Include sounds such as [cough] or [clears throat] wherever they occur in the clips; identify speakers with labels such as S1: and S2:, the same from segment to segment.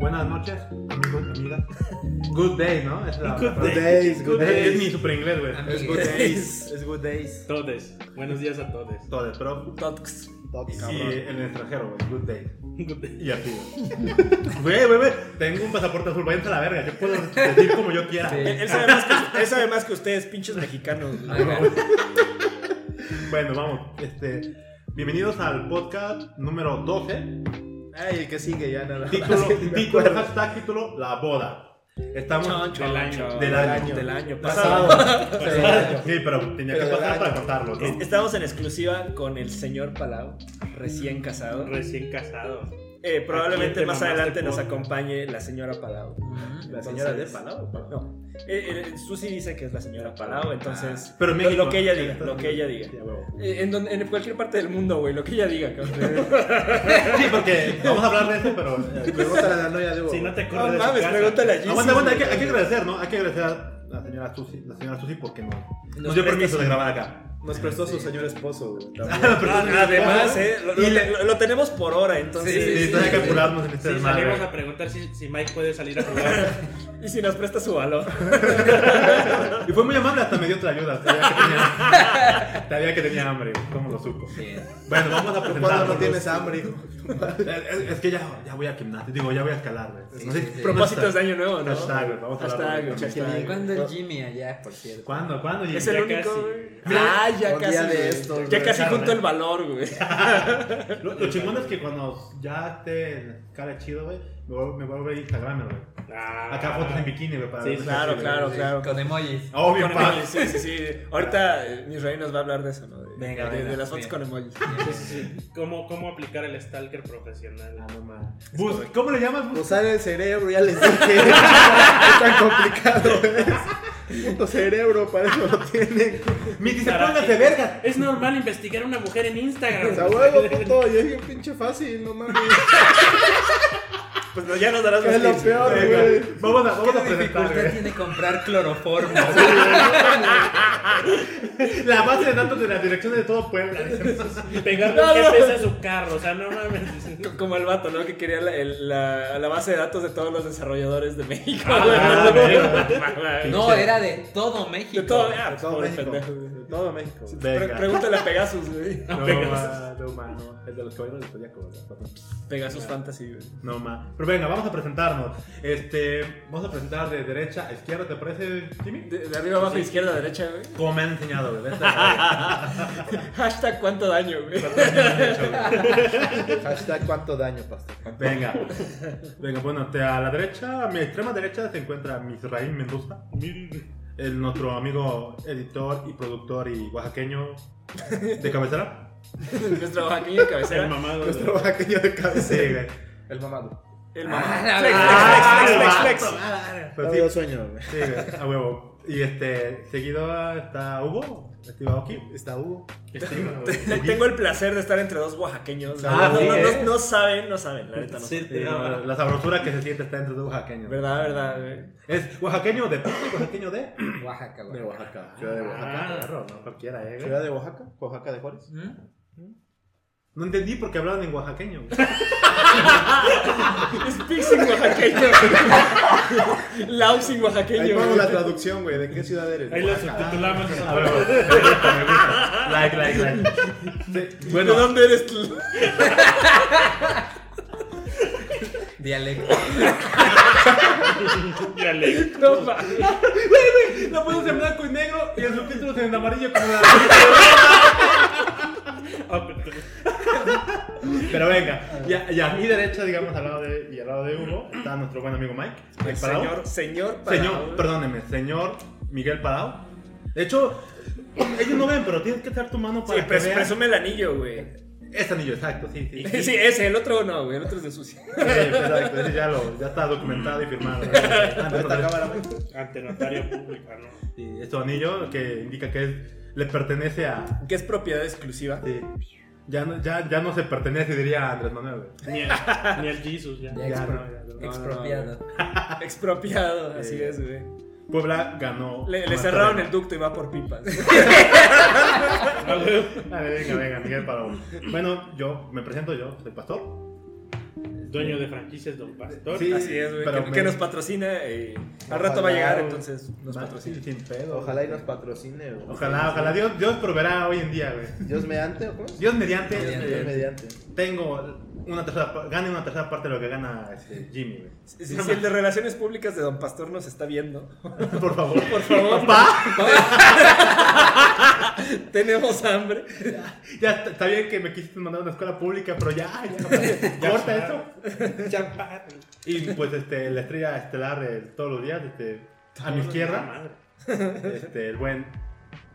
S1: Buenas noches, amigos, amigas. [laughs] Good day, ¿no? Es la-
S2: Good
S1: la
S2: day.
S1: frase.
S3: days,
S2: Good
S3: good
S2: days.
S3: days.
S4: Es mi super inglés, güey.
S3: Es good days. Es good days.
S2: Todes. Buenos días a todos.
S1: Todo, pero
S4: Tots.
S3: Doc,
S1: y
S3: cabrón.
S1: en el extranjero, güey. Good day. Y así, güey.
S4: Güey, güey, güey. Tengo un pasaporte azul, váyanse a la verga. Yo puedo decir como yo quiera.
S3: Él, él sabe más que, él sabe más que ustedes, pinches mexicanos.
S1: Bueno, vamos. Este, bienvenidos al podcast número
S3: [laughs]
S1: 12.
S3: Ay, el que sigue ya nada. más.
S1: Título,
S3: Sí, me
S1: título,
S3: acuerdo.
S1: hashtag título, la boda. Estamos.
S3: Chon, chon,
S2: Del año.
S3: chon.
S1: Del año.
S3: Del año
S1: Pasado.
S3: pasado.
S1: Sí, pero tenía
S3: Pero
S1: que pasar
S3: del
S1: para
S3: año.
S1: cortarlo, ¿no?
S3: Es- Estamos en exclusiva con el señor Palau, recién casado.
S2: Recién casados.
S3: Eh,
S2: Aquí
S3: probablemente
S2: te
S3: más
S2: mamaste
S3: adelante nos
S2: por-
S3: acompañe la señora Palau.
S1: Mm, ¿La
S3: Entonces-
S1: señora de Palau? Palau? Ah,
S3: No. Eh, eh, Susi dice que es la señora Palau, entonces.
S1: Pero en
S3: lo-
S1: México.
S3: lo que ella diga,
S1: Entonces,
S3: lo que ella diga.
S1: sí, a huevo.
S3: Eh, En, donde- en cualquier parte del mundo, güey, lo que ella diga, cabrón. [laughs]
S1: Sí, porque vamos a hablar de eso, pero.
S3: Pregúntale a la novia de Hugo.
S2: Si no te
S3: No
S2: acuerdas de su
S3: mames,
S2: casa.
S3: pregúntale a Jessy.
S1: Aguanta, aguanta, hay que,
S3: güey.
S1: hay que agradecer, ¿no? Hay que agradecer a la señora Susi, la señora Susi porque no. Nos
S3: Nos
S1: dio
S3: presta
S1: permiso
S3: su-
S1: de grabar acá.
S3: Nos prestó su señor esposo, [laughs] güey.
S1: Ah, pero-
S3: Además, eh, lo, lo
S1: Y-
S3: te- lo- lo tenemos por hora, entonces.
S1: Sí, sí, hay que apurarnos en este
S2: Sí,
S1: desmadre.
S2: salimos a preguntar si, si Mike puede salir a jugar.
S3: Y si nos presta su
S5: [laughs]
S3: valor.
S1: Y fue muy amable, hasta me dio otra ayuda. Sabía que tenía, sabía que tenía hambre, ¿cómo lo supo?
S6: Este,
S1: Bueno, vamos a presentar.
S5: Cuando no tienes hambre, hijo.
S1: Es, es que ya, ya voy a gimnasio, digo, ya voy a escalar, güey.
S5: Sí,
S1: No sé,
S5: sí, sí.
S3: Propósitos de año nuevo, ¿no?
S1: Hashtag, güey, vamos a hablar
S3: Hashtag,
S1: de-
S3: güey, hashtag.
S5: ¿Cuándo el Jimmy allá, por cierto?
S1: ¿Cuándo? ¿Cuándo? Y-
S3: Es el
S2: Ya
S3: único,
S2: casi.
S3: güey.
S5: Mira,
S3: Ah, ya
S5: un día
S3: casi.
S5: de
S3: güey.
S5: estos,
S3: ya
S5: güey.
S3: casi
S1: Carne.
S3: junto el valor,
S5: [laughs]
S3: güey.
S1: Lo, lo chingón es que cuando ya te cara chido, güey, me voy, me voy a ver Instagram, güey.
S2: Ah.
S1: Acá fotos en bikini, güey, para
S2: Sí,
S1: ver-
S3: Claro, claro,
S5: Sí,
S3: claro.
S5: Con emojis.
S1: Obvio,
S3: Con
S1: pa.
S3: emojis, sí, sí, sí. Ahorita eh, Misraí nos va a hablar de eso, ¿no? De,
S5: Venga,
S3: de-
S5: venga,
S3: de las fotos
S5: bien.
S3: con emojis.
S2: Sí, sí, sí. ¿Cómo, ¿Cómo aplicar el stalker profesional?
S1: Ah, Bus- ¿Cómo le llamas? Bus?
S5: Usar el cerebro, ya les dije. [laughs] Qué tan complicado es. Puto cerebro, para eso lo tienen.
S1: Mi dice,
S2: Para-
S1: póngase verga.
S2: Es normal investigar a una mujer en Instagram.
S6: [laughs]
S5: O sea, huevo,
S2: [laughs]
S5: puto. Yo dije, pinche fácil, no mames.
S3: Pues no, ya nos darás Eh,
S5: Es
S3: los
S5: lo
S3: tips.
S5: peor,
S1: Venga,
S5: güey.
S1: Vamos a, vamos a
S5: ¿Qué
S1: presentar,
S5: dificultad
S1: güey.
S5: tiene comprar cloroformo?
S1: La base de datos de las direcciones de todo Puebla. dice.
S2: Pegarle
S3: No,
S2: un
S3: no.
S2: GPS a su carro. O sea, no mames.
S3: C- [laughs] Como el vato, ¿no? Que quería la, el- la- la base de datos de todos los desarrolladores de México.
S2: Ah,
S3: güey.
S1: ah,
S5: No, era de todo México.
S3: De todo, ah,
S5: De
S3: pues, pobre pendejo, güey.
S5: De todo México.
S3: Pre-
S1: Venga.
S3: pregúntale a Pegasus, güey.
S1: No,
S2: Venga.
S1: ma, no, ma, no. El de los caballeros del Zodíaco, ¿verdad?
S3: Pegasus Fantasy, güey.
S1: No, ma. Pero venga, vamos a presentarnos. Este, vamos a presentar de derecha a izquierda, ¿te parece, Jimmy?
S3: De, de arriba, abajo, izquierda, derecha, güey.
S1: Como me han enseñado, güey. Vete a
S3: Hashtag cuánto daño, güey.
S1: la verga.
S5: Hashtag cuánto daño, pastor.
S1: Venga. [laughs] Venga, bueno, te- a la derecha, a mi extrema derecha se encuentra Misraín Mendoza. el- nuestro amigo editor y productor y oaxaqueño de cabecera.
S3: [laughs] Nuestro oaxaqueño de
S2: El
S3: cabecera.
S2: mamado.
S5: Nuestro vaqueño de cabeza.
S1: Sí, güey.
S5: El mamado.
S3: El
S5: Ah,
S3: mamá.
S5: la
S3: Flex,
S1: Ah,
S3: flex, flex,
S1: el
S3: flex,
S1: vato.
S3: flex.
S1: Pero
S5: Todavía
S1: Pues sí,
S5: sueño, güey.
S1: sí, güey, a huevo. Y este, seguido está Hugo, Steve Aoki.
S5: Está Hugo.
S3: Tengo el placer de estar entre dos oaxaqueños. güey.
S1: Ah,
S3: no,
S1: sí,
S3: no,
S1: eh.
S3: no- no saben, no saben, la neta no.
S2: Sí,
S3: saben.
S1: Sí, no, la sabrosura que se siente está entre dos oaxaqueños.
S3: ¿Verdad, verdad, güey?
S1: Es oaxaqueño de puto y oaxaqueño de.
S5: Oaxaca, güey.
S1: De Oaxaca. Ciudad de Oaxaca.
S2: Ah.
S1: perro, no cualquiera, eh. güey.
S5: ¿Ciudad de Oaxaca? ¿Oaxaca de Juárez?
S3: ¿Mm?
S1: No entendí porque hablaban en oaxaqueño. güey.
S3: Es pixing oaxaqueño. [laughs] Lausing
S5: Ahí
S3: oaqueño.
S5: pongo la
S3: güey.
S5: traducción, güey. ¿De qué ciudad eres?
S2: Ahí lo
S5: Oaxaca.
S2: subtitulamos.
S1: A huevo. Me gusta, me gusta. Like, like, [laughs] like. Sí,
S3: ¿De
S1: Bueno,
S3: dónde eres tú?
S5: Dialecto.
S2: Dale.
S3: No, ma.
S1: la ponemos en blanco y negro y el subtítulo en amarillo como la.
S2: Ah,
S1: Pero venga, y a, y a mi derecha, digamos, al lado de, y al lado de Hugo, está nuestro buen amigo Mike. Mike Palau.
S3: Señor, señor. para-
S1: Señor, perdóneme, señor Miguel Palau. De hecho, ellos no ven, pero tienes que echar tu mano
S3: Sí,
S1: para que
S3: pres-
S1: vean.
S3: presume el anillo, güey.
S1: Este anillo, exacto, sí, sí. sí,
S3: [laughs]
S1: Eh,
S3: Sí, ese, el otro no, güey. El otro es de sucio.
S1: exacto, ese ya, lo, ya está documentado y firmado. Ah,
S5: Esta
S1: perdón.
S5: cámara, güey.
S2: Ante notario público, ¿no?
S1: Sí, este anillo que indica que es- le pertenece a...
S3: Que es propiedad
S1: [laughs]
S3: exclusiva.
S1: sí, ya, no, ya, ya no se pertenece, diría Andrés Manuel. güey.
S2: Ni el, ni el Jesus, ya.
S5: Ya,
S1: Ya,
S5: expro-
S1: no, ya, no.
S5: Expropiado.
S3: Expropiado,
S1: Sí.
S3: así es, güey.
S1: Puebla ganó.
S3: Le, le
S1: más
S3: cerraron
S1: terreno.
S3: el ducto y va por pipas.
S2: Ah,
S1: Dale, Ah, venga, venga, Miguel Parón. Bueno, yo me presento yo, soy pastor.
S2: Dueño de franquicias, don Pastor.
S1: Sí.
S3: [laughs] Así es, güey.
S1: Pero
S3: Que,
S1: me-
S3: que nos patrocina. eh, al rato
S5: Ojalá,
S3: va a llegar,
S5: güey.
S3: entonces nos
S1: Va,
S3: patrocina.
S1: Sin pedo.
S5: Ojalá y nos patrocine. güey.
S1: Ojalá, ojalá. Dios, Dios proveerá hoy en día, güey.
S5: Dios mediante, ¿o cómo es?
S1: Dios mediante,
S3: Mediante.
S1: eh,
S5: Dios mediante.
S1: tengo una tercera, pa- gane una tercera parte de lo que gana este, Jimmy, güey. [laughs]
S3: Si, si- si el de Relaciones Públicas de Don Pastor nos está viendo,
S1: Por favor.
S3: por favor. [laughs] Tenemos hambre.
S1: [laughs] Ya está, está bien que me quisiste mandar a una escuela pública, pero ya,
S3: [laughs]
S1: ya, ya corta eso. Y pues este, la estrella estelar de todos los días, este, a mi izquierda,
S2: Madre.
S1: este, el buen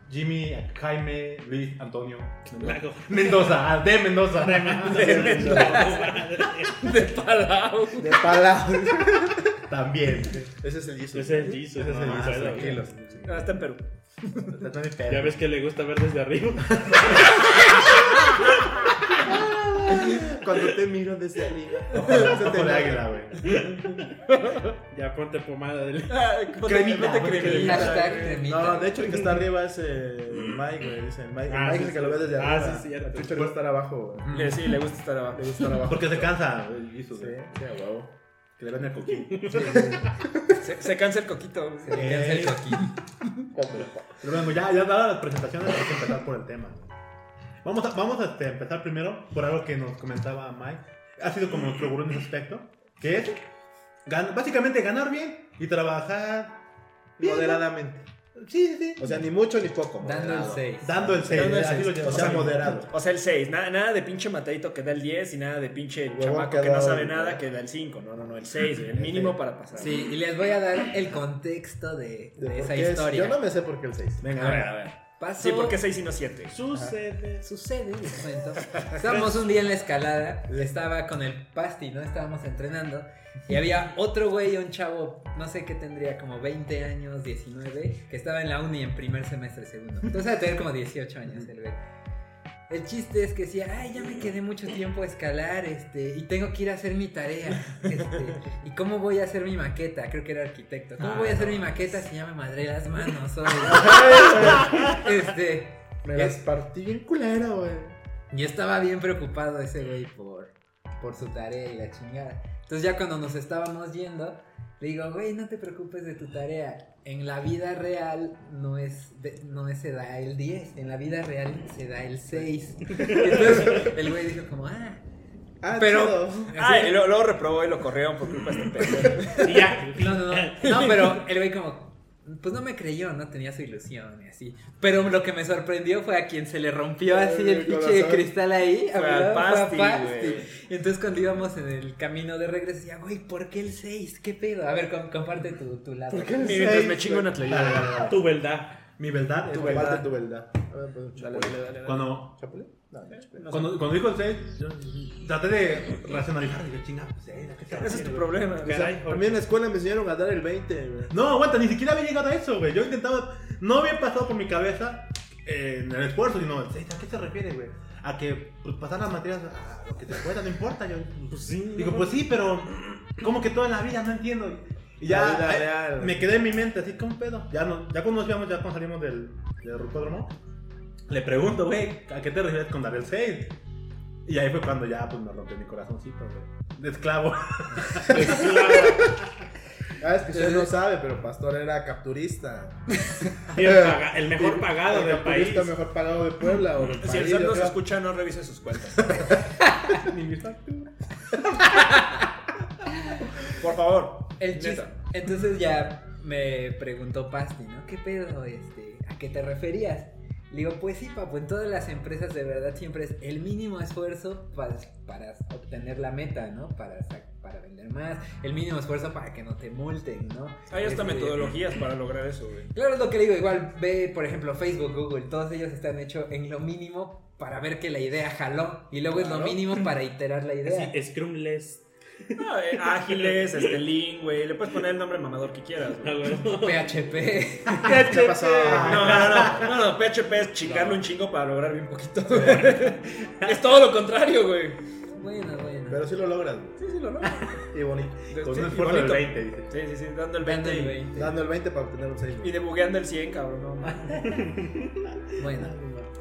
S1: Jimmy, Jaime, Luis, Antonio.
S2: Lago.
S1: Mendoza, ah, de Mendoza.
S2: Tremendo.
S3: De Palau.
S5: De palabras.
S1: También. este,
S5: Ese es el Jesus.
S2: Ese es el Jesus.
S1: Ese es el
S2: no,
S1: Jesus,
S2: bueno,
S1: tranquilos.
S3: No, está en Perú.
S1: Está en el
S2: Ya
S1: pedo.
S2: ves que le gusta ver desde arriba.
S5: Cuando te miro desde arriba. [laughs]
S1: Ojo de águila, güey.
S2: Ya ponte pomada del.
S3: Ah, ponte-
S1: Cremita,
S3: ponte
S1: güey,
S3: cremita,
S6: Hashtag
S3: güey.
S6: cremita.
S5: No, de hecho el que está arriba es eh, Mike, güey. Dicen Mike.
S2: Ah,
S5: Mike
S2: sí,
S5: es el que lo ve
S2: sí.
S5: desde arriba.
S2: Ah, sí, cierto.
S5: A Chucho le gusta estar abajo, güey.
S3: Le- Sí, le gusta estar abajo.
S5: Le gusta estar abajo.
S1: Porque se cansa, güey, Jesus,
S5: Sí,
S1: güey.
S5: sí, a huevo.
S1: Que le ven el coquín.
S3: Se, se cansa el coquito. güey.
S6: Me cansa el coquín.
S5: Hombre,
S1: Pero bueno, ya, ya dadas las presentaciones, hay que empezar por el tema. Vamos a, vamos a este, empezar primero por algo que nos comentaba Mike. Ha sido como nuestro gurú en ese aspecto. Que es gan- básicamente ganar bien y trabajar,
S5: Moderadamente.
S1: sí, sí, sí,
S5: O sea, ni mucho ni poco.
S6: Dando el
S5: moderado.
S6: 6.
S1: dando el 6.
S3: Dando el seis.
S5: O sea, moderado.
S3: O sea, el 6. Nada, nada de pinche mateito que da el 10 y nada de pinche
S5: Huevón
S3: chamaco
S5: que
S3: que no
S5: da
S3: sabe
S5: el-
S3: nada que da el 5. No, no, no. El 6, el
S5: [laughs] El
S3: mínimo
S5: seis.
S3: para pasar.
S6: Sí, y les voy a dar el contexto de, de
S5: De por
S6: esa
S5: qué es-
S6: historia.
S5: Yo no me sé por qué el 6.
S1: Venga,
S3: A ver, a
S1: venga.
S3: ver.
S6: Pasó,
S3: Sí, porque 6 y no 7.
S2: Sucede.
S6: sucede, les cuento. Estábamos un día en la escalada, estaba con el pasti, ¿no? Estábamos entrenando y había otro güey, un chavo, no sé qué tendría, como 20 años, 19, que estaba en la uni en primer semestre, segundo. Entonces debe tener como 18 años el güey. El chiste es que decía, ay, ya me quedé mucho tiempo a escalar, este, y tengo que ir a hacer mi tarea, este, y cómo voy a hacer mi maqueta, creo que era arquitecto, cómo voy a hacer mi maqueta si ya me madré las manos, hoy?" este,
S5: Me las partí bien culero, güey.
S6: y estaba bien preocupado ese güey por, por su tarea y la chingada. Entonces ya cuando nos estábamos yendo, le digo, güey, no te preocupes de tu tarea. En la vida real no es de- no es- se da el 10, en la vida real se da el 6. Entonces el güey dijo como, ah,
S5: Ah,
S6: Pero-
S5: chido.
S3: Ah, y luego, luego reprobó y lo corrieron por culpa de
S5: [laughs]
S3: este pendejo.
S2: Y ya.
S6: no, no, no. No, pero el güey como, pues no me creyó, no tenía su ilusión y así. Pero lo que me sorprendió fue a quien se le rompió así el
S5: Ay, el
S6: pinche
S5: corazón.
S6: cristal ahí.
S3: Fue
S6: a mi
S3: al
S6: lado, fue a
S3: Pasti,
S6: Pasti.
S3: güey.
S6: Y entonces cuando íbamos en el camino de regreso decía, güey, ¿por qué el 6? ¿Qué pedo? A ver, com- comparte tu, tu lado.
S5: ¿Por qué el
S3: Mientras
S5: seis,
S3: me chingo
S5: güey?
S3: una
S1: Dale,
S3: tlayuda.
S1: dale, dale.
S2: Tu beldad.
S1: Mi verdad,
S5: Tu
S1: es-
S5: verdad. Parte tu verdad. A ver, pues,
S3: Dale, dale, dale, dale.
S1: cuando,
S5: ¿Chapulín? No, no, chapulín.
S1: cuando, cuando dijo el 6, yo traté de racionalizar. Dije, chinga, pues, eh, ¿a qué te
S3: Ese es
S1: refieres,
S3: tu
S1: güey?
S3: problema.
S5: O sea,
S2: Caray,
S5: a mí en la escuela me enseñaron a dar el 20, güey.
S1: No, aguanta, ni siquiera había llegado a eso, güey. Yo intentaba. No había pasado por mi cabeza eh, en el esfuerzo, sino. ¿A qué se refiere, güey? A que pues, pasar las materias a lo que te pueda, no importa. Yo
S2: Pues sí.
S1: digo,
S2: [laughs]
S1: pues [laughs] sí, pero. Como que toda la vida, no entiendo. Y ya.
S5: La vida
S1: eh,
S5: real.
S1: Me quedé en mi mente, así como pedo. Ya, no, ya cuando nos íbamos, ya cuando salimos del, del rocódromo, le pregunto, güey, ¿a qué te refieres con dar el 6? Y ahí fue cuando ya, pues me rompió mi corazoncito, güey. De esclavo.
S5: Ah, es que usted no sabe, pero Pastor era capturista.
S2: Bien paga- el mejor
S5: Eh, Sí,
S2: pagado
S5: el
S2: del país.
S5: capturista mejor pagado de Puebla o del
S3: Si el
S5: país,
S3: SAT
S5: yo
S3: nos
S5: creo.
S3: escucha, no revise sus
S5: [laughs]
S3: cuentas. [laughs] Por favor.
S6: El chiste.
S3: Neta.
S6: Entonces ya me preguntó Pasti, ¿no? ¿Qué pedo? Este, ¿A qué te referías? Le digo, pues sí, papo, en todas las empresas de verdad siempre es el mínimo esfuerzo pa- para obtener la meta, ¿no? Para, sa- para vender más, el mínimo esfuerzo para que no te multen, ¿no?
S3: Hay hasta
S6: Este,
S3: metodologías para lograr eso, güey.
S6: Claro, es lo que le digo, igual ve, por ejemplo, Facebook, Google, todos ellos están hechos en lo mínimo para ver que la idea jaló y luego es lo
S3: Claro.
S6: mínimo para iterar la idea.
S2: Así, Scrumless.
S3: No, eh, ágiles, este link, güey. Le puedes poner el nombre mamador que quieras,
S2: Ah,
S5: [laughs]
S3: güey.
S2: bueno.
S6: PHP.
S5: ¿Qué pasó?
S3: No, no, no, no, no, PHP es chingarle un chingo para lograr bien poquito. es todo lo contrario, güey.
S6: [laughs] bueno, bueno.
S5: Pero sí lo logras, güey.
S3: Sí, sí, lo logro.
S5: y bonito.
S1: Con
S3: Sí,
S1: un esfuerzo [laughs] del
S3: igualito.
S1: 20, dice.
S3: Sí, sí, sí, dando el 20,
S6: Dando el
S3: y-
S6: 20.
S5: Dando el 20 para obtener un 6.
S3: y debugueando el 100, cabrón. no mames.
S6: Bueno,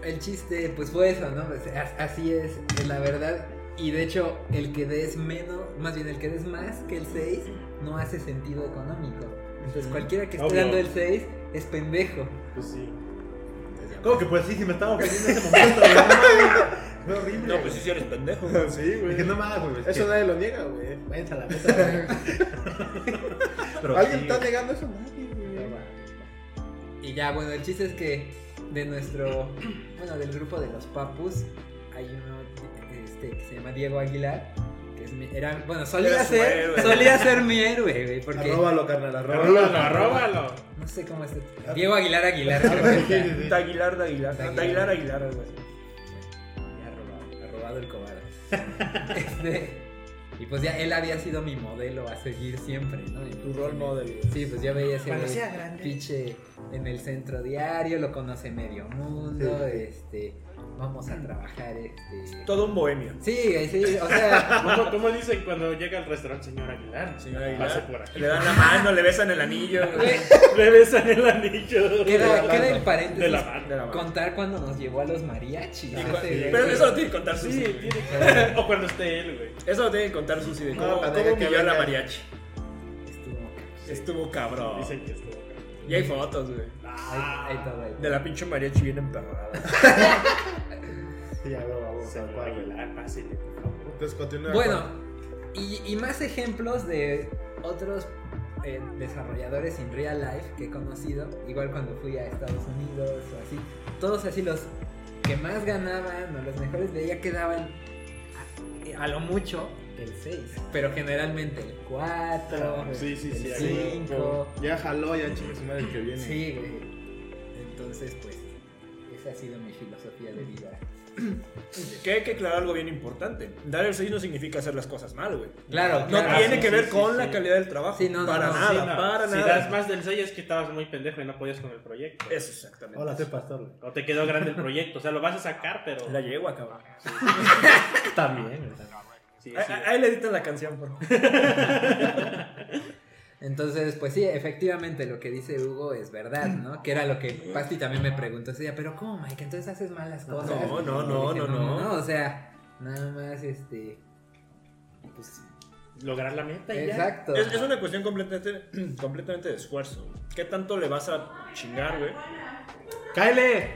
S6: el chiste, pues fue eso, ¿no? Pues, as- así es, es la verdad. Y de hecho, el que des menos, más bien el que des más que el 6, no hace sentido económico. Entonces, cualquiera que esté
S2: Obvio.
S6: dando el 6 es pendejo.
S2: Pues sí.
S1: ¿Cómo que pues sí? Si me estaba ofendiendo en ese momento, güey. No mames, Fue horrible.
S3: No, pues sí, sí eres pendejo.
S5: Sí, güey.
S1: Dije, no mames, güey. es
S5: Eso
S1: que-
S5: nadie lo niega, güey. Váyanse a la mesa. güey.
S1: pero
S5: ¿Alguien
S1: sí,
S5: está negando eso? Nadie, güey.
S6: Y ya, bueno, el chiste es que de nuestro, bueno, del grupo de los papus, hay uno este, que se llama Diego Aguilar. que es mi- Era, bueno, solía
S3: Era su
S6: ser,
S3: héroe.
S6: solía ser mi héroe, güey, porque
S5: Arróbalo, carnal, arróbalo.
S2: Róbalo, róbalo.
S6: no sé cómo es. este, Diego Aguilar Aguilar.
S3: [laughs]
S6: se cuenta.
S3: De Aguilar, de Aguilar.
S6: De
S3: De Aguilar, Aguilar, algo así.
S6: Me ha robado, ha robado el cobarde. [laughs] Este, y pues ya él había sido mi modelo a seguir siempre, ¿no?
S3: Tu role model.
S6: Sí, pues ya veía ese
S3: Cuando
S6: güey
S3: sea grande.
S6: pinche en el centro diario, lo conoce medio mundo, este, vamos a trabajar, este...
S3: Todo un bohemio.
S6: Sí, güey, sí,
S2: [laughs]
S6: o sea,
S2: ¿Cómo, cómo dicen cuando llega al restaurante, señor Aguilar?
S3: Señor
S2: Pase
S3: Aguilar.
S2: por aquí. [laughs]
S3: Le dan la mano, le besan el anillo.
S6: güey,
S2: Me besan el anillo.
S6: queda, queda
S5: la mano,
S6: el
S2: De la
S6: paréntesis
S2: mano.
S3: De la mano.
S6: contar cuando nos llevó a los mariachis.
S3: Y
S6: ¿no?
S3: cu-
S6: Ese-
S3: Pero eso lo tiene que contar
S2: Sí,
S3: Susi.
S2: tiene que... O cuando esté él, güey.
S3: Eso lo tiene que contar Susi de
S5: No,
S3: cómo,
S5: para
S3: cómo
S5: tener que
S3: humilló a la
S5: venga.
S3: mariachi.
S6: Estuvo-
S3: Estuvo cabrón.
S2: Dicen que estuvo. cabrón.
S3: Y hay fotos, güey.
S2: Ah.
S6: ahí- ahí todo ahí.
S3: De la pinche mariachi bien emperrada.
S5: Sí, ya, güey, vamos, tal
S2: Señor
S5: cual, güey.
S2: Aguilar, pásele, por favor.
S5: Entonces continúa.
S6: Bueno,
S5: con-
S6: y, y más ejemplos de otros eh, desarrolladores en real life que he conocido, igual cuando fui a Estados Unidos o así, todos así los que más ganaban o los mejores de ella quedaban a, a lo mucho el 6, pero generalmente el 4,
S5: Sí, sí, sí.
S6: el
S5: ya, güey.
S6: 5.
S5: Ya jaló, ya chingue su madre el que viene.
S6: Sí, güey. Entonces, pues, esa ha sido mi filosofía de vida.
S3: Que hay que aclarar algo bien importante. Dar el 6 no significa hacer las cosas mal, güey.
S6: Claro,
S3: No
S6: claro.
S3: tiene
S2: sí,
S3: que
S2: sí,
S3: ver
S2: sí,
S3: con
S2: sí.
S3: la calidad del trabajo.
S6: Sí, no, no,
S3: para
S6: no.
S3: nada,
S2: Sí, no,
S3: para
S2: si
S3: nada.
S2: das más del 6 es que estabas muy pendejo y no podías con el proyecto.
S3: Eso exactamente.
S7: Hola, soy pastor. güey.
S2: O te quedó grande el proyecto. O sea, lo vas a sacar, pero.
S3: La yegua, cabrón.
S7: También. güey.
S2: Sí, sí.
S3: A- a- Ahí le editan la canción, por favor.
S6: Entonces, pues sí, efectivamente lo que dice Hugo es verdad, ¿no? Que era lo que Pasti también me preguntó ese día, pero ¿cómo, Mike? Entonces haces malas cosas.
S3: no, no,
S6: Y
S3: no, no, no.
S6: O sea, nada más este. Pues,
S2: Lograr la meta [laughs] y ya.
S6: exacto.
S3: Es, es una cuestión completamente, [clears throat] completamente de esfuerzo. ¿Qué tanto le vas a chingar,
S8: [laughs]
S3: güey?
S7: ¡Cáele!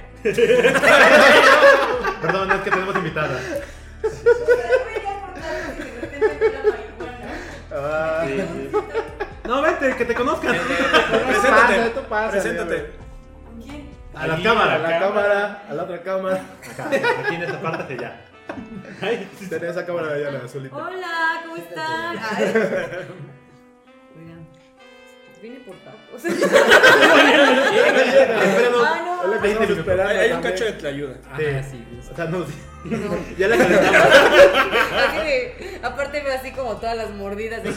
S1: Perdón, es que tenemos invitada.
S5: Ah,
S2: Sí, sí.
S7: No, vete, que te conozcan.
S5: Pasa,
S3: Preséntate.
S5: esto pasa,
S3: Preséntate.
S5: güey.
S8: ¿Quién?
S1: A la
S2: Ahí,
S1: cámara.
S5: A la cámara, a la otra cámara.
S1: Acá, aquí en esta parte hacia allá.
S5: Tenía esa cámara de allá, la azulita.
S8: Hola, ¿cómo están? Ay. Oigan, vine por tacos. [laughs]
S1: Espéranos
S8: Ah, no.
S1: 20 minutos.
S3: Hay, hay un
S5: también.
S3: cacho de tlayuda.
S6: Ajá, sí, pues,
S1: O sea, no, sí.
S8: No.
S1: [laughs] ya la calentamos.
S8: Así de- Aparte veo así como todas las mordidas de...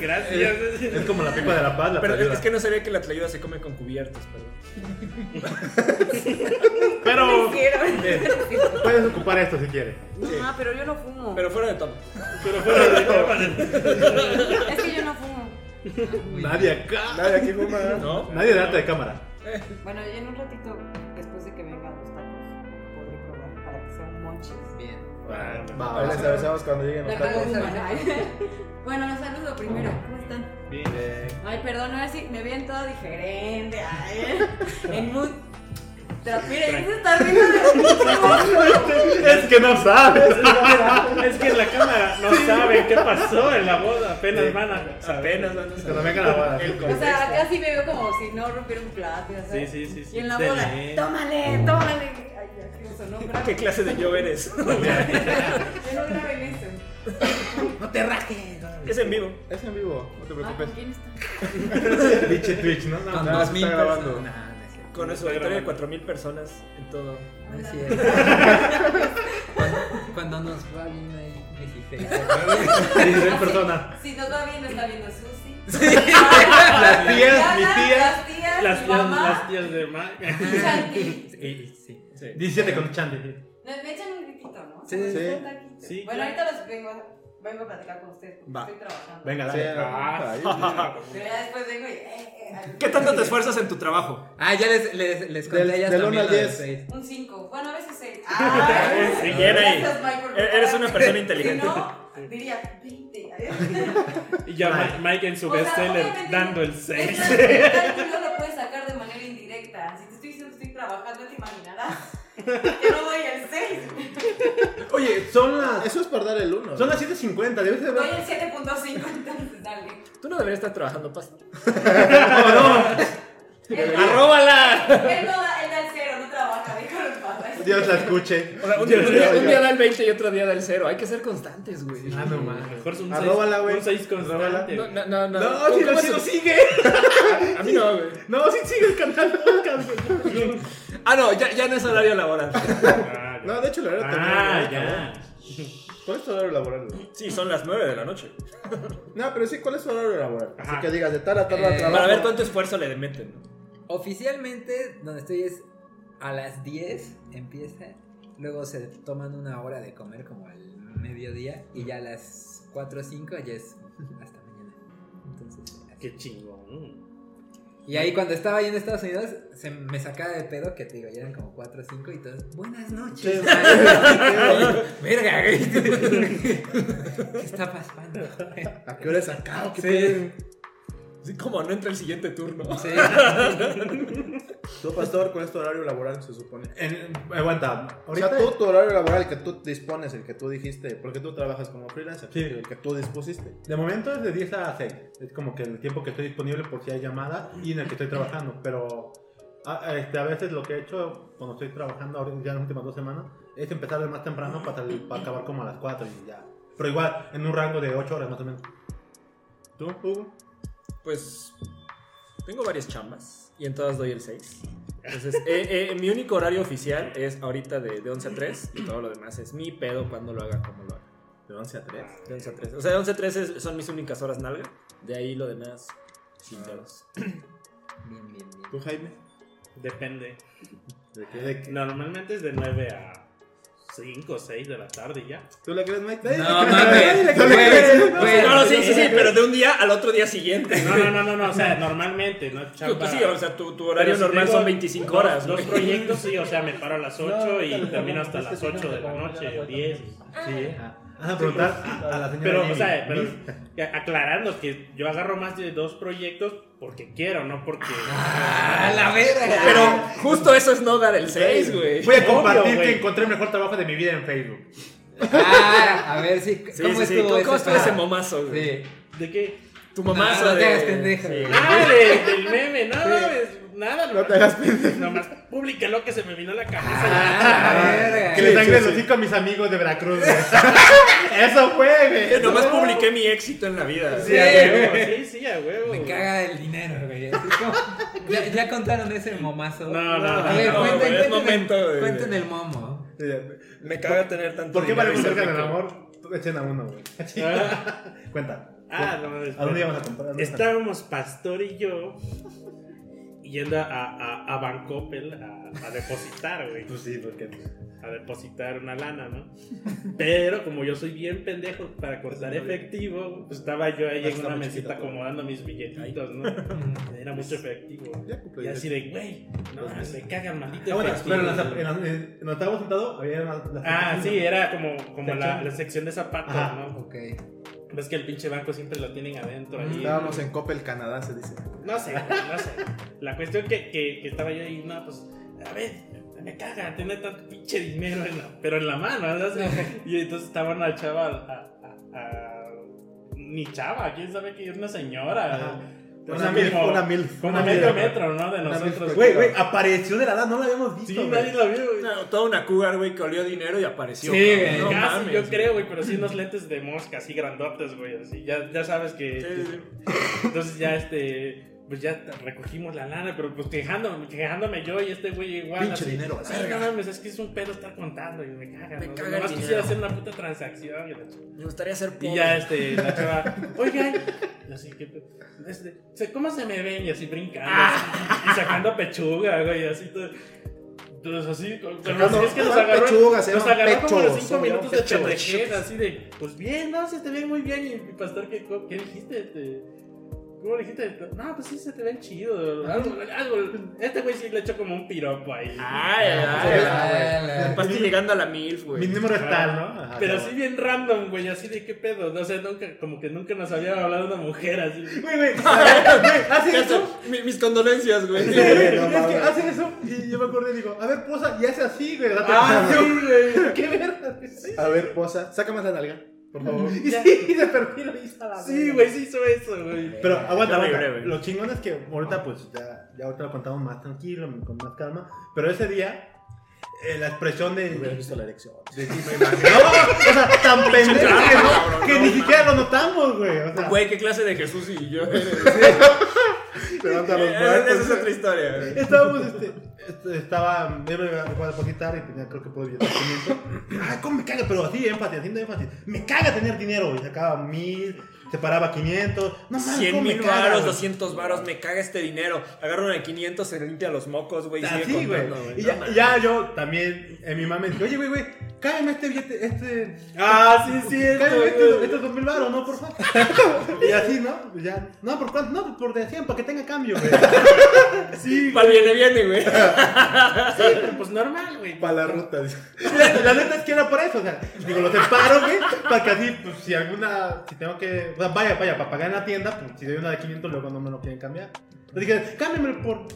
S2: Gracias.
S1: Es como la pipa de la paz, la
S3: Pero es,
S1: playera.
S3: es que no se ve que la tlayuda se come con cubiertos, perdón.
S8: ¿Qué
S1: Pero
S8: hicieron?
S1: puedes ocupar esto si quieres.
S8: No, pero yo no fumo.
S3: Pero fuera de todo.
S2: Pero fuera de cámara.
S8: Es que yo no fumo.
S6: muy
S1: Nadie acá.
S5: Nadie aquí fuma.
S3: ¿No?
S1: Nadie delante de cámara.
S8: Bueno, yo en un ratito, después de que vengan los tacos, podré probar para que sean monchis.
S6: bien.
S5: Va, ahí les avisamos cuando lleguen los
S8: La
S5: tacos.
S8: cosa humana. [laughs] Bueno, los saludo primero. ¿Cómo están? Ay, perdón, ahora sí, me vi en todo diferente. Ay, [laughs] en mood. Pero miren, se está riendo de
S1: Es que no sabes.
S2: Es que en la cámara no saben qué pasó en la boda. Apenas van a saber.
S3: Apenas van a
S1: Cuando
S3: saber.
S1: venga la boda.
S3: El
S8: O sea,
S3: contexto.
S8: acá sí me veo como si no rompiera un plato. ya
S2: Sí,
S8: sabes.
S2: sí, sí. sí.
S8: Y en la
S2: De
S8: boda,
S2: ley.
S8: tómale, tómale. Ay, ya, que sonó bravo.
S3: ¿Qué clase de yo [laughs] eres?
S8: Yo no grabé en eso. Ah,
S6: No te rajes.
S3: es en vivo.
S5: Es en vivo, no te
S8: Ah, ¿con
S5: preocupes.
S8: quién está?
S1: Pinche Twitch, ¿no? No,
S6: Con
S5: no,
S6: dos
S5: se
S6: mil
S5: está
S6: personas. No,
S5: grabando.
S6: no es cierto.
S3: Con eso, auditorio de 4000 personas en todo.
S6: No es cierto. [laughs] Cuando- Cuando nos va bien ahí 16.
S1: Dieciséis personas.
S8: Si nos va bien, nos está viendo Susi.
S1: Las tías, mi tía.
S8: Las tías,
S2: Las
S8: mi
S2: tías,
S8: mamá.
S2: las tías
S4: [laughs]
S2: de Mac.
S8: Santi.
S6: Sí, sí.
S3: Sí.
S1: 17 con Chandy.
S8: Me, me echan un gritito, ¿no?
S6: Sí,
S8: Me
S5: sí.
S8: echan un taquito.
S2: Sí,
S8: bueno,
S2: claro.
S8: ahorita los vengo a
S9: vengo a platicar con usted porque
S1: Va.
S9: estoy trabajando.
S1: Venga,
S5: Sí,
S1: dale. Ah.
S5: era- ahí,
S9: Pero ya después vengo y. eh, eh, al-
S3: ¿Qué tanto te esfuerzas en tu trabajo?
S6: Ah, ya les, les, les conté
S5: Del-
S6: ellas
S5: del
S6: también
S5: uno al
S6: lo del
S5: diez.
S6: seis.
S9: Un 5. Bueno, a veces 6.
S2: Ah, [laughs] Sí, era ahí. E-,
S3: Eres una persona inteligente.
S9: Si no, diría 20. Adiós.
S2: Y ya Ma- Mike en su
S9: O sea,
S2: bestseller
S9: obviamente,
S2: dando el
S9: Es
S2: 6.
S9: una- cálculo lo puedes sacar de manera indirecta. Si te estoy diciendo que estoy trabajando, te imaginarás que no doy el 6.
S1: Oye, son las.
S5: Eso es por dar el uno.
S1: Son las 7.50, debes de
S9: Doy
S1: ver.
S9: el 7.5, entonces dale.
S3: Tú no deberías estar trabajando, pasta.
S9: Él,
S3: [laughs] ¡Arróbala!
S9: él no da, él da el 0, no trabaja, déjalo en paz.
S1: Dios la escuche.
S3: O sea, un, día, un día- un día da el 20 y otro día da el 0. Hay que ser constantes, güey.
S2: Ah, no mames. Mejor es un 6.
S5: Arróbala, güey.
S2: Un 6 constante.
S3: No,
S2: güey.
S3: no, no. No,
S1: No, si lo
S3: ¿Cómo es
S1: si lo
S3: el-
S1: sigue.
S3: A mí no, güey.
S1: No, si sigue el canal podcast.
S3: Ah, no, ya, ya no es horario [laughs] laboral.
S2: Ah, ya.
S5: No, de hecho, la verdad
S2: Ah,
S5: también.
S2: ya.
S5: ¿Cuál es tu horario laboral? güey?
S3: Sí, son las 9 de la noche.
S5: No, pero sí, ¿cuál es tu horario laboral?
S2: Ajá.
S5: Así que digas, de tal a tal a
S6: Eh,
S5: trabajo.
S3: Para ver cuánto esfuerzo le meten. ¿no?
S6: Oficialmente, donde estoy es a las 10 empieza. Luego se toman una hora de comer como al mediodía. Y ya a las 4 o 5 ya es [laughs] hasta mañana. Entonces, así.
S2: Qué chingón.
S6: Y ahí cuando estaba ahí en Estados Unidos, se me sacaba de pedo que te digo, ya eran como 4 o 5 y todos, buenas noches. [laughs] Verga, [laughs] güey. ¿Qué está pasando? [laughs]
S5: ¿A qué hora es acá? ¿Qué
S6: Sí,
S3: Sí, como no entra el siguiente turno.
S6: sí.
S5: pedo? Tú, pastor, ¿cuál es tu horario laboral? Se supone.
S1: En- aguanta.
S5: O sea,
S1: Ahorita.
S5: tú, tu horario laboral, el que tú dispones, el que tú dijiste, porque tú trabajas como freelancer,
S1: Sí.
S5: el que tú dispusiste.
S1: De momento es de 10 a 6. Es como que el tiempo que estoy disponible por si hay llamadas y en el que estoy trabajando. Pero a, a- este, a veces lo que he hecho cuando estoy trabajando ahora ya en las últimas dos semanas es empezar de más temprano para, salir- para acabar como a las 4 y ya. Pero igual, en un rango de 8 horas más o menos. ¿Tú, Hugo?
S3: Pues tengo varias chambas y en todas doy el 6. Entonces, eh, eh, mi único horario oficial es ahorita de, de 11 a 3 y todo lo demás es mi pedo cuando lo haga, como lo haga.
S5: De 11 a 3.
S3: De 11 a 3. O sea, de 11 a 3 es- son mis únicas horas nalga. De ahí lo demás, sin pedos.
S6: Bien, bien, bien.
S5: ¿Tú, Jaime?
S2: Depende.
S5: ¿De qué? ¿De qué?
S2: Normalmente es de 9 a 5 o 6 de la tarde y
S5: [laughs]
S2: ya.
S5: ¿Tú le crees, Mike?
S6: No
S5: Nadie le
S1: pues,
S6: mames.
S5: cree.
S6: Güey, güey.
S3: Pues,
S1: ah.
S3: No, no, sí, sí, sí, pero de un día al otro día siguiente.
S2: No, no, no, no, no, o sea, normalmente, ¿no? Chamba.
S4: Pues
S3: pues Sí, o sea, tu, tu horario
S2: Pero si
S3: normal
S2: tengo
S3: son 25
S2: dos-
S3: horas.
S2: Dos
S3: güey.
S2: proyectos, sí, o sea, me paro a las 8
S4: No,
S2: y
S4: no,
S2: termino
S4: no,
S2: hasta
S4: es que
S2: las
S4: sí,
S2: 8
S4: no,
S2: de la
S4: no,
S2: noche,
S4: no,
S2: o
S4: no,
S2: 10. Sí.
S5: ah.
S1: Vas a preguntar a, a la señora.
S2: Pero, o
S1: Amy.
S2: sea, pero
S1: Amy.
S2: ya aclarando que yo agarro más de dos proyectos porque quiero, no porque.
S6: A la verga.
S3: Pero justo eso es no dar el 6, güey.
S1: Voy a
S2: Obvio,
S1: compartir
S2: güey.
S1: que encontré el mejor trabajo de mi vida en Facebook.
S6: Ah, a ver si.
S3: Sí,
S6: ¿Cómo
S3: sí, sí.
S6: estuvo
S3: ¿Cómo estuvo ese
S6: pedo?
S3: momazo, güey?
S6: Sí.
S2: ¿De qué?
S3: Tu mamá
S6: No, no te hagas pendejo, güey.
S2: Ah, de- del meme, no, es nada.
S5: No te hagas
S2: pendejo. [laughs] Nomás públicalo que se me vino a la cabeza.
S6: Ah, la verga.
S1: Que le
S5: Sí,
S1: sangre
S5: sí,
S1: los
S5: sí.
S1: hocico a mis amigos de Veracruz. güey. [laughs] Eso fue, güey.
S3: Yo nomás publiqué mi éxito en la vida.
S2: Sí, a huevo, sí, sí, a huevo.
S6: Me caga el dinero, güey. Así como- ¿Ya, ya contaron ese momazo.
S2: No, no,
S6: A ver,
S2: no,
S6: cuenten,
S3: güey, es
S6: cuenten,
S3: momento,
S6: el-
S3: güey.
S6: cuenten el momo.
S3: Me caga tener tanto
S1: ¿Por qué
S3: dinero
S1: vale
S3: y
S1: un
S3: ser
S1: verga del
S3: rico.
S1: amor? Echen a uno, güey. [laughs] Cuenta.
S2: Ah, no, espera.
S1: ¿A dónde íbamos a comprar?
S2: Estábamos Pastor y yo yendo a, a, a Bancopel a, a depositar, güey.
S1: Pues sí, porque.
S2: A depositar una lana, ¿no? Pero como yo soy bien pendejo para
S1: Pues
S2: cortar efectivo, pues estaba yo ahí
S5: Ah,
S2: en
S5: está
S2: una
S5: muy
S2: mesita
S5: chiquita, güey.
S2: acomodando mis billetitos, ¿no?
S6: Mm,
S2: Era mucho efectivo.
S5: Ya
S1: Pues
S5: cumplí.
S2: Y así de, güey, no, me cagan maldito
S1: Ah, bueno,
S2: efectivo.
S1: pero en las- en las- en- nos estábamos sentados, había una- las-
S2: Ah, sí, era como, como la,
S1: Sección.
S2: la sección de zapatos,
S1: Ajá.
S2: ¿no?
S6: Ok.
S2: Ves que el pinche banco siempre lo tienen adentro ahí.
S5: Estábamos en Coppel, Canadá, se dice.
S2: No sé, güey, no sé. La cuestión que, que, que estaba yo ahí, no, pues, a ver, me caga tener tanto pinche dinero, en la- pero en la mano, ¿verdad? O sea, Y entonces estaba una chava, a, a- a- ni chava, quién sabe que es una señora.
S1: Ajá.
S2: O
S1: Una
S2: sea,
S1: mil,
S2: como,
S5: una mil.
S2: como
S1: una
S2: medio
S1: mil.
S2: metro, ¿no? De
S5: Una mil
S2: nosotros.
S1: Güey, güey, apareció de la nada, no la habíamos visto.
S2: Sí,
S1: güey.
S2: nadie la vio, güey.
S3: Una- toda una cougar, güey, que olió dinero y apareció.
S6: Sí,
S3: cabrón.
S6: güey,
S3: No
S2: Casi,
S3: mames,
S2: yo
S3: güey.
S2: creo, güey, pero sí unos lentes de mosca, así grandotes, güey, así. Ya, ya sabes que...
S3: Sí, sí, sí.
S2: Entonces ya este, pues ya recogimos la lana, pero pues quejándome, quejándome yo y este güey igual.
S5: Pinche
S2: así,
S5: dinero, a la
S2: Sí, no mames, es que es un pedo estar contando y me caga.
S3: Me
S2: ¿no?
S3: caga el
S2: Nomás
S3: dinero.
S2: quisiera hacer una puta transacción y la ch-
S3: Me gustaría ser pobre.
S2: y ya este, la chava, oigan, y así que, pe- este,
S5: Ah.
S2: se- ¿cómo se me ven? Y así brincando, así, y sacando pechuga, güey, así todo. Entonces así, pero
S5: Sacando-
S2: es que nos
S5: ¿cuál
S2: agarró,
S5: pechuga? Se
S2: nos
S5: llaman
S2: agarró como los
S5: pechos,
S2: cinco
S5: se llaman
S2: minutos de
S5: pechos.
S2: pendejez, así de, pues bien, no, se te ve muy bien. Y, y pastor, ¿qué, co- qué dijiste? Este, ¿Cómo le dijiste? No, pues sí, se te ven chido. Algo, algo. Este güey sí le echó como un piropo ahí.
S5: Ah,
S3: Ay, ay, ay.
S6: Ah, la-
S3: Pasti llegando a la MILF,
S1: Mi
S3: güey.
S1: número es tal, ¿no? Ajá,
S2: Pero
S1: claro.
S2: sí bien random, güey, así de qué pedo. No sé, nunca, como que nunca nos había hablado una mujer así.
S4: Güey, güey,
S1: Ah,
S4: hace eso.
S3: Caso, mi- mis condolencias, güey. [laughs]
S4: Sí, güey,
S5: no
S4: es que
S5: mames.
S4: hace eso y yo me acuerdo y digo, a ver, posa, y hace así, güey. date
S2: Ah,
S4: cuenta.
S2: sí,
S4: [laughs]
S2: güey.
S4: ¿Qué verga? Sí.
S5: A ver, posa, sácame esa nalga, por favor.
S4: [laughs] Y sí, y de perfil y está la
S2: Sí,
S4: verga.
S2: güey, sí hizo eso, güey.
S1: Pero aguanta,
S3: Yo me
S1: aguanta.
S3: libré, güey. Ah.
S1: Lo chingón es que ahorita pues ya, ya ahorita lo contamos más tranquilo, con más calma. Pero ese día, eh, la expresión de.
S5: Hubieras visto la erección.
S1: de sí, me imaginó, o
S3: [laughs]
S1: sea, tan pendejo que, no-
S3: Cabrón,
S1: que
S3: no,
S1: ni
S3: man.
S1: siquiera lo notamos, güey. O sea,
S3: Güey, qué clase de Jesús y [laughs] yo eres.
S5: Esperando a los
S3: [laughs] Esa
S5: muertos.
S3: eh, es otra historia, güey.
S1: estábamos, este, este, estaba, yo me iba a depositar y tenía, creo que por billetamiento. Ay, cómo me caga, pero así, énfasis, haciendo énfasis. Me caga tener dinero, y sacaba mil, separaba 500. No mames,
S3: 100
S1: cómo me
S3: mil
S1: caga,
S3: varos,
S1: güey.
S3: 200 varos, me caga este dinero. Agarra una de 500, se limpia los mocos, güey. y sigue
S1: Así, Ah, güey.
S3: contando, güey.
S1: Y
S3: No
S1: ya,
S3: mames.
S1: ya yo también, en mi mamá me dijo, oye, güey, güey, cállame este billete, este.
S2: Ah, sí, sí,
S1: Cállame este,
S2: güey.
S1: estos dos mil baros, ¿no? Por favor. [laughs] y así, ¿no? Ya, no, ¿por cuánto? No, por de 100, para que tenga cambio,
S3: [laughs]
S1: güey.
S2: Sí,
S3: Pal viene, viene, güey.
S2: Sí, pero pues normal, güey.
S5: Para la ruta. dice.
S1: [laughs] La, la neta es que era por eso, o sea, digo, lo separo, güey, para que así, pues, si alguna, si tengo que, o sea, vaya, vaya, para pagar en la tienda, pues, si doy una de 500, luego no me lo quieren cambiar. Entonces dije, cámbiamelo por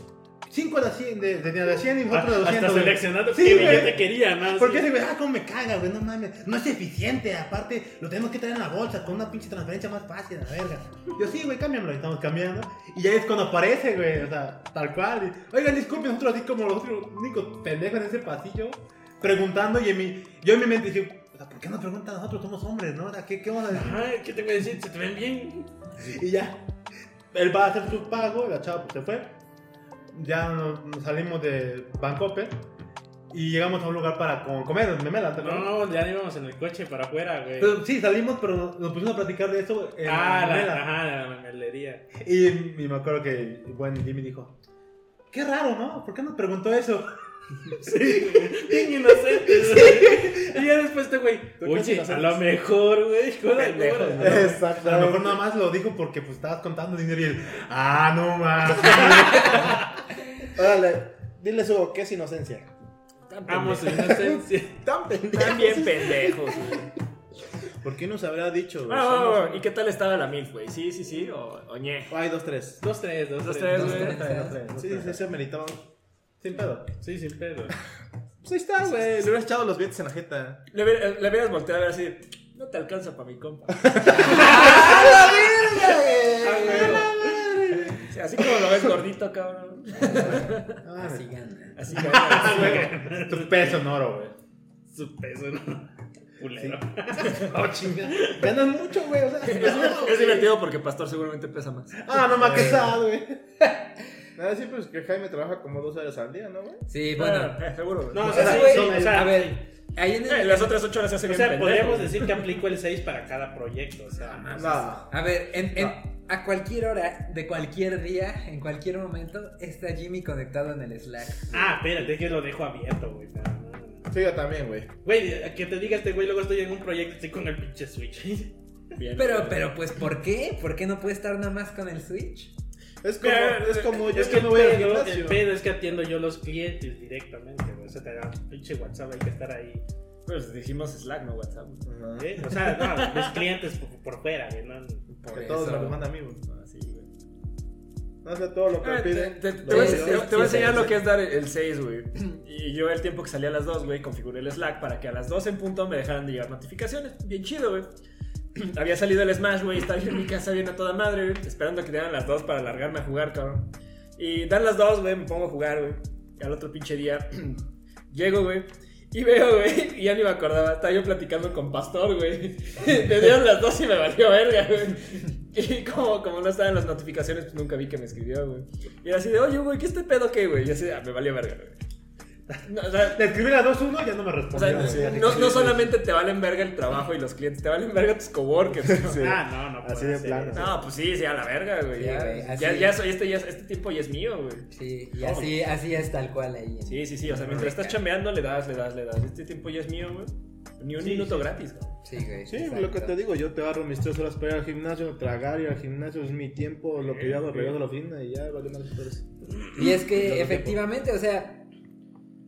S1: 5 de 100, de, de, de 100 y otro de 200.
S2: Ah, Hasta
S1: güey.
S2: seleccionando
S1: Sí,
S2: qué
S1: güey.
S2: billete quería, ¿no?
S1: Porque
S2: Sí.
S1: ese güey, ah, cómo me caga, güey, no mames, no es eficiente, aparte lo tenemos que traer en la bolsa con una pinche transferencia más fácil, la verga. Yo sí, güey, cámbiamelo, y estamos cambiando. Y ya es cuando aparece, güey, o sea, tal cual. y, Oigan, disculpen, nosotros así como los otros únicos pendejos en ese pasillo, preguntando, y en mi, yo en mi mente dije, o sea, ¿por qué no preguntan a nosotros? Somos hombres, ¿no? O sea, ¿qué, qué vamos a decir?
S2: Ay, ¿qué te voy a decir? Se te ven bien.
S1: Y ya, él va a hacer su pago, la chava pues, se fue. Ya nos, nos salimos de Bancope y llegamos a un lugar para co- comer, memela, ¿te
S2: No,
S1: acuerdas?
S2: no, ya íbamos en el coche para afuera, güey.
S1: Pero sí, salimos, pero nos nos pusimos a platicar de eso en
S2: ah,
S1: la
S2: la,
S1: novela.
S2: ajá, la mamelería.
S1: Y, y me acuerdo que el buen Jimmy dijo, qué raro, ¿no? ¿Por qué nos preguntó eso?
S2: [laughs]
S5: [laughs]
S2: Sí, güey. bien inocentes, güey. Y ya después este güey,
S5: Tú casi
S2: oye, a
S5: inocentes.
S2: lo mejor, güey, con la
S3: Pendejo,
S2: cobra".
S3: güey.
S5: Exacto.
S1: A lo mejor nada más lo dijo porque pues estabas contando dinero y él, ah, no más.
S5: [laughs] Órale, dile eso, ¿qué es inocencia?
S3: Tan
S2: [laughs] Amo su
S3: pendejo.
S2: inocencia.
S5: Tan pendejo.
S3: Están bien pendejos, güey.
S5: ¿Por qué nos habrá
S1: Ah,
S5: dicho? güey?
S3: Bueno, bueno,
S5: Somos-
S3: bueno, ¿Y qué tal estaba la MILF, güey? ¿Sí, sí, sí? ¿O, o ñe?
S5: Ay, dos, tres.
S2: Dos, tres, dos,
S3: Dos,
S2: tres.
S3: tres,
S6: dos,
S3: güey.
S6: tres, ¿sabes?
S5: Sí, sí, se meritaba.
S1: Sin pedo.
S2: Sí, sin pedo.
S5: Pues ahí está, güey. Le hubieras echado los billetes en
S1: [laughs]
S5: la jeta.
S3: Le hubiera- le hubieras volteado a ver así. No te alcanza para mi compa. Sí, Así como lo ves gordito, cabrón.
S6: Así gana.
S3: Así cabrón.
S1: Tu peso en oro, güey.
S2: Su peso, ¿no? Culero.
S1: Oh, chinga.
S5: Ganan mucho, güey. O sea, [laughs]
S3: Es divertido porque Pastor seguramente pesa más.
S1: Ah, no más que sad, güey.
S5: [laughs] Nada, sí, pues que Jaime trabaja como dos horas al día, ¿no, güey?
S6: Sí, bueno.
S3: Eh, seguro, güey.
S2: No, o sea,
S6: Ese
S2: sí,
S6: güey,
S2: son- o sea,
S6: a ver, ahí en
S3: Eh,
S6: el-
S3: las otras ocho horas se
S2: O
S3: hacen bien
S2: sea,
S3: pendejo,
S2: podríamos
S3: güey.
S2: decir que aplico el 6 para cada proyecto, o sea.
S5: No.
S6: A ver, en- en- a cualquier hora, de cualquier día, en cualquier momento, está Jimmy conectado en el Slack.
S2: Ah, espérate, que lo dejo abierto, güey. No, no, no.
S5: Sí, yo también, güey.
S2: Güey, que te diga este güey, luego estoy en un proyecto, estoy con el pinche
S5: [laughs]
S2: Switch.
S3: Bien,
S6: Pero,
S3: güey.
S6: pero, pues, ¿por qué? ¿Por qué no puede estar nada más con el Switch?
S5: Es como,
S3: Mira,
S5: es como yo
S2: es
S5: que
S2: que
S5: me
S2: el
S5: voy al
S2: pedo, el
S5: gimnasio.
S2: pedo es que atiendo yo los clientes directamente, güey. O sea, te da un pinche WhatsApp, hay que estar ahí.
S3: Pues dijimos Slack, no WhatsApp. güey.
S5: Ajá.
S2: ¿eh? O sea, no,
S5: [laughs]
S2: mis clientes por, por fuera, güey. No,
S6: Por
S5: Que todos
S6: eso.
S5: me lo mandan a mí, güey.
S3: Ah, sí, güey.
S5: No sé todo lo que
S3: Eh, te,
S5: piden.
S3: te-
S5: Lo
S3: te voy a
S5: que
S6: Sí,
S3: ense-
S5: yo-
S3: te-
S6: sí,
S3: te voy a
S6: sí,
S3: enseñar
S6: sí.
S3: lo que es dar el 6, güey. [clears throat] Y yo el tiempo que salía a las 2, güey, configuré el Slack para que a las 2 en punto me dejaran de llegar notificaciones. Bien chido, güey. [clears throat] Había salido el Smash, güey, estaba yo en mi casa bien a toda madre, güey, esperando a que dieran las 2 para largarme a jugar, cabrón. Y dan las 2, güey, me pongo a jugar, güey. Y al otro pinche día [clears throat] llego, güey. Y veo, güey, y ya ni me acordaba, estaba yo platicando con Pastor, güey. [laughs] Me dieron las 2 y me valió verga, güey. [laughs] Y como, como no estaban las notificaciones, pues nunca vi que me escribió, güey. Y era así de, oye, güey, ¿qué este pedo qué, güey? Y así, de, "Ah, me valió verga, güey. No, o sea,
S1: Le escribí a 2-1 ya no me
S3: o
S1: respondió.
S3: sea,
S1: güey.
S3: no, no solamente te valen verga el trabajo y los clientes, te valen verga tus
S6: [laughs]
S3: coworkers. ¿no?
S5: Sí.
S2: Ah, no, no.
S5: Así
S2: puede
S5: de
S2: ser.
S5: plano.
S3: No, pues sí, sí, a la verga, güey.
S6: Sí,
S3: ya,
S6: güey, así
S3: ya,
S6: es.
S3: ya soy, este, ya, este tiempo ya es mío, güey.
S6: Sí, y así, así es tal cual ahí. ¿no?
S3: Sí, sí, sí. O sea, mientras estás chambeando, le das, le das, le das. Este tiempo ya es mío, güey. Ni un
S2: Sí,
S3: minuto
S2: sí,
S3: gratis, güey.
S6: Sí, güey.
S5: Sí,
S6: exacto.
S5: lo que te digo, yo te agarro mis tres horas para ir al gimnasio, tragar y al gimnasio es mi tiempo, lo que yo hago, regreso a la oficina y ya vale pues. más eso.
S6: Y es
S5: Todo
S6: que
S5: el
S6: efectivamente, o sea,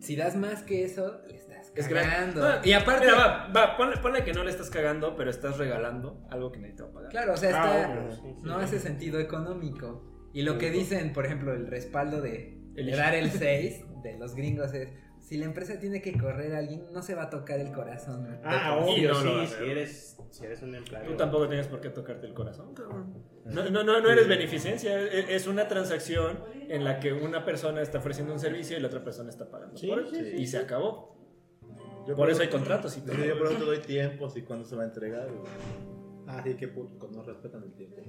S6: si das más que eso, le estás
S3: Es Ah. gratis.
S6: cagando.
S3: No,
S6: y aparte,
S3: Mira, va, va, ponle, ponle que no le estás cagando, pero estás regalando algo que necesito pagar.
S6: claro, o sea,
S2: Ah,
S6: está,
S2: obvio, sí, sí.
S6: no hace sentido económico. Y lo que dicen, por ejemplo, el respaldo de
S3: El
S6: de
S3: issue.
S6: dar el 6 de los gringos es, si la empresa tiene que correr a alguien, no se va a tocar el corazón. ¿no?
S2: Ah,
S3: Sí,
S2: obvio,
S3: no lo va a
S2: sí,
S3: hacer.
S2: si eres, si eres un empleado.
S3: Tú tampoco tienes por qué tocarte el corazón, cabrón. No, no, no, no eres beneficencia, es es una transacción en la que una persona está ofreciendo un servicio y la otra persona está pagando
S2: Sí,
S3: por él,
S2: sí, sí.
S3: y se acabó. Por
S5: Yo creo-
S3: eso hay contratos y todo.
S10: Yo por eso te doy tiempos y cuándo se va a entregar. güey. Ah, sí, qué puto, no respetan el tiempo.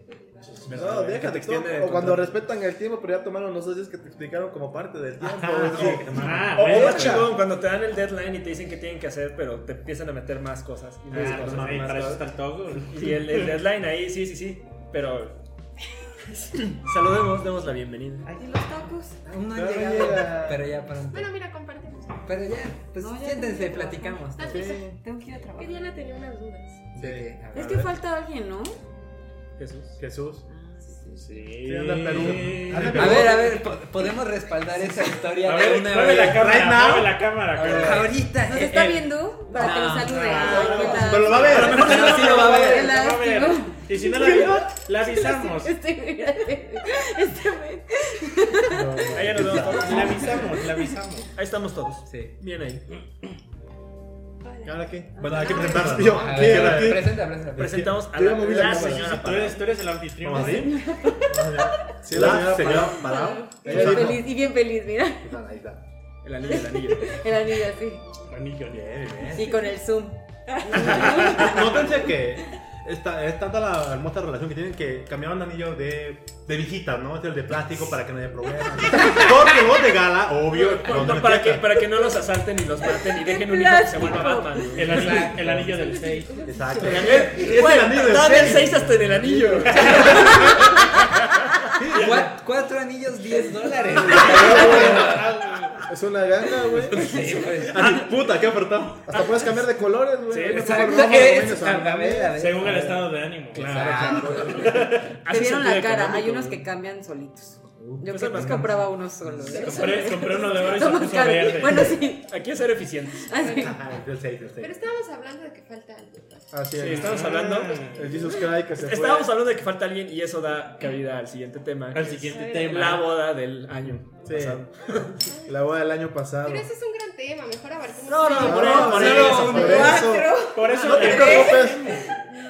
S5: No, déjate,
S3: extiende
S5: no,
S3: el
S5: o cuando
S3: contrato.
S5: respetan el tiempo, pero ya tomaron los dos días que te explicaron como parte del tiempo.
S2: Ajá,
S5: es
S2: sí.
S5: como-
S2: Ah,
S3: O-
S2: bueno,
S3: o
S5: ocha.
S3: chingón, cuando te dan el deadline y te dicen que tienen que hacer, pero te empiezan a meter más cosas. Y, más
S2: Ah, pues
S3: cosas,
S2: no,
S3: y
S2: y
S3: más
S2: para eso
S3: cosas.
S2: está el togo.
S3: Y el, el deadline ahí, sí, sí, sí.
S2: [laughs]
S3: Pero. Saludemos, demos la bienvenida.
S8: ¿Y los tacos?
S6: Aún no han
S5: Pero no
S6: llegado,
S5: llega.
S6: pero ya pronto.
S11: Bueno, mira, compartimos.
S6: Pero ya, pues
S8: No, ya
S6: siéntense,
S8: tengo que
S6: platicamos.
S11: Ah,
S6: Sí,
S11: sí.
S8: Tengo que ir a
S11: Que
S8: trabajar.
S11: Diana tenía unas dudas.
S6: que, a ver.
S8: Es que falta alguien, ¿no?
S3: Jesús.
S1: Jesús.
S2: Sí,
S1: anda en Perú. Anda en
S6: A ver, a ver, po- podemos respaldar esa historia
S2: A
S6: de
S2: ver,
S6: una
S2: mueve la
S6: vez.
S2: cámara,
S1: Right now.
S2: mueve la cámara.
S6: Ahorita,
S2: cabrón.
S6: Ahorita.
S8: ¿Nos
S6: eh,
S8: está
S6: eh,
S8: viendo? Para que
S6: no,
S8: nos salude.
S6: no,
S8: Ay, qué tal.
S1: Pero lo va a ver.
S6: No, sí lo va a
S8: [laughs]
S6: ver.
S8: Qué lástima.
S2: Y si no la vemos, la avisamos.
S8: Este, mírate. Este, güey.
S3: Ahí ya nos vemos todos.
S2: La avisamos, la avisamos.
S3: Ahí estamos todos.
S6: Sí.
S3: Bien ahí.
S1: ¿Y ahora qué? Ah, Bueno, hay que presentarla.
S5: Yo,
S1: ¿no?
S6: A
S5: ¿qué?
S6: ver,
S5: ¿Ahora qué?
S6: presenta, presenta. presenta.
S3: Presentamos a
S5: Te iba
S3: la,
S5: a mover la
S3: la
S5: cámara.
S3: señora
S2: Tú
S3: Parada.
S2: eres, tú eres el anfitrión.
S1: Ah, ¿Vamos así?
S5: Sí,
S1: La
S5: señora
S1: señora Parado.
S8: Y bien feliz, y bien feliz, mira.
S1: Ahí está.
S3: El anillo, el anillo.
S8: El anillo así.
S2: Anillo.
S1: Bien, bien.
S8: Y con el zoom.
S1: Nótense que esta, es tanta la hermosa relación que tienen que cambiaron anillo de, de visita, ¿no? Es el de plástico para que no haya [laughs] problemas. Porque vos de gala, obvio.
S3: No,
S1: no,
S3: no,
S1: no
S3: para, que,
S1: entiendan.
S3: para que no los asalten y los maten y dejen un hijo que se vuelva
S8: Plástico.
S3: Batman.
S2: El anillo, el anillo del 6.
S1: Exacto.
S3: Es
S1: Bueno, estaba del seis
S3: hasta en el anillo.
S6: Cua- cuatro anillos,
S2: [laughs]
S6: 10 dólares.
S5: Es una ganga, güey.
S6: Sí, pues.
S1: Ah, puta, qué ofertón.
S5: Hasta puedes cambiar de colores, güey.
S3: Sí,
S5: Ahí me pongo
S6: Exacto,
S5: rojo,
S6: es-
S5: güey,
S6: a- a ver, a ver.
S2: Según el estado de ánimo.
S6: Exacto.
S8: Te vieron la cara. Hay unos que cambian solitos. Yo
S3: Pues
S8: que
S3: es más
S8: compraba uno solo.
S2: Compré, compré uno de oro y se
S8: Somos
S2: puso verde.
S8: caros. Bueno, sí.
S3: Aquí es ser eficientes.
S8: Así.
S1: Ajá, Ah, del 6, del 6.
S11: Pero estábamos hablando de que falta algo.
S5: Así
S3: Sí,
S5: es.
S3: estamos hablando.
S5: El Jesus Christ que se fue.
S3: Estábamos hablando de que falta alguien y eso da cabida al siguiente tema. que
S2: Al
S3: es
S2: siguiente
S3: La
S2: tema.
S3: boda del año.
S5: Sí.
S3: pasado.
S5: La boda del año pasado.
S11: Pero ese es un gran tema, mejor abarcamos.
S3: No, no,
S5: No,
S3: por eso, por
S5: sí,
S3: eso.
S5: por eso.
S2: Por eso
S5: No te
S2: le-
S5: preocupes.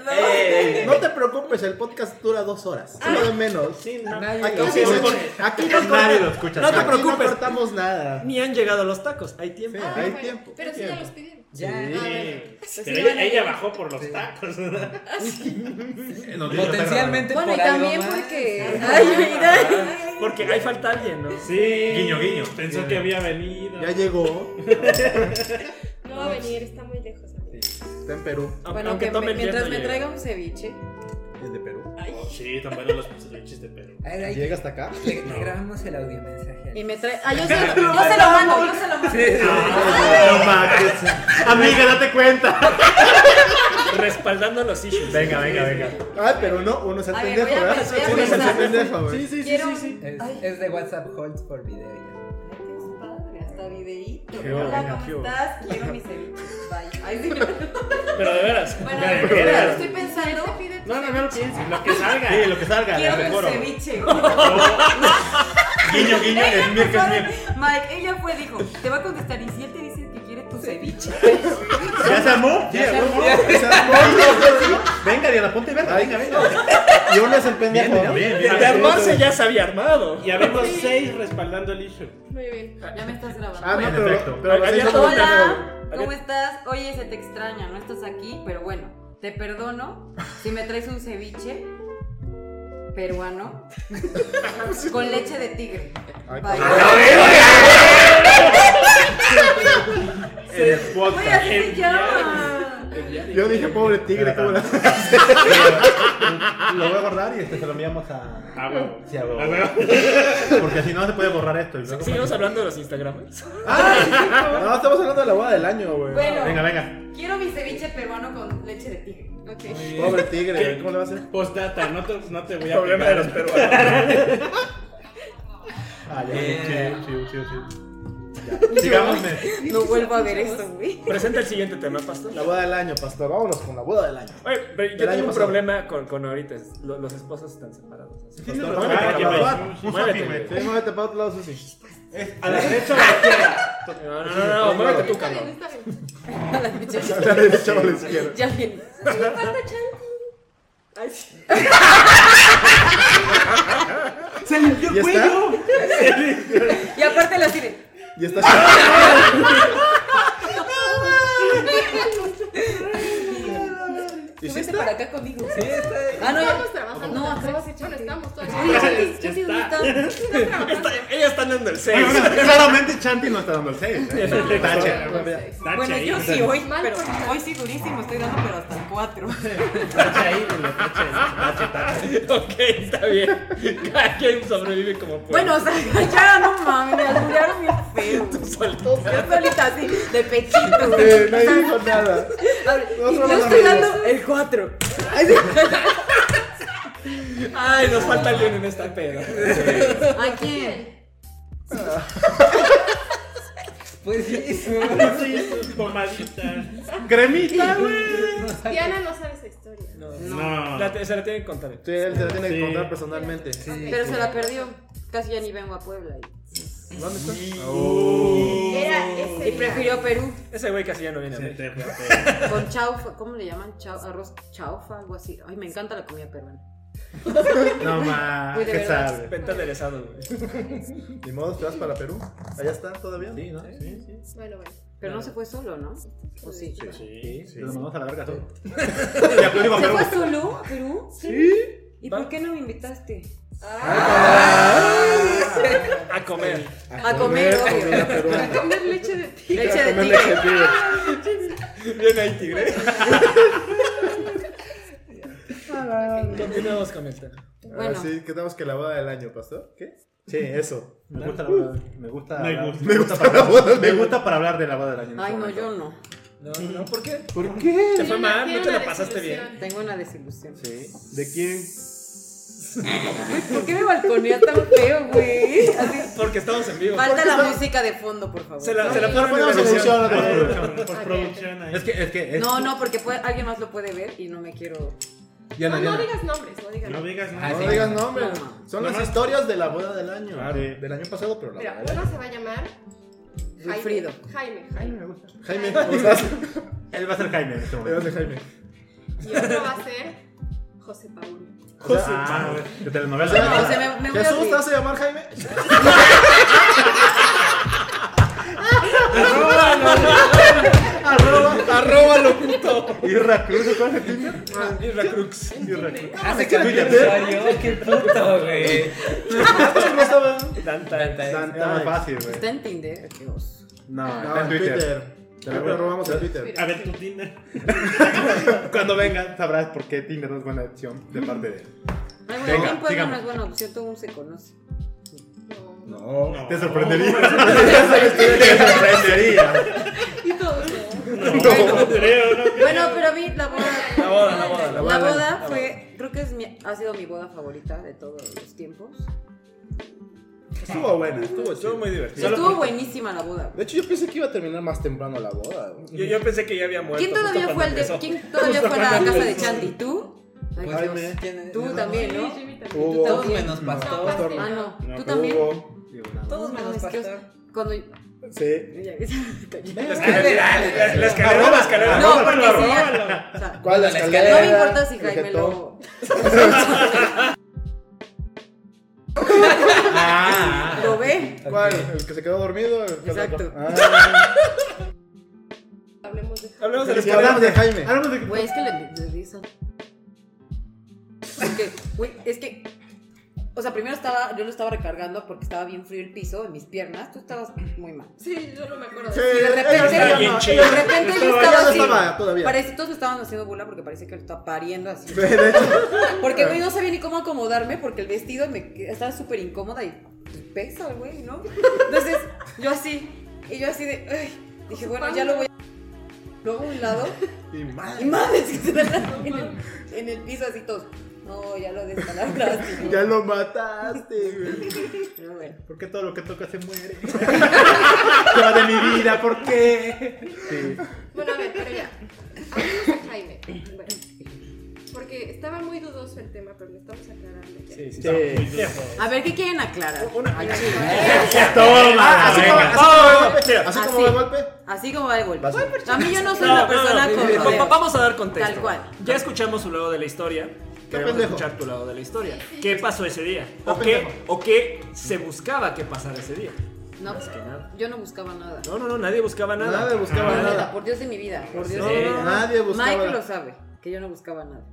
S5: Ey, No te preocupes, el podcast dura dos horas. Solo de menos.
S2: Ah,
S6: Nadie
S5: Aquí,
S6: lo
S5: sí,
S6: escucha.
S5: sí, aquí no,
S1: Nadie
S5: corta-
S1: lo escucha.
S3: No te
S5: aquí no
S3: preocupes.
S5: cortamos nada.
S3: Ni han llegado los tacos, hay tiempo.
S5: Sí,
S11: Ah,
S5: hay
S11: bueno,
S5: tiempo.
S11: Pero sí ya los pidieron.
S6: Ya.
S11: Ah,
S2: Sí.
S11: Sí,
S2: Pero
S11: van
S2: ella,
S11: a
S2: ella
S11: llegar.
S2: bajó por los tacos. ¿verdad?
S1: Eh, nos dice que está
S6: Potencialmente
S8: Bueno, y
S6: por algo
S8: también
S6: más.
S8: porque. Ay, mira.
S3: Porque ahí falta alguien, ¿no?
S2: Sí.
S1: Guiño, guiño.
S2: Pensó que había venido.
S5: Ya llegó.
S11: No va a venir, está muy lejos. amigo.
S5: Está en Perú.
S3: Aunque-
S8: Bueno,
S3: aunque
S8: que me-
S3: tome el viento,
S8: mientras me
S3: llega.
S8: traiga un ceviche.
S5: Es de Perú.
S2: Sí, tan buenos los chiste de Perú.
S6: A ver, ahí
S5: Llega hasta acá.
S6: le, le grabamos el audio mensaje.
S8: Y me trae. Ah, yo se, yo se lo mando, yo se lo mando. Ah,
S1: No mames. [laughs] Amiga, date cuenta.
S3: Respaldando los issues.
S1: Venga, venga, venga.
S5: Ay, pero no, uno es el
S8: A ver,
S5: pendejo,
S8: voy a
S5: ¿verdad?
S8: pensar, voy a
S5: Uno es el
S8: pensar.
S5: pendejo, güey. Sí, sí,
S8: Quiero.
S6: Es, es de WhatsApp Holds por video ya.
S8: Ay, padre, Hasta videíto.
S1: Qué
S8: Hola,
S1: bueno,
S8: ¿cómo
S1: qué bueno.
S8: estás? Quiero mi ceviche. Bye. Ay, sí.
S3: Pero de veras.
S8: Bueno,
S2: Ya,
S8: pero
S2: ya.
S8: estoy pensando.
S2: No, no, no lo pienses. Lo que salga.
S1: Sí, lo que salga,
S8: Quiero
S1: la
S8: el
S1: mejoro.
S8: ceviche.
S1: Guiño, guiño,
S8: Ella
S1: es mir, que es
S8: fue-
S1: mir.
S8: Mike, ella fue, dijo, te va a contestar y si él te dice que quiere tu ceviche.
S1: ¿Ya se armó?
S5: Ya se armó, ya se armó.
S1: [laughs] Venga, Diana, ponte verde.
S5: Ay,
S1: Venga, venga.
S5: Y uno es el pendejo.
S1: Bien, bien, bien.
S3: De armarse ya se había armado.
S2: Ya vemos seis respaldando el issue.
S11: Muy bien.
S8: Ya me estás
S5: Ah,
S8: grabando.
S5: no,
S1: En
S5: pero,
S1: efecto.
S5: pero los
S3: Había
S5: seis son
S3: todo-
S5: un pendejo.
S8: Hola, ¿cómo estás? Oye, se te extraña, no estás aquí, pero bueno, te perdono si me traes un ceviche
S12: [laughs]
S8: peruano con leche de tigre. Bye.
S1: en el podcast.
S8: Güey, así se llama.
S5: Yo dije, pobre tigre, ¿cómo la [laughs]
S1: [laughs] Lo voy a borrar y este se lo enviamos a.
S2: Ah, huevo.
S1: Sí, a
S2: Ah,
S1: huevo.
S2: huevo.
S1: Porque si no, se puede borrar esto. y luego-
S3: Seguimos hablando de los Instagramers.
S5: No, estamos hablando de la boda del año, güey.
S8: Bueno,
S1: Venga, venga.
S8: quiero mi ceviche peruano con leche de tigre.
S11: Ok.
S5: Pobre tigre,
S2: ¿Qué?
S5: ¿cómo le va a hacer?
S2: Postdata, no te, no te voy a
S3: Problema de
S2: pegar.
S3: los peruanos.
S1: Ah, ya.
S6: Yeah.
S1: Chido, chido, chido, chido. Ya. Sigamos. me-
S8: No vuelvo a ver esto,
S12: [laughs]
S8: güey.
S3: Presenta el siguiente tema, Pastor.
S5: La boda del año, pastor. Vámonos con la boda del año.
S3: Oye, pero
S5: El
S3: yo
S5: año
S3: tengo un
S5: pasado.
S3: problema con, con ahorita. es- lo- los esposos están separados. así.
S1: Sí, no, no,
S5: Muévete,
S1: ah, ya,
S5: cabrón.
S1: va. Un
S3: Muévete,
S1: zapi,
S3: güey.
S5: Sí, muévete para otro lado, Susi.
S1: Es A la derecha o a la izquierda.
S3: No, no, no, no, muévete tú,
S11: Está
S3: cabrón.
S11: bien, está [laughs] bien.
S8: A la pinche
S5: La derecha o la izquierda.
S8: Ya viene.
S12: [laughs] ¡Se limpió
S5: ¿Ya
S12: el
S5: está?
S12: cuello!
S8: Y aparte la sirve.
S5: Y está chido. ¿Y sí
S8: Súbete
S5: está?
S8: para acá conmigo.
S6: Sí, está.
S8: Ah, no.
S11: Estamos trabajando.
S8: No, acabas de echar-
S11: Bueno, estamos todos.
S8: Oye, Chanti, ¿dónde
S3: Está- ellas están dando el 6.
S1: [laughs] Claramente Chanti no está dando el ¿eh? 6. Tache.
S11: No, no, no, no.
S8: está?
S2: Tache
S8: Bueno,
S2: ahí,
S8: yo sí hoy,
S11: Mal
S8: pero
S11: por-
S8: hoy sí durísimo estoy dando, pero hasta el 4.
S2: Tache ahí, dile, tache, tache, tache.
S3: [laughs] Ok, está bien. Cada quien sobrevive como puede.
S8: Bueno, o sea, [laughs] ya no mames, me alburearon bien feo.
S3: Soltó.
S8: Yo solita así, de pechito. güey.
S5: Eh, nadie dijo nada.
S8: A ver,
S5: No
S8: y
S5: somos
S8: yo estoy
S5: amigos.
S8: dando el 4.
S3: Ay, nos falta alguien en esta peda.
S8: ¿A quién?
S6: Pues eso.
S2: Sí, sus pomaditas.
S1: Gremita, güey.
S11: Diana no sabe esa historia.
S2: No.
S3: La te- se la tienen que contar.
S5: Sí, él se la tiene que
S2: Sí.
S5: contar personalmente.
S8: Pero se la perdió. Casi ya ni vengo a Puebla. y-
S3: ¿Dónde está?
S11: Era ese.
S8: Y prefirió Perú.
S3: Ese güey casi ya no viene a
S2: Se
S3: ver.
S2: te fue feo.
S8: Con chaufa, ¿cómo le llaman? Chau- arroz chaufa, algo así. Ay, me encanta la comida peruana.
S1: No más.
S8: Uy, de
S1: ¿Qué
S8: verdad.
S1: sabe?
S3: Venta aderezado, güey.
S5: Ni modo, te vas para Perú. Allá está todavía. Sí, ¿no?
S11: Bueno, bueno.
S8: Pero no se fue solo, ¿no? ¿O sí?
S1: Sí, sí. Nos mandamos a la verga todo. Ya, pues digo,
S8: ¿Se
S1: pero.
S8: fue solo a Perú? Sí. ¿Y por qué no me invitaste?
S1: Ah.
S3: [laughs] A comer.
S8: A comer, obvio.
S11: A comer leche de ti.
S8: Leche de
S5: Comerle
S8: tigre.
S5: que pide.
S3: Viene ahí, tigre. Continuamos con el tema.
S8: Bueno.
S5: Ahora Ah, sí, ¿qué tenemos que la boda del año, pastor? ¿Qué? Sí, eso.
S1: Me gusta la boda. Me gusta.
S2: Me
S1: hablar-
S2: gusta.
S1: Me gusta para,
S5: la boda del
S1: me
S5: año.
S1: gusta para hablar de la boda del año. en
S8: Ay,
S1: este
S8: no,
S1: momento.
S8: yo no.
S3: No, no, ¿por qué?
S5: ¿Por qué?
S3: Te fue mal, no te
S11: Tiene
S3: la
S11: una
S3: pasaste bien.
S11: desilusión.
S8: Tengo una desilusión.
S5: Sí. ¿De quién?
S8: ¿Por qué me balconeas tan feo, güey? Así-
S3: Porque estamos en vivo.
S8: Falta la música de fondo, por favor.
S3: Se la, se la ponen
S5: Ponemos
S3: en edición.
S5: atención a la
S2: Pues, Postproducción ahí.
S1: Es que, es que. Es,
S8: No, no, porque puede- alguien más lo puede ver y no me quiero.
S1: Ya
S11: No,
S1: no,
S11: no
S1: ya no.
S11: digas nombres, no digas
S2: No
S11: nombres.
S2: digas
S6: Ah,
S2: nada.
S5: No
S6: sí.
S5: digas nombre.
S8: No.
S5: Son
S2: Nomás-
S5: las historias de la boda del año.
S1: Claro.
S5: Sí. Del año pasado, pero la
S11: Mira,
S5: boda.
S11: uno se va a llamar.
S8: Wilfrido.
S11: Jaime, Jaime.
S5: Jaime, ¿cómo estás?
S1: Él va a ser Jaime en este
S5: Te vas
S1: momento.
S5: de Jaime.
S11: Y otro va a ser José Paul.
S1: [laughs]
S5: José.
S1: Ah, güey, de
S8: No,
S1: telenovela.
S8: se me, me voy a
S5: Jesús,
S8: abrir.
S5: ¿te vas a llamar Jaime?
S3: Arróbalo, puto.
S1: Y Racruz, ¿cuál es el Tinder?
S8: Ah,
S3: Y
S1: [laughs]
S3: Racrux.
S1: Y Racruz.
S6: Hace que aniversario. Qué puto, [laughs] güey.
S3: Tanta, tanta.
S1: Era más fácil, güey.
S8: Está en Tinder, qué oso.
S1: No,
S5: No,
S1: está en Twitter.
S5: Te lo robamos en Twitter.
S2: A ver tu Tinder.
S1: Cuando vengan sabrás por qué Tinder no es buena opción de parte de él.
S8: Ay,
S1: Venga,
S8: bueno, aquí en Puebla
S1: sigamos.
S8: no es buena opción, todo el mundo se conoce.
S11: No.
S5: No.
S1: Te
S5: [laughs]
S1: sorprendería. Te sorprendería.
S11: Y todo.
S2: No creo, no creo.
S8: Bueno, pero a mí la boda.
S3: La boda, la boda, la
S8: La
S3: boda.
S8: boda fue, creo que es mi- ha sido mi boda favorita de todos los tiempos.
S5: Estuvo buena, estuvo
S3: Estuvo
S5: chido.
S3: muy divertido.
S8: Estuvo buenísima la boda.
S5: De hecho, yo pensé que iba a terminar más temprano la boda. güey.
S3: Yo, yo pensé que ya había muerto.
S8: ¿Quién
S3: justo
S8: todavía
S3: cuando
S8: fue el de,
S3: empezó.
S8: quién todavía fue a la casa de Chanti? ¿Tú? Ay,
S6: Pues,
S8: Dios.
S6: ¿quién es?
S8: Tú
S6: No,
S8: también,
S11: Sí,
S8: ¿no?
S11: Jimmy también.
S5: Hubo,
S6: Todos menos pastor.
S11: No,
S8: Ah, no.
S1: No,
S8: ¿Tú
S3: pues
S1: pero
S8: también?
S5: hubo.
S6: Todos menos
S8: Es que
S6: pastor.
S8: Cuando.
S5: Sí.
S8: [laughs]
S3: Les quedé- la- la escalera, la escalera.
S8: No, porque sí, ya- o sea,
S5: ¿Cuál
S6: La
S5: la
S6: escalera.
S5: escalera?
S8: No me importa si Jaime
S5: El
S8: lo. [laughs]
S6: Ah.
S8: Lo ve.
S5: jetón. ¿Cuál? ¿El que se quedó dormido? El que-
S8: Exacto.
S5: Ah,
S11: Hablemos de
S3: Hablemos de la
S5: si hablamos de Jaime.
S1: Hablamos de
S8: Güey, es que le, le dicen. Es que, güey, es que. O sea, primero estaba, yo lo estaba recargando porque estaba bien frío el piso en mis piernas. Tú estabas muy mal.
S9: Sí, yo no me acuerdo.
S5: Sí,
S9: de eso.
S8: De
S5: ella
S8: repente,
S5: estaba
S8: yo,
S5: bien
S8: no,
S5: chida.
S8: de repente
S5: Estaba-
S8: yo
S5: ya no
S8: estaba así.
S5: estaba todavía.
S8: Parece, todos me estaban haciendo burla porque parece que lo estaba pariendo así.
S5: [laughs] De hecho,
S8: Porque, güey, no sabía ni cómo acomodarme porque el vestido me estaba súper incómoda y pues, pesa, güey, ¿no? Entonces, yo así, y yo así de, ay, dije, bueno, ya lo voy a... Luego a un lado,
S5: y madre,
S8: y mames, que se la- [laughs] en el, en el piso así todos, no, ya
S5: [laughs]
S8: lo descalabraste. ¿no?
S5: ya lo mataste, güey.
S8: Pero bueno.
S1: ¿Por qué todo lo que toca se muere?
S8: [laughs]
S1: Lleva de mi vida, ¿por qué?
S11: Bueno, a ver, pero ya. Hablemos de Jaime. Bueno. Porque estaba muy dudoso el tema, pero lo estamos aclarando ya.
S3: Sí, sí, sí.
S5: Sí.
S8: A ver, ¿qué quieren aclarar? Ay,
S5: Ah, así como- así como
S3: Oh,
S5: de golpe, Este, Así
S8: Así.
S5: como de golpe.
S8: Así como va el golpe.
S5: Vas, güey.
S8: A mí yo no soy
S3: No,
S8: una
S3: no, no,
S8: persona
S3: sí,
S8: con
S3: sí, sí.
S8: rodeos.
S3: Vamos a dar contexto.
S8: Tal cual.
S3: Ya escuchamos su lado de la historia. Queremos
S5: pendejo.
S3: escuchar tu lado de la historia. ¿Qué pasó ese día?
S5: Está
S3: ¿O qué,
S5: pendejo.
S3: ¿O qué se buscaba que pasara ese día?
S8: No,
S3: Más que nada.
S8: yo no buscaba nada.
S3: No, no, no, nadie buscaba nada.
S5: Nadie buscaba
S8: La neta,
S5: nada.
S8: Por Dios de mi vida, por Dios
S3: No,
S8: de mi
S3: no,
S8: vida.
S3: no.
S5: Nadie buscaba
S8: Michael lo
S5: nada.
S8: sabe, que yo no buscaba nada.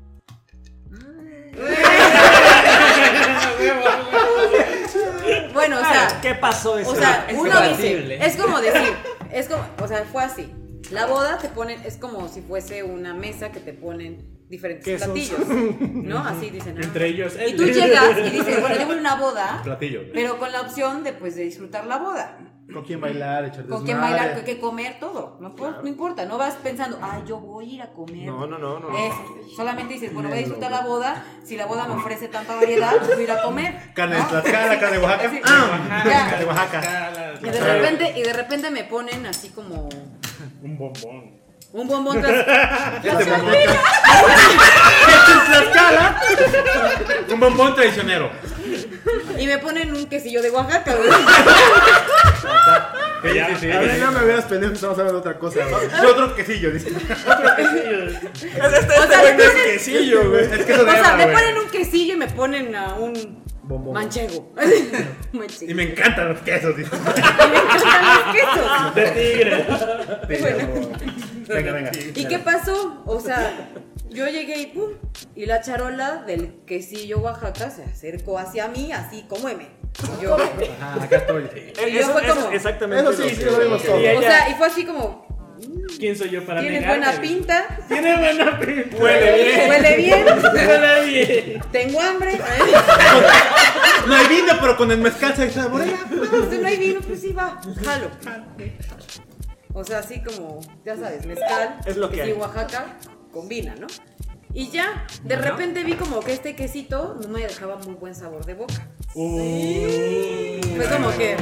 S8: bueno, o
S3: Claro,
S8: sea,
S3: ¿Qué pasó ese
S8: o sea,
S3: día?
S8: uno
S6: debatible.
S8: dice, es como decir, es como, o sea, fue así. La boda te ponen, es como si fuese una mesa que te ponen
S3: ¿Qué
S8: diferentes
S3: son?
S8: platillos, ¿no? Así dicen. ah.
S2: Entre
S3: Pues,
S2: ellos.
S8: Y tú llegas y dices, tenemos una
S2: [laughs]
S8: boda,
S1: Platillo.
S8: pero con la opción de, pues, de disfrutar la boda.
S5: Con quién bailar, echar
S8: Con quién
S5: desmadre.
S8: bailar, con qué comer, todo. No, por- no importa, no vas pensando, ay, yo voy a ir a comer.
S3: No, no, no, no. no.
S8: Eso. Solamente dices, bueno, voy a disfrutar la boda. Si la boda me ofrece tanta variedad, pues voy a ir a comer.
S1: [laughs] Carne de
S8: ¿no?
S1: Tlaxcala, carne de Oaxaca.
S8: Sí.
S1: Ah,
S8: Ya.
S1: carne de Oaxaca.
S8: Y de repente, y de repente me ponen así como
S2: [laughs] Un bombón.
S8: un bombón tras-
S5: Este momento.
S1: Un bombón
S3: [laughs]
S1: traicionero.
S8: y me ponen un quesillo de Oaxaca. güey.
S1: Sí, sí, sí.
S5: A ver, no me veas pendejo, estamos hablando de otra cosa. ¿no?
S1: Y otro quesillo, dice.
S3: Es este,
S8: O
S3: este
S8: sea,
S3: güey no es
S8: entonces-
S3: quesillo, güey.
S1: [laughs] Es que eso
S8: O sea, me
S1: de
S8: ponen un quesillo y me ponen a un
S5: Bombón.
S8: manchego. [laughs] Manchego.
S1: Y me encantan los quesos, dice.
S8: Y me encantan
S1: [laughs]
S8: los quesos.
S2: De tigre.
S1: Venga, venga.
S8: ¿Y qué pasó? O sea, yo llegué y pum, y la charola del quesillo Oaxaca se acercó hacia mí, así, cómeme. Yo,
S1: Ajá, ah, acá estoy.
S8: Y yo
S3: Eso,
S8: fue
S3: eso
S8: como-
S3: es exactamente
S5: Eso sí,
S3: lo
S5: sí
S3: que-
S5: lo vimos todo.
S2: Y
S8: o sea, y fue así como,
S2: ¿Quién soy yo para
S8: tienes
S2: negarte?
S8: buena pinta,
S2: Tiene buena pinta.
S3: Huele bien.
S8: huele bien,
S2: Huele bien.
S8: tengo hambre, [laughs]
S1: No hay vino, pero con el mezcal se saborea.
S8: no, si no hay vino, pues sí va, jalo. O sea, así como, ya sabes, mezcal,
S3: Es lo que
S8: quesillo
S3: hay.
S8: Oaxaca, combina, ¿no? Y ya, de repente vi como que este quesito no me dejaba muy buen sabor de boca. Fue como que,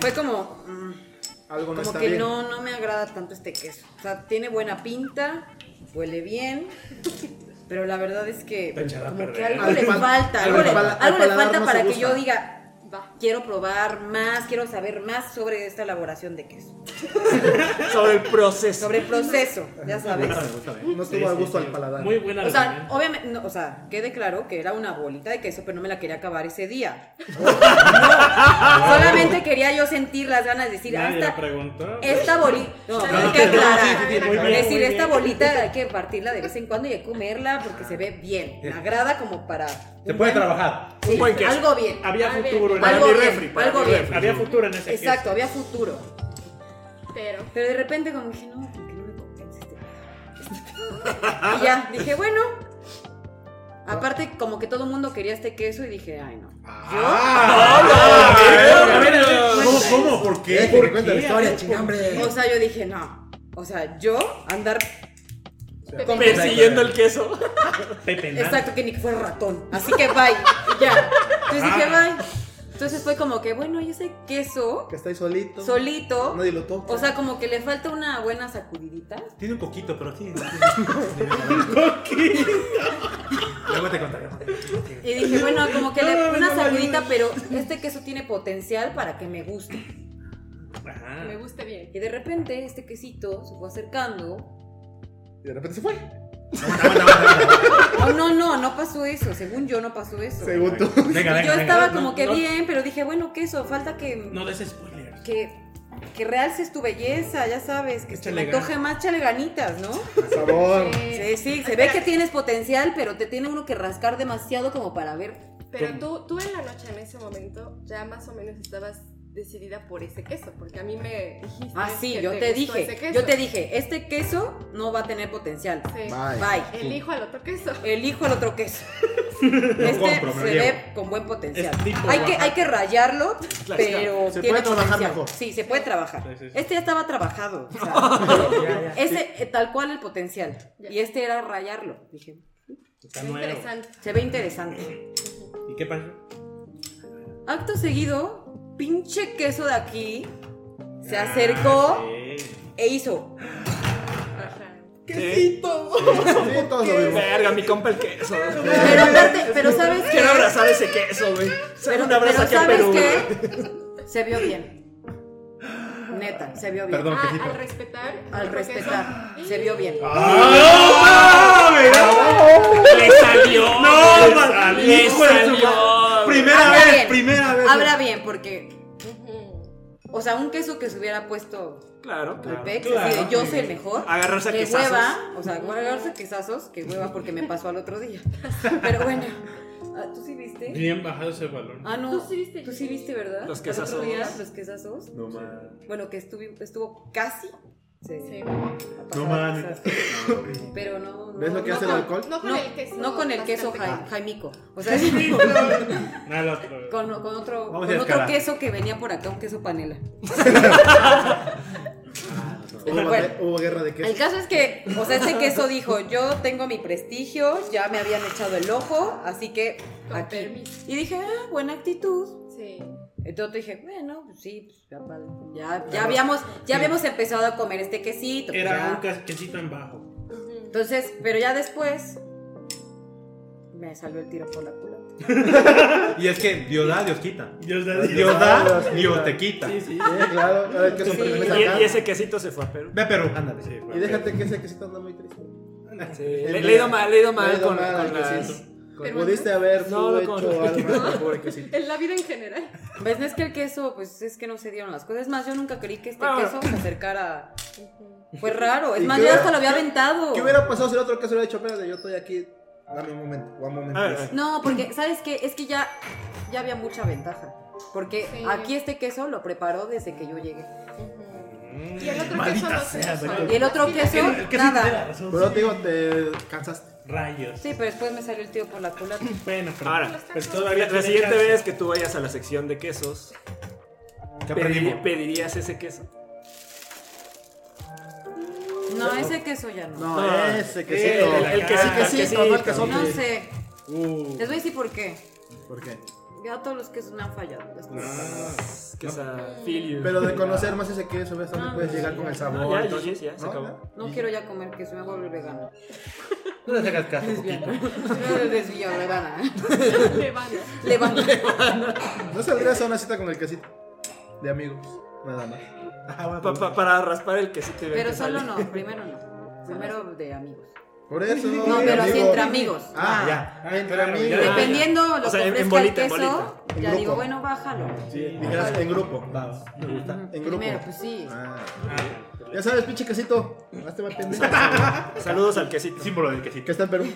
S8: fue como, mm,
S5: Algo no
S8: como
S5: está
S8: que
S5: bien.
S8: no, no me agrada tanto este queso. O sea, tiene buena pinta, huele bien, [laughs] pero la verdad es que como que algo
S5: Al
S8: le
S5: pal-
S8: falta,
S5: al
S8: algo le,
S5: pala- al
S8: algo le
S5: paladar
S8: falta
S5: no se
S8: para que
S5: gusta.
S8: yo diga, va, quiero probar más, quiero saber más sobre esta elaboración de queso,
S3: Sobre el proceso.
S8: sobre el proceso, ya sabes.
S5: No estuvo al gusto al paladar.
S2: Muy buena
S8: O sea, obviamente, no, o sea, quede claro que era una bolita de queso, pero no me la quería acabar
S2: [laughs]
S8: ese día. No, solamente quería yo sentir las ganas de decir, "Ah,
S2: Nadie
S8: hasta,
S2: la preguntó.
S8: Esta bolita, no,
S11: No,
S8: hay
S11: no,
S8: que
S11: no,
S8: aclarar.
S11: sí, sí, sí, muy
S8: Es
S2: bien,
S8: decir,
S2: muy
S8: esta
S2: bien.
S8: bolita hay que partirla de vez en cuando y hay que comerla porque se ve bien. Me agrada como para.
S1: Se puede trabajar.
S8: Sí,
S3: Un buen queso.
S8: Algo bien.
S2: Había
S11: Muy bien.
S2: futuro en
S8: Algo
S2: ese-
S8: bien,
S3: para
S8: algo
S3: mi
S8: bien.
S3: refri.
S2: Había futuro en ese
S8: Exacto, había futuro.
S11: Pero.
S8: Pero de repente, como dije, no, como que no me convence este pedo. Y ya, dije, bueno. Aparte, como que todo el mundo quería este queso y dije, ay, no.
S3: Ah,
S1: Ah,
S3: Bueno,
S1: ¿Cómo? ¿Cómo? ¿Por
S5: ¿Qué?
S1: qué?
S5: Eh, Que cuenta la historia, chingambre.
S8: O sea, yo dije, no. O sea, yo andar. con-
S3: Persiguiendo el queso.
S2: Pepe Nan.
S8: Exacto, que ni que fuera ratón. Así que bye. y ya. Entonces dije
S2: Ah.
S8: bye. Entonces fue como que, bueno, y ese queso
S5: Que está ahí solito.
S8: solito.
S5: Nadie lo toca.
S8: O sea, como que le falta una buena sacudidita.
S1: Tiene un coquito, pero
S2: [laughs]
S1: sí. Luego te contaré.
S8: Y dije, bueno, como que le-
S2: No, no, no,
S8: una
S2: no,
S8: sacudidita,
S2: no.
S8: pero este queso tiene potencial para que me guste.
S2: Ajá.
S11: Me gusta bien.
S8: Y de repente este quesito se fue acercando.
S5: Y de repente se fue.
S8: Oh, no, no, no pasó eso. Según yo, no pasó eso.
S5: Según tú.
S8: Y
S2: Venga, venga,
S8: yo
S2: venga.
S8: estaba
S2: No,
S8: como que
S2: no,
S8: bien, pero dije, bueno, queso, falta que.
S2: No des spoilers.
S8: que, que realces tu belleza, ya sabes, que se
S2: Échale
S8: le antoje más, échale ganitas, ¿no? Eh,
S5: Sabor.
S11: Sí. Eh,
S8: Sí, sí, se ve que tienes potencial, pero te tiene uno que rascar demasiado como para ver
S11: Pero tú, tú en la noche en ese momento ya más o menos estabas decidida por ese queso, porque a mí me dijiste.
S8: Ah, sí,
S11: que
S8: yo te
S11: gustó ese
S8: dije.
S11: queso.
S8: Yo te dije, este queso no va a tener potencial.
S11: Sí.
S8: Bye.
S11: Elijo al otro queso.
S8: Elijo el otro queso. Este
S1: compro, me lo
S8: se
S1: llevo.
S8: ve con buen potencial.
S2: Es tipo
S8: Hay que,
S2: Oaxaca.
S8: hay que rayarlo, pero
S5: Se
S8: tiene
S5: puede trabajar
S8: potencial.
S5: mejor.
S8: Sí, se puede trabajar.
S2: Sí, sí, sí.
S8: Este ya estaba trabajado. o sea, ese eh, tal cual el potencial.
S11: Ya.
S8: Y este era rayarlo. Dije,
S2: Está
S11: Qué
S2: nuevo.
S11: interesante.
S8: se ve interesante.
S2: ¿Y qué pasó?
S8: Acto seguido, pinche queso de aquí se
S2: Ah,
S8: acercó
S2: sí.
S8: e hizo.
S11: Ajá.
S5: Sí, todos lo vimos.
S3: Verga, mi compa el queso.
S8: Pero aparte, pero sabes que.
S3: Quiero abrazar ese queso, güey. Sale
S8: Pero,
S3: un abrazo
S8: pero
S3: aquí a
S8: ¿sabes
S3: Perú. güey.
S8: qué? Se vio bien. Neta, se vio bien.
S1: Perdón,
S11: Ah,
S1: quesito.
S11: al respetar.
S8: Al
S11: otro queso.
S8: respetar, se vio bien.
S3: Le salió. No,
S1: man,
S3: le
S1: hijo de su
S3: salió. güey.
S1: Primera
S8: Habla
S1: vez,
S8: bien.
S1: primera vez.
S8: Habrá bien, porque,
S11: Ujú.
S8: o sea, un queso que se hubiera puesto
S3: Claro,
S8: al
S3: claro.
S8: pex,
S2: claro.
S8: así de yo soy el mejor.
S3: Agarrarse a
S8: que
S3: quesazos.
S8: hueva, o sea, agarrarse a quesazos, que hueva porque me pasó al otro día. Pero bueno, ah, ¿tú sí viste?
S2: Bien bajado ese [laughs] balón.
S8: Ah, no.
S11: Tú sí viste.
S8: Tú sí viste, ¿verdad?
S3: Los
S8: Al otro
S3: quesazos.
S8: día, los quesazos.
S1: No mames.
S8: Bueno, que estuvo, estuvo casi. se-
S11: Sí.
S1: No
S8: pasaron
S1: mames.
S8: esas-
S5: [laughs]
S8: Pero no. no
S5: ¿Ves lo que
S8: no
S5: hace el
S8: con-
S5: alcohol?
S11: No con
S8: No,
S11: el queso.
S8: no con el queso
S11: bastante
S8: ja- Jaimico. O sea, sí,
S2: Nada, el otro.
S8: con, con otro,
S1: Vamos a
S8: con otro
S1: escalar.
S8: queso que venía por acá, un
S1: [laughs]
S8: queso panela.
S1: Ah,
S5: Hubo,
S8: Bueno.
S5: hubo guerra de
S8: El
S5: queso.
S8: caso es que, o sea, ese queso dijo, yo tengo mi prestigio, ya me habían echado el ojo, así que
S11: Con
S8: aquí.
S11: permiso.
S8: Y dije, ah, buena actitud.
S11: Sí.
S8: Entonces dije, bueno, pues sí, pues, ya, padre. ya, ya habíamos, ya habíamos empezado a comer este quesito. pues,
S2: Era
S8: ya.
S2: un casquecito en bajo.
S11: Ujú.
S8: Entonces, pero ya después me salió el tiro por la culata.
S1: Y es que Dios da, Dios quita.
S2: Dios da
S1: Dios da, Dios te quita.
S2: Sí, sí.
S5: Sí, claro. Ahora el queso
S8: Sí.
S5: pertenece
S3: Y,
S5: acá.
S3: y ese quesito se fue a Perú.
S1: Ve a Perú, ándale.
S2: Sí, fue.
S5: Y déjate que ese quesito anda muy triste.
S3: Sí, Le, le he ido mal, le he ido mal
S5: Le he ido
S3: con,
S5: mal al
S3: con las-
S5: quesito. Con-
S11: Pero
S5: Pudiste haber
S3: No, [laughs]
S5: tú
S3: no,
S5: hecho
S3: con-
S5: algo más, pobre quesito.
S11: En la vida en general.
S8: ¿Ves? No es que el queso, pues es que no se dieron las cosas. Es más, yo nunca creí que este
S3: Ah, bueno.
S8: queso se acercara. Fue raro. Es
S5: ¿Y
S8: más,
S5: qué
S8: yo
S5: hubiera-
S8: hasta lo había aventado.
S5: ¿Qué hubiera pasado si el otro caso hubiera dicho, espérate, yo estoy aquí, dame un momento, un momento.
S3: A ver, a ver.
S8: No, porque, ¿sabes qué? Es que ya, ya había mucha ventaja. Porque
S11: Sí.
S8: aquí este queso lo preparó desde que yo llegué.
S11: Y el otro queso. no se usó.
S8: Y el otro queso, nada.
S5: Pero te digo, te cansaste.
S2: Rayos.
S8: Sí, pero después me salió el tío por la culata.
S2: Bueno, pero.
S3: Ahora,
S2: pues
S3: la,
S2: todavía.
S3: la
S2: tiene
S3: siguiente
S2: chance.
S3: vez que tú vayas a la sección de quesos,
S1: ¿Qué
S3: pediri-
S1: aprendimos?
S3: ¿pedirías ese queso?
S8: No, ese queso ya no.
S5: No,
S3: Ah,
S5: ese
S3: El,
S5: quesito.
S3: el- el quesito,
S2: Ah,
S3: el quesito.
S5: no el queso.
S8: No sé.
S2: Uh,
S8: Les voy a decir por qué.
S5: ¿Por qué?
S8: Ya todos los quesos me han fallado. Las cosas.
S3: Quesa- feel you.
S5: Pero de conocer más ese queso, ves
S3: Ah,
S5: dónde puedes llegar con el
S3: No,
S5: sabor.
S3: ya, ya,
S5: entonces-
S3: ya, ya, se
S5: ¿No?
S3: acabó.
S8: No quiero ya comer queso, me voy a volver vegana.
S1: No le hagas caso,
S8: Lesbiana. Lesbiana, vegana.
S11: Le van.
S8: Levanta.
S5: ¿No saldrías a una cita con el quesito? De amigos, nada más. Ah,
S3: Pa- pa- para raspar el quesito y ver
S8: Pero
S3: qué
S8: solo
S3: sale.
S8: no, primero no. Primero de amigos.
S5: Por eso.
S8: No, pero así entre amigos.
S5: Ah,
S1: ya.
S5: ya. Entre amigos.
S2: ya.
S8: Dependiendo lo
S3: O sea,
S8: que
S3: en- en
S8: ofrezca el
S3: bolita, en
S8: queso,
S3: bolita.
S8: ya
S5: En
S8: digo,
S5: grupo.
S8: bueno, bájalo.
S5: Dijeras, en grupo.
S1: Va, me gusta.
S5: En grupo.
S8: Primero, pues sí.
S5: Ah.
S2: ah,
S5: Ya sabes, pinche quesito. Hazte más pendejo.
S1: [laughs]
S3: Saludos al quesito.
S1: Símbolo del quesito.
S5: Que está en Perú.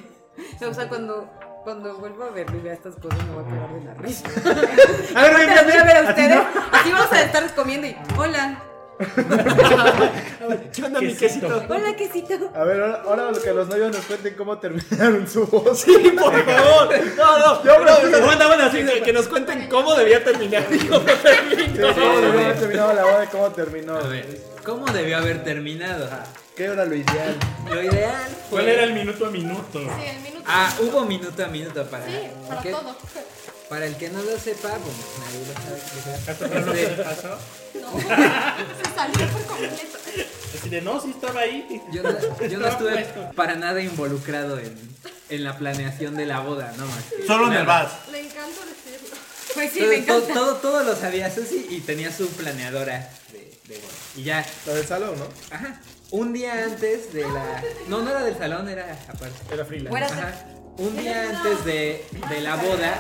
S8: O sea, cuando, cuando vuelvo a ver y vea estas cosas, me voy a pegar de la risa.
S1: A ver,
S8: Pero voy a ver a ustedes. Así vamos a estar comiendo y, hola,
S3: ¿Qué onda, mi
S2: Quesito.
S3: quesito?
S8: hola, quesito.
S5: A ver, ahora, ahora lo que los novios nos cuenten cómo terminaron su voz.
S3: Sí, por favor. No, no.
S5: Yo, bro,
S3: no, aguanta, aguanta, así, que, que nos cuenten cómo debía terminar. Digo, no
S5: Sí,
S3: terminó.
S5: cómo debió haber terminado la boda y cómo terminó.
S6: A ver, ¿cómo debió haber terminado? Ah.
S5: ¿Qué era lo ideal?
S6: Lo ideal fue...
S2: ¿Cuál era el minuto a minuto?
S11: Sí, el minuto.
S6: Ah, hubo minuto a minuto para...
S11: Sí, para
S6: ¿ok?
S11: todo. [laughs]
S6: Para el que no lo sepa, bueno, nadie lo sabe. quizás.
S2: ¿Hasta atrás no se
S6: Este,
S2: pasó?
S11: No. Se salió por completo.
S2: Así de, no, sí estaba ahí.
S6: yo no, yo no estuve
S2: puesto.
S6: para nada involucrado en, en la planeación de la boda, no más. que-
S1: Solo en el
S6: nada.
S1: bar.
S11: Le encanta decirlo.
S8: Pues sí, me
S6: Entonces, todo,
S8: encanta.
S6: todo, todo lo sabía Susi y tenía su planeadora de, de boda. Y ya,
S5: La del salón, ¿no?
S6: ajá, un día antes de la... No, no era del salón, era aparte.
S3: Era Frila.
S8: Fuera-
S6: Ajá. Un día antes de, de la boda,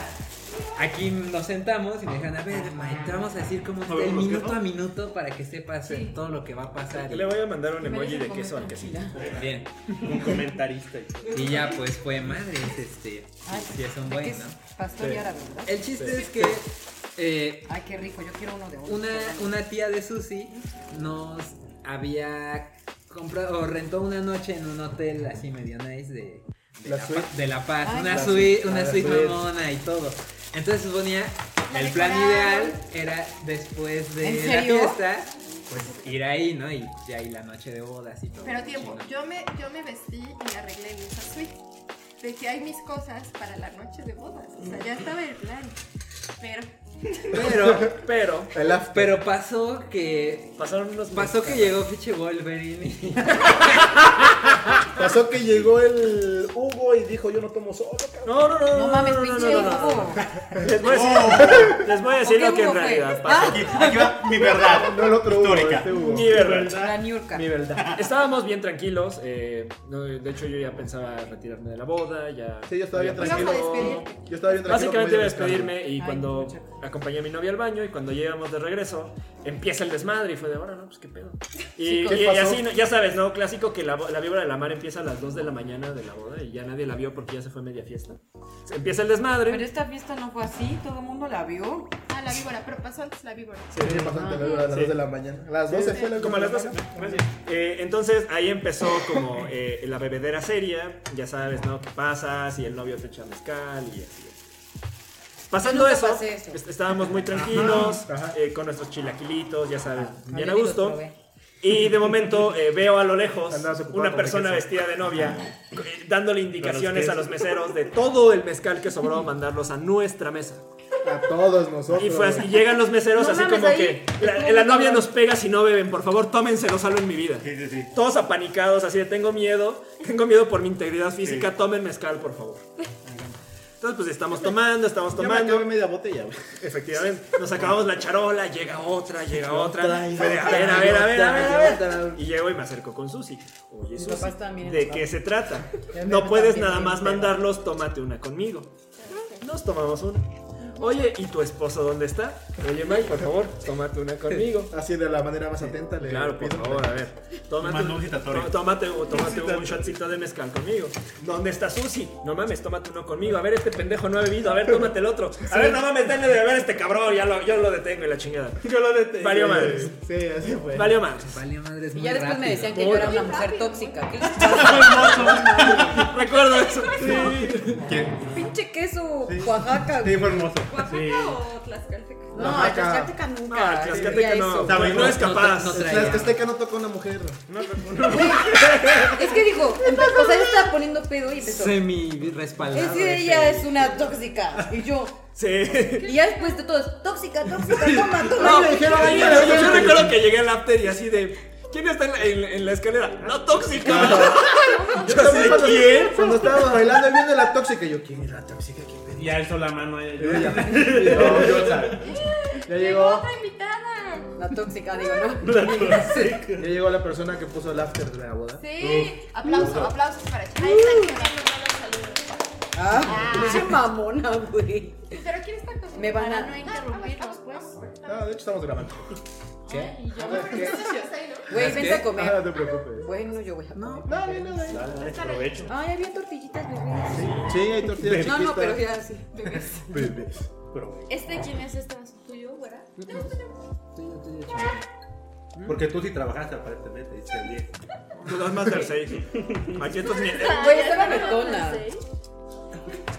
S6: Aquí nos sentamos y me dejan, a ver, Mike, te vamos a decir cómo está
S1: ver,
S6: el
S1: los que
S6: minuto
S1: no.
S6: a minuto para que sepas
S9: Sí.
S6: todo lo que va a pasar.
S3: Le voy a mandar un emoji
S9: Merece
S3: de
S9: comer
S3: queso al quesito.
S9: tranquila.
S6: Bien.
S2: Un comentarista.
S6: Y ya pues fue madre, este.
S8: Ay,
S6: Sí, es un
S8: ¿de qué
S6: buen,
S8: es?
S6: ¿no?
S8: Pastor y árabe, ¿verdad?
S6: El chiste es que eh,
S8: Ay, qué rico, yo quiero uno de oro.
S6: una, una tía de Susi nos había comprado o rentó una noche en un hotel así medio nice de, de,
S5: La
S6: la,
S5: suite.
S6: Pa- de La Paz,
S8: Ay,
S6: una
S8: la
S6: suite,
S5: suite.
S6: una
S5: Ah, la
S6: suite
S5: suite.
S6: mamona y todo. Entonces suponía
S8: La
S6: el plan
S8: decoraron.
S6: ideal era después de
S8: ¿En
S6: la
S8: serio?
S6: fiesta pues ir ahí, ¿no? Y ya ahí la noche de bodas y todo.
S11: Pero tiempo,
S6: chingón.
S11: yo me, yo me vestí y me arreglé en esa suite. Dejé ahí mis cosas para la noche de bodas. O sea, ya estaba el plan. Pero
S6: Pero,
S3: Pero
S5: El after.
S6: pero pasó que
S3: pasaron unos
S6: pasó que
S3: meses.
S6: llegó fiche Wolverine y
S5: Pasó que llegó el Hugo y dijo, yo no tomo solo, cabrón.
S3: No, no, no.
S8: No mames,
S3: no, no,
S8: pinche
S3: no, no, no.
S8: Hugo.
S3: Les voy a decir, [laughs] les voy a decir
S8: ¿O qué
S3: lo que en
S8: Hugo fue?
S3: realidad pasó.
S1: Aquí, aquí va mi verdad.
S5: No el otro Hugo,
S1: Histórica.
S5: este Hugo.
S3: Mi verdad.
S8: [laughs] La Niurka.
S3: Mi verdad. Estábamos bien tranquilos. eh, no, de hecho, yo ya pensaba retirarme de la boda. Ya,
S5: Sí, yo estaba bien
S3: había
S5: tranquilo.
S3: pasado.
S11: despedirte.
S5: Yo estaba bien tranquilo.
S3: Básicamente
S5: como
S3: iba a
S5: ella me
S3: despedirme y
S8: Ay,
S3: cuando
S8: muchacho.
S3: acompañé a mi novia al baño y cuando llegamos de regreso empieza el desmadre y fue de ahora no, pues qué pedo. Y,
S5: ¿qué
S3: y- y
S5: pasó?
S3: así, ¿no? ya sabes, ¿no? Clásico que la, bo- la víbora de la mar empieza a las 2 de la mañana de la boda y ya nadie la vio porque ya se fue media fiesta. Se empieza el
S8: Pero
S3: desmadre.
S8: esta fiesta no fue así, todo el mundo la vio.
S11: Ah, la víbora, pero pasó antes la víbora.
S5: Sí, ella pasó antes de la hora de las
S3: Sí.
S5: 2 de la mañana. A las 12 fue la
S3: Como a las 12. Eh, entonces ahí empezó como eh, la bebedera seria, ya sabes, ¿no? ¿Qué pasa? Si el novio te echa mezcal y así. Pasando
S8: Nunca
S3: eso,
S8: pasé eso.
S3: est- estábamos muy tranquilos,
S5: Ajá, ajá.
S3: eh, con nuestros chilaquilitos, ya sabes, bien a
S8: yo Ah, ni los
S3: gusto.
S8: probé.
S3: Y de momento eh, veo a lo lejos
S5: Andabas ocupado
S3: una
S5: con Ah,
S3: persona
S5: queso.
S3: vestida de novia eh, dándole indicaciones a los meseros de todo el mezcal que sobró mandarlos a nuestra mesa.
S5: A todos nosotros.
S3: Y fue así, llegan los meseros
S8: No
S3: así
S8: mames,
S3: como
S8: ahí
S3: que
S8: es
S3: la,
S8: como
S3: la
S8: un
S3: novia
S8: cabrón.
S3: nos pega si no beben, por favor, tómenselo, salven mi vida.
S1: Sí, sí, sí.
S3: Todos apanicados, así de tengo miedo, tengo miedo por mi integridad física, tomen mezcal, por favor. Entonces, pues estamos tomando, estamos
S5: Yo me
S3: tomando.
S5: acabé media
S1: [laughs]
S5: botella, güey.
S3: Efectivamente, nos acabamos la charola, llega otra, llega otra. Fue de, A ver, a ver, a ver, a ver, a ver. Y llego y me acerco con Susi. Oye, Susi,
S8: papás también,
S3: ¿de
S8: ¿no?
S3: qué se trata?
S8: Ya me
S3: No puedes
S8: también,
S3: nada más
S8: pero-
S3: mandarlos, tómate una conmigo. Nos tomamos una. Oye, ¿y tu esposo dónde está? Oye, Mike, por favor, tómate una conmigo.
S5: Así de la manera más atenta. Le
S3: Claro, por
S5: pido.
S3: favor, a ver. Eh, Tómate,
S1: Manda un citatorio.
S3: tó- tómate, u- tómate un shotcito de mezcal conmigo. ¿Dónde está Susi? No mames, tómate uno conmigo. A ver, este pendejo no ha bebido. A ver, tómate el otro. A ver, no mames, denle de beber a este cabrón. Ya lo, yo lo detengo y la chingada. Yo lo detengo. Valió madres.
S5: Sí, así fue.
S3: Valió madres.
S6: valió madres
S8: Y
S6: muy
S8: ya después me
S6: rápido.
S8: decían que yo era una mujer tóxica. ¿Qué les pasa?
S3: Recuerdo eso.
S1: ¿Quién?
S8: Pinche queso Oaxaca.
S1: Sí, fue hermoso.
S11: ¿Oaxaca o Tlaxcalteca?
S8: No, el Tlaxcalteca nunca.
S3: No, el Tlaxcalteca
S8: diría
S3: no.
S8: eso.
S1: Estaba
S3: No es capaz.
S6: No, no
S5: La
S6: traía.
S5: Tlaxcalteca este no tocó a una mujer.
S8: Es que dijo, empe- o sea, yo estaba poniendo pedo y empezó.
S6: semi respaldado.
S8: Es que
S6: ese-
S8: ella es una tóxica. Y yo,
S3: Sí.
S8: y ya después de todos, tóxica, tóxica, toma,
S3: No,
S8: toma.
S3: yo recuerdo que llegué al after y así de. ¿Quién está en la, en- en la escalera? No tóxica. Yo así de,
S5: Cuando-
S3: quién.
S5: Cuando estábamos bailando, él viene la tóxica. y Yo, ¿quién es la tóxica? ¿Quién pedo?
S2: Y alzo la mano. eh,
S5: Yo
S2: yo-
S5: ya- No,
S1: [laughs]
S5: yo ya- Ya
S11: Llegó
S5: llegó,
S11: otra invitada.
S8: La tóxica, digo, ¿no?
S5: ya llegó la persona que puso el after de la boda.
S11: Sí, aplauso, aplausos para China. Ahí están llegando malos saludos.
S8: Ah, pinche mamona, güey.
S11: Pues, Pero ¿quién está con
S8: Me van
S11: para
S8: a- Ah,
S11: no interrumpirnos, pues?
S5: Ah, de hecho estamos grabando.
S6: ¿Qué?
S11: Y yo,
S8: [laughs]
S11: ¿qué?
S8: Güey, vente a
S5: Ah, no
S8: comer.
S5: te preocupes.
S8: Bueno, yo voy a comer.
S5: No, no, no, no.
S3: Ah,
S2: Aprovecho.
S8: Ay, había tortillitas, bebés.
S5: Sí, hay tortillas
S8: No,
S5: chiquitas.
S8: no, pero ya sí. bebés.
S5: Bebés.
S11: ¿Este quién es? ¿Este es tuyo, güera?
S1: ¿Mm? Porque tú sí trabajaste aparentemente, dice el 10.
S3: Tú das más del 6. Aquí estos ni-
S8: Güey, estaba betona.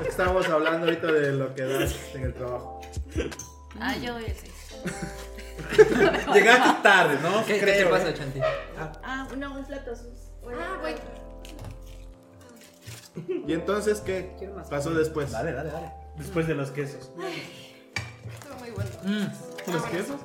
S5: Estábamos hablando ahorita de lo que das en el trabajo.
S11: Ah, yo doy el 6.
S1: Llegaste tarde, ¿no?
S6: ¿Qué, qué te
S1: Creo,
S6: pasa,
S1: ¿eh?
S6: Chanti?
S11: Ah, no, un plato sus. Ah, bueno.
S5: Y entonces, ¿qué
S8: Quiero más.
S5: pasó después?
S1: Dale, dale, dale.
S2: Después de los quesos.
S11: Estuvo muy bueno.
S8: Mm.
S5: ¿Los quesos?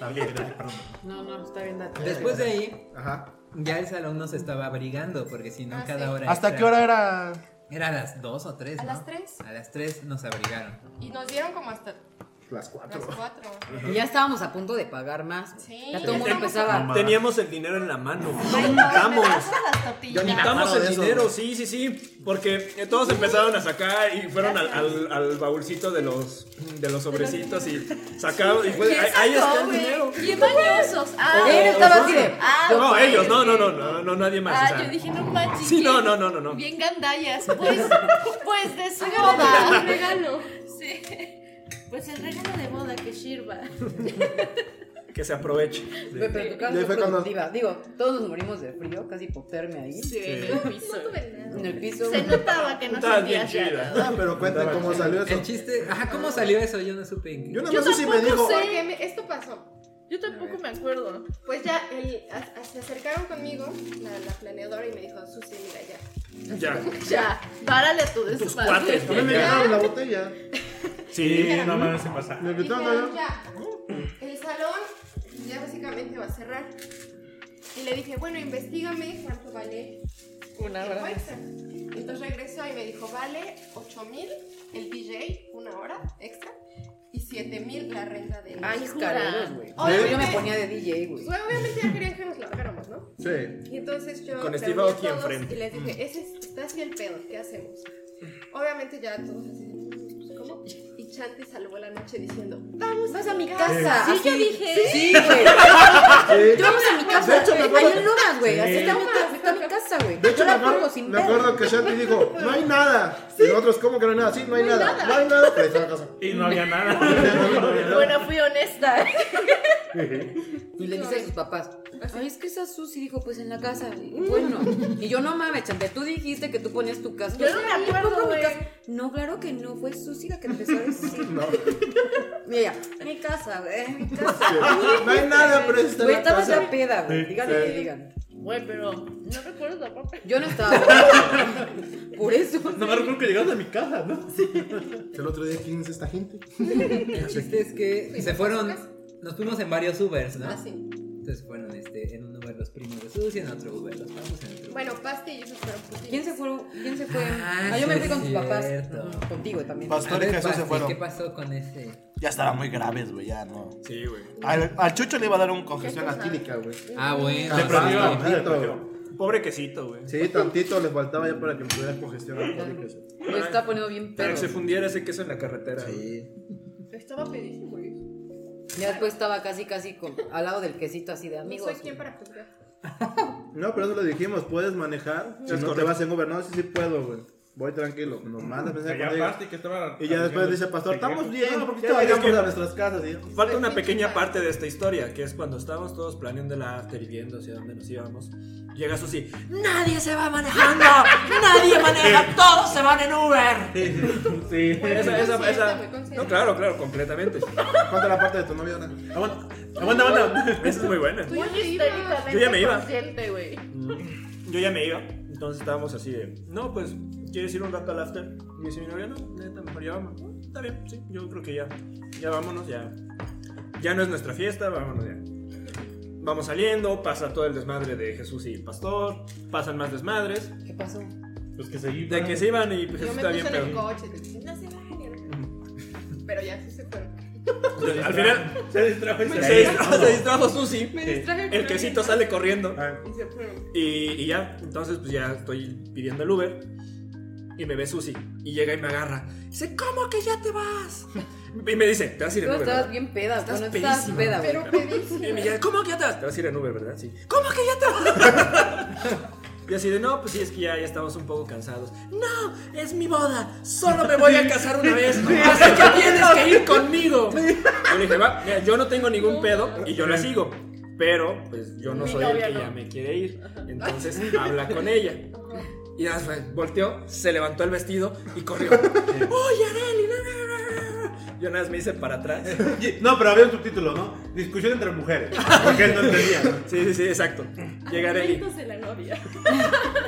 S1: También, gracias, perdón.
S8: No, no, está bien date.
S6: Después de ahí,
S5: Ajá.
S6: ya el salón nos estaba abrigando, porque si no,
S11: Ah,
S6: cada
S11: sí.
S6: hora.
S5: ¿Hasta
S6: extra-
S5: qué hora era?
S6: Era a las 2 o 3.
S11: A las tres.
S6: A las 3 nos abrigaron.
S11: Y nos dieron como hasta
S5: Las cuatro.
S11: Las cuatro.
S8: Y ya estábamos a punto de pagar más.
S11: Sí.
S8: Ya todo el mundo
S11: Estamos
S8: empezaba.
S3: Teníamos el dinero en la mano.
S11: Ay, no, ¿me
S3: Vamos.
S11: das las tortillas?
S5: Yo ni me
S3: Juntamos
S5: acuerdo
S3: el
S5: de eso.
S3: dinero, sí, sí, sí. Porque eh, todos empezaron a sacar y fueron al, al- al baúlcito de los, de los sobrecitos y sacaron. Y fue,
S11: ¿Quién
S3: ahí, ahí está
S11: sacó,
S3: el
S11: güey?
S3: dinero.
S11: ¿Quién mañosos? Ah,
S8: Él estaba así de,
S11: ah,
S3: No,
S11: ok.
S3: ellos, no, no, no, no, no, nadie más. o
S11: Ah,
S3: sea.
S11: yo dije, no manches.
S3: Sí, no,
S11: bien-
S3: no, no, no, no.
S11: Bien gandallas. Pues, pues de su
S9: Háganle
S11: boda.
S9: un regalo.
S11: Sí. [laughs] Pues el regalo de boda que sirva.
S3: Que se aproveche. Sí.
S8: Güey, Pero tu casa
S5: Y ahí
S8: fue
S5: fue cuando-
S8: productiva. Digo, todos nos morimos de frío, casi hipotermia ahí.
S11: Sí, en el piso.
S9: No tuve nada.
S8: En el
S11: [laughs]
S8: piso.
S11: Se notaba que no
S3: Estabas bien
S11: sentías
S3: chida.
S11: nada.
S5: Ah, pero cuenta cómo salió eso.
S6: El chiste. Ajá, ¿cómo salió eso? Yo no supe. en qué-
S5: Yo no
S11: Yo
S5: sé si me dijo.
S11: tampoco sé.
S9: Sí.
S11: Porque me- esto pasó.
S9: Yo tampoco me acuerdo.
S11: Pues ya, el- a- a- se acercaron conmigo, la, la planeadora, y me dijo, Susi, mira, ya.
S3: Ya.
S11: Ya, párale a tu
S3: Tus
S5: [laughs]
S11: desmadre.
S3: cuates.
S5: A mí me llenaron la botella.
S2: Sí, no mames, se pasa.
S5: Me invitaron
S11: Dijeron,
S5: allá.
S11: ya, el salón ya básicamente va a cerrar. Y le dije, bueno, investigame cuánto vale
S9: Una
S11: el
S9: hora.
S11: Western. Entonces regresó y me dijo, vale 8 mil el DJ, una hora extra, y 7 mil la renta de
S8: Ay,
S9: jura.
S8: careros, güey.
S11: Obviamente-
S8: Yo me ponía de DJ, güey.
S11: Bueno, obviamente ya querían que nos largáramos, ¿no?
S5: Sí.
S11: Y entonces yo
S3: Con
S11: me
S3: Steve
S11: reuní a
S3: Aoki
S11: todos
S3: enfrente. Mm.
S11: Y les dije, ese es- está así el pedo, ¿qué hacemos? Obviamente ya todos así, mm, ¿cómo? Y Chanti salvó la noche diciendo, vamos
S8: Vas a mi casa.
S9: Sí,
S8: así.
S9: yo dije.
S8: Sí, güey.
S5: Sí.
S8: Yo vamos a mi casa.
S5: De hecho, me acuerdo-
S8: Ahí en Lomas, güey. Así está,
S9: Sí.
S8: mi, está mi casa, güey.
S5: De hecho,
S8: Yo
S5: me
S8: la pongo
S5: acuerdo,
S8: sin
S5: me
S8: pedo.
S5: acuerdo que Shanti dijo, no hay nada. Y nosotros, ¿cómo que no hay nada? Sí, no hay nada. No hay nada. Pero ahí
S8: [laughs]
S5: está la casa.
S2: Y no había nada.
S9: Bueno, fui honesta.
S8: Y le dice a sus papás, ay, es que esa Susi dijo, pues en la casa. Y
S9: Mm.
S8: Bueno, y yo no mames, Chante, tú dijiste que tú ponías tu casa.
S9: Yo no me
S8: "Sí, yo
S9: acuerdo,
S8: pongo mi
S9: güey".
S8: casa". No, claro que no, fue Susi la que empezó a decir.
S5: [laughs] No,
S8: Mira, mi casa, güey, mi casa.
S5: sí. [laughs] no hay nada, pero ahí está
S8: Güey,
S5: la
S8: estaba
S5: casa.
S8: ya peda, güey,
S5: Sí.
S8: digan lo que digan.
S9: Güey, pero no recuerdo tampoco.
S8: Yo no estaba
S9: [laughs]
S8: borracha. Por eso.
S1: No me recuerdo que llegaste a mi casa, ¿no?
S5: El otro día, ¿quién es esta gente?
S6: El chiste es que se fueron. Nos fuimos en varios Ubers, ¿no?
S11: Ah, sí.
S6: Entonces fueron este, en un Uber los primos de Susi, en otro Uber los papus, en otro
S11: Bueno, Pasti y ellos fueron putillos.
S8: ¿Quién se fue? ¿Quién se fue?
S6: Ah,
S8: Ah, yo me
S6: sí
S8: fui
S6: es
S8: con tus papás.
S6: cierto.
S8: Ujú, Contigo también.
S4: Pas- Pastor y
S6: A ver,
S4: Jesús se
S6: Pasti,
S4: fueron.
S6: ¿Qué pasó con ese?
S4: Ya estaban muy graves, güey, ya no.
S3: Sí, güey.
S4: Al, al Chucho le iba a dar un congestión
S5: Cuestión
S4: atílica.
S5: atílica, güey.
S6: Ah, bueno.
S5: Se prendió,
S6: sí.
S5: se prendió.
S1: prendió.
S3: Pobre quesito, güey.
S5: Sí, tantito les faltaba ya para que me pudiera congestión alcohólica. sí.
S8: Me está poniendo bien
S3: Para que se
S8: pedo.
S3: fundiera ese queso en la carretera. güey.
S4: Sí.
S11: Estaba pedísimo, güey.
S8: Ya después estaba casi, casi con- al lado del quesito así de
S11: No
S8: amigos.
S11: soy
S8: güey.
S11: quien para juzgar.
S5: No, pero eso le dijimos, puedes manejar. Si no te vas en Uber, no, sí, sí puedo, güey. Voy tranquilo. Nos mandas mensaje cuando
S2: Allá
S5: llegas.
S2: Pasti que estaba.
S5: Y ya después dice Pastor, estamos bien,
S2: porque
S5: ya llegamos
S3: que-
S5: a nuestras casas. ¿sí?
S3: Falta una pequeña parte de esta historia, que es cuando estábamos todos planeando el after y viendo hacia dónde nos íbamos. Llega Susi, ¡Nadie se va manejando! ¡Nadie maneja! ¡Todos se van en Uber!
S2: Sí.
S3: Esa, esa,
S11: consciente, muy
S3: esa.
S11: consciente.
S3: No, claro, claro, completamente.
S5: Cuenta la parte de tu novia ahora.
S1: Aguanta, aguanta, aguanta.
S3: Esa es muy buena.
S11: Tú ya te ibas.
S9: Históricamente
S3: Yo ya me iba.
S9: consciente, güey.
S3: Mm, Yo ya me iba, entonces estábamos así de, no, pues, ¿quieres ir un rato al after? Y me dice mi novia, no, neta, mejor ya vamos. "Mm, Está bien, sí, yo creo que ya, ya vámonos, ya. Ya no es nuestra fiesta, vámonos ya. Vamos saliendo, pasa todo el desmadre de Jesús y el pastor, pasan más desmadres,
S8: ¿Qué pasó?
S1: Pues
S2: Los que se iban.
S3: de que se iban y pues,
S11: Yo
S3: Jesús
S11: me
S3: está bien
S11: puse en el
S3: pedo.
S11: coche y te dije, no se vayan. Pero ya sí se fueron.
S3: Entonces, Al final,
S1: Pues Se distrajo [laughs] y
S3: se distrajo, se distrajo Susi,
S11: Me distraje.
S3: el quesito sale corriendo.
S11: Y se fueron.
S3: Y, y ya, entonces pues ya estoy pidiendo el Uber y me ve Susi y llega y me agarra. Dice, ¿cómo que ya te [laughs] vas? Y me dice, Pues, te vas a ir
S8: Tú
S3: en Uber.
S8: estabas
S3: ¿verdad?"
S8: bien peda,
S3: Estás
S8: güey. No estabas
S3: pedísima.
S8: peda, güey.
S11: Pero pedísimo.
S3: Y me dice, ¿cómo que ya te vas? Te vas a ir en Uber, ¿verdad? Sí. ¿Cómo que ya te vas? [laughs] Y así de, no, pues sí, es que ya, ya estamos un poco cansados. No, es mi boda, solo me voy a casar una vez. Así que tienes que ir conmigo. Yo le dije, va, mira, yo no tengo ningún pedo y yo la sigo. Pero, pues yo no
S9: Mi
S3: soy el
S9: novia
S3: que
S9: no.
S3: ya me quiere ir. Entonces habla con ella. Y nada más fue, volteó, se levantó el vestido y [laughs] corrió. ¡Uy, Areli! no, no, no, no". Yo nada más me hice para atrás.
S1: No, pero había un subtítulo, ¿no? Discusión entre mujeres. Porque él no entendía. ¿no?
S3: Sí, sí, sí, exacto.
S8: Ah,
S3: Llega Areli.
S9: Momentos de la novia.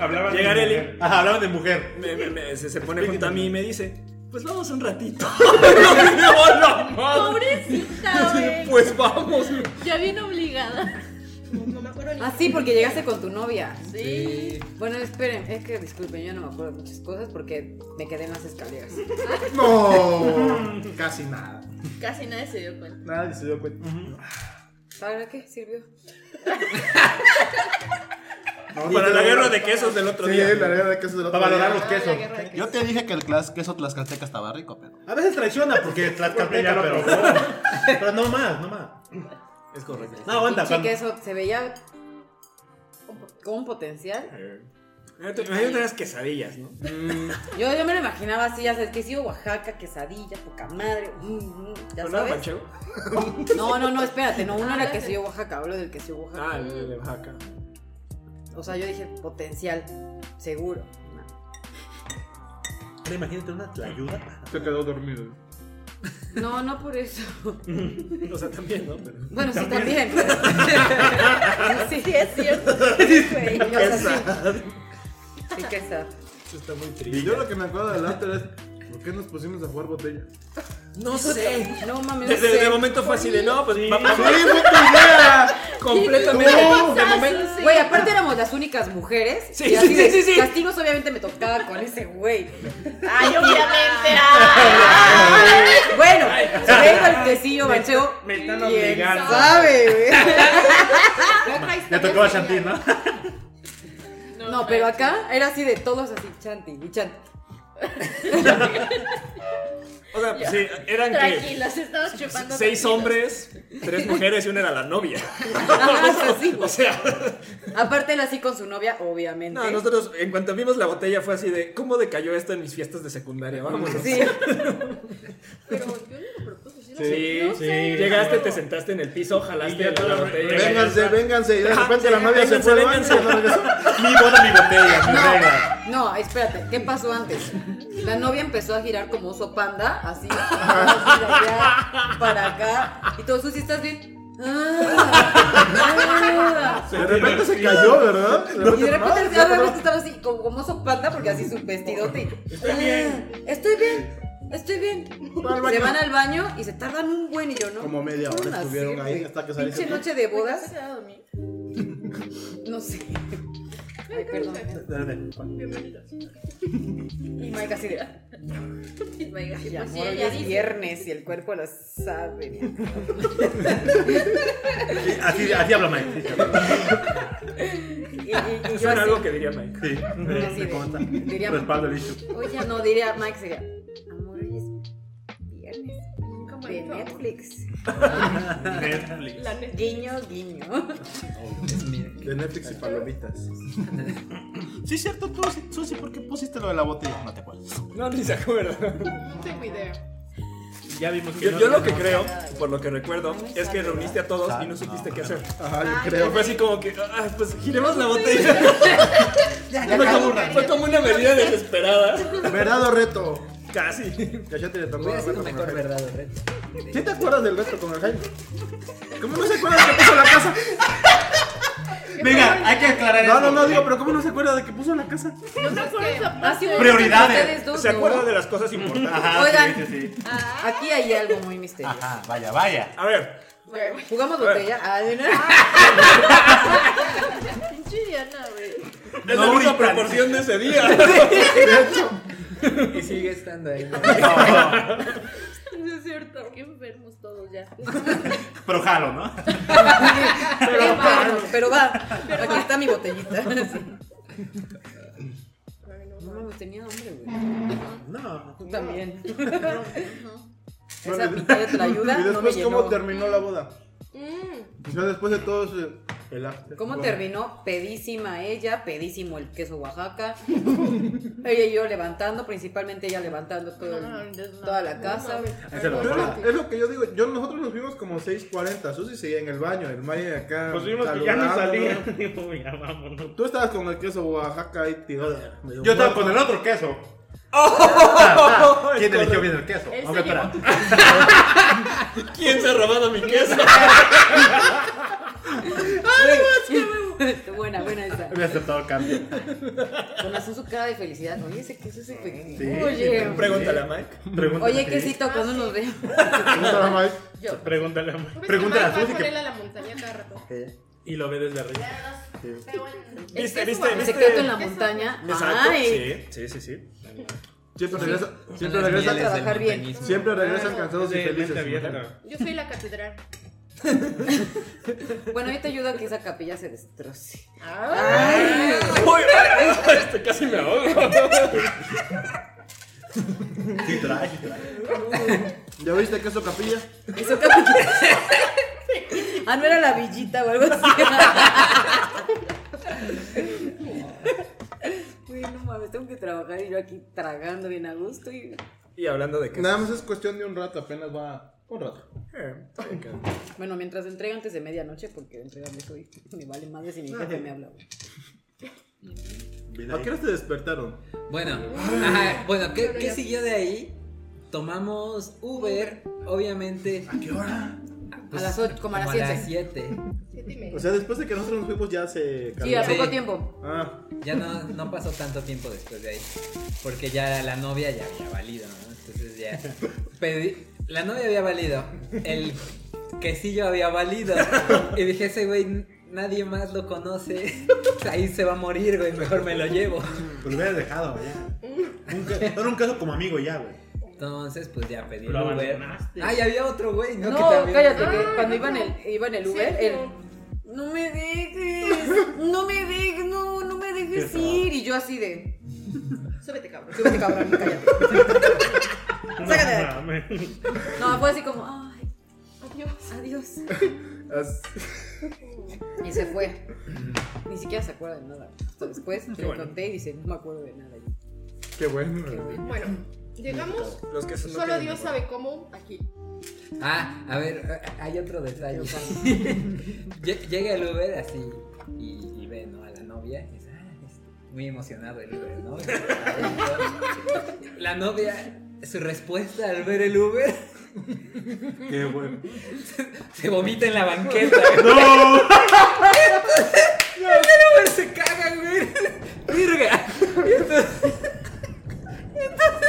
S2: Hablaban de
S3: Llega
S2: mujer.
S3: Areli.
S1: Ajá, hablaban de mujer.
S3: me- me- me- se, se pone junto a mí y me dice, pues vamos un
S8: [laughs]
S3: ratito. [laughs] No, no, no, no.
S9: Pobrecita, güey.
S3: Pues vamos.
S9: Ya bien obligada.
S11: No me acuerdo ni.
S8: Ah, sí, porque llegaste con tu novia.
S9: Sí.
S8: Bueno, esperen, es que disculpen, yo no me acuerdo de muchas cosas porque me quedé en las escaleras.
S5: No, Oh, casi nada.
S13: Casi nadie se dio cuenta.
S5: Nadie se dio [laughs] cuenta.
S8: ¿Para qué sirvió?
S5: No,
S3: Para la guerra de quesos del otro
S5: Ah, Sí,
S3: día.
S5: la guerra de quesos del otro
S1: Para valorar
S5: día.
S8: Ah,
S1: los quesos.
S4: Yo te dije que el clas- queso tlaxcalteca estaba rico, pero.
S1: A veces traiciona
S5: [laughs]
S1: porque tlaxcalteca, pero. Pero no más, no más.
S4: Es correcto.
S1: No, aguanta,
S8: Pinche
S1: cuando-
S8: queso se veía con po- con potencial.
S3: Imagínate imagínate unas quesadillas, ¿no? [laughs]
S8: Yo, yo me lo imaginaba así, ya sabes, que sí, Oaxaca, quesadilla, poca madre. mm, mm, ya
S3: ¿No
S8: sabes.
S3: manchego?
S8: No, no, no, espérate, no, uno era quesillo Oaxaca, hablo del quesillo Oaxaca.
S3: Ah, el de Oaxaca.
S8: O sea, yo dije potencial, seguro.
S1: Ahora Imagínate una tlayuda.
S5: Se quedó dormido.
S8: No, no por eso.
S3: O sea, también, ¿no? Pero-
S8: Bueno, sí, también. pero- [laughs] sí, es cierto. Güey, o sea, sí. Sí, qué sad.
S3: Eso está muy
S5: Y
S3: triste.
S5: yo lo que me acuerdo del after es. ¿Por qué nos pusimos a jugar botellas?
S3: No sé.
S8: No mames, no
S3: Desde
S8: sé.
S3: de momento fue así de no, pues
S2: Sí.
S3: [laughs] vamos
S5: ¡Sí, fue tu idea!
S3: completamente.
S5: No.
S3: De momento.
S8: Güey, aparte éramos las únicas mujeres.
S3: Sí,
S8: y así
S3: sí,
S8: de
S3: sí, sí, sí.
S8: Castigos obviamente me tocaba con ese güey.
S13: Ay, obviamente. ay.
S8: [laughs] Bueno, se ve el quesillo manchego.
S2: me están
S8: ¿Quién
S2: obligando.
S8: sabe, güey?
S1: Le tocó a Chantín, ¿no?
S8: [laughs] No, pero acá era así de todos así, chanti y chanti.
S3: O sea, pues, sí, eran que
S13: Tranquilos, estamos chupando.
S3: seis
S13: tranquilos.
S3: hombres, tres mujeres y una era la novia.
S8: Ajá, es [laughs] así,
S3: O
S8: güey.
S3: sea,
S8: Aparte él así con su novia, obviamente.
S3: no, nosotros en cuanto vimos la botella fue así de ¿cómo decayó esto en mis fiestas de secundaria? Vámonos.
S8: [laughs] Sí,
S11: Pero yo no lo propuse, sí lo
S3: Sí,
S11: no
S3: sí.
S11: sé.
S3: Llegaste, te sentaste en el piso, jalaste
S2: ya
S3: la,
S2: todo-
S3: botella.
S5: Vénganse, vénganse. Y de repente la novia se
S3: Vénganse,
S5: fue al baño y
S3: vénganse.
S5: ya no regresó.
S1: Mi boda, mi botella, mi regla.
S8: no, espérate, ¿qué pasó antes? La novia empezó a girar como oso panda, así, así de allá, para acá, y todos, ¿sí estás bien? Ah, ah.
S5: De repente [laughs] se cayó, ¿verdad?
S8: Y de repente
S5: no,
S8: el
S5: no,
S8: diablo
S5: no.
S8: estaba así, como, como oso panda, porque así su vestidote. y,
S2: Estoy
S8: "Ah,
S2: bien".
S8: Estoy bien. Estoy bien.
S5: Va al baño.
S8: Se van al baño y se tardan un buen y yo, ¿no?
S5: Como media
S8: Fueron
S5: hora
S8: así,
S5: estuvieron ahí
S8: güey.
S5: hasta que
S8: Pinche
S5: salieron.
S8: noche de
S13: Güey, ¿te has
S8: bodas,
S13: quedado dormido?
S8: no sé. Ay, perdón.
S13: Bienvenidos.
S8: Y Mike así de. [laughs] Y
S13: Oiga, pues sí,
S8: amor, hoy
S13: ella
S8: es
S13: dice.
S8: viernes y el cuerpo lo [laughs] sabe.
S1: Sí, Así, así habla Mike. sí, sí.
S8: Y, y, y
S3: Eso
S8: yo
S3: era
S8: así,
S3: algo que diría Mike.
S1: Sí, me,
S8: Así
S1: me
S8: de-
S1: consta.
S8: diría-
S1: Respaldo el issue.
S8: oye, no, diría Mike sería. Amor, hoy es viernes
S13: Como
S8: de
S13: el favor.
S8: [laughs] Netflix.
S2: Netflix.
S13: La neta.
S8: Guiño, guiño.
S5: De Netflix y palomitas.
S4: Sí, es cierto, tú, Susi, ¿por qué pusiste lo de la botella? No te acuerdas.
S3: No, ni se acuerda.
S13: No tengo idea.
S2: Ya vimos que.
S3: Yo,
S2: no
S3: yo lo que
S2: tenemos-
S3: creo, por lo que recuerdo, es que reuniste a todos y no supiste qué hacer.
S5: Ajá, yo
S13: Ay,
S5: creo.
S3: Fue así como que, ah, pues giremos la
S8: [laughs]
S3: botella. fue, como, fue como una medida desesperada.
S5: ¿Verdad o reto?
S3: Casi.
S5: Cachate le tocó
S6: Hubiera
S5: el
S6: sido
S5: reto con
S6: mejor
S5: el Jaime.
S6: verdad o reto.
S5: ¿Sí te acuerdas del reto con el Jaime? ¿Cómo no se acuerda que puso la casa?
S1: Venga, hay que aclarar
S5: No,
S1: eso.
S5: no, no, digo, pero ¿cómo no se acuerda de que puso la casa?
S13: No te acuerdas.
S8: Hace un-
S1: Prioridades.
S8: ustedes dos,
S3: Se
S8: ¿no? Ah.
S3: acuerda de las cosas importantes.
S1: Ajá,
S8: Oigan.
S1: sí, sí, sí.
S8: Aquí hay algo muy misterioso.
S4: Ajá, vaya, vaya.
S3: A ver,
S8: Jugamos botella. Ah, de nada. [laughs]
S13: Pinche Diana, güey.
S3: es la misma proporción de ese
S6: [laughs]
S3: día.
S6: Y sigue estando ahí. ¿no?
S8: [laughs]
S13: No es cierto. Qué enfermos todos ya.
S1: Pero jalo, ¿no?
S8: Pero va, pero va. Aquí está mi [laughs] botellita. No mames, tenía hambre, güey.
S1: No.
S8: Tú también. Esa
S5: Bueno,
S8: pita de trayuda
S5: Y
S8: no me
S5: después,
S8: llenó.
S5: ¿cómo terminó la boda?
S13: Mm.
S5: Ya después de todo ese- el after.
S8: ¿Cómo
S5: Bueno.
S8: terminó? Pedísima ella, pedísimo el queso Oaxaca. [laughs] Ella y yo levantando, principalmente ella levantando todo,
S13: Ah,
S8: el- Pues, toda la casa. Pues
S1: Ese lo
S5: Yo lo- es lo que yo digo, yo nosotros nos vimos como 6.40, Susi seguía en el baño, el Maya acá.
S2: Pues vimos que ya no
S5: saludando.
S2: salía. [laughs] Digo, ya vámonos.
S5: Tú estabas con el queso Oaxaca ahí tirado.
S1: Yo estaba con el otro
S5: [laughs]
S1: queso. ¿Quién eligió bien el queso?
S13: Él se
S1: Aunque
S13: llevó
S1: espera.
S13: tu
S3: ¿Quién se ha robado mi queso?
S8: [laughs] buena, buena esa.
S1: Había aceptado el
S5: [laughs]
S1: cambio.
S8: Con razón su cara de felicidad. Oye, ese queso es efectivo.
S1: Sí,
S8: Oye,
S3: Pregúntale a Mike.
S1: Pregúntale
S8: oye,
S1: a
S8: quesito, cuando nos vemos?
S5: Preguntaba Mike.
S13: Yo.
S2: Pregúntale a Mike.
S1: Pregúntale a
S13: Pues,
S1: Susi
S13: va
S1: que-
S13: con él a la montaña cada rato.
S2: Y lo ve desde arriba.
S3: ¿Viste, viste,
S8: El
S11: este
S3: viste?
S8: este secreto en la montaña.
S3: Exacto,
S8: Ay,
S3: sí, sí, sí, sí.
S5: Siempre
S6: Sí.
S5: regresa, siempre
S6: las
S5: regresa,
S6: mieles del
S8: trabajar bien.
S6: montañismo.
S5: siempre regresan
S11: Claro,
S5: cansados y
S2: de mente
S5: felices.
S2: abierta.
S5: mujer.
S11: Yo soy la catedral.
S8: [laughs] Bueno, yo te ayudo a que esa capilla se destroce.
S11: Ay.
S3: Uy, este casi me ahogo.
S1: Sí, trae, sí, trae.
S5: ¿Ya viste que es su capilla?
S8: Eso capilla. ah, no era la villita o algo así. Güey, no mames, tengo que trabajar y yo aquí tragando bien a gusto y.
S3: Y hablando de que.
S5: Nada más es cuestión de un rato, apenas va. Un rato.
S3: Eh, está bien que-
S8: Bueno, mientras entrega antes de medianoche, porque entrega mucho y me vale madre si mi jefe me habla. güey.
S5: ¿A qué hora te despertaron?
S6: Bueno, ajá, bueno, ¿qué, qué siguió de ahí? Tomamos Uber, obviamente. ¿A qué hora?
S8: A las Pues ocho- como a las siete.
S6: siete.
S11: Siete y
S5: O
S11: media.
S5: sea, después de que nosotros nos fuimos ya se
S8: Sí,
S5: cambió.
S8: a poco
S6: Sí.
S8: tiempo.
S5: Ah,
S6: Ya no, no pasó tanto tiempo después de ahí. Porque ya la novia ya había valido, ¿no? Entonces ya. pedí- la novia había valido. El quesillo había valido. Y dije, ese güey, n- nadie más lo conoce. Ahí se va a morir, güey. Mejor me lo llevo.
S1: Pues lo hubieras dejado, ya. Nunca, era un caso como amigo ya, güey.
S6: Entonces, pues ya pedí
S2: Lo
S6: el Uber.
S2: abandonaste.
S6: Ah, y había otro güey, ¿no?
S8: No,
S6: Que también-
S8: cállate,
S11: Ah,
S8: que cuando
S11: no.
S8: iba en el, iba en el Uber,
S11: Sergio.
S8: él. No me dejes, no me dejes, no, no me dejes ir. Y yo así de.
S11: [laughs] Súbete, cabrón.
S8: Súbete, cabrón, cállate. Sácate de aquí.
S2: No, mames.
S8: No, fue así como, ay,
S11: Adiós.
S8: adiós.
S5: as-
S8: Y se fue. Ni siquiera se acuerda de nada. Hasta después le
S3: bueno.
S8: conté y dice, no me acuerdo de nada. Y-
S5: qué bueno.
S8: qué bueno.
S11: Bueno, llegamos.
S3: Los que son- no
S11: Solo
S3: tienen
S11: Dios
S3: memoria.
S11: sabe cómo aquí.
S6: Ah, a ver, hay otro detalle. [laughs] Lle- Llega el Uber así y, y ve, ¿no? A la novia. y dice, "Ah, es muy emocionado el Uber, ¿no? La novia, su respuesta al ver el Uber, [laughs]
S1: Qué bueno.
S6: se vomita en la banqueta. ¡No! el Uber se caga, güey. [laughs] ¡Virga! Y entonces... [laughs] entonces-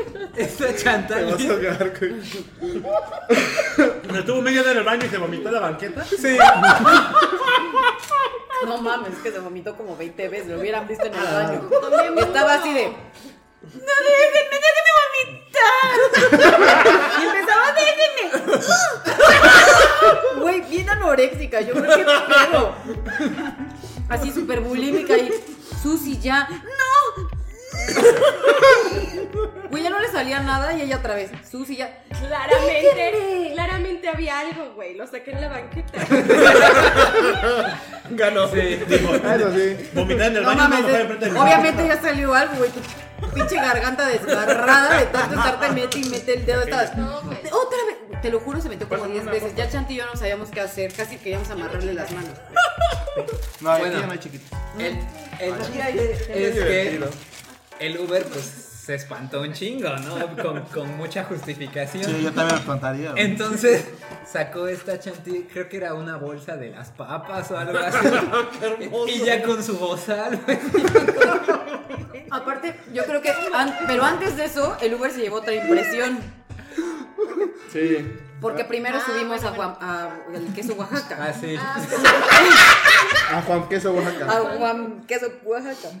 S6: [laughs] Está
S5: Te
S6: Chantal
S5: vas a ahogar, güey.
S1: Me estuvo media hora en el baño y se vomitó en la banqueta.
S6: Sí.
S8: No mames, que se vomitó como 20 veces. Lo hubieran visto en el baño.
S11: Tomemos.
S8: Estaba así de. No déjenme, déjenme vomitar. Y empezaba, déjenme. ¡Ah! Güey, bien anoréxica, yo creo que pedo. Así súper bulímica y Susi ya. ¡No! Güey, ya no le salía nada y ella otra vez. Susi ya.
S11: Claramente, claramente había algo, güey. Lo saqué en la banqueta.
S3: Ganó.
S1: Digo,
S5: Ah, Eso sí.
S1: vomitar en el
S8: No
S1: baño no
S8: mames, eh,
S1: mujer enfrente de mi
S8: obviamente ya salió algo, güey. Tu pinche garganta desgarrada de tanto estarte mete y mete el dedo. Estabas,
S11: No, güey.
S8: Otra vez, te lo juro, se metió como 10 veces. Ya Chanti y yo no sabíamos qué hacer, casi queríamos amarrarle las manos.
S5: No, aquí
S6: Bueno.
S5: ya no hay chiquitos.
S6: El, el día
S11: ¿eh?
S6: es, es que el Uber pues se espantó un chingo, ¿no? Con, con mucha justificación.
S5: yo también lo contaría.
S6: Entonces sacó esta chantilly, creo que era una bolsa de las papas o algo así. y ya con su bozal, güey.
S8: Aparte, yo creo que. an- pero antes de eso, el Uber se llevó otra impresión.
S5: Sí.
S8: Porque primero
S11: Ah,
S8: subimos
S11: bueno,
S8: a, Guam- a el queso Oaxaca.
S6: Así.
S5: A Juan Queso
S8: A
S5: Oaxaca.
S8: Guam- queso Oaxaca.
S11: Ah,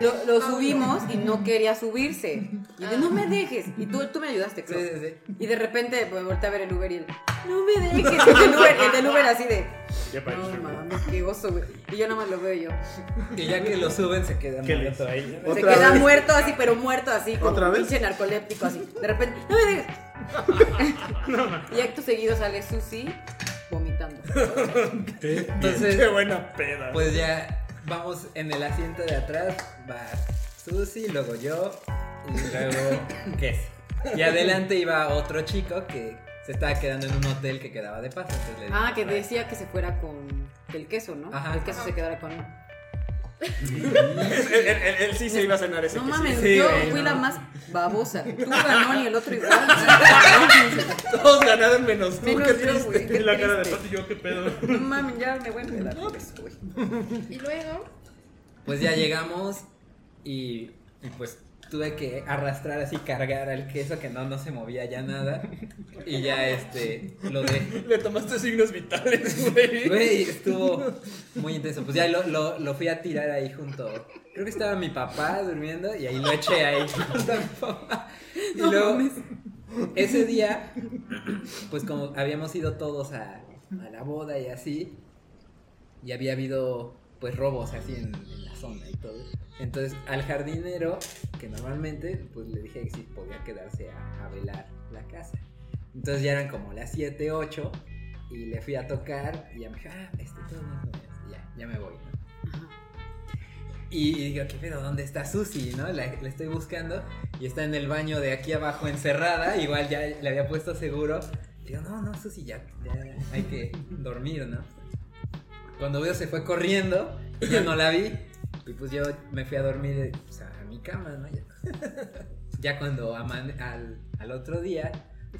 S8: Lo, lo subimos y no quería subirse. Y yo, no me dejes. Y tú, tú me ayudaste,
S6: Sí,
S8: creo.
S6: sí, sí.
S8: Y de repente me volteé a ver el Uber y él, no me dejes. Y el del Uber, el del Uber así de,
S2: Ya
S8: no
S2: parece, güey.
S8: mames, qué oso, güey. Y yo nada más lo veo y yo.
S6: Y ya que lo suben se quedan
S2: ¿Qué les-
S8: Se
S5: Otra
S8: queda
S5: vez.
S8: muerto así, pero muerto así, como
S5: ¿Otra
S8: un
S5: vez?
S8: pinche narcoléptico así. De repente, no me
S2: [laughs]
S8: dejes. y acto seguido sale Susi vomitando.
S6: Entonces,
S3: Qué buena peda.
S6: [laughs] Pues ya vamos en el asiento de atrás. Va Susi, luego yo y luego Queso. Y adelante iba otro chico que se estaba quedando en un hotel que quedaba de paso. entonces le
S8: Ah,
S6: dije,
S8: que
S6: "Trae".
S8: decía que se fuera con el queso, ¿no?
S6: Ajá.
S8: El queso se quedara con él.
S3: Él, él- él- él sí se iba a cenar ese
S8: No
S3: que sí.
S8: mames,
S6: Sí,
S8: yo
S6: güey,
S8: fui
S6: no.
S8: la más babosa. Tú ganó y el otro igual.
S3: Todos ganaron menos tú,
S8: Menos
S3: qué
S8: yo,
S3: triste.
S8: güey. Este. qué
S2: Y la cara de
S8: triste.
S2: Pati, yo qué
S8: [laughs]
S2: pedo.
S8: No mames, ya me voy a empedar por eso, güey.
S11: Y luego,
S6: Pues ya llegamos y, y pues tuve que arrastrar así, cargar al queso que no, no se movía ya nada. Y ya este, lo dejé.
S3: Le tomaste signos vitales, güey.
S6: [laughs] Güey, estuvo muy intenso. Pues ya lo, lo, lo fui a tirar ahí junto. Creo que estaba mi papá durmiendo y ahí lo eché ahí [laughs] junto a mi papá. Y luego, ese día, pues como habíamos ido todos a, a la boda y así, y había habido pues robos así en, en la zona y todo. Entonces al jardinero, que normalmente, pues le dije que si podía quedarse a, a velar la casa. Entonces ya eran como las 7, 8 y le fui a tocar y ya me dijo, ah, este todo bien, todo bien". Y ya, ya me voy. ¿no? Y digo, ¿qué pedo? ¿Dónde está Susi? ¿No? La, la estoy buscando y está en el baño de aquí abajo encerrada. Igual ya le había puesto seguro. Digo, no, no, Susi, ya, ya hay que dormir, ¿no? Cuando veo se fue corriendo y ya no la vi. Y pues yo me fui a dormir pues, a mi cama, ¿no? Ya, [laughs] Ya cuando amane- al, al otro día.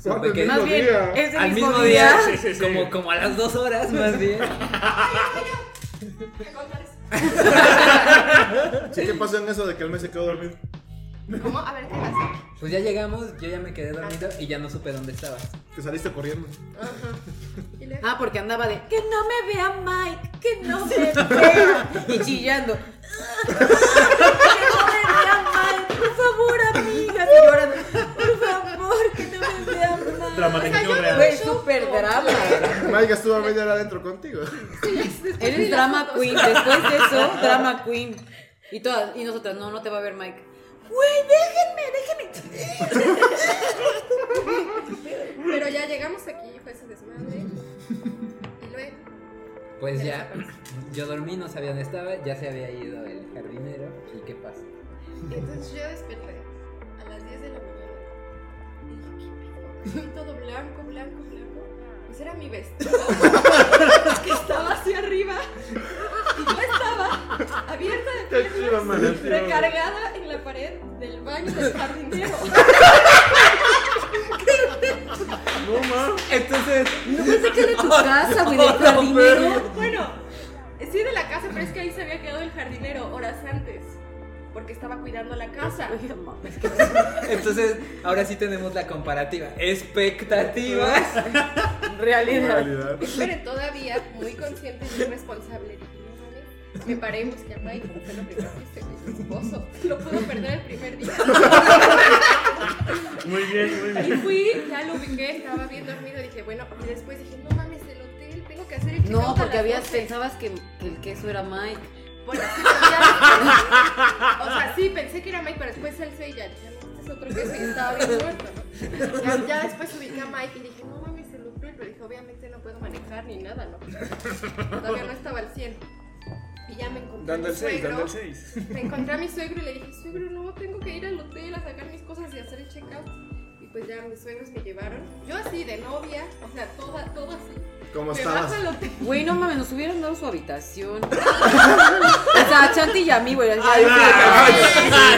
S6: supe que-
S8: Más bien, ese
S6: al mismo día, Como, como a las dos [laughs] horas más bien.
S11: ¿Qué contarles?
S5: Sí, ¿Qué pasó en eso de que el mes se quedó dormido?
S11: ¿Cómo? A ver, ¿qué pasa?
S6: Pues ya llegamos, yo ya me quedé dormido y ya no supe dónde estaba.
S5: Que saliste corriendo.
S11: Ajá. Y le-
S8: Ah, porque andaba de que no me vea Mike, que no me vea. Y chillando. [laughs] Que no me vea Mike, por favor, amiga. Y llorando. Por favor, que no me vea Mike.
S1: Dramatización real.
S8: Güey, súper drama.
S5: Mike estuvo a media hora adentro contigo.
S8: Eres drama queen. Después de eso, drama queen. Y todas, y nosotras, no, no te va a ver Mike. Güey, déjenme, déjenme.
S11: Pero ya llegamos aquí, fue ese desmadre. Y luego.
S6: Pues
S11: Te
S6: ya, yo dormí, no sabía dónde estaba, ya se había ido el jardinero. ¿Y qué pasa?
S11: Entonces yo desperté a las 10 de la mañana. Y dije, ¿qué pedo? Y todo blanco, blanco, blanco. Pues era mi vestido. que estaba hacia arriba. Y yo estaba abierta de piernas, recargada en la pared del baño del jardinero.
S6: Entonces,
S8: No pensé que era de tu casa, [laughs] güey, del jardinero.
S11: Bueno, sí de la casa, pero es que ahí se había quedado el jardinero horas antes. Porque estaba cuidando la casa.
S8: Güey, mames.
S6: entonces, ahora sí tenemos la comparativa. Expectativas.
S8: Realidad.
S5: Realidad.
S11: Pero todavía muy consciente y muy responsable. Dije, "No mames". Me paré y busqué a Mike. Fue lo primero que hice, güey, mi esposo. Lo puedo perder el primer día.
S2: Muy bien, muy bien.
S11: Y fui, ya lo ubiqué, estaba bien dormido. Dije, bueno, y después dije, no mames, el hotel, tengo que hacer el check-out.
S8: No,
S11: a
S8: porque
S11: las
S8: habías
S11: 12".
S8: pensabas que, que el queso era Mike.
S11: Bueno, sí, pero ya- o sea, sí, pensé que era Mike, pero después alcé y ya dije, no, este es otro queso y estaba bien muerto, ¿no? Ya, ya después ubiqué a Mike y dije, no mames, el hotel, pero dije, obviamente no puedo manejar ni nada, ¿no? Todavía no estaba al 100. Y ya me encontré.
S3: Dando
S11: a
S3: el
S11: mi
S3: 6, dando
S11: suegro.
S3: el 6.
S11: Me encontré a mi suegro y le dije, suegro, no, tengo que ir al hotel a sacar mis cosas y hacer el check-out. Y pues ya mis suegros me llevaron. Yo así, de novia, o sea, toda, todo así.
S5: ¿Cómo
S11: Me
S5: estabas?
S11: bajo al hotel.
S8: Güey, no mames, nos hubieran dado su
S11: [laughs]
S8: habitación. O sea, a Chanti y a mí, güey. Ay,
S6: [laughs]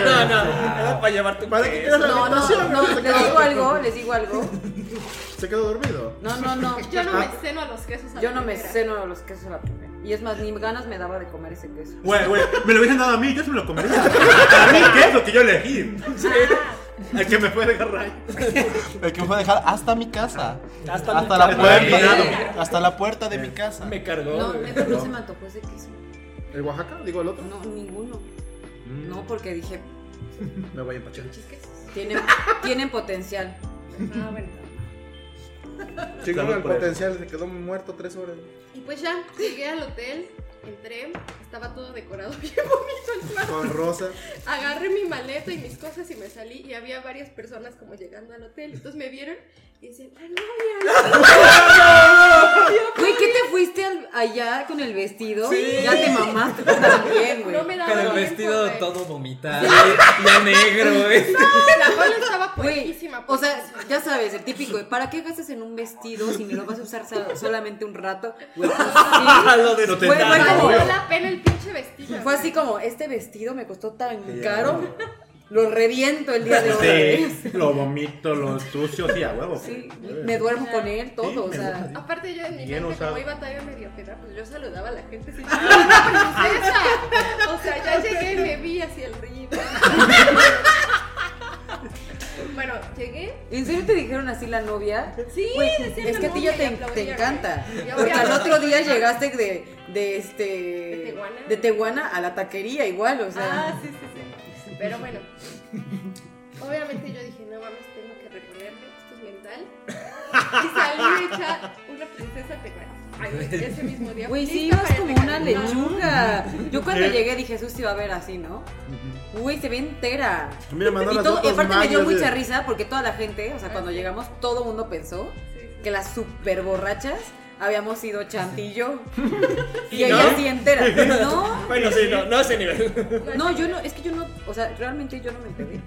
S3: no, no. Era para llevarte
S5: ¿Para qué quieres la
S8: No, no,
S5: habitación?
S8: no,
S5: se,
S8: les digo
S5: quedó,
S8: algo, les digo algo.
S5: se quedó dormido.
S8: No, no, no. [laughs]
S11: Yo no me ceno a los quesos. a
S8: Yo
S11: la
S8: no me
S11: primera.
S8: ceno los quesos a la primera. Y es más, ni ganas me daba de comer ese queso.
S1: Güey, güey, me lo hubiesen dado a mí, yo se me lo comería. A mí, ¿qué es lo que yo elegí? El que me fue a dejar Ray.
S4: El que me fue a dejar hasta mi casa.
S3: Hasta mi
S4: la
S3: casa.
S4: puerta. Hasta la puerta de mi
S6: Ah,
S4: casa.
S3: Me cargó.
S8: No,
S3: güey.
S8: neta, no se me antojó ese queso.
S5: ¿El Oaxaca? Digo el otro.
S8: No, ninguno. No, porque dije,
S5: Me voy a empachar.
S8: tienen, tienen potencial.
S11: Ah, bueno.
S5: Chingón,
S1: Salud
S5: el
S1: por él.
S5: potencial se quedó muerto tres horas.
S11: Y pues ya, llegué al hotel, entré, estaba todo decorado bien [laughs] bonito el cuarto.
S5: Con rosa.
S11: Agarré mi maleta y mis cosas y me salí y había varias personas como llegando al hotel. Entonces me vieron y decían, ¡Ay, no,
S8: Güey, ¿qué te fuiste al- allá con el vestido? Ya te mamaste tú también, güey.
S11: No me daba
S6: Con el
S11: tiempo,
S6: vestido
S11: güey.
S6: todo vomitado, [laughs] ya negro, ¿eh?
S11: La cola estaba
S8: Güey,
S11: puerquísima.
S8: o sea,
S11: puerquísima.
S8: ya sabes, el típico, de, ¿para qué gastas en un vestido si ni lo vas a usar so-
S11: [laughs]
S8: solamente un rato? Güey, pues, [laughs]
S3: Ah, lo
S1: No te
S8: Fue- fue
S1: da,
S8: como-
S1: güey.
S11: valió la pena el pinche vestido.
S8: sí. Fue así como, este vestido me costó tan caro, lo reviento el día de hoy.
S1: Sí, lo vomito, lo sucio, sí, a huevo.
S8: Sí, me duermo con él, todo, o sea.
S11: Aparte yo en mi
S1: Bien
S11: mente, como
S1: usado.
S11: iba todavía medio pena, pues yo saludaba a la
S8: [laughs]
S11: gente así, ¡Ah, una princesa! O sea, ya llegué y me vi hacia el río. Bueno, llegué.
S8: ¿En serio te dijeron así la novia?
S11: Sí,
S8: Güey,
S11: decía
S8: es
S11: la
S8: que a ti ya
S11: novia
S8: te,
S11: y aplaudía,
S8: te
S11: güey.
S8: encanta.
S11: Y
S8: Porque al
S11: aplaudía.
S8: otro día llegaste de, de este.
S11: ¿De Tehuana?
S8: de Tehuana a la taquería, igual, o sea.
S11: Ah, sí, sí, sí. Pero bueno. Obviamente yo dije, no mames, tengo que reponerme, esto es mental. Y salí hecha una princesa peruana. Ay, ese mismo día.
S8: Güey, sí,
S11: Lista
S8: ibas
S11: para el
S8: como una
S11: pecado. No,
S8: lechuga. Yo cuando
S1: ¿Qué?
S8: llegué dije, Susi va a ver así, ¿no? Güey, se ve entera.
S5: Mira, mandó
S8: Y,
S5: las
S8: todo- y
S5: fotos
S8: aparte me dio
S5: mal,
S8: mucha
S5: así.
S8: risa porque toda la gente, o sea, cuando llegamos, todo mundo pensó que las super borrachas habíamos sido [laughs] Chantillo. y, ella
S3: no?
S8: sí entera. No,
S3: Bueno, sí, no, no a ese nivel. [laughs]
S8: no, yo no, es que yo no, o sea, realmente yo no me empedé.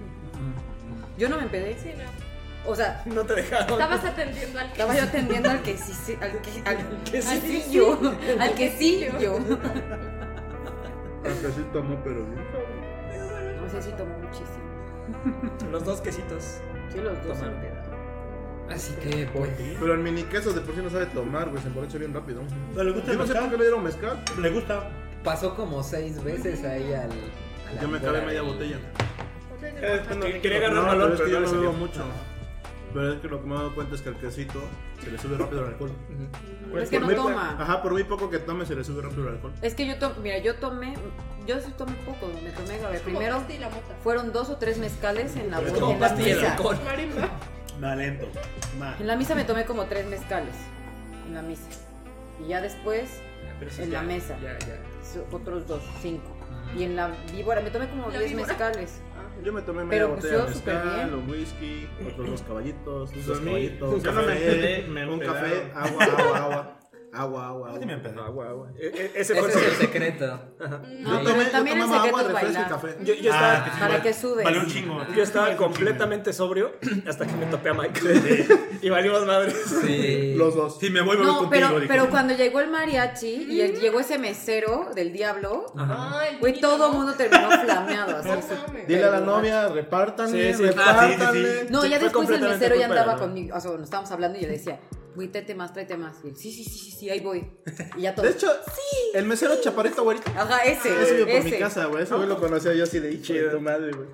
S8: Yo no me empedé.
S11: Sí, no.
S8: O sea,
S3: No te dejaron.
S11: Estabas atendiendo al
S8: estaba yo atendiendo al que sí, sí- al que, al que sí,
S11: Al que sí.
S8: yo, al que sí [laughs] yo.
S5: Acá Ah, sí tomó, pero bien.
S8: No sé si tomó muchísimo.
S3: Los dos quesitos.
S8: Sí, los dos se
S3: Tomaron.
S8: empedaron.
S6: Así que, pues.
S5: Pero el mini queso de por sí no sabe tomar, güey, se emborracha bien rápido.
S1: No, le gusta
S5: Yo
S1: el
S5: no sé por qué
S1: mezcal.
S5: le dieron mezcal.
S1: Le gusta.
S6: Pasó como seis veces ahí al. a la
S5: Yo me acabé
S6: hora
S5: media
S6: y-
S5: botella.
S3: Quería agarrar
S5: no,
S3: valor,
S5: pero es que
S3: pero no
S5: yo no
S3: le salió.
S5: bebo mucho. Pero es que lo que me he dado cuenta es que al quesito se le sube rápido el alcohol.
S1: Pues
S8: Pero es que
S5: Por
S8: no
S5: muy-
S8: toma.
S5: Ajá, por muy poco que tome se le sube rápido el alcohol.
S8: Es que yo tomé, mira, yo tomé, yo sí tomé poco, me tomé, a ver,
S11: como
S8: primero
S11: pasta y la mota.
S8: fueron dos o tres mezcales en la,
S1: Pero es
S8: boda-
S1: como
S8: en la
S1: pastilla de
S8: misa.
S3: alcohol.
S11: Marimba.
S1: Más lento. Más.
S8: En la misa me tomé como tres mezcales, en la misa. Y ya después,
S3: Pero sí,
S8: En la mesa.
S3: Ya, ya.
S8: so- otros dos, cinco. Y en la víbora me tomé como
S11: La
S8: diez
S11: víbora.
S8: mezcales.
S1: Ah,
S5: Yo me tomé media
S8: Pero, pues,
S5: botella de
S8: yo súper
S5: mezcal,
S8: bien.
S5: un whisky, otros dos caballitos,
S2: Pues,
S5: dos
S2: a mí,
S5: caballitos,
S2: un
S5: un
S2: café,
S5: café,
S2: me
S5: un café,
S2: empedaron.
S5: agua, agua, agua. Agua, [laughs] agua,
S1: Yo sí me
S5: agua.
S1: empedé.
S5: agua, agua.
S3: E- e- Ese fue
S6: Ese
S3: el
S6: es el secreto.
S5: Yo
S8: pero
S5: tomé, yo
S8: también el
S5: tomaba agua,
S8: secreto es
S5: refresco y
S8: bailar.
S5: café.
S3: Yo, yo estaba,
S1: Ah,
S8: Para que sudes.
S1: Vale un chingo.
S3: yo estaba completamente sobrio [clears throat] hasta que me topé a Michael. [laughs] y valimos madres.
S6: Sí.
S5: Los dos.
S1: Si me voy, me voy
S8: No,
S1: contigo.
S8: pero,
S1: dijo.
S8: pero cuando llegó el mariachi y el- llegó ese mesero del diablo,
S11: Ay, el
S8: güey,
S11: niño,
S8: todo
S11: ¿no?
S8: el mundo terminó flameado. así,
S11: No mames.
S5: Dile a la
S8: pero-
S5: novia, repártanle,
S3: Sí, sí,
S1: ah, sí,
S5: repártanle.
S1: sí, sí.
S8: No,
S3: Sí,
S8: ya
S3: fue
S8: después el
S3: completamente
S8: mesero ya
S3: culpa de la
S8: andaba
S3: novia.
S8: conmigo, o sea, nos estábamos hablando y yo le decía, güey, tráete más, tráete más. Y él, sí, sí, sí, sí, sí, ahí voy.
S3: [laughs]
S8: Y ya todo.
S5: De hecho, el mesero chaparrito, güerito.
S8: Ajá, ese,
S5: Ese vive por mi
S8: ese.
S5: casa, güey. Ese güey lo conocía yo así de hijo de tu madre, güey.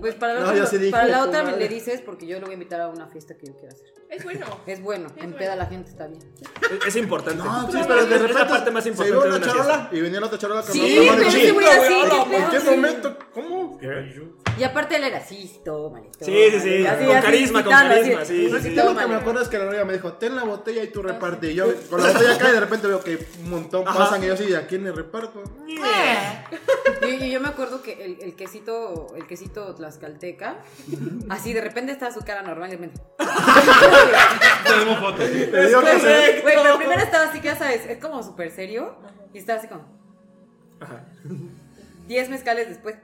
S8: Pues para la
S5: No,
S8: otra,
S5: yo sí dije,
S8: para la
S5: tu
S8: otra
S5: madre.
S8: le dices porque yo lo voy a invitar a una fiesta que yo quiero hacer.
S11: Es bueno.
S8: Es bueno, en peda la gente está bien.
S3: Es, es importante.
S5: No, sí, pero de
S3: Es la
S5: repente
S3: parte más
S5: se
S3: importante
S5: iba
S3: de una
S5: una charola y venía la otra charola con
S8: Sí,
S5: otro
S8: pero
S5: mariachi.
S8: ese güey así,
S3: güey, hola,
S8: qué
S5: ¿En qué
S8: pedo, sí.
S5: momento? ¿Cómo?
S8: Y aparte él era así, sí, toma,
S3: Sí, sí, sí, con carisma, con carisma, sí, sí,
S5: Lo que
S3: sí.
S5: tengo que me acuerdo es que la novia me dijo, ten la botella y tú reparte. Y yo con la botella acá y de repente veo que un montón pasan y yo así, ¿y a quién le reparto?
S8: Yo, yo- yo me acuerdo que el, el quesito, el quesito tlaxcalteca, así de repente estaba su cara normal y de repente.
S1: Tenemos fotos.
S5: Te digo que se-
S8: Güey, pero primero estaba así, que ya sabes, es como súper serio. Y estaba así como. Diez mezcales después.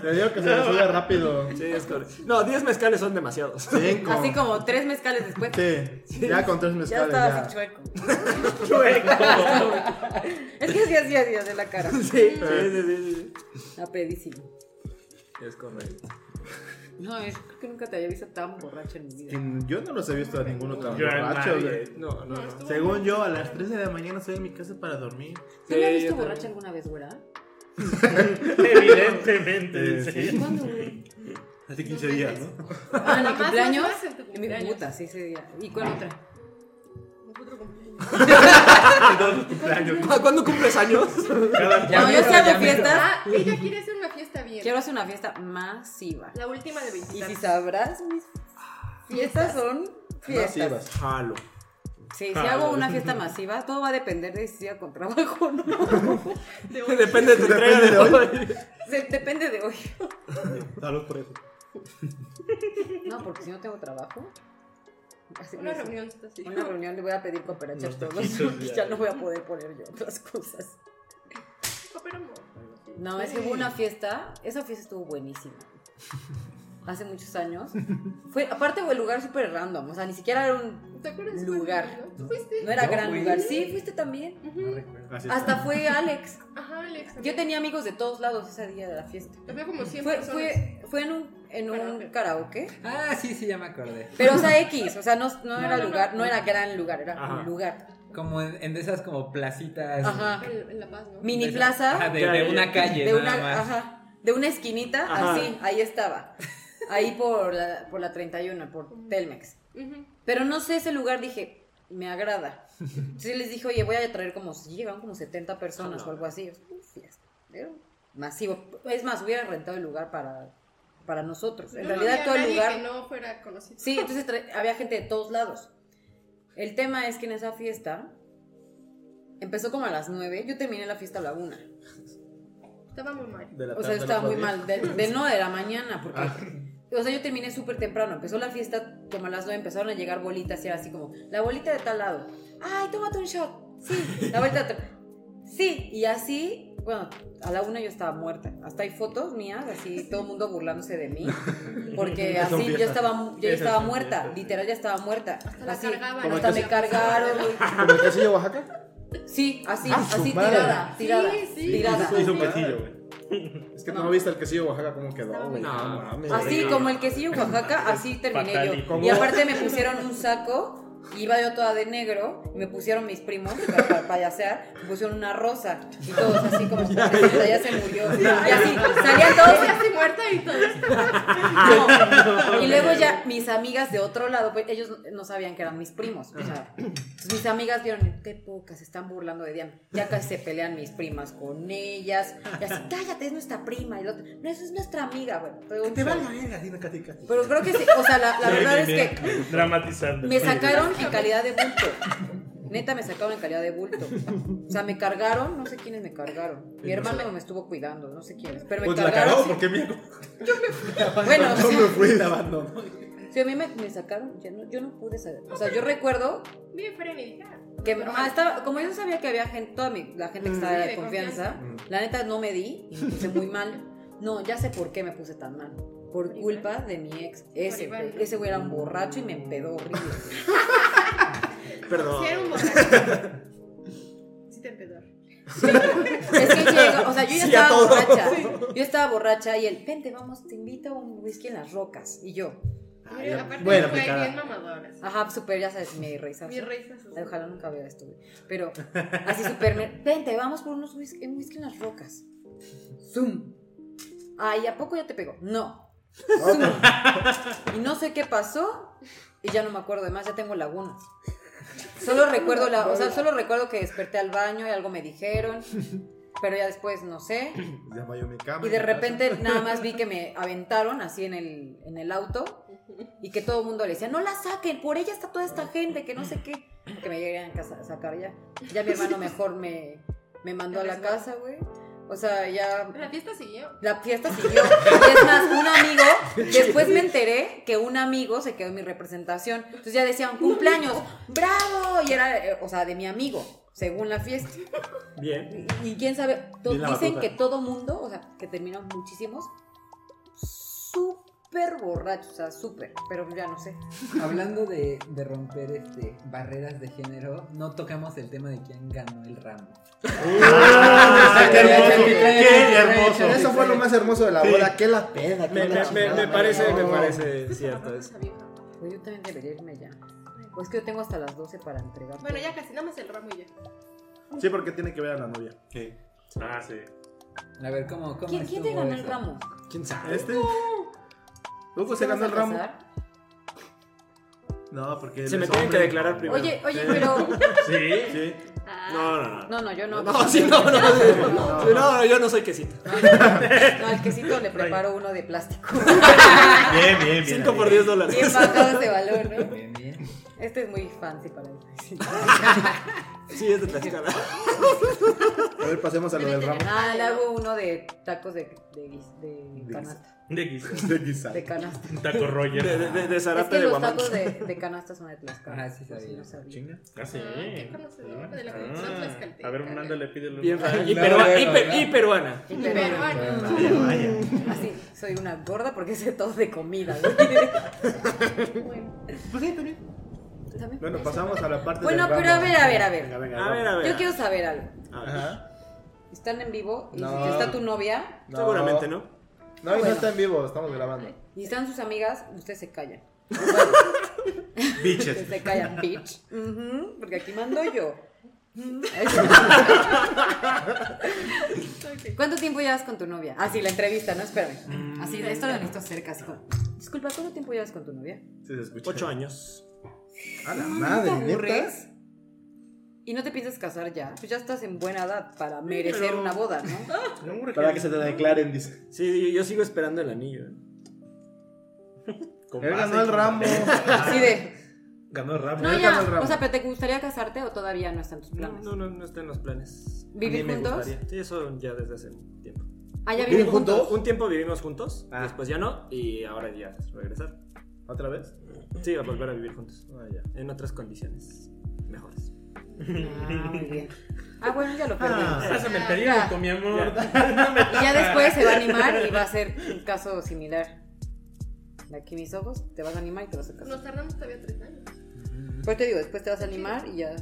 S5: te digo que se me sube rápido.
S3: Sí, es correcto. No, 10 mezcales son
S5: [laughs]
S3: demasiados.
S5: Cinco.
S8: Así como tres mezcales después.
S5: Sí, ya con tres
S8: Ya
S5: mezcales,
S8: estaba
S5: ya.
S8: así chueco. Es que así, así, así, así la cara.
S3: Sí, sí, sí, sí, sí.
S8: La pedísimo.
S3: Es correcto.
S8: No, es que nunca te había visto tan borracha en mi vida.
S5: Que Yo no los he visto a ninguno tan
S1: Yo a
S5: borracho,
S1: nadie.
S5: güey.
S3: Eh, No, no, no.
S5: Según yo, a las 3 de la mañana estoy en mi casa para dormir.
S8: ¿Tú me has
S3: Sí,
S8: visto
S3: yo
S8: borracha
S3: también.
S8: alguna vez, güera?
S2: Evidentemente,
S5: Eh,
S2: dice.
S8: ¿Cuándo, güey?
S1: Hace 15 días, ¿no?
S8: [laughs] Ah, en mi
S11: Más, más,
S8: cumpleaños. Ah.
S11: más en tu
S8: En mi
S11: cumpleaños.
S8: puta, sí, ese día. ¿Y cuál otra?
S11: Nosotros cumplimos.
S3: ¿Cu- ¿Cuándo cumples años?
S8: Ah, No, yo sí hago fiestas. [laughs]
S11: Ah, ella quiere hacer una fiesta bien.
S8: Quiero hacer una fiesta masiva.
S11: La última de 20.
S8: Y si sabrás, mis
S3: Ah,
S8: fiestas son fiestas.
S3: Jalo.
S8: Sí, si hago
S1: [laughs]
S8: una fiesta masiva, todo va a depender de si hago con trabajo o no. [laughs]
S3: Depende de tu entrega de hoy.
S8: Se- depende de hoy.
S1: Salud por eso.
S8: No, porque si no tengo trabajo. así
S11: Una
S8: me-
S11: reunión. así.
S8: Una reunión le voy a pedir cooperación
S1: Los
S8: a todos
S1: taquitos
S8: porque
S1: ya.
S8: [laughs] ya no voy a poder poner yo otras cosas.
S11: Cooperamos.
S8: No, es que hubo una fiesta, esa fiesta estuvo buenísima. Hace muchos años. Fue, aparte fue el lugar súper random, o sea, ni siquiera era un...
S11: [laughs] ¿Te acuerdas? de
S8: Lugar.
S11: cuando ¿Tú fuiste?
S8: No era
S6: Yo
S8: gran
S6: fui.
S8: lugar. Sí, fuiste también.
S5: Así
S8: Hasta fue [laughs] Alex.
S11: Ajá, Alex.
S8: Yo tenía amigos de todos lados ese día de la fiesta.
S11: Había como 100
S8: Fue,
S11: personas.
S8: fue, fue en un, en un
S11: Karaoke.
S8: karaoke.
S6: Ah, sí, sí, ya me acordé.
S8: Pero, o sea, X, o sea, no, no
S11: No,
S8: era
S11: no,
S8: lugar,
S11: no.
S8: no era gran lugar, era
S3: Ajá.
S8: un lugar.
S6: Como en, en de esas como placitas.
S8: Ajá.
S11: En, en La Paz, ¿no?
S8: Mini
S6: de esas-
S8: plaza
S6: Ajá, de, de una calle,
S8: de
S6: nada
S8: una,
S6: más.
S8: ajá. de una esquinita,
S3: Ajá.
S8: así, ahí estaba. Ahí por la, por la 31, por Telmex. Pero no sé ese lugar, dije, me agrada. Sí les dije, oye, voy a traer como, sí, llegaron como 70 personas o algo así. Uf, fiesta. Era masivo. Es más, hubiera rentado el lugar para, para nosotros. En
S11: No,
S8: realidad
S11: no había
S8: todo el
S11: nadie
S8: lugar...
S11: que no fuera conocido.
S8: Sí, entonces tra- había gente de todos lados. El tema es que en esa fiesta empezó como a las 9, yo terminé la fiesta a la 1.
S11: Estaba muy mal.
S5: De Ah. la
S8: O sea,
S5: tarde al
S8: estaba
S5: otro
S8: muy
S5: día.
S8: mal, de, de
S5: [laughs]
S8: no de la mañana, porque... O sea, yo terminé súper temprano, empezó la fiesta como a las 9, empezaron a llegar bolitas y era así como, la bolita de tal lado, ay, tómate un shot, sí, la bolita de tal... Sí, y así, bueno, a la 1 yo estaba muerta, hasta hay fotos mías, así todo el mundo burlándose de mí, porque
S5: Esas [laughs] son
S8: así yo
S5: fiestas.
S8: estaba, yo ya
S5: Esas
S8: estaba
S5: son
S8: muerta,
S5: fiestas.
S8: literal ya estaba muerta. Hasta
S11: la cargaban.
S8: Hasta me cargaron, güey.
S5: ¿Como el casillo de Oaxaca?
S8: Sí, así,
S5: Ah, su
S8: así
S5: madre.
S8: tirada, tirada,
S11: Sí, sí.
S8: tirada.
S1: Hizo un pasillo, güey.
S5: Es que no, viste el quesillo de Oaxaca cómo quedó, güey.
S3: No,
S5: mames.
S8: Así como el quesillo en Oaxaca, así terminé yo.
S2: Fatalísimo.
S8: Y aparte me pusieron un saco, iba yo toda de negro, me pusieron mis primos para, para payasear, me pusieron una rosa y todos así como, ya, se murió. Y así, salían todos
S11: Estaba así muerta y todo.
S8: No. Y luego ya mis amigas de otro lado, pues ellos no sabían que eran mis primos. o sea, entonces, mis amigas vieron, qué pocas, se están burlando de Diana. Ya casi se pelean mis primas con ellas. Y así, cállate, es nuestra prima. Y el otro, no, eso es nuestra amiga, güey. Todo un show.
S5: verga, dime, Katy, Katy.
S8: Pero creo que sí, o sea, la, la verdad es que
S2: Dramatizando.
S8: me sacaron en calidad de bulto. Neta, me sacaron en calidad de bulto. O sea, me cargaron, no sé quiénes me cargaron. Mi hermano me estuvo cuidando, no sé quiénes. Pero me
S1: Pues la
S8: cargaron.
S1: cagó,
S8: sí.
S1: porque mierda.
S8: Bueno,
S5: Yo
S8: sí.
S5: me fui la abandono.
S8: Sí, a mí me, me sacaron, ya no- yo no pude saber. O sea, yo recuerdo
S11: Bien frenida.
S8: que ah, estaba, como yo sabía que había gente, toda mi- la gente que estaba
S11: Sí,
S8: de
S11: de
S8: confianza, la neta no me di y me puse muy mal. No, ya sé por qué me puse tan mal. Por culpa de mi ex. Ese,
S11: Por Iván.
S8: güey. ese güey era un borracho y me empedó horrible.
S3: Perdón.
S11: Sí, era
S5: [laughs]
S11: un borracho. Sí, te empezó.
S5: Ah,
S8: Es que llega, o sea, yo ya
S3: Sí, a
S8: estaba
S3: todo.
S8: borracha. Yo estaba borracha y él, vente, vamos, te invito a un whisky en las rocas. Y yo,
S11: Aparte,
S5: buena
S11: fue
S5: picada.
S11: bien mamadora.
S8: ajá, súper, ya sabes, mi risa.
S11: Mi risa es
S8: Ay, Ojalá nunca vea esto, güey. Pero así super... ner- Vente, vamos por unos whisky, un whisky en las rocas. Zoom. Ay, ¿a poco ya te pegó? No. Zoom. Y no sé qué pasó y ya no me acuerdo de más, ya tengo lagunas. Solo recuerdo la, o sea, solo recuerdo que desperté al baño y algo me dijeron, pero ya después no sé.
S5: Ya vayó mi cama.
S8: Y de repente nada más vi que me aventaron así en el, en el auto y que todo el mundo le decía, no la saquen, por ella está toda esta gente, que no sé qué. Que me llegarían a casa- a sacar ya. Ya mi hermano mejor me, me mandó a la casa, güey. O sea, ya
S11: La fiesta siguió.
S8: la fiesta siguió. Y es más, un amigo, después me enteré que un amigo se quedó en mi representación. Entonces ya decían, cumpleaños, bravo. Y era, eh, o sea, de mi amigo, según la fiesta.
S3: Bien.
S8: Y- Y quién sabe, to-
S1: Bien la
S8: dicen
S1: batuta.
S8: que todo mundo, o sea, que terminaron muchísimos, súper borrachos, o sea, súper, pero ya no sé.
S6: Hablando de, de romper este, barreras de género, no tocamos el tema de quién ganó el ramo.
S1: Ah, ¡Qué hermoso! ¡Qué
S5: Pero Eso
S1: hermoso!
S5: fue lo más hermoso de la boda. Qué la peda. qué
S3: Me,
S5: la
S3: me- me-
S5: chingada,
S3: me
S5: madre.
S3: parece, me
S5: No.
S3: parece cierto. es-
S8: Pues yo también debería irme ya. Pues que yo tengo hasta las 12 para entregar.
S11: Bueno,
S8: todo.
S11: ya casi, nada más el ramo y ya.
S5: Sí, porque tiene que ver a la novia.
S2: Ah, sí.
S6: A ver, ¿cómo, cómo
S8: ¿Quién, quién te
S6: estuvo
S8: ganó el
S6: eso?
S8: ramo?
S3: ¿Quién sabe?
S5: Este. Luego se
S8: ¿Te vas
S5: ganó
S8: a
S5: el ramo.
S8: casar?
S5: No, porque.
S3: Se
S5: él
S3: me
S5: es
S3: tienen que
S5: hombre.
S3: declarar primero.
S8: Oye, oye, pero.
S2: Sí.
S5: Sí.
S3: No, no, no.
S8: No, no, yo no.
S3: No, sí, no, no. sí, no,
S5: no.
S3: Sí, no, yo no soy quesito.
S8: No, al quesito le preparo uno de plástico. [laughs]
S1: Bien, bien, bien.
S3: 5 por 10
S8: Bien
S3: dólares.
S8: bajado de valor, ¿no?
S6: Bien, bien.
S8: Este es muy fancy para mí.
S3: Sí, es de Tlaxcala.
S5: A ver, pasemos a lo del ramo.
S8: Ah, le hago uno de tacos de, de, guis- de canasta.
S2: De guisa.
S5: De guisado.
S8: De canasta.
S2: Un taco
S3: De,
S2: Roger.
S3: de, de, de
S8: Es
S3: Zarape
S8: que
S3: de
S8: los
S3: Guamán.
S8: tacos de, de canasta son de Tlaxcala.
S6: Ah, sí
S8: Eso
S6: sabía.
S8: no sabía.
S5: Chinga.
S2: Ah, sí.
S11: Ah, qué conocedor de la
S2: Ah,
S11: cultura tlaxcalteca.
S2: A ver, Fernando le pide
S3: Bien,
S2: Vaya,
S3: y,
S6: No,
S3: perua-
S6: no,
S3: y
S6: no,
S3: per-
S6: no.
S3: y peruana.
S8: Y
S11: Pero
S8: peruano.
S11: bueno,
S13: [laughs]
S2: vaya.
S8: Así, soy una gorda porque sé todo de comida. güey.
S11: bueno.
S8: ¿Sabe?
S5: Bueno, pasamos a la parte
S8: Bueno,
S5: del
S8: pero
S5: ramo.
S8: a ver, a ver, a ver.
S5: Venga, venga,
S3: A
S5: el
S3: ver, a
S5: ramo.
S3: ver.
S8: Yo quiero saber algo.
S3: A ver.
S5: Ajá.
S8: ¿Están en vivo? ¿Y
S5: No.
S8: si está tu novia?
S5: No.
S3: Seguramente, ¿no?
S5: No, y no está en vivo, estamos grabando.
S8: ¿Y están sus amigas? Ustedes se callan.
S1: Biches.
S8: Ustedes se callan, bitch. Ujú, porque aquí mando yo. ¿Cuánto tiempo llevas con tu novia? Ah, sí, la entrevista, no espérame.
S3: Mm.
S8: Así, de esto lo necesito hacer casi como. Disculpa, ¿cuánto tiempo llevas con tu novia?
S1: Sí, se escucha.
S3: Ocho años.
S5: A la
S8: No,
S5: madre,
S8: ¿no te
S5: ¿neta?
S8: aburres? Y no te piensas casar ya. Pues ya estás en buena edad para merecer
S3: pero-
S8: una boda, ¿no?
S5: Para que se te declaren, dice.
S3: Sí, yo, yo sigo esperando el anillo. eh. Con
S5: Él
S3: base
S5: ganó el
S3: y con-
S5: ramo.
S3: Ah.
S8: Así de.
S1: Ganó rápido.
S8: No,
S5: Él
S8: ya.
S5: Ah, [laughs] ganó el ramo.
S8: O sea, pero ¿te gustaría casarte o todavía no están tus
S3: No,
S8: planes?
S3: no, no, no está en los planes.
S8: ¿Vivir
S3: A mí me
S8: juntos?
S3: gustaría. Sí, eso ya desde hace un tiempo.
S8: Ah, ya viven juntos.
S3: Un tiempo vivimos juntos,
S5: Ah.
S3: después ya no, y ahora ya es regresar.
S5: ¿Otra vez?
S3: Sí, a volver a vivir juntos.
S5: Ah, ya.
S3: En otras condiciones mejores.
S8: Ah, muy bien. [laughs] Ah, bueno, ya lo perdimos.
S2: Esa mentería, con mi amor.
S8: Y ya después se va a animar y va a ser un caso similar. De aquí mis ojos, te vas a animar y te vas a casar.
S13: Nos tardamos todavía tres años.
S8: Pues te digo, después te vas a animar y ya.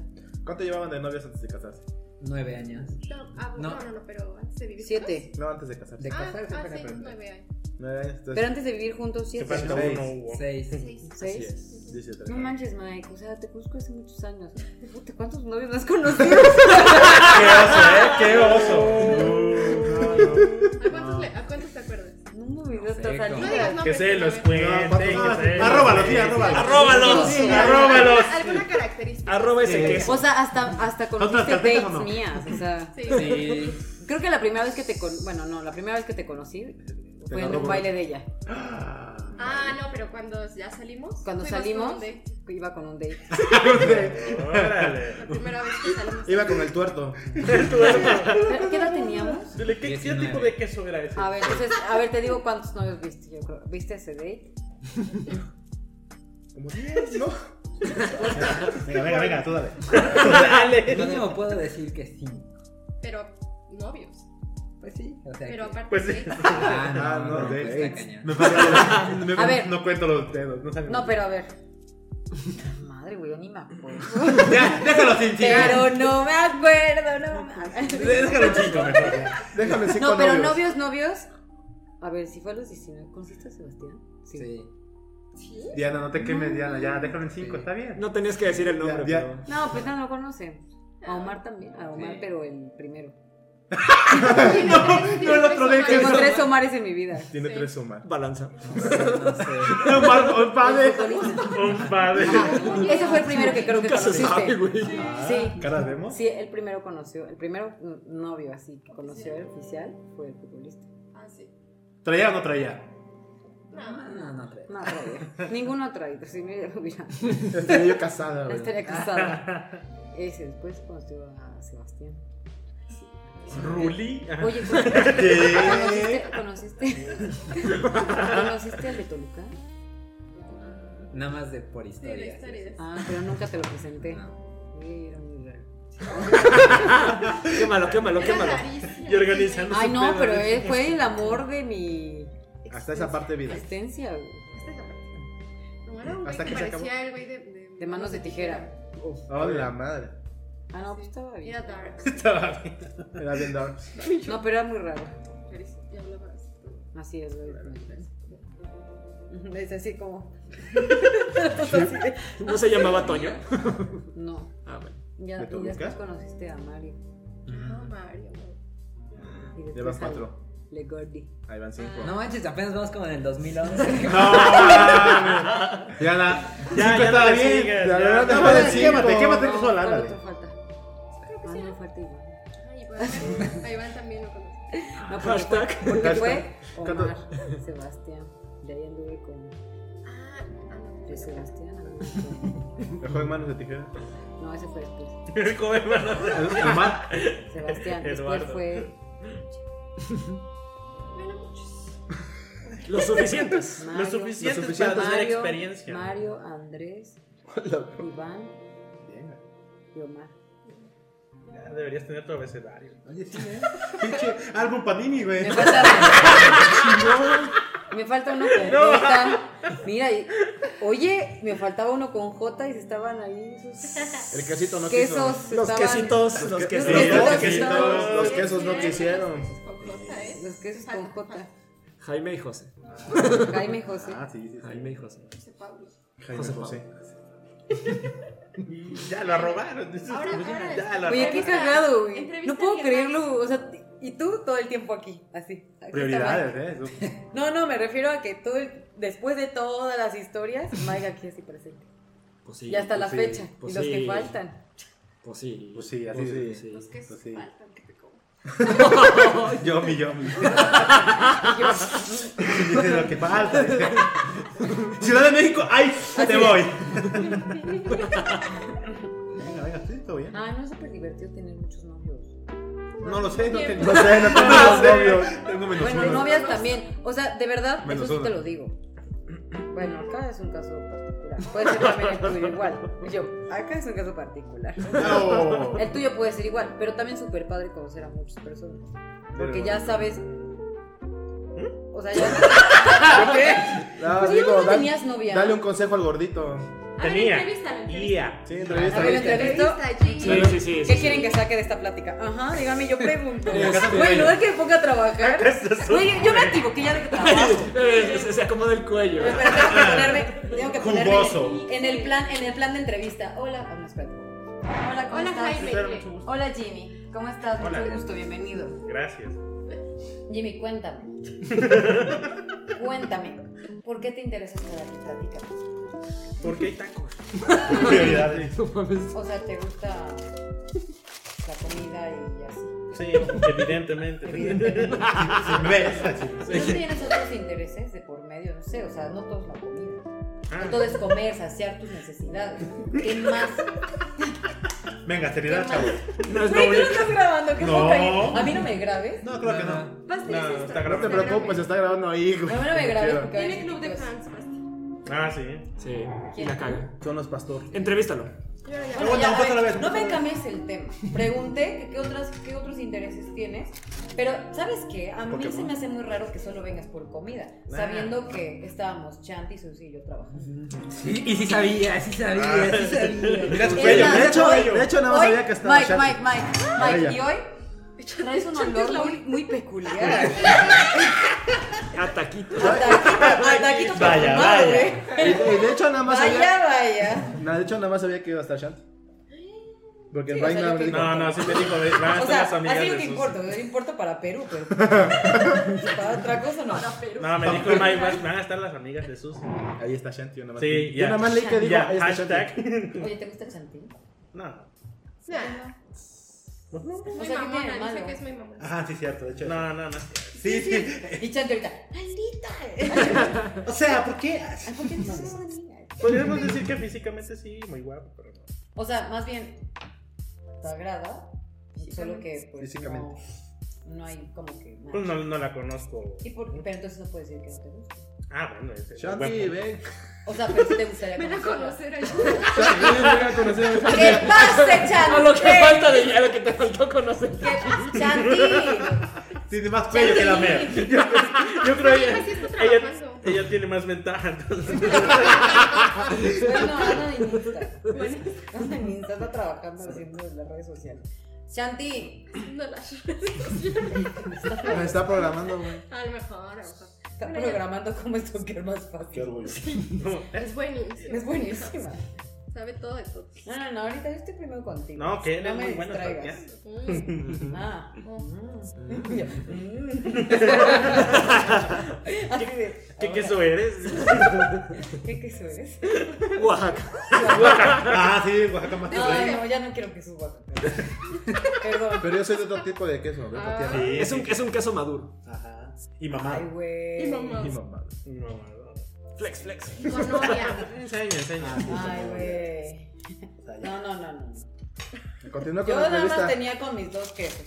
S5: ¿Cuánto llevaban de novios antes de casarse?
S6: Nueve años.
S13: No, ah,
S6: No.
S13: no. no, no, no, pero antes de vivir.
S8: Siete.
S5: No, antes de casarse.
S6: De
S13: juntos. Ah,
S6: casarse,
S13: ah,
S6: espera,
S13: sí,
S6: pero-
S13: nueve años.
S5: Nueve años, ¿Eh? entonces,
S8: Pero antes de vivir juntos,
S2: Se
S8: siete.
S2: falta
S5: Seis.
S2: uno, Hugo.
S6: Seis.
S13: Seis.
S3: Así
S8: ¿Seis?
S3: es.
S5: 13.
S8: No manches, Mike. O sea, te conozco hace muchos años. Puta, ¿cuántos novios no has conocido?
S2: ¡Qué oso, eh! ¡Qué
S3: [laughs]
S2: oso!
S13: ¿A cuántos, le- ¿A cuántos te acuerdas?
S8: No me olvides
S6: No
S8: hasta
S6: sé,
S13: No digas
S8: salir.
S13: nombres.
S2: Que se los
S13: pero-
S2: cuente.
S5: No, ¿cuántos
S2: que
S5: más?
S2: se los
S5: Arróbalo, Ah, sí,
S2: cuente.
S5: arróbalo.
S3: ¡Arróbalos!
S13: Sí,
S2: ¡Arróbalos!
S13: alguna- Alguna característica.
S3: Arroba ese
S2: Sí.
S3: queso.
S8: O sea, hasta, hasta
S1: ¿Otras
S8: conociste
S1: carpetas
S8: dates
S1: o no?
S8: mías. O sea,
S13: Sí.
S6: Sí.
S8: creo que la primera vez que te con... Bueno, no, la primera vez que te conocí fue en un baile de ella.
S13: Ah, no, pero cuando ya salimos.
S8: Cuando
S13: fuimos
S8: salimos,
S13: con Dave,
S8: iba con un date.
S2: ¡Órale!
S13: La primera vez que salimos.
S5: Iba con el tuerto.
S8: ¿Qué edad teníamos?
S2: Dile, ¿qué, ¿Qué tipo de queso era ese? [laughs]
S8: A ver, entonces, a ver, te digo cuántos novios viste. Yo creo. ¿Viste ese date?
S5: Como 10, [laughs] ¿no?
S1: Venga, venga, venga, tú dale.
S6: Mínimo puedo decir que cinco.
S13: Pero novios.
S6: Pues sí. O sea,
S13: Pero
S6: que-
S13: aparte.
S2: Pues sí.
S13: de-
S6: Ah, no,
S5: Ah, no,
S6: no,
S5: de-
S6: pues, está
S5: ex.
S6: cañón.
S1: Me falta- me-
S8: A ver.
S1: No cuento los dedos. No, saben.
S8: No, pero a ver. [laughs] Madre, güey, yo ni me acuerdo.
S1: Ya, déjalo sin sin-
S8: Pero no me acuerdo, no me
S1: Déjalo chico, mejor.
S5: Déjame cinco
S8: No, pero
S5: novios.
S8: novios, novios. A ver, si fue a los 19, ¿conociste a Sebastián?
S6: Sí.
S1: Diana, no te quemes, Diana. Ya, déjalo en 5, está bien.
S3: No tenías que decir el nombre,
S5: Ya, ya.
S3: pero-
S8: No, pues no lo conoce. A Omar también, a Omar,
S6: Sí.
S8: pero el primero.
S13: No, no
S1: el otro día que
S8: Tengo
S1: Omar.
S8: tres Omares en mi vida.
S5: Tiene
S13: Sí.
S5: tres sumas.
S3: Balanza.
S6: No sé.
S1: Un padre.
S8: Futbolista.
S2: Un padre.
S8: Ese fue el primero que creo que
S3: Nunca se sabe,
S8: conociste.
S3: güey.
S8: Sí.
S5: ¿Cara vemos?
S8: Sí, el primero conoció, el primero mm, novio así que conoció el oficial fue el futbolista.
S13: Ah, sí.
S1: ¿Traía o no traía?
S13: No.
S6: No, no creo.
S8: No, [laughs] traidor. Ninguno ha traído, si me [laughs] hubiera.
S5: Estaría yo casada,
S8: La
S5: güey.
S8: historia casada.
S6: [laughs]
S8: Ese después conoció a Sebastián.
S2: Ruli.
S6: Ah.
S2: Ajá.
S8: Oye,
S5: [laughs]
S8: pues, ¿conociste, conociste, [laughs] conociste al de Toluca?
S6: Nada más de por
S13: Sí, la
S6: historia.
S13: historia.
S8: Ah, pero nunca te lo presenté.
S6: No.
S8: Sí, era muy raro.
S3: Quémalo, quémalo,
S13: Era
S3: quémalo.
S13: rarísimo.
S2: Y organizando
S8: Ay,
S2: su
S8: no,
S2: pedo,
S8: pero
S2: ¿no?
S8: él fue el amor de mi
S5: Hasta esa parte de vida.
S8: existencia, güey.
S13: Esta es la parte. No, era un güey
S5: Hasta
S13: que
S5: que se acabó.
S13: parecía el güey de, de,
S8: de manos de tijera.
S5: Oh, la madre.
S8: Ah, no, pues estaba
S13: tijera.
S8: bien.
S13: Era dark.
S2: Estaba bien.
S5: Era bien dark.
S8: No, pero era muy raro.
S13: Y hablaba así.
S8: Así es, güey. [laughs] Es así como.
S3: ¿No se llamaba Toño?
S8: No.
S3: Ah, bueno.
S8: Ya,
S5: ¿De
S8: y
S5: Toluca?
S8: después conociste a Mario.
S13: No, Mario.
S8: Y después
S5: Llevas
S8: al
S5: cuatro.
S8: Legordi.
S5: Ahí van cinco.
S6: No manches, apenas vamos como en el 2011.
S1: No, mames. Diana.
S2: Ya,
S1: cinco
S2: ya
S1: estaba
S2: no le
S1: bien.
S2: sigas, ya.
S5: Ya, ya, ya.
S1: No,
S5: Déjame
S1: mames,
S5: cinco.
S1: quémate, quémate
S8: No,
S1: tú sola,
S8: ¿cuál
S1: ándale.
S8: otro falta?
S13: Creo que
S8: Ah,
S13: sí.
S8: no, falta igual.
S13: Ay, Iván. A Iván también lo conocí.
S1: Ah,
S8: No, porque fue,
S3: Hashtag.
S8: porque fue
S5: ¿Cuánto?
S8: Omar, Sebastián. De ahí anduve con
S13: Ah, ah, no.
S8: de Sebastián. anduve
S5: Dejó en manos de tijera.
S8: con- No, ese fue después.
S2: Como hermano.
S5: Omar.
S8: Sebastián. Después
S2: Eduardo.
S8: fue
S13: Bueno, muchos.
S3: Los suficientes.
S8: Mario.
S2: Lo suficiente para
S5: Lo suficiente.
S2: tener
S8: Mario,
S2: experiencia.
S8: Mario, Andrés, Iván y Omar.
S2: Ya Deberías tener tu abecedario.
S5: Oye, sí, ¿eh?
S1: Pinche álbum Panini, güey.
S8: Me falta, me falta uno
S1: [laughs]
S8: con J. Mira, y- oye, me faltaba uno con J y se estaban ahí esos
S5: El quesito no
S8: quesos.
S5: quiso.
S3: Los
S8: estaban-
S3: quesitos. Los
S8: Los
S3: quesitos.
S8: quesitos
S1: quesos,
S8: estaban-
S5: Los quesos no quisieron.
S13: Con J, ¿eh?
S8: Los quesos con J.
S3: Jaime y José.
S8: Jaime y José.
S5: Ah, sí, sí, sí.
S3: Jaime y José.
S13: José Pablo.
S5: Jaime
S3: José
S5: José.
S1: [laughs] Y ya lo robaron. Entonces,
S11: Ahora-
S1: pues,
S11: ahora
S1: ya lo
S8: Oye,
S1: robaron.
S8: qué
S11: Entrevista-
S8: cagado, güey.
S11: entrevista
S8: No puedo
S11: a alguien
S8: creerlo. O sea, y tú todo el tiempo aquí, así. aquí
S1: Prioridades, ¿eh? Eso.
S8: está Mike. No, no, me refiero a que todo el- después de todas las historias, Mike aquí así presente.
S3: Pues sí.
S8: y hasta la
S3: pues sí,
S8: fecha.
S3: pues
S8: y los
S3: sí,
S8: que faltan.
S3: Pues sí.
S1: Pues sí, así
S3: Pues
S1: de-
S3: sí.
S11: Los que
S1: Pues sí.
S11: faltan que te coman.
S1: Yomi,
S5: [laughs]
S1: yomi. Dice lo que falta. dice. Ciudad de México, ¡ay! Te voy. Venga, venga, sí, todo bien.
S8: Ah, no es súper divertido tener muchos novios.
S1: No lo sé, no tengo.
S11: No
S1: sé, [laughs] no tengo
S3: los
S1: novios. Tengo menos
S8: Bueno,
S1: uno.
S8: novias también. O sea, de verdad,
S1: Menos
S8: eso sí
S1: uno.
S8: te lo digo. Bueno, acá es un caso particular. Puede ser también el tuyo igual. Y Yo, acá es un caso particular.
S1: No.
S8: El tuyo puede ser igual, pero también súper padre conocer a muchas personas. Porque ya sabes. O sea, ya.
S5: No,
S8: Pues yo
S5: digo,
S8: no
S5: da-
S8: tenías novia.
S5: dale un consejo al gordito.
S11: A ver,
S2: Tenía.
S11: entrevístalo, entrevístalo.
S2: Ia.
S5: Sí, entrevista.
S8: A ver,
S5: viste.
S8: entrevista.
S11: allí.
S3: Sí, sí, sí.
S8: ¿Qué quieren que saque de esta plática? Ajá, dígame, yo pregunto.
S1: Sí, acá está
S8: Güey,
S1: tu
S8: no es que me ponga a trabajar. Güey, yo me activo, que ya de que trabajo.
S3: [laughs] Eh, se, se acomoda el cuello.
S8: Pero tengo que ponerme, tengo que ponerme
S1: Jugoso.
S8: en el plan, en el plan de entrevista. Hola, ah, no, espérate. Hola, ¿cómo
S11: Hola,
S8: estás?
S11: Jaime.
S8: Hola, Jimmy. ¿Cómo estás?
S1: Hola.
S8: Mucho gusto, bienvenido.
S1: Gracias.
S8: Jimmy, cuéntame. cuéntame, ¿por qué te interesa estudiar aquí? Platícanos.
S2: Porque hay tacos.
S1: Prioridades.
S3: No mames.
S8: O sea, ¿te gusta la comida y así?
S2: Sí, evidentemente.
S8: Evidentemente.
S1: Si me ves, así.
S8: ¿No tienes otros intereses de por medio? No sé, o sea, no todo es la comida. No todo es comer, saciar tus necesidades. ¿Qué más?
S1: Venga,
S8: ¿Qué
S1: seriedad,
S8: más?
S1: chavos.
S3: No es
S8: Güey, tú
S3: doble.
S8: no estás grabando, qué
S1: No.
S8: poca ahí. A mí no me grabes.
S1: No, claro que
S5: Ah.
S1: no.
S11: Basti,
S1: No,
S11: es esto.
S1: está
S5: No te
S1: grabando.
S5: preocupes, está grabando ahí, güey.
S8: A mí no me grabes porque va a
S13: Tiene
S8: decir,
S13: club de
S8: pues,
S13: fans, Basti.
S1: Ah, sí.
S3: Sí, y la caga.
S5: Son los pastor.
S3: Entrevístalo.
S11: Yo ya-
S8: bueno,
S1: Aguanta,
S8: ya,
S1: aguanta
S8: a
S1: la
S8: ver,
S1: vez.
S8: no me cambies el tema. Pregunté que qué, otras, qué otros intereses tienes. Pero, ¿sabes qué? A mí se me hace muy raro que solo vengas por comida.
S5: Ah.
S8: Sabiendo que estábamos Chanti, Susi y yo trabajando.
S6: Y sí sabía, sí sabía, sí sabía.
S1: Mira su
S8: Es
S1: cuello.
S8: más,
S5: De hecho,
S8: hoy-
S5: de hecho, nada más
S8: hoy,
S5: sabía que estaba
S8: Mike,
S5: Chanti.
S8: Mike, Mike, Mike.
S5: ella.
S8: Y hoy traes un
S13: Chanti es la
S8: olor muy,
S13: única.
S8: muy peculiar. [laughs]
S3: A taquito.
S8: Ataquito
S1: Vaya,
S8: perfumado, güey.
S5: Y y
S8: [laughs]
S5: Eh, de hecho, nada más sabía.
S8: Vaya, vaya.
S5: no, de hecho, nada más sabía que iba a estar Shanti. Porque
S8: Sí,
S5: el
S8: o sea, yo
S5: Ragnar
S8: que-
S5: dijo-
S2: No, no, sí me dijo, ve, van a
S8: O
S2: estar
S8: sea,
S2: las amigas
S8: así
S2: de
S8: no te
S2: Susi.
S8: importo, yo importo para Perú,
S5: [laughs]
S8: pero para otra cosa no.
S2: No, me dijo Mike, van van a estar las amigas de Susi.
S5: Ahí está Shanti, yo nada más.
S2: Sí,
S5: Yo
S2: ya.
S5: nada más leí que dijo,
S2: Ya,
S1: "Este
S5: ahí está Shanti.
S2: hashtag.
S8: Oye, ¿te gusta Chantín?
S2: No,
S11: Nah,
S8: O
S11: muy
S8: sea, ¿qué tiene de
S11: mamona, dice
S8: malo?
S11: que es muy mamona.
S1: Ah, sí, cierto, de hecho.
S2: no, no. no.
S1: Sí, sí.
S8: Y Chanti ahorita,
S1: O sea, ¿por qué?
S8: ¿por qué no somos amigas?
S2: Podríamos decir que físicamente sí, muy guapo, pero no.
S8: O sea, más bien, ¿te agrada? Solo que, pues,
S5: Físicamente.
S8: No, no hay como que
S2: Pues
S8: nada.
S2: no, no la conozco.
S8: ¿Y por qué? Pero entonces no puedes decir que no te gusta.
S2: Ah, bueno, ese.
S5: Shanti,
S2: guapo.
S5: ven.
S8: O sea, pero sí te
S3: [laughs]
S8: gustaría
S13: Ven a
S5: [laughs]
S8: conocerlo.
S13: conocer a
S5: Shanti, ven a conocer.
S8: ¡Que pase,
S3: [laughs]
S8: Chanti!
S3: A lo que falta de a lo que te faltó conocer.
S8: ¡Que- ¡Chanti!
S1: Tiene más cuello que la mía.
S2: Yo creo que
S13: Así está
S2: ella,
S13: trabajando.
S2: ella tiene más ventaja, [laughs] entonces.
S8: Bueno, anda en Insta. Anda en Insta, está trabajando haciendo las redes sociales. Shanti,
S13: No las
S5: Me está programando, güey.
S13: A lo mejor, a lo mejor.
S8: está
S13: Bueno, ya.
S8: programando cómo stalker más
S1: Qué
S8: fácil.
S1: orgullo.
S13: Es buenísimo.
S8: Es buenísima.
S13: Sabe todo de todo.
S8: No, no, no, ahorita yo estoy primero contigo.
S2: No, que eres
S8: No me
S2: muy buena
S8: distraigas.
S2: stalkeando.
S13: Mm.
S8: Ah. mm. Yo, mm. [laughs] Así de,
S2: ¿Qué
S8: ahora,
S2: queso eres? [laughs]
S8: ¿Qué queso es?
S3: Oaxaca.
S1: Ah, sí, Oaxaca más
S8: Ay, no, ya no quiero que suba. Perdón.
S5: Pero yo soy de otro tipo de queso, de otra tierra.
S1: Sí,
S3: Es un,
S1: sí.
S3: es un queso maduro.
S1: Ajá. Y mamá.
S8: Ay, güey.
S13: Y mamá.
S5: Y mamá.
S2: No, no.
S3: Flex, flex.
S13: Con novia.
S2: Enseña, enseña.
S8: Ay, güey. No, no, no, no.
S5: Continúa con
S8: Yo
S5: la
S8: nada más
S5: entrevista.
S8: tenía con mis dos quesos.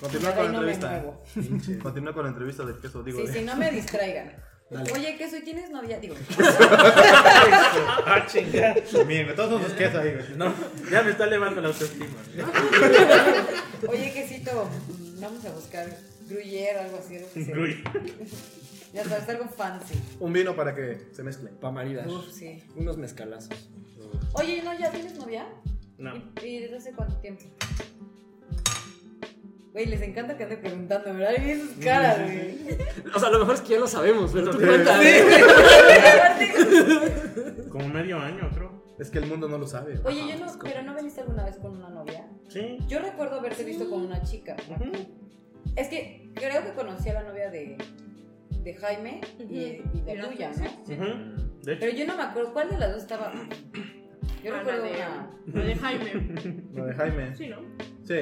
S5: Continúa
S8: Ahí
S5: con la
S8: no me
S5: entrevista.
S8: muevo.
S5: Continúa con la entrevista del queso, digo.
S8: Sí,
S5: de-
S8: sí, no me distraigan.
S5: Dale.
S8: Oye, queso, ¿y tienes novia? Digo,
S2: Ah, chinga.
S1: Miren, todos son sus quesos ahí, güey.
S2: No, ya me está elevando la autoestima. ¿no?
S8: oye, quesito, mm, vamos a buscar gruyere o algo así. algo que sea.
S2: Uy.
S8: Ya sabes, algo fancy.
S5: Un vino para que se mezclen.
S3: Pa' maridas.
S8: Uf, sí.
S3: Unos mezcalazos.
S8: Oye, ¿no ya tienes novia?
S2: No.
S8: ¿Y, y desde hace cuánto tiempo? Güey, les encanta que ande preguntando, ¿verdad? Y ven sus caras, güey.
S3: O sea, a lo mejor es que ya lo sabemos, pero tú cuenta.
S8: [laughs] Aparte,
S2: Como medio año, creo.
S5: Es que el mundo no lo sabe. güey.
S8: Oye, yo no, pero no veniste alguna vez con una novia.
S2: Sí.
S8: Yo recuerdo haberte visto con una chica. Es que creo que conocí a la novia de, de Jaime y, y de
S9: Era
S8: tuya,
S9: tuya,
S8: ¿no?
S2: Ujú. De hecho,
S8: Pero yo no me acuerdo cuál de las dos estaba. Yo
S13: Ah,
S8: recuerdo
S13: la de-
S8: una.
S13: Lo de Jaime.
S5: Lo de Jaime.
S13: Sí, ¿no?
S5: Sí.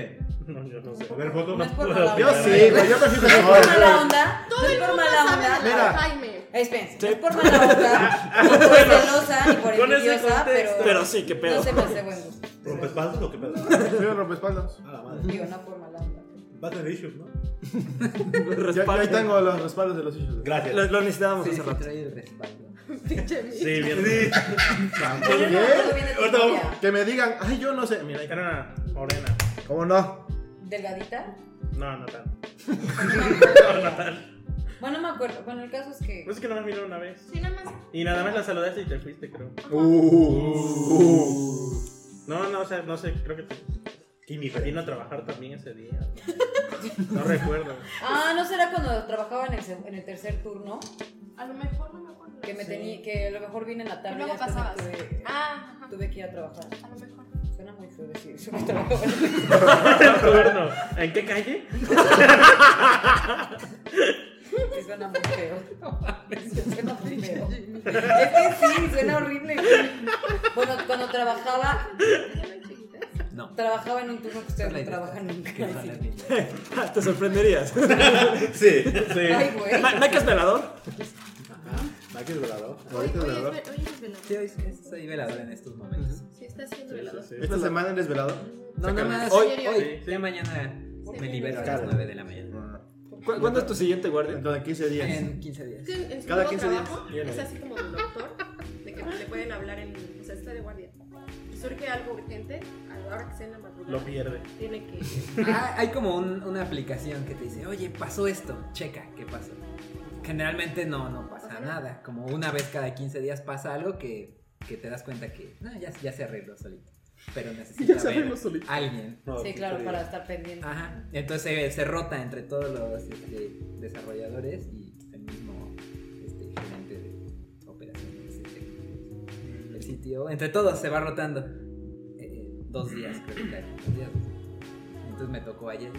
S2: no, yo no sé.
S1: A ver, foto.
S8: No es por
S2: Yo
S8: mala
S5: Yo
S8: onda.
S5: sí, güey. Yo prefiero
S8: No es por mala onda.
S13: Todo
S8: no es
S13: el
S8: por
S13: mundo
S8: mala
S13: sabe
S8: onda.
S13: de la
S5: Mira.
S13: de Jaime.
S8: Espérense, no es por mala onda, ni por celosa, ni por
S2: Con ese
S8: envidiosa, pero,
S2: contexto.
S3: Pero sí, qué
S8: no
S3: pedo.
S8: se me hace buen gusto.
S1: ¿Rompes
S2: pues,
S1: espaldas o qué pedo?
S5: Yo rompespaldas.
S1: A la madre.
S8: Digo, no por mala onda.
S1: Vas a tener issues, ¿no?
S5: Yo, yo ahí
S3: Respaldo.
S5: tengo los respaldos de los hijos.
S1: Gracias.
S3: Lo, lo necesitábamos
S6: Sí,
S3: hace
S6: sí,
S3: rato.
S6: trae el respaldo.
S13: Pinche mí.
S2: Sí, bien.
S8: Pero yo no me acuerdo bien de tu
S1: Ahorita
S8: novia.
S5: Que me digan, ay, yo no sé. Mira, hija,
S2: Era morena.
S5: ¿cómo no?
S8: ¿Delgadita?
S2: No, no tan. No, no tan.
S8: Bueno, no me acuerdo. Bueno, el caso es que.
S2: Pues es que nada más vino una vez.
S13: Sí, nada más.
S2: Y nada más la saludaste y te fuiste, creo.
S1: Uh.
S2: Uh. No, no, o sea, no sé, creo que te-
S1: Química.
S2: vino a trabajar también ese día. No recuerdo.
S8: Ah, ¿no será cuando trabajaba en el, seg- en el tercer turno?
S13: A lo mejor no me acuerdo.
S8: Que me
S13: Sí.
S8: tenía, que a lo mejor vine en la tarde
S13: Y luego
S8: después me
S13: pasabas.
S8: tuve,
S13: Ah, ajá.
S8: tuve que ir a trabajar.
S13: A lo mejor.
S8: Suena muy feo decir eso que trabajaba en el
S2: Turno. ¿En qué calle?
S8: Sí, suena muy feo. [laughs] No mames, suena muy feo. Es que sí, suena horrible. güey. Bueno, cuando trabajaba,
S6: No.
S8: trabajaba en un turno que ustedes no
S6: Sale de-
S8: trabajan nunca.
S6: que sale
S8: sí.
S6: bien.
S3: Ah, Te sorprenderías.
S1: Sí, sí.
S8: Ay, güey.
S3: Ma- Mike es velador.
S5: Aquí el velador.
S13: Hoy,
S5: Ahorita el
S13: hoy es
S5: velador.
S13: ve- hoy es velador.
S6: Sí, hoy soy velador en estos momentos.
S13: Sí, está siendo velador.
S5: Esta semana eres velador.
S6: No, nada más.
S3: Hoy-
S6: Hoy,
S13: hoy.
S6: hoy. Ya mañana me libero a las
S5: Claro.
S6: 9 de la mañana.
S3: ¿Cu- ¿Cuándo es tu siguiente guardia?
S5: Entonces, 15 días.
S6: En 15 días.
S13: Es que en- en su
S5: Cada
S13: nuevo
S5: 15 días.
S13: trabajo es así como del doctor, de que le pueden hablar en. O sea, está de guardia. Y surge algo urgente, a la hora que sea en la
S2: Lo
S13: madrugada.
S2: pierde.
S13: Tiene que.
S6: Ah, hay como un- una aplicación que te dice, oye, pasó esto, checa, ¿qué pasó? Generalmente no, no pasa nada. Como una vez cada 15 días pasa algo que, que te das cuenta que no, ya, ya se arregló solito. Pero necesita ver alguien.
S8: Sí, claro, para estar pendiente.
S6: Ajá. Entonces eh, se rota entre todos los este, desarrolladores y el mismo este, gerente de operaciones. este, El sitio. Entre todos se va rotando. Eh, eh, dos días, creo que hay, dos días. Entonces me tocó ayer.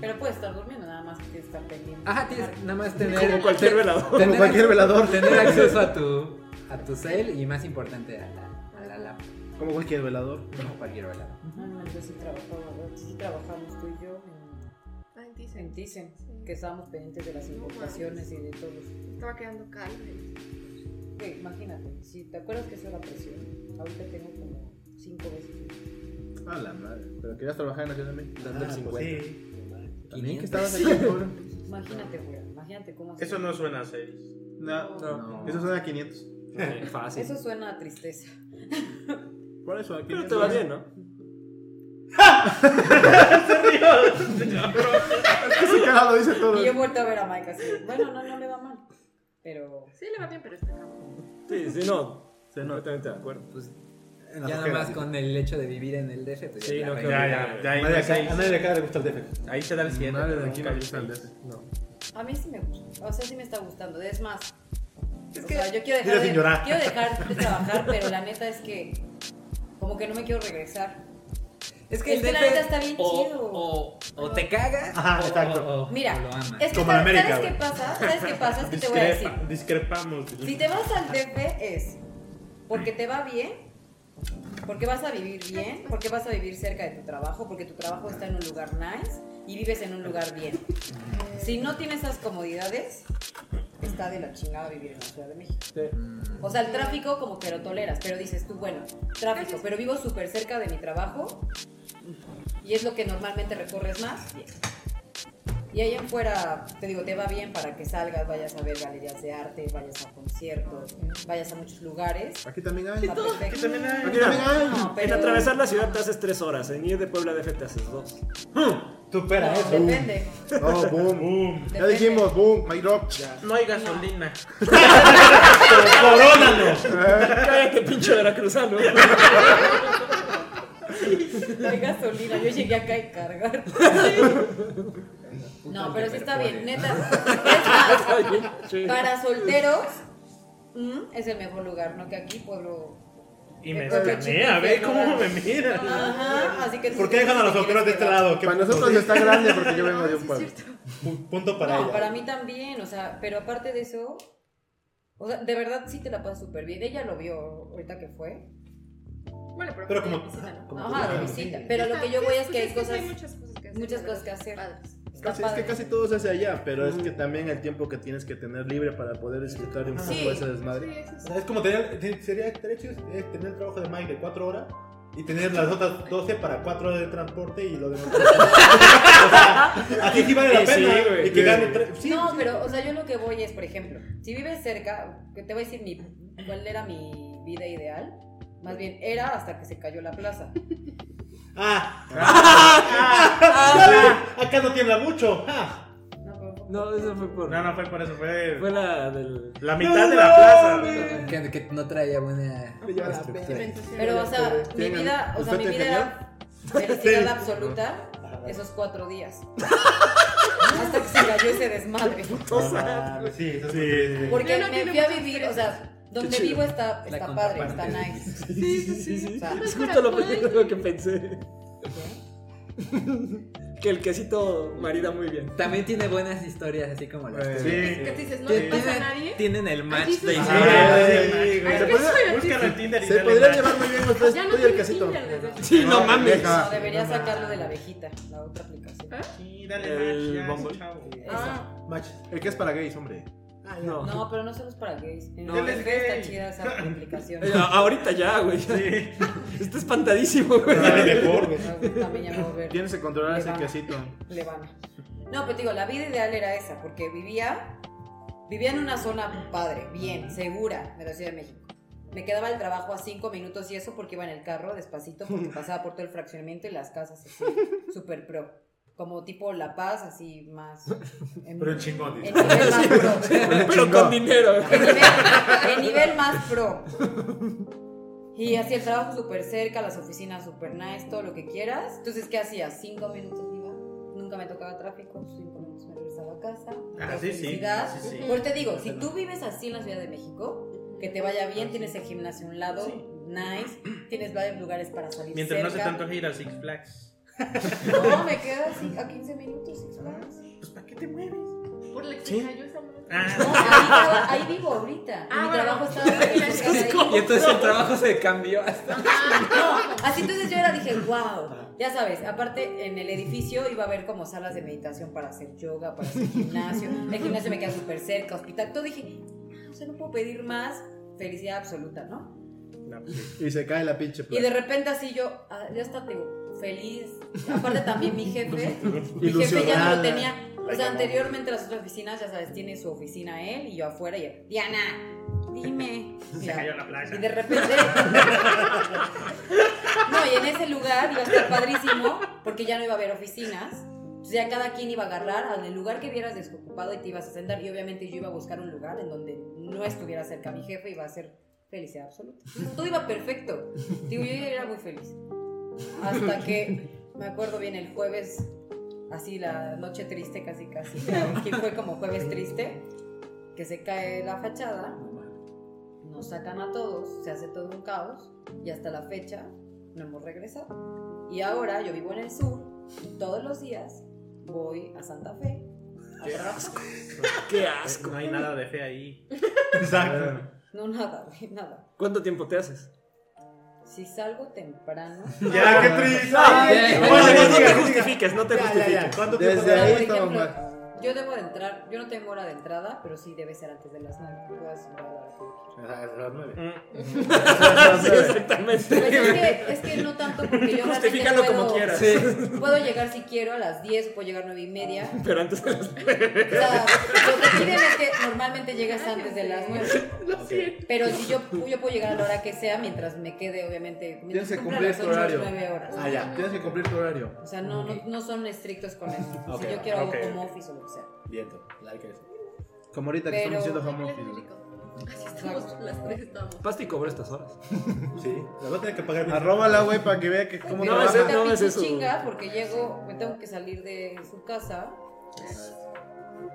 S8: Pero puedes estar durmiendo, nada más que tienes que estar pendiente.
S6: Ajá, tienes nada más tener.
S3: Como cualquier
S6: [laughs]
S3: velador.
S5: Como cualquier velador.
S6: Tener acceso a tu, a tu cel y más importante a la, a la laptop,
S5: Como cualquier velador.
S6: como cualquier velador.
S8: No, Ah, no, yo sí trabajaba, güey. sí trabajamos tú y yo en,
S13: Ah, en ti, sí.
S8: en Thyssen,
S13: Sí.
S8: que estábamos pendientes de las
S13: No
S8: importaciones y de todo.
S13: Estaba quedando calma.
S8: Güey, imagínate, si te acuerdas que eso era presión, ahorita tengo como cinco veces.
S5: A la madre. Pero querías trabajar en la Ciudad de México.
S1: Ah,
S3: Dando el
S1: pues
S3: 50.
S1: sí.
S5: También
S6: 500.
S5: que estabas aquí, cabrón.
S8: Imagínate, güey, imagínate cómo hacer-
S2: Eso no suena a seis.
S5: No,
S6: No.
S5: Eso suena a 500.
S3: Fácil.
S8: Eso suena a tristeza.
S5: Por eso, a 500.
S3: Pero te va bien, ¿no?
S5: Ese cara lo dice todo.
S8: Y yo he vuelto a ver a Mike así. Bueno, no, no le va mal. Pero.
S13: Sí, le va bien, pero está cabrón.
S3: Sí, sí, no.
S5: Se nota.
S3: Completamente de acuerdo.
S6: Pues,
S5: En la
S6: ya nada
S5: ojera.
S6: más con el hecho de vivir en el DF, pues
S3: Sí,
S6: ya,
S3: no,
S6: la
S3: qué
S6: regla.
S3: horrible.
S1: Nadie
S2: ahí no
S1: acá-
S2: seis.
S1: a nadie de acá le gusta el DF.
S2: Ahí se da el 100.
S5: Madre de aquí me gusta el DF.
S3: No.
S8: A mí sí me gusta. O sea, sí me está gustando. Es más.
S6: Es
S8: o
S6: que-
S8: sea, yo quiero
S1: Dilo
S8: dejar, de,
S1: sin llorar.
S8: quiero dejar de trabajar, pero la neta es que. Como que no me quiero regresar.
S6: Es que
S8: Es
S6: el
S8: que la
S6: DF
S8: neta está bien
S6: o,
S8: chido.
S6: O, o te cagas
S1: Ajá,
S6: o,
S1: exacto.
S6: o- o
S8: Mira,
S6: lo amas.
S8: es que
S1: Como la
S8: ¿sabes,
S1: América,
S8: ¿sabes qué
S1: güey.
S8: pasa? ¿Sabes qué pasa? Es que te voy a decir.
S2: Discrepa, discrepamos.
S8: Si te vas al DF es porque te va bien, porque vas a vivir bien, porque vas a vivir cerca de tu trabajo, porque tu trabajo está en un lugar nice y vives en un lugar bien. Si no tienes esas comodidades, está de la chingada vivir en la Ciudad de México. O sea, el tráfico como que lo toleras, pero dices tú, bueno, tráfico, pero vivo súper cerca de mi trabajo y es lo que normalmente recorres más. bien. Y ahí en fuera, te digo, te va bien para que salgas, vayas a ver galerías de arte, vayas a conciertos, vayas a muchos lugares.
S5: Aquí también hay.
S8: Está
S5: Aquí
S8: perfecto.
S5: también hay.
S8: No,
S3: En
S8: pero-
S3: atravesar la ciudad te haces tres horas. En ir de Puebla a DF te haces dos.
S1: Tú
S8: No,
S1: pera, eso.
S8: depende.
S5: Oh, boom.
S1: Boom.
S5: Ya
S8: depende.
S5: dijimos, boom, my drop.
S2: No hay gasolina. [laughs]
S1: ¡Corónanos!
S3: Cállate, pinche veracruzano. [laughs]
S8: No [laughs] hay gasolina, yo llegué acá y cargar. No, pero sí está bien, neta. Es más, para solteros mm, es el mejor lugar, ¿no? Que aquí, pueblo,
S2: Y me
S8: Con los
S2: escanea, ve
S8: chiquitos,
S2: cómo
S8: ¿no?
S2: me mira.
S8: Ajá, así que...
S1: ¿Por qué dejan a los solteros de este lado? ¿Qué
S5: Para nosotros está grande porque yo vengo de un
S11: es
S5: pueblo.
S11: cierto.
S1: pu- punto para
S8: No,
S1: ella?
S8: para mí también, o sea, pero aparte de eso, o sea, de verdad sí te la pasas súper bien. Ella lo vio ahorita que fue.
S11: Bueno, pero,
S1: Pero
S11: fue de
S1: como-
S11: visita, ¿no?
S1: como-
S8: Ajá, de visita. Pero lo que yo voy es que hay
S11: Sí, pues,
S8: cosas...
S11: muchas cosas que hacer.
S8: muchas
S11: la verdad.
S8: cosas que hacer.
S11: Padres.
S8: está
S5: Casi, es que
S8: padre.
S5: casi todo se hace allá, pero es que también el tiempo que tienes que tener libre para poder disfrutar de un poco
S8: Sí.
S5: de ese desmadre.
S11: Sí, eso
S1: O
S11: sí.
S1: sea, Es como tener, te- sería estaría chido eh, tener el trabajo de Mike de 4 horas y tener las otras 12 para 4 horas de transporte y lo demás. [laughs] o sea, así sí vale la
S3: Eh, sí,
S1: pena.
S3: güey.
S1: y que gane 3. Sí,
S8: no,
S1: sí.
S8: pero, o sea, yo lo que voy es, por ejemplo, si vives cerca, que te voy a decir mi, cuál era mi vida ideal. Más bien, era hasta que se cayó la plaza.
S1: Ah, ah, ah, ya vi, acá no tiembla mucho. Ah.
S8: No, pero-
S3: No, eso fue por.
S2: No, no fue por eso, fue
S3: Fue la del.
S2: la mitad de la plaza.
S6: Que, que no traía buena estructura.
S8: Pero, o sea, mi
S5: Tengan-
S8: vida, o sea, mi
S5: ¿Usted te
S8: vida era felicidad absoluta esos cuatro días. Hasta que se cayó ese desmadre.
S1: Ah, sí, eso sí.
S8: Porque
S11: No, no
S8: me
S11: tiene
S8: fui a
S11: muchos
S8: vivir, o
S11: estreses.
S8: sea, donde
S5: Qué chido.
S8: vivo está,
S6: La
S8: está padre, está
S6: contraparte.
S8: nice.
S3: Sí, sí, sí. sí.
S8: O sea,
S3: Es justo lo primero que pensé. que el quesito marida muy bien.
S6: También tiene buenas historias, así como las tuyas.
S1: Sí.
S11: Que dices, no
S6: Que
S11: le pasa a
S6: tienen-
S11: nadie.
S6: Tienen el match
S11: Allí se
S6: de
S11: sabe.
S6: historias.
S1: sí, güey.
S11: Es que
S5: podría-
S11: soy
S2: Búscalo en Tinder y
S5: Pues, Se
S2: dale
S5: podría
S2: match.
S5: llevar muy bien los tres,
S11: Ya no
S5: tú y el
S11: tiene
S5: quesito.
S11: Tinder, desde-
S3: Sí, no mames.
S1: Ah,
S8: no, debería sacarlo de la abejita, la otra aplicación.
S11: Ah.
S2: Sí, dale match,
S3: El
S2: ya,
S3: Bumble.
S2: chavo.
S8: Esa.
S5: Match. El que es para gays, hombre.
S3: No.
S8: No, pero no solo es para gays. En
S3: No,
S8: no,
S2: es gay.
S8: está chida esa aplicación.
S3: Eh, a- Ahorita ya, güey. Está espantadísimo, güey.
S8: Ah, güey, También ya me voy a ver.
S5: Tienes que controlar
S8: Le
S5: ese
S8: van.
S5: quesito.
S8: le van. No, pero te digo, la vida ideal era esa, porque vivía, vivía en una zona padre, bien, segura de la Ciudad de México. Me quedaba el trabajo a cinco minutos y eso porque iba en el carro despacito,
S1: [laughs]
S8: porque pasaba por todo el fraccionamiento y las casas así, súper pro. Como tipo La Paz, así más. En,
S1: Pero chingón,
S8: en
S1: dice.
S8: nivel más pro.
S1: [laughs]
S3: Pero
S2: [laughs]
S3: con dinero.
S8: En nivel, en nivel más pro. Y hacía el trabajo súper cerca, las oficinas súper nice, todo lo que quieras. Entonces, ¿qué hacía? Cinco minutos iba. Nunca me tocaba tráfico, cinco minutos me regresaba a casa.
S2: Ah, sí, sí.
S8: Felicidad.
S2: sí, sí. Ah,
S8: Porque te digo, si tú vives así en la Ciudad de México, que te vaya bien, tienes el gimnasio a un lado,
S2: Sí.
S8: nice, tienes varios lugares para salir
S2: Mientras no se
S8: cerca.
S2: tanto antoje ir a Six Flags.
S8: No, me queda así a 15 minutos, Six Flags.
S2: Pues ¿para qué te mueves?
S11: Por la
S2: Sí.
S11: que cayó esa madre.
S8: No,
S2: Ah,
S8: ahí, traba- ahí vivo ahorita.
S11: Ah,
S8: mi
S11: bueno.
S8: trabajo estaba
S2: [laughs]
S8: cerca de ahí.
S6: [laughs] Y entonces el trabajo se cambió hasta.
S8: Así entonces yo
S5: [laughs]
S8: era, dije, wow. Ya sabes, aparte en el edificio iba a haber como salas de meditación para hacer yoga, para hacer
S5: [laughs]
S8: gimnasio. El gimnasio me queda súper cerca, hospital. Todo dije, ah, o sea, no puedo pedir más. Felicidad absoluta, ¿no?
S5: pues Y se cae la pinche
S8: Y de
S5: placa.
S8: repente así yo, ah, ya está, te digo, feliz. Aparte también mi jefe, mi jefe ya
S5: Pues, Ilusionada.
S8: no lo tenía. O sea, anteriormente las otras oficinas, ya sabes, tiene su oficina él y yo afuera y él, Diana,
S5: [laughs]
S8: dime.
S2: se
S8: Ya.
S2: cayó la plaza.
S8: Y de repente. [laughs] no, y en ese lugar iba a estar padrísimo porque ya no iba a haber oficinas. O sea, cada quien iba a agarrar al lugar que vieras desocupado y te ibas a sentar. Y obviamente yo iba a buscar un lugar en donde no estuviera cerca mi jefe y iba a ser felicidad absoluta. Todo iba perfecto. Digo, yo ya era muy feliz. Hasta que me acuerdo bien el jueves, así la noche triste, casi casi. Aquí fue como jueves triste, que se cae la fachada nos sacan a todos, se hace todo un caos y hasta la fecha no hemos regresado. Y ahora yo vivo en el sur y todos los días voy a Santa Fe. a trabajar.
S3: Qué asco.
S2: No hay nada de fe ahí.
S1: Exacto.
S8: No, nada, güey, nada.
S3: ¿Cuánto tiempo te haces?
S8: Si salgo temprano,
S1: Ya, qué triste.
S6: ya,
S1: Bueno,
S3: no,
S1: ya,
S3: no
S1: diga,
S3: te
S1: diga.
S3: justifiques, no te
S1: Ya, ya, ya.
S3: justifiques.
S1: ¿Cuánto
S5: Desde
S1: tiempo?
S8: sea,
S5: ahí
S8: por
S5: estaba
S8: ejemplo,
S5: mal.
S8: yo debo de entrar, yo no tengo hora de entrada, pero sí debe ser antes de las 9. Voy a decir la hora que quiero.
S1: Ah,
S3: [laughs] Sí,
S8: Pues es,
S3: exactamente.
S8: que, es que no tanto porque yo realmente
S3: Justifícalo como
S8: puedo-
S3: quieras.
S8: Puedo llegar si quiero a las 10, puedo llegar a 9 y media,
S3: Pero antes de las
S8: O sea, lo que piden es que normalmente llegas antes de las 9. Pero si yo, yo puedo llegar a la hora que sea mientras me quede, obviamente.
S5: Tienes
S8: mientras
S5: que
S8: cumpla
S5: cumplir
S8: las
S5: tu
S8: ocho,
S5: horario.
S8: nueve horas.
S5: Ah, ya. Tienes que cumplir tu horario.
S8: O sea, no, no, no son estrictos con eso.
S5: Ok,
S8: si yo quiero
S2: ok,
S8: hago como
S2: ok.
S8: office o lo que sea.
S5: Viento. Like eso. Como ahorita que
S8: Pero-
S5: estamos haciendo home
S11: Ay, qué
S5: office.
S11: rico. Así estamos, las tres estamos.
S3: Pasta y cobro estas horas.
S1: Sí, la voy a tener que pagar. bien.
S5: Arróbala, güey, para que vea que
S8: Ay,
S5: cómo
S8: pero
S3: no,
S5: trabaja.
S8: ahorita
S3: no es
S8: pinche
S3: eso.
S8: chinga porque llego, me tengo que salir de su casa.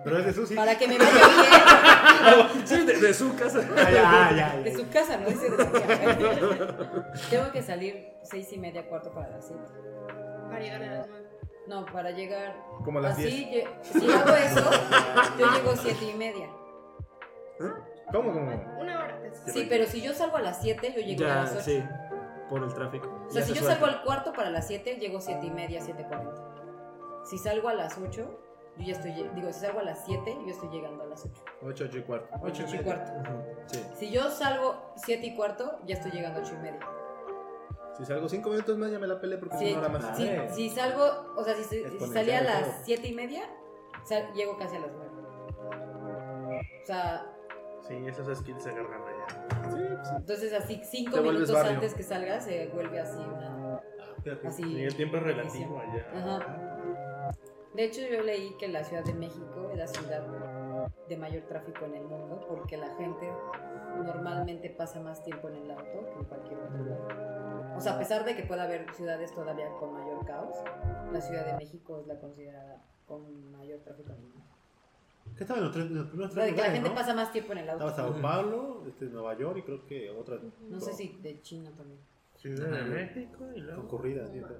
S1: Pero es de Susi.
S8: Para que me vaya
S3: [laughs]
S8: bien
S3: Sí, de, de su [laughs] casa.
S1: Ah, ya, ah, ya,
S8: de
S1: ya.
S8: su casa, no dice de
S5: [laughs]
S8: su casa. Tengo que salir seis y media, cuarto para las siete.
S13: Para llegar a las nueve.
S8: No, para llegar.
S5: Como a las
S8: así,
S5: 10.
S8: lle- si hago eso, yo llego siete y media.
S5: ¿Cómo, cómo?
S13: Una hora antes.
S8: Sí, pero si yo salgo a las 7, yo llego a
S3: Ya,
S8: las 8.
S3: sí. Por el tráfico.
S8: O sea,
S3: Ya
S8: si
S3: se
S8: yo
S3: suelta.
S8: salgo al cuarto para las 7, llego 7 y media, 7.40. Si salgo a las 8, yo ya estoy. lle- Digo, si salgo a las 7, yo estoy llegando a las 8.
S5: 8, 8 y cuarto.
S8: 8 y cuarto.
S3: Ujú, Sí.
S8: Si yo salgo 7 y cuarto, ya estoy llegando a 8 y media.
S5: Si salgo 5 minutos más, ya me la peleé porque
S8: Si,
S5: es una hora más.
S8: si-
S5: Eh.
S8: si salgo, o sea, si, si
S5: Exponencial,
S8: salía a
S5: claro.
S8: las 7 y media, sal- llego casi a las 9. O sea,
S4: Sí, esos skills se agarran allá.
S8: entonces así 5
S5: Te vuelves
S8: minutos
S5: barrio.
S8: antes que salgas, se vuelve así una. Así.
S4: Y el tiempo es relativo allá.
S8: Ajá. De hecho, yo leí que la Ciudad de México es la ciudad de mayor tráfico en el mundo porque la gente normalmente pasa más tiempo en el auto que en cualquier otro lugar. O sea, a pesar de que pueda haber ciudades todavía con mayor caos, la Ciudad de México es la considerada con mayor tráfico en el mundo.
S1: ¿Qué estaban los tres, los primeros
S8: O sea,
S1: tres
S8: de que la
S1: lugares,
S8: gente
S1: no?
S8: pasa más tiempo en el
S4: Ah.
S1: Estaba
S8: auto.
S1: Sao Paulo, este, Nueva York y creo que otra
S8: No sé si de China también.
S4: Ciudad de México y luego.
S1: concurrida. sí, está.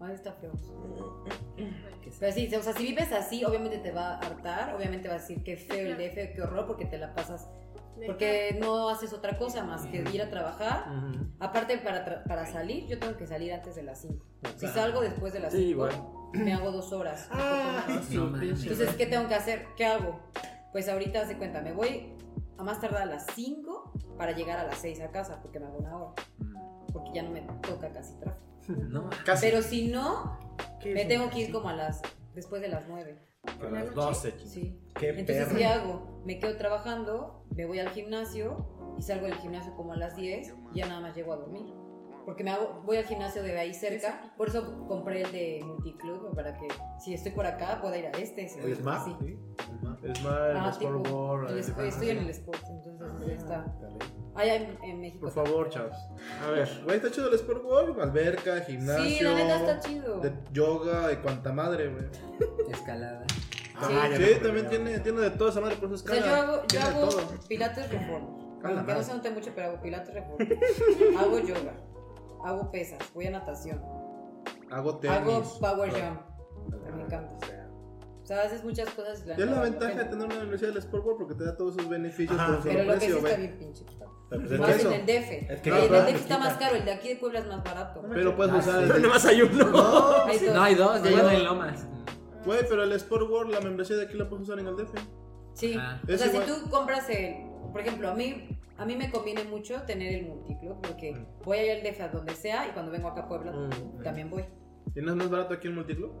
S8: Ay, Ah, está feo. Pero sí, o sea, si vives así, obviamente te va a hartar, obviamente vas a decir qué feo el DF, qué horror, porque te la pasas, porque no haces otra cosa más que ir a trabajar.
S3: Ujú.
S8: Aparte, para, tra- para salir, yo tengo que salir antes de las 5. Si salgo después de las
S3: Ah, Sí,
S8: 5,
S3: igual.
S8: me hago dos horas. un poco más.
S6: No mames.
S8: Entonces, ¿qué tengo que hacer? ¿Qué hago? Pues ahorita haz de cuenta, me voy a más tardar a las 5 para llegar a las 6 a casa, porque me hago una hora.
S3: Mm.
S8: Porque ya no me toca casi tráfico.
S6: No,
S5: Casi.
S8: Pero si no,
S4: ¿Qué
S8: me
S4: es
S8: tengo que ir como a las. después de las 9.
S13: Por la noche.
S8: Sí.
S5: Qué
S8: Entonces,
S5: perro.
S8: ¿qué hago? Me quedo trabajando, me voy al gimnasio y salgo del gimnasio como a las 10 y ya nada más llego a dormir. Porque me hago, voy al gimnasio de ahí cerca, por eso compré el de Multiclub, para que si estoy por acá pueda ir a este. si
S1: El
S8: voy-
S1: Smart,
S8: sí.
S1: sí.
S5: Es más,
S8: Ah,
S5: el
S8: tipo,
S5: Sport World,
S8: el
S5: eh,
S8: sport, estoy en el sport, entonces ya está. Allá en, en México.
S5: Por favor, chavos.
S3: A ver.
S5: Güey, está chido el Sport World, alberca, gimnasio.
S8: Sí, la neta está chido.
S5: De yoga, de cuanta madre, güey.
S6: escalada.
S8: Ah,
S5: sí, también tiene, tiene de toda esa madre, por eso es
S8: O sea, yo
S5: cara.
S8: hago, yo
S5: Tiene de
S8: hago
S5: todo.
S8: pilates reform.
S5: Ah, la
S8: Aunque no
S5: madre.
S8: se note mucho, pero hago pilates reform.
S5: [laughs]
S8: hago yoga. Hago pesas. Voy a natación.
S5: Hago tenis.
S8: hago power jump. que Me encanta. O sea, haces muchas cosas. y la
S5: Y es la
S8: neta vale
S5: ventaja de
S8: pena.
S5: tener una universidad del Sport World porque te da todos sus beneficios
S1: Ajá.
S5: por un
S8: Pero
S5: solo
S8: lo que sí
S5: precio,
S8: está
S5: güey.
S8: bien pinche. caro.
S1: Pero, pues, es
S8: Más
S1: que
S8: en
S1: eso.
S8: el DF.
S1: Es que
S8: Y
S1: no,
S8: el
S1: no,
S8: del DF
S1: no,
S8: está
S1: no,
S8: más
S1: no.
S8: caro. El de aquí de Puebla es más barato.
S5: Pero puedes
S6: Ah,
S5: usar
S6: sí.
S8: [laughs]
S3: [laughs]
S5: el
S3: Nada más hay uno.
S5: No,
S8: Hay dos.
S6: No, hay dos, ya hay
S5: Hay
S6: uno
S5: dos.
S6: en Lomas.
S5: güey, pero el Sport World, la membresía de aquí la puedes usar en el DF.
S8: Sí.
S6: Ah.
S8: o
S5: Es
S8: sea,
S5: igual.
S8: si tú compras el. Por ejemplo, a mí, a mí me conviene mucho tener el multiclub porque voy a ir al DF a donde sea y cuando vengo acá a Puebla
S3: Mm.
S8: también voy.
S5: ¿Y no es más barato aquí en Multiclub?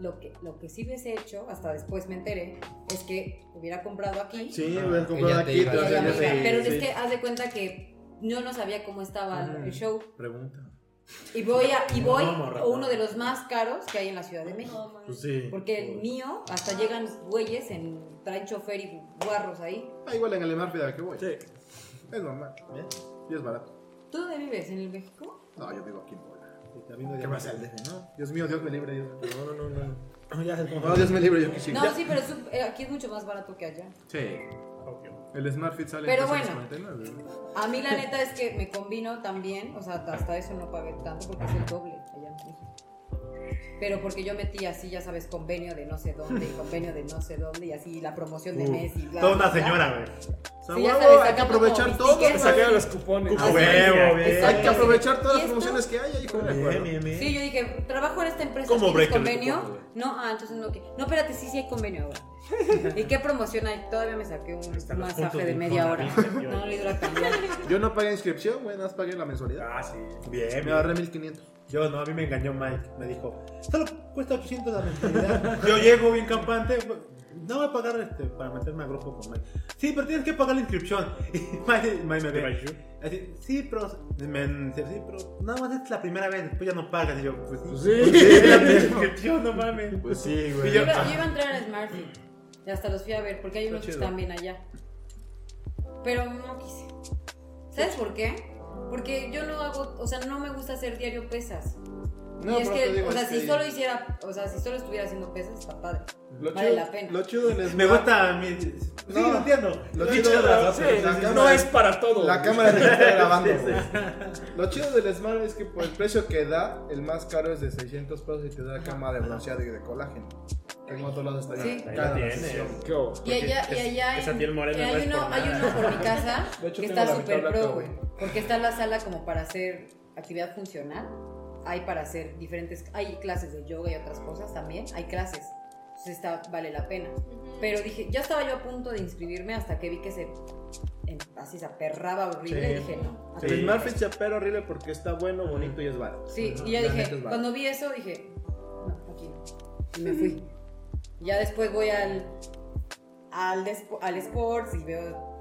S8: Lo que, lo que sí hubiese hecho, hasta después me enteré, es que hubiera comprado aquí.
S5: Sí, voy a
S6: que
S5: comprar
S6: ya te
S5: aquí.
S6: ibas.
S5: Ah, te vas
S8: y
S5: a
S8: la
S5: ir,
S8: amiga.
S5: sí,
S8: Pero
S5: sí.
S8: es que haz de cuenta que yo no sabía cómo estaba el show.
S5: Pregunta.
S8: Y voy a, y voy
S4: No, morra,
S8: a uno de los más caros que hay en la Ciudad de México.
S1: Pues sí.
S8: Porque el mío, hasta llegan güeyes en traen chofer y guarros ahí.
S5: Ah, igual en el Emarfida que voy.
S3: Sí.
S5: Es normal. ¿eh? Y es barato.
S8: ¿Tú dónde vives? ¿En el México?
S5: No, yo digo aquí en Puebla. ¿Qué pasa el DF, no? Dios mío, Dios me libre. Dios mío.
S1: No, no, no, no.
S5: Ah,
S4: Ya se
S5: No, Dios me libre, yo sí.
S8: No,
S5: Ya.
S8: sí, pero es un- eh, aquí es mucho más barato que allá.
S5: Sí. El Smart Fit sale
S8: Pero
S5: en
S8: bueno.
S5: 349, güey.
S8: A mí la neta es que me combino también, o sea, hasta eso no pagué tanto porque es el doble allá en México. Pero porque yo metí así, ya sabes, convenio de no sé dónde, y convenio de no sé dónde, y así la promoción de
S1: Uh,
S8: Messi. bla,
S1: Toda
S8: bla,
S1: una
S8: bla.
S1: señora, güey.
S5: O sea,
S8: Sí, ya
S5: huevo,
S8: sabes,
S5: hay que
S8: acá como
S5: aprovechar
S8: mis
S5: todo.
S8: tickets,
S5: Te sacaron
S3: los cupones.
S1: Cupo,
S8: Ah, sí.
S1: huevo,
S8: Exacto.
S5: Hay que
S1: bien.
S5: aprovechar todas
S8: ¿Y
S5: las
S8: esto?
S5: promociones que hay, hijo de
S4: Bien,
S5: acuerdo.
S4: bien, bien.
S8: Sí, yo dije, trabajo en esta empresa,
S1: ¿Cómo
S8: ¿tienes
S1: break el
S8: convenio?
S1: cupo, güey?
S8: No, ah, entonces no, que- no, espérate, sí, sí hay convenio ahora. ¿Y qué promoción hay? Todavía me saqué un
S4: Están los
S8: masaje
S4: puntos
S8: de
S4: de
S8: media hora.
S4: Infonavit,
S8: [laughs] No, le dura cambiar.
S5: Yo no pagué inscripción, güey, nada más pagué la mensualidad.
S4: Ah, sí.
S1: Bien,
S5: Me
S1: bien.
S5: ahorré 1500.
S1: Yo no, a mí me engañó Mike. Me dijo, solo cuesta 800 la mensualidad. [laughs] Yo llego bien campante. pues, No voy a pagar este, para meterme a grupo con Mike. Sí, pero tienes que pagar la inscripción. [laughs] Y Mike, Mike me ve. Así, sí, pero. me- me- sí, pero. Nada más es la primera vez, después ya no pagas. Y yo, pues [laughs] sí.
S3: Sí.
S1: la inscripción, no mames.
S5: Pues sí,
S1: Y
S8: Yo
S1: yo,
S8: iba, yo iba a entrar a Smartfit. Y hasta los fui a ver, porque hay unos que están bien allá. Pero no quise. ¿Sabes por qué? Porque yo no hago, o sea, no me gusta hacer diario pesas.
S5: No,
S8: y es
S5: pero te
S8: que,
S5: digo,
S8: o sea,
S5: es
S8: si
S5: que-
S8: solo hiciera, o sea, si solo estuviera haciendo pesas, está padre.
S5: Lo
S8: Vale
S5: chido-
S8: la pena.
S5: Lo chido del
S1: Me
S5: smack-
S1: gusta mi. Sí,
S5: No,
S1: lo entiendo.
S5: lo
S1: Sí,
S5: chido
S1: chido,
S5: de
S1: la-
S5: la-
S1: sí,
S5: sí,
S1: sí,
S5: la
S1: sí.
S5: cámara-
S3: No es para todo.
S5: La cámara se está grabando. güey. Lo chido del Smart es que por el precio que da, el más caro es de 600 pesos y te da cama de bronceado y de colágeno. En otro lado está
S8: Sí.
S2: Ahí
S5: cara
S2: la
S5: la
S2: tienes.
S5: sesión.
S3: ¿Qué hubo?
S8: Y allá, y
S2: es-
S8: allá
S2: esa
S8: en-
S2: piel morena
S8: y
S2: no es
S8: hay, uno,
S2: por
S8: hay
S2: nada.
S8: uno por mi casa
S5: De hecho,
S8: que
S5: tengo
S8: está
S5: la mitad
S8: súper
S5: blanca,
S8: pro,
S5: güey.
S8: güey. Porque está la sala como para hacer actividad funcional. Hay para hacer diferentes. Hay clases de yoga y otras cosas también. Hay clases. Entonces está, vale la pena. Pero dije, ya estaba yo a punto de inscribirme hasta que vi que se. en- así se aperraba horrible. Y
S5: Sí.
S8: dije, no.
S5: El Smart Fit se apera horrible porque está bueno, bonito y es barato.
S8: Sí,
S5: Ajá.
S8: y
S5: La
S8: yo
S5: neta
S8: dije,
S5: es barato.
S8: cuando vi eso dije, no, aquí no. Y me fui. Ya después voy al, al, despo- al sports y veo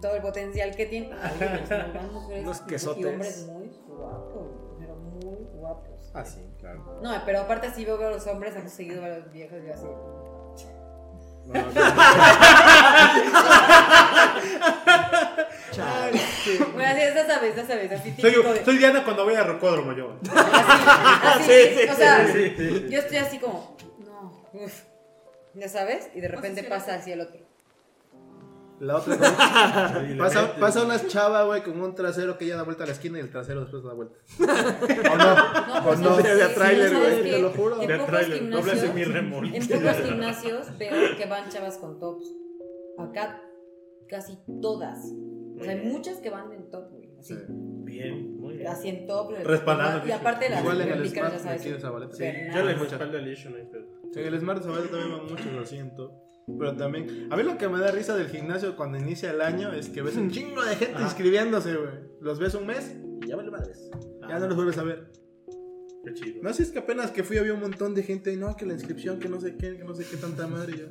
S8: todo el potencial
S5: [laughs]
S8: que tiene. pues, Oye, nos mandan mujeres
S3: Unos quesotes.
S8: Y hombres muy guapos, pero muy guapos.
S5: Ah, sí, claro.
S8: No, pero aparte sí veo a los hombres, hemos seguido a los viejos y yo así.
S5: No, no,
S8: [laughs]
S5: no.
S8: Bueno, así, ya sabes, ya sabes, así
S1: Soy,
S8: típico de...
S1: soy Diana cuando voy a Rocódromo yo.
S5: Ah,
S8: Así, ¿eh?
S3: Sí, sí,
S8: o sea,
S3: sí,
S8: yo estoy así como, no, uf, ya sabes, y de repente pasa hacia el otro.
S5: La [laughs] otra güey, pasa, pasa una chava, güey, con un trasero que ella da vuelta a la esquina y el trasero después da [laughs] vuelta. ¿O no?
S8: No,
S5: ¿O
S8: pues
S5: no?
S8: sí, sí,
S3: de
S8: sí,
S3: tráiler,
S8: ¿sabes
S5: güey,
S8: qué?
S5: te lo juro.
S8: En
S2: De
S8: pocos
S2: tráiler, no hables de mi
S8: gimnasios-
S2: remolque.
S8: En pocos gimnasios veo que van chavas con tops. Acá casi todas. O sea, hay muchas que van en top, güey. Así,
S2: Bien, muy bien.
S8: así en top. en-
S1: Respaldando,
S8: Y aparte las
S5: Igual en el
S8: réplicas, ya
S5: Smart me
S8: sabes.
S5: quiero esa boleta.
S2: Yo le
S8: Fernández.
S2: respaldo al issue, no hay pedo.
S5: Sí, el Smart Sabato también va mucho, lo siento. Pero también, a mí lo que me da risa del gimnasio cuando inicia el año es que ves un chingo de gente inscribiéndose, güey. Los ves un mes y ya vale madres. Ya no los vuelves a ver.
S2: Qué chido.
S5: No sé, es que apenas que fui había un montón de gente y no, que la inscripción, que no sé qué, que no sé qué tanta madre. y Yo,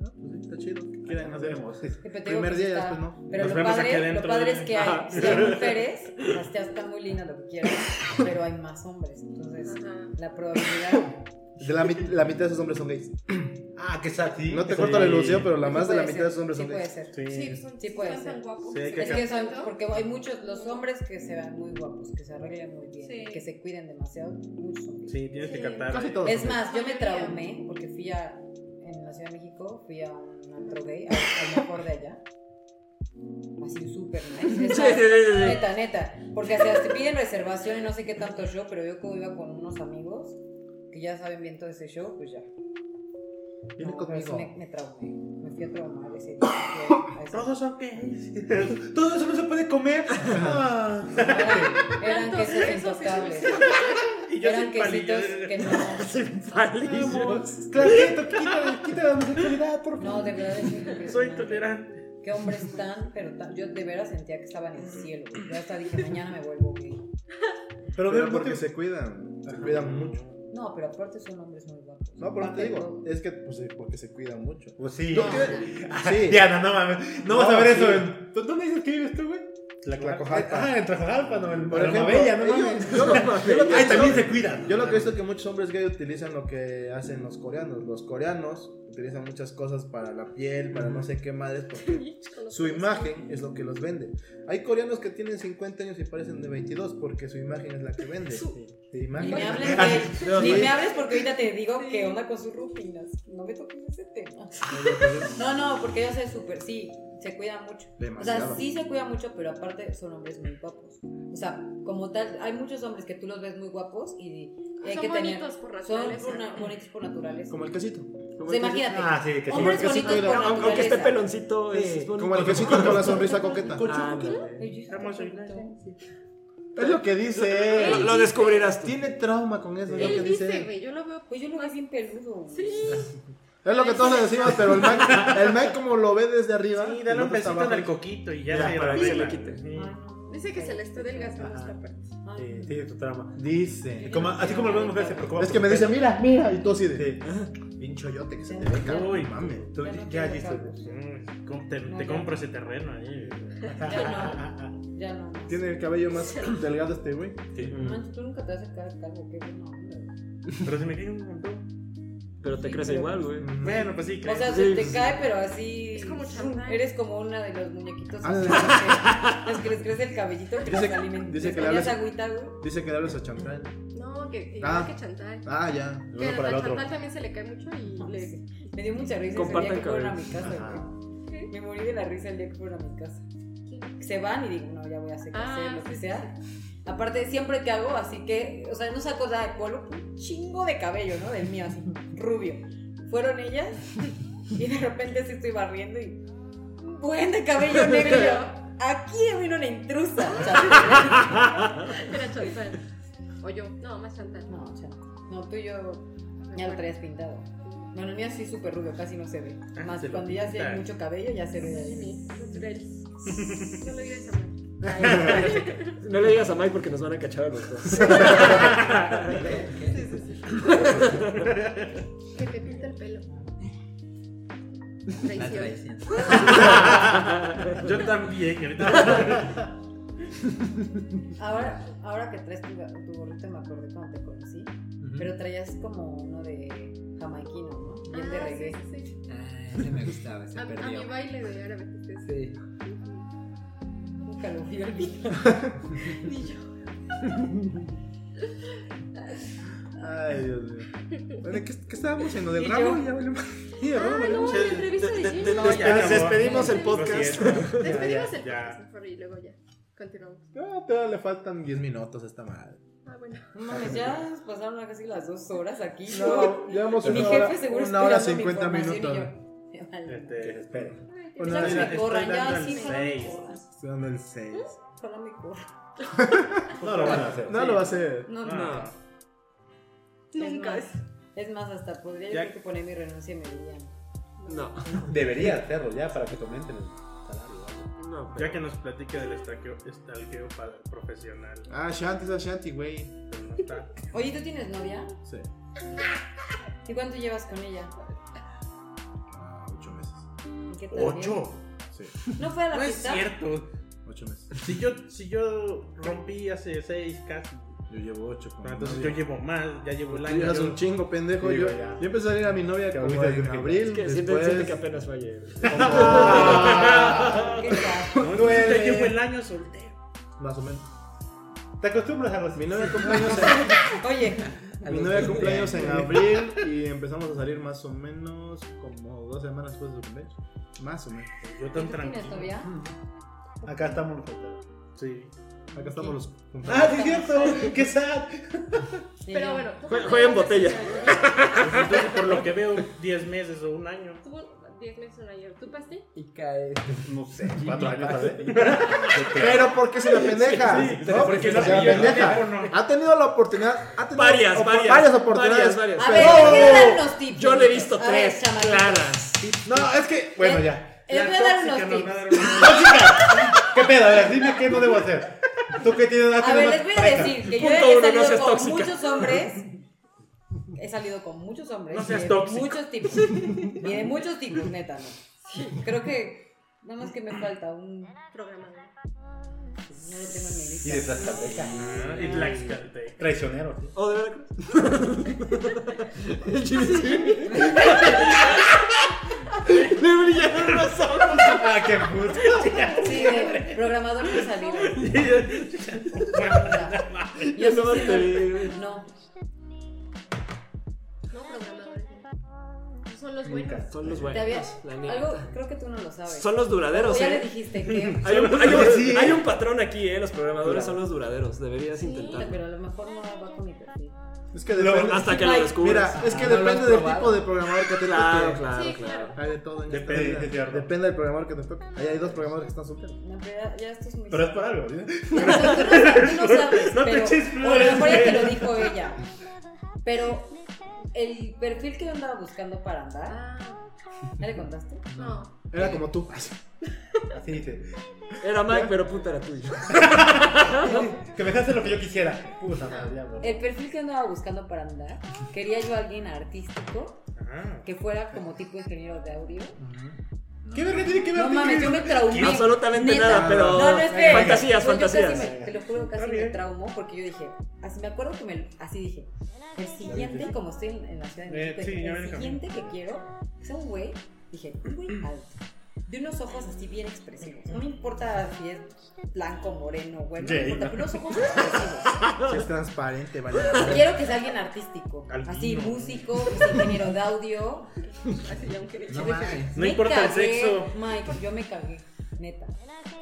S5: no, pues sí, está [laughs] chido. ¿Qué quieren
S1: Nos
S5: hacer?
S1: veremos.
S8: Sí, pero te digo
S5: Primer
S8: que sí
S5: día y
S8: está-
S5: después no.
S8: Pero
S2: Nos
S8: lo
S2: vemos aquí
S8: padre, lo
S2: adentro,
S8: padre
S2: ¿no?
S8: es que hay, si hay mujeres, las tías están muy lindas, lo que quieran, pero hay más hombres. Entonces, la probabilidad.
S5: De la, mit- la mitad de esos hombres son gays.
S1: Ah, que está así.
S5: No te
S1: Sí.
S5: corto la ilusión, pero [coughs] la
S8: sí
S5: más de la
S8: puede
S5: mitad de
S8: ser,
S5: esos hombres
S8: sí
S5: son
S8: puede
S5: gays.
S8: ser.
S2: Sí.
S13: Sí, son
S8: Sí, puede
S13: están
S8: ser.
S13: tan guapos.
S1: Sí, hay que
S8: Es que son,
S13: Exacto.
S8: porque hay muchos, los hombres que se ven muy guapos, que se arreglan muy bien,
S13: Sí.
S8: que se cuiden demasiado, muchos son gays.
S2: Sí, tienes que
S13: Sí.
S2: cantar.
S5: Casi todos.
S8: Es
S5: son gays.
S8: más, yo me traumé porque fui a, en la Ciudad de México, fui a un antro gay, al, al mejor de allá. Así súper nice.
S3: Sí,
S8: Es
S3: sí,
S8: más,
S3: sí, sí.
S8: Neta, neta. Porque hasta te piden reservación y no sé qué tanto show, pero yo como iba con unos amigos que ya saben bien todo ese show, pues ya.
S5: Viene
S8: No, pero sí
S5: conmigo.
S8: me, me traumé. Me fui a traumar ese día. Fui a- a ese-
S1: Todos son gays. Todo eso no se puede comer. Ah.
S8: Eran, eran
S13: Tantos
S8: quesos
S13: besos y
S8: intocables.
S2: Y yo
S8: Eran
S2: sin palillos.
S8: quesitos que no.
S3: Sin palillos.
S5: Clarito, quita, quita la homosexualidad, por favor.
S8: No, de verdad es impresionante.
S2: Soy tolerante.
S8: Qué hombres tan, pero tan. Yo de veras sentía que estaba en el cielo. güey. Yo hasta dije, mañana me vuelvo gay.
S1: Pero
S5: Pero, porque
S1: porque
S5: se cuidan, se cuidan mucho.
S8: No, pero aparte son hombres muy guapos.
S5: No, pero te digo, es que pues, eh, porque se cuidan mucho.
S1: Pues sí.
S5: ¿Tú
S1: [laughs]
S5: [laughs] qué? Sí,
S1: Diana, no mames. No, vas
S5: No,
S1: a ver
S5: sí.
S1: eso. En... ¿Dó- ¿Dónde dices que vives tú, güey?
S5: la cojata.
S1: Ah, en Trajalpa, no, en
S5: Por ejemplo,
S1: Bella, no
S5: ellos-
S1: mames.
S5: yo, lo, yo lo que he
S1: Ay,
S5: visto-
S1: también se cuidan.
S5: yo lo que he visto que muchos hombres gay utilizan lo que hacen los coreanos. Los coreanos utilizan muchas cosas para la piel, para no sé qué madres, porque su imagen es lo que los vende. Hay coreanos que tienen 50 años y parecen de 22 porque su imagen es la que vende. Te
S8: Ni me
S5: imaginas.
S8: hables de- ni me hables porque ahorita te digo qué onda con sus rufinas. No me toques ese tema. No, no, porque ellos se súper, sí, se cuidan mucho. O
S5: Demasiado.
S8: sea, sí se cuidan mucho, pero aparte son hombres muy guapos. O sea, como tal, hay muchos hombres que tú los ves muy guapos y hay
S13: Ah, Son
S8: que tener...
S13: bonitos por
S8: Son
S13: naturaleza.
S8: por na- bonitos por naturaleza.
S5: Como el quesito.
S8: O sea, imagínate.
S1: Ah, sí, que sí.
S8: hombres
S5: porque sí
S8: bonitos
S5: cuidan.
S8: por
S5: Aunque-
S8: naturaleza.
S3: Aunque esté peloncito, es bonito.
S5: Como el
S3: [laughs]
S5: quesito con la sonrisa coqueta.
S8: Ay, yo estoy contenta.
S5: Es lo que dice
S3: Lo
S5: él.
S3: lo descubrirás tú.
S5: Tiene trauma con eso, es lo
S13: Él
S5: que dice
S13: dice,
S5: él.
S13: güey, yo lo veo.
S8: Pues yo lo veo bien peludo.
S5: Es lo que todos le decimos, pero el man, el man como lo ve desde arriba.
S2: Sí, dale
S5: el
S2: un
S5: otro está
S2: besito
S5: abajo.
S2: al coquito y
S1: Ya,
S2: ya, se
S1: para que
S2: arregla.
S3: se le quite.
S2: Sí.
S13: Dice que se le está adelgazando
S1: Ajá.
S13: esta
S1: Sí,
S13: parte.
S1: sí, tu trama.
S5: Dice.
S1: Como- así como algunas mujeres se preocupan.
S5: Es que me dice, mira, mira. Y tú así de.
S1: Sí.
S5: Pincho yote que se te ve,
S2: Uy,
S5: cabrón, mames.
S1: Tú-
S8: Ya no
S1: ya
S8: quiero
S1: listo.
S8: saber.
S2: Mm, com- Te, te compro ese terreno ahí.
S8: Ya no. Ya no.
S5: Tiene el cabello más delgado este güey.
S8: Mancho, tú nunca te vas a quedar calvo. Qué bueno.
S2: Pero si me cae un montón.
S3: Pero te crece igual, güey.
S2: Bueno, pues sí,
S8: O
S2: creo.
S8: sea,
S3: Sí,
S8: se te
S3: pues,
S8: cae, pero así.
S13: Es como
S8: zoom,
S13: champán.
S8: Eres como una de los muñequitos.
S5: Ah,
S8: así, que- los que les crece el cabellito, que
S5: Dice
S8: les
S5: que-
S8: alimentan.
S5: dice
S8: les
S5: que le
S8: ponías
S5: hables-
S8: agüita, güey.
S5: Dice que le hables a Chantal.
S13: No, que, que
S5: Ah.
S13: igual que Chantal.
S5: Ah, ya. de
S13: que
S5: uno para
S13: a
S5: el otro.
S13: Chantal también se le cae mucho y le.
S8: Me dio mucha risa ese día
S3: Compartan
S8: que fueron a mi
S3: cabellos.
S8: casa, güey. Me morí de la risa el día que fueron a mi casa. Se van y digo, no, ya voy a hacer
S13: Ah,
S8: hacer lo que
S13: sí, sí,
S8: sea. Aparte, siempre que hago, así que, o sea, no saco nada de polvo, un chingo de cabello, ¿no? Del mío, así, rubio. Fueron ellas y de repente así estoy barriendo y. ¡Buen de cabello negro! Y yo, Aquí vino una intrusa. O sea, [laughs]
S13: Era Chantal. O yo. No, más Chantal.
S8: no, o sea, no, tú y yo ya lo traías pintado. Bueno, el mío sí súper rubio, casi no se ve.
S2: Ah,
S8: Más
S2: se lo
S8: cuando ya sí
S2: pintas.
S8: hay mucho cabello, ya se ve.
S13: Sí, mi natural. No lo digas a Mar.
S3: No le digas a Mike porque nos van a cachar a los
S5: [laughs]
S3: dos.
S13: Que te pinta el pelo.
S6: La
S13: Traición.
S6: traición.
S2: Yo también, y
S5: [laughs]
S2: ahorita.
S8: Ahora, ahora que traes tu, tu gorrito, me acordé cuando te conocí, pero traías como uno de jamaiquino, ¿no? Y el de
S13: Ah, sí,
S8: reggae.
S13: sí, sí.
S6: Ah, ese me gustaba, se
S13: A, a mi
S6: perdió.
S13: baile de árabe.
S8: [laughs]
S13: que es-
S6: Sí.
S8: Nunca lo vi olvidar.
S13: Ni yo.
S5: Ay, Dios mío. Bueno, ¿qué, qué estábamos en lo del
S8: Y
S5: ramo?
S8: yo.
S5: Ya valió más. Sí, el ramo
S13: Ah,
S5: valió
S13: no,
S5: más.
S13: la entrevista de Gina.
S3: Nos despedimos el
S13: Lo
S5: [laughs]
S3: podcast.
S13: Despedimos el
S2: ya.
S13: podcast, por favor, y luego ya. Continuamos.
S5: No,
S1: Ah,
S5: todavía le faltan 10 minutos a esta madre.
S13: Ah, bueno.
S8: [laughs] No mames, ya pasaron casi las dos horas aquí. ¿no?
S5: No, llevamos
S8: y mi
S5: una
S8: jefe
S5: hora-
S8: seguro
S5: una hora
S8: esperando mi
S5: 50
S8: información
S5: minutos.
S8: Y yo, me vale.
S4: Eh,
S2: Este,
S13: Ay, qué
S5: Bueno,
S8: Ojalá
S5: estoy
S8: me
S5: da-
S2: estoy
S8: corran, ya
S2: dando
S8: sí,
S2: el
S8: ojalá me
S2: seis.
S8: corran.
S5: Estoy dando el 6.
S8: Ojalá me corran.
S1: No lo van a hacer.
S5: No lo va a hacer.
S8: No, no.
S2: no.
S13: Nunca.
S8: Es más, es más, hasta podría yo
S2: Ya-
S8: creo que poner mi renuncia en Meridiano.
S3: No,
S4: Debería hacerlo ya para que comenten el salario.
S3: no.
S2: Ya que nos platique del estalqueo, estalqueo pa- profesional.
S5: Ah, Shanti es Shanti, güey.
S2: Pero no está.
S5: [laughs]
S8: Oye, ¿tú tienes novia?
S5: Sí.
S8: ¿Y cuánto llevas con ella?
S5: Ah, 8 meses.
S8: ¿En qué tal?
S2: ¡Ocho!
S5: Sí,
S8: ¿No fue a la
S2: No es
S8: fiesta?
S2: cierto.
S5: 8 meses.
S2: Si yo, si yo rompí hace seis casi.
S5: Yo llevo 8 con
S2: No,
S5: mi
S2: entonces
S5: novia.
S2: yo llevo más, ya llevo el
S5: Ah, Tú
S2: año.
S5: llevas
S2: yo-
S5: un chingo, pendejo.
S1: Sí,
S5: yo,
S1: güey, ya.
S5: yo empecé a salir a mi novia como
S1: ahorita
S5: en
S1: yo que-
S5: abril.
S3: Es que siente, siente que
S5: después...
S3: apenas fue ayer.
S1: Ah.
S5: Ah.
S1: [laughs]
S8: ¿Qué tal?
S2: No, entonces ya
S5: eh.
S2: llevo el año soltero.
S5: Más o menos.
S1: Te acostumbras a los
S5: Mi novia cumpleaños [laughs] en,
S8: Oye,
S6: A
S5: mi
S6: los
S5: novia
S6: dos
S5: cumpleaños en
S6: cumpleaños.
S5: abril y empezamos a salir más o menos como dos semanas después de su cumpleaños. Más o menos.
S2: Yo
S8: ¿tú
S2: tan
S8: tienes
S2: tranquilo.
S8: novia?
S1: Acá estamos
S2: Sí.
S5: Acá estamos los
S1: Ah,
S5: cumpleaños.
S1: sí, es cierto. Qué sad.
S8: Sí,
S13: Pero
S8: ya.
S13: bueno.
S3: Jue- juega en botella.
S2: Pues, Entonces, por lo que veo, 10 meses o un año.
S13: Tuvo 10 meses un año. ¿Tú, Pasti?
S6: Y cae.
S1: No sé, cuatro años tal vez.
S5: Pero porque
S3: [laughs]
S5: se la pendeja. ¿no?
S2: porque
S5: se
S2: no
S5: la
S2: pilló el
S5: pendeja.
S2: teléfono.
S5: Ha tenido la oportunidad. Ha tenido
S3: Varias,
S5: opo-
S3: varias.
S5: oportunidades.
S3: Varias,
S8: A
S3: varias.
S8: ver,
S5: Pero-
S8: les voy a dar unos tips.
S3: Yo le he visto
S8: A ver,
S3: tres
S8: chamaquitos. Eh,
S3: claras.
S5: No, es que. Bueno, ya.
S8: Les voy a
S2: La
S8: dar
S2: tóxica
S8: unos
S2: nos va a
S8: tips.
S2: dar un-
S1: ¿Qué pedo? A ver, dime qué no debo hacer. ¿Tú qué tienes
S8: A ver, les voy a decir que yo
S3: Punto
S8: he
S3: uno, no
S8: salido
S3: seas
S8: con
S3: tóxica.
S8: muchos hombres. He salido con muchos hombres.
S2: No seas
S8: y de
S2: tóxica.
S8: Muchos tipos. Y de muchos tipos, neta, ¿no? Creo que nada más que me falta un. No
S13: Programador.
S8: lo tengo en mi
S4: Y
S8: lista.
S4: de Tlaxcalteca.
S2: Ah, Y Tlaxcalteca.
S1: Traicionero. sí.
S3: ¿O de Veracruz? Le brillaron los ojos.
S1: Ah, qué puto.
S8: Sí, de programador no he salido.
S3: Ya
S8: Yo
S3: no
S8: sí
S3: te
S8: sigo-
S3: vi.
S8: No.
S13: No, programadores. Esos Son los buenos.
S3: Son los
S8: Te había-
S3: buenos, la neta.
S8: Algo, creo que tú no lo sabes.
S3: Son los
S8: O
S3: duraderos,
S8: ya le
S3: eh.
S8: dijiste que.
S3: Hay un, hay,
S1: que
S3: un,
S1: sí, ¿eh?
S3: hay un patrón aquí, eh. Los programadores son los duraderos. Deberías
S8: Sí,
S3: intentarlo.
S8: pero a lo mejor no va con mi perfil.
S5: Es que depende.
S3: Hasta que lo descubras.
S5: Mira, es que
S6: Ah, no lo has
S5: depende del
S6: probado.
S5: tipo de programador que te
S3: Claro,
S5: toque.
S3: claro,
S13: Sí,
S3: claro.
S5: Hay de todo en esta
S1: Depende,
S5: vida.
S1: es cierto.
S5: Depende del programador que te toque. Ahí hay dos programadores que están solteros.
S8: No, pero ya, ya esto es muy.
S1: Pero es por algo. ¿sí?
S8: O sea, tú no, tú no sabes,
S2: No te
S8: pero,
S2: eches
S8: o a lo
S2: flores,
S8: mejor ya te lo
S2: güey.
S8: dijo ella. Pero el perfil que yo andaba buscando para andar,
S13: Ah,
S8: ¿ya le contaste?
S13: no.
S5: Era como tú.
S1: Así dice.
S3: Era Mike, pero puta era tuyo.
S1: Que me dejaste lo que yo quisiera. Puta madre, ya, bro.
S8: El perfil que andaba buscando para andar, quería yo a alguien artístico
S2: Ah,
S8: que fuera como tipo ingeniero de audio,
S1: ¿Qué verga tiene que ver?
S8: No mames, yo me traumé.
S3: [laughs] Absolutamente
S8: Neta.
S3: nada, pero.
S8: No, no es que.
S3: Fantasías,
S8: yo- yo casi
S3: fantasías.
S8: me- te lo juro, casi me traumó porque yo dije. Así me acuerdo que me. Así dije. El siguiente, como estoy en, en la ciudad de
S2: Eh,
S8: México,
S2: sí,
S8: dije,
S2: ya
S8: el
S2: viene camino.
S8: siguiente que quiero es un güey. Dije, un güey alto. De unos ojos así bien expresivos. No me importa si es blanco, moreno, güey. No me
S2: Gay,
S8: importa,
S2: ¿no?
S8: pero unos ojos expresivos.
S5: Si es transparente, vale.
S8: Quiero que sea alguien artístico. Así, músico, que sea ingeniero de audio.
S13: Así ya aunque le
S6: No
S13: eche
S6: mames.
S2: No
S8: Me
S2: importa el
S8: cagué,
S2: sexo.
S8: Mike, yo me cagué, neta.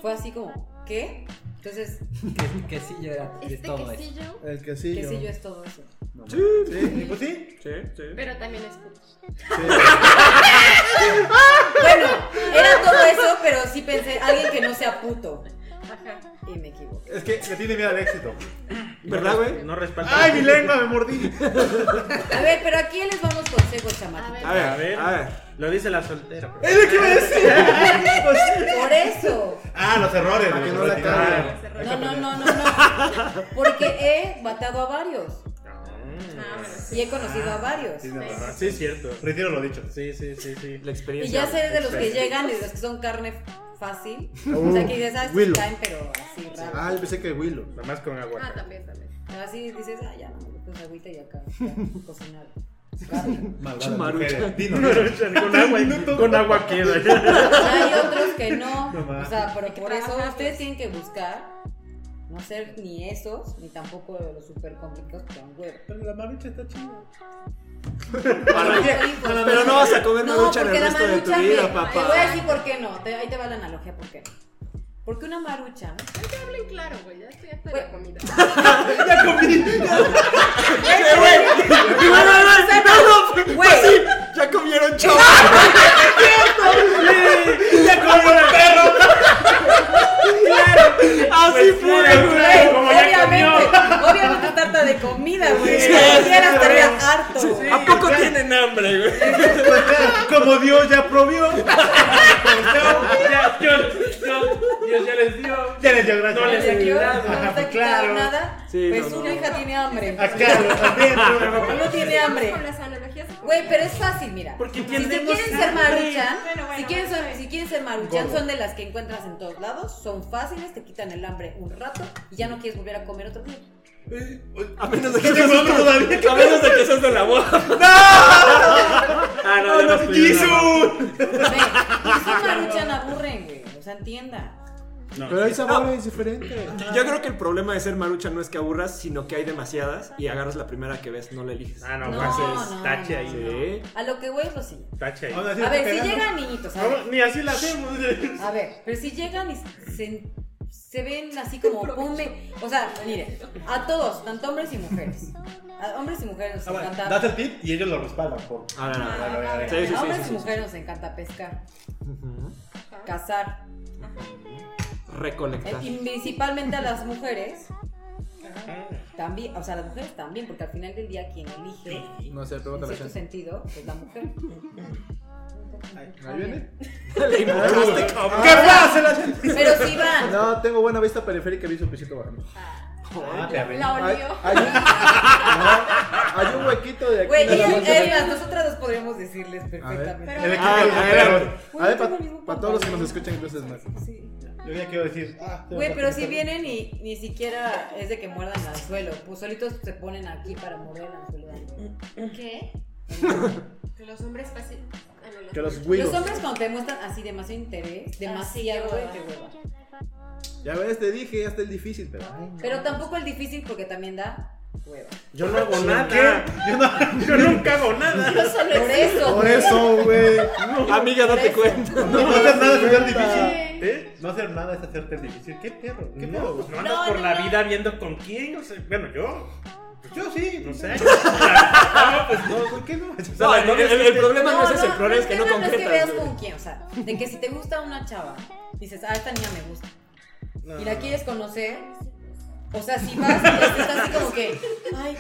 S8: Fue así como, ¿qué? Entonces,
S6: Que, que sí, yo era de
S13: Este
S6: todo eso.
S13: quesillo,
S5: El que sí.
S8: ¿qué sé yo es todo eso?
S5: Sí, pues sí.
S3: Sí, sí.
S13: pero también es puto.
S8: Bueno, era todo eso, pero sí pensé, alguien que no sea puto.
S13: Ajá.
S8: Y me equivoqué.
S1: Es que le tiene miedo al éxito.
S3: ¿Verdad, güey?
S2: No respalda.
S1: ¡Ay, mi lengua! Me mordí.
S8: A ver, pero aquí les vamos consejos,
S13: A ver,
S8: chamaquitos.
S3: A ver,
S2: A ver.
S3: a ver.
S2: Lo dice la soltera.
S1: ¡Es lo que iba a decir!
S8: Por eso.
S1: Ah, los errores.
S5: Para que
S1: los
S5: no la
S1: errores.
S5: caguen.
S1: Ah,
S13: cerrar.
S8: No, no, no, no, no. Porque he matado a varios.
S13: Ah, bueno, sí.
S8: Y he conocido a varios.
S1: sí, no, no, no.
S2: Sí, es cierto.
S1: Retiro lo dicho.
S2: Sí, sí, sí, sí.
S3: La
S8: Y
S3: experiencia.
S8: ya sé de los que llegan y de los que son carne fácil. O sea, que dices, ah, estos
S5: Willow.
S8: caen, pero así raro.
S5: Ah, yo pensé que Willow.
S1: Nada más con agua.
S13: Ah, también, también.
S8: Así dices, ah, ya, pues agüita y acá, ya, cocinar. Carne.
S1: Malvadas
S3: Chumarucha.
S2: [laughs]
S1: mujeres. Dino,
S2: No,
S1: dino.
S2: con agua, con agua queda.
S8: Hay otros que no. O
S1: mames.
S8: sea, pero por eso
S13: trabajarlos.
S8: ustedes tienen que buscar no ser ni esos, ni tampoco los súper complicados que dan huevo.
S1: Pero la marucha está chida.
S3: Pero no vas a comer
S8: pues, No,
S3: marucha en
S8: porque
S3: el
S8: la
S3: resto de tu
S8: marucha,
S3: vida,
S8: mira, Te voy a
S3: papá.
S8: decir por qué no. te- ahí te va la analogía, ¿por qué no? Porque una marucha.
S13: Es que hablen claro, güey. Ya estoy hasta de
S8: Güey.
S13: la
S8: [laughs]
S13: comida.
S3: ¡Eh, güey! ¡No, no, no! ¡No, no!
S8: Güey.
S3: Así, ¡Ya comieron chavo!
S2: Ya como el perro.
S3: ¡Así fue, güey!
S2: como ya
S8: obviamente, obviamente trata de comida, güey.
S3: Sí,
S8: Si no quisiera
S3: sí,
S8: estaría
S3: güey.
S8: harto. güey.
S3: ¿A poco tienen hambre, güey?
S1: Como Dios ya provió.
S2: Ya, Dios, Dios, Dios ya les dio.
S1: Ya les dio gracias.
S2: No
S8: Desde
S2: les
S8: aquí,
S2: dio.
S8: ahora, no
S1: Ajá,
S8: está
S1: pues,
S8: quitado
S1: claro.
S8: nada.
S3: Sí,
S8: pues
S3: no,
S8: una
S3: no. Ah,
S8: hija tiene hambre.
S1: A Carlos, adentro.
S8: Uno tiene hambre.
S13: Con las analogías. se
S8: Güey,
S13: complica.
S8: pero es fácil, mira.
S2: Porque
S8: si te
S2: tenemos
S8: quieren ser
S2: hambre.
S8: maruchan,
S13: Bueno, bueno,
S8: si, quieren
S13: bueno,
S8: son-
S13: sí.
S8: si quieren ser maruchan, son de las que encuentras en todos lados, son fáciles, te quitan el hambre un rato y ya no quieres volver a comer otro día.
S3: A menos de que
S1: Yo
S3: seas
S1: tengo hambre todavía.
S3: A menos de que seas de la [laughs] boca.
S2: Ah, no, ya nos pidieron agua.
S1: ¡Jesús!
S8: Ve, y
S3: [laughs]
S8: si maruchan aburren, güey. O sea, entienda.
S5: Pero hay sabores diferentes.
S3: Yo creo que el problema de ser marucha no es que aburras, sino que hay demasiadas y agarras la primera que ves, no la eliges.
S2: Ah, no,
S8: No,
S2: pues
S8: no,
S2: es tache ahí.
S3: Sí.
S8: A lo que voy es lo siguiente.
S2: Tache ahí.
S1: Aún así
S8: A
S1: está
S8: ver, si
S1: cagando.
S8: llegan niñitos, a
S2: No,
S8: ver,
S2: ni así la hacemos.
S8: a ver, pero si llegan y se, se ven así como ponme, o sea, mire, a todos, tanto hombres y mujeres, a hombres y mujeres nos
S1: Ah, bueno,
S8: encanta,
S1: Das el tip y ellos lo respaldan. Por...
S3: Ah, no, no, no.
S1: Ah,
S3: Sí, sí,
S8: a
S3: sí,
S8: hombres
S3: sí,
S8: y
S3: sí.
S8: mujeres nos encanta pescar,
S3: Ujú.
S8: cazar, eh,
S3: [laughs] Recolectar.
S8: y principalmente a las mujeres, también, o sea, a las mujeres también, porque al final del día quien elige,
S5: No sé,
S8: en
S5: pregúntame a
S8: cierto sentido, es la mujer.
S5: ¿Ahí viene?
S3: Le involucraste, cabrón.
S8: Pero si van,
S5: No, tengo buena vista periférica y vi su pisito bajando.
S1: Ah, te arre-
S13: La
S5: Hay,
S13: olió.
S5: hay un, no, hay un huequito de aquí.
S8: Güey,
S5: de la
S8: ellas,
S5: bolsa.
S8: ellas, nosotras nos podríamos decirles perfectamente.
S13: Pero-
S1: El equipo
S3: Ah,
S1: de los
S3: a ver,
S1: perros.
S5: a ver, para todos los que nos escuchan, entonces más.
S8: Sí.
S1: Yo ya quiero decir. ah, te
S8: Güey,
S1: vas a
S8: pero si
S1: pensar.
S8: vienen y ni siquiera es de que muerdan al suelo, pues solitos se ponen aquí para morder al suelo.
S13: ¿Qué? Que los hombres fácil. Ah, no, no.
S5: Que los
S8: Los
S5: Willows.
S8: hombres cuando te muestran así demasiado interés, demasiado,
S13: qué
S8: güey,
S13: hueva.
S8: qué hueva.
S5: Ya ves, te dije, ya está el difícil, pero. ay, no.
S8: Pero tampoco el difícil porque también da hueva.
S2: Yo no hago nada. Yo, no, yo nunca hago
S8: [laughs]
S2: nada.
S8: Por eso,
S5: Por
S8: güey.
S5: eso, güey.
S3: Amiga, date cuenta.
S1: No, no hacer nada es hacer
S13: Sí.
S1: difícil. ¿Eh? No hacer nada es hacerte difícil. ¿Qué perro? ¿Qué perro?
S2: No ando
S8: No,
S2: por
S8: no,
S2: la
S8: no.
S2: vida viendo con quién. O sea, bueno, yo.
S1: Yo sí,
S2: No sé. No, pues no.
S1: No, ¿por [laughs] qué no?
S2: O sea, las
S3: el,
S2: novias
S3: el-
S2: que
S3: el
S2: te-
S3: problema no, es ese, el problema es que no
S8: tema No es que
S3: concretas. [laughs]
S8: veas
S3: güey.
S8: con quién, o sea, de que si te gusta una chava, dices, ah, esta niña me gusta. Y
S2: Ah.
S8: la quieres conocer. O sea, si vas y ya estás así como que, ay,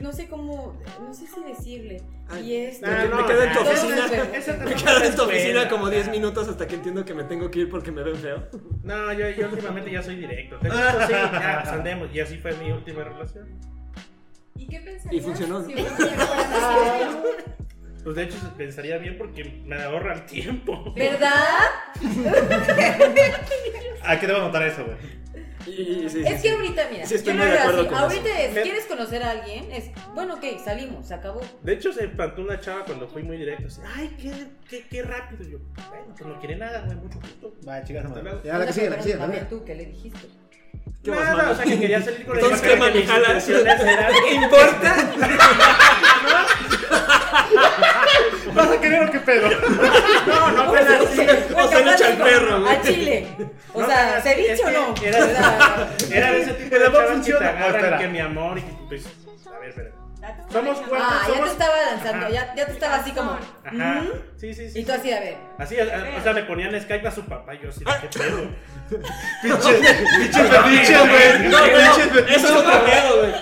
S8: no sé cómo, no sé si decirle. Y esto.
S3: Me-
S2: Ah, no,
S3: me quedo en tu
S2: no, no,
S3: oficina.
S8: no,
S2: Esa
S3: Me
S2: tampoco
S3: quedo en
S2: es
S3: tu oficina
S2: buena.
S3: como 10 minutos hasta que entiendo que me tengo que ir porque me ven feo.
S2: No, yo, yo últimamente ya soy directo. Te gusta, sí, ya, pues andemos. Y así fue mi última relación.
S13: ¿Y qué pensarías?
S3: Y funcionó,
S13: si
S3: ¿no?
S13: un día fueras así?
S2: Pues de hecho se- pensaría bien porque me ahorra el tiempo.
S8: ¿Verdad?
S1: Aquí te voy a contar eso, güey.
S3: Y- y- y- sí, sí,
S8: Es que ahorita, mira,
S3: Sí, estoy
S8: yo
S3: muy de
S8: lo veo
S3: acuerdo
S8: así.
S3: con
S8: Ahorita es,
S2: Me-
S8: ¿quieres conocer a alguien? Es, bueno, ok, salimos, se acabó.
S2: De hecho se espantó una chava cuando fui muy directo. Así, Ay, qué, qué, qué rápido. Y Yo, bueno, pues no quiere nada, güey, mucho gusto.
S1: Va, chicas,
S2: Hasta luego.
S5: Ya, la que
S8: Pero
S5: sigue, la que sigue, la que
S8: también
S5: sigue.
S8: tú, ¿qué le dijiste?
S3: ¿Qué más,
S2: Nada,
S3: mano?
S2: o sea que quería salir con
S3: Entonces,
S2: ella,
S3: ¿qué
S2: pero que mis
S3: manijala? [laughs]
S2: intenciones eran-
S6: ¿Qué importa?
S1: ¿Vas a querer o qué pedo?
S2: No,
S8: [laughs]
S2: no fue así.
S3: O sea, le echa el perro, güey.
S8: A Chile. O
S2: No, no,
S8: sea,
S2: no,
S8: ceviche
S2: es
S8: o
S2: que
S8: no.
S2: era-
S8: [laughs] O sea,
S2: Era de ese tipo
S1: El
S2: de
S1: amor
S2: chavas que te
S1: funciona. Ah,
S2: agarran
S1: espera.
S2: que mi amor y que pues, a ver, espera. Somos cuatro,
S8: Ah, ya te
S2: somos
S8: estaba lanzando, ya, ya te estaba así como.
S2: Ajá.
S8: "Ujú".
S2: Sí, sí, sí.
S8: Y tú así, a ver.
S2: Así, o o sea, me ponían Skype a su papá y yo así, ¿qué pedo?
S1: [laughs] Pinches fetiches, güey. Pinches
S3: No, pero
S1: fetiches.
S3: eso es otro pedo, güey.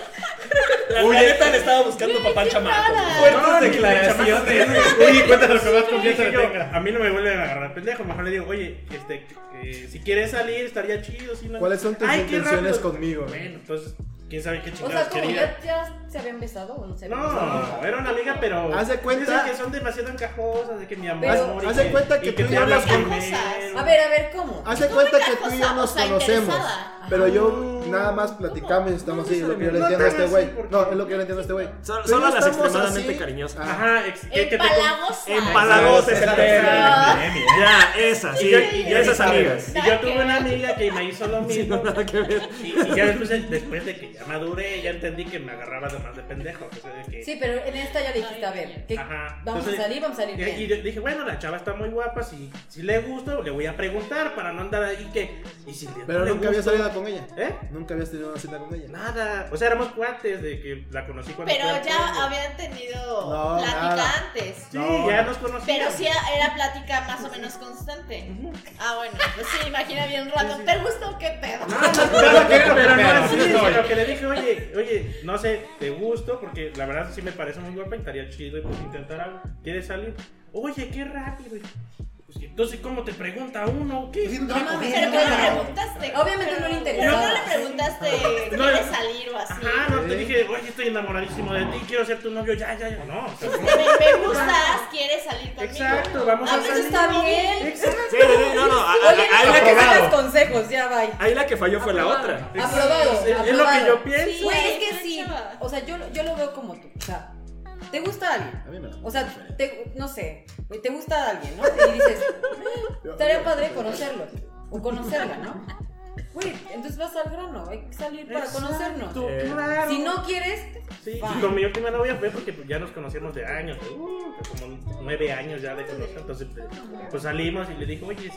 S3: La, la neta le estaba buscando papá al chamaco. güey.
S2: No, no, ni chamacote.
S1: Oye, cuéntame lo que más confianza
S2: Dije
S1: le
S2: yo,
S1: tenga.
S2: a mí no me vuelven a agarrar pendejo, mejor le digo, oye, este, que si quieres salir estaría chido. Si no...
S5: ¿Cuáles son tus
S2: Ay, qué
S5: intenciones
S2: rápido.
S5: conmigo?
S2: Bueno, entonces, quién sabe qué
S8: O sea,
S2: chingados
S8: como
S2: quería.
S8: ya, ya se habían besado o no se habían besado.
S2: No, era una amiga, pero.
S5: Haz de
S2: dicen
S5: cuenta-
S2: que son demasiado encajosas, de que mi amor.
S8: Pero-
S2: y
S5: haz de cuenta que tú
S2: te
S5: ya
S2: hablas
S5: hablas
S2: con
S5: con-
S2: él.
S8: A ver, a ver, ¿cómo?
S5: Hace cuenta que tú y yo nos conocemos. Pero yo nada más platicamos y estamos así, es lo que yo le
S2: No
S5: entiendo a este
S2: tan
S5: güey.
S2: así, porque-
S5: No, es lo que yo le entiendo a este güey.
S3: Son,
S5: Pero
S3: son
S5: ya
S3: las
S5: estamos
S3: extremadamente
S5: así.
S3: cariñosas.
S5: Ah,
S2: Ajá, ex- que- que te-
S13: Empalagosa.
S3: Empalagosa es el perro.
S1: Bien, bien.
S3: Ah. Ya, esas. Y, y esas amigas.
S2: Y yo tuve una amiga que me hizo lo
S3: Sí, no,
S2: mismo.
S3: nada que ver.
S2: Y, y ya después, de- después de que ya maduré, ya entendí que me agarraba de más de pendejo. o sea, de que-
S8: Sí, pero en esta ya le dijiste, a ver, ¿qué-
S2: Ajá.
S8: vamos
S2: Entonces,
S8: a salir, vamos a salir
S2: Y, y
S8: bien.
S2: yo dije, bueno, la chava está muy guapa, si, si le gusto, le voy a preguntar para no andar ahí que... Y si le-
S5: Pero
S2: no le
S5: nunca había
S2: gusto-
S5: salido con ella.
S2: ¿Eh?
S5: Nunca habías tenido una cita con ella.
S2: Nada. O sea, éramos cuates de que la conocí cuando...
S13: Pero
S2: fui al pueblo.
S13: ya habían tenido
S5: No,
S13: plática
S5: nada.
S13: antes.
S2: Sí,
S5: No,
S2: ya
S5: no.
S2: nos conocíamos.
S13: Pero sí era plática más o menos constante.
S2: Ujú.
S13: Ah, bueno, pues sí, imagina bien random. ¿Te gustó qué pedo?
S1: Cada quien lo que
S2: Pero
S1: pedo,
S2: no, sí,
S1: yo soy.
S2: sino que le dije, oye, oye, no sé, te gusto, porque la verdad sí me parece muy guapa y estaría chido y pues intentar algo. ¿Quieres salir? Oye, qué rápido. Y, pues, entonces, ¿cómo te pregunta uno? ¿Qué?
S8: No mames,
S13: Pero
S8: no,
S13: ¿qué le
S8: no.
S13: preguntaste?
S8: Obviamente no le
S13: Pero
S8: interesaba.
S13: no le preguntaste
S2: No.
S13: ¿Quieres salir o así.
S2: Ajá, no, te dije, oye, estoy enamoradísimo de ti, quiero ser tu novio, ya, ya, ya. No, o sea,
S13: Este, me, me gustas, ¿quieres salir conmigo?
S2: exacto, vamos
S8: Ah,
S2: a
S8: pues
S2: salir.
S8: está bien.
S2: Exacto.
S3: Sí, sí, no, no. a- a-
S8: Oye,
S3: ahí,
S8: no
S3: la Ah,
S8: que
S3: que,
S8: sacas consejos, ya bye.
S3: ahí la que falló fue la otra.
S8: Aprobado,
S2: Es- es lo que
S8: aprobado.
S2: yo pienso.
S8: Sí, Güey, es que
S13: Ay,
S8: sí.
S13: chava.
S8: O sea, yo, lo- yo lo veo como tú. O sea, ¿te gusta alguien?
S5: A mí me la-
S8: O sea, te- no sé, güey, te gusta alguien, ¿no? Y dices, "Eh, estaría padre conocerlo. O conocerla, ¿no? Güey, entonces vas al grano, hay que salir para
S2: Exacto,
S8: conocernos.
S2: claro.
S8: Si no quieres,
S2: Sí,
S8: Va.
S2: y Eh, con mi última novia fue porque pues, ya nos conocíamos de años, de, uh, como nueve años ya de conocer. Entonces, pues, pues, salimos y le dije, oye,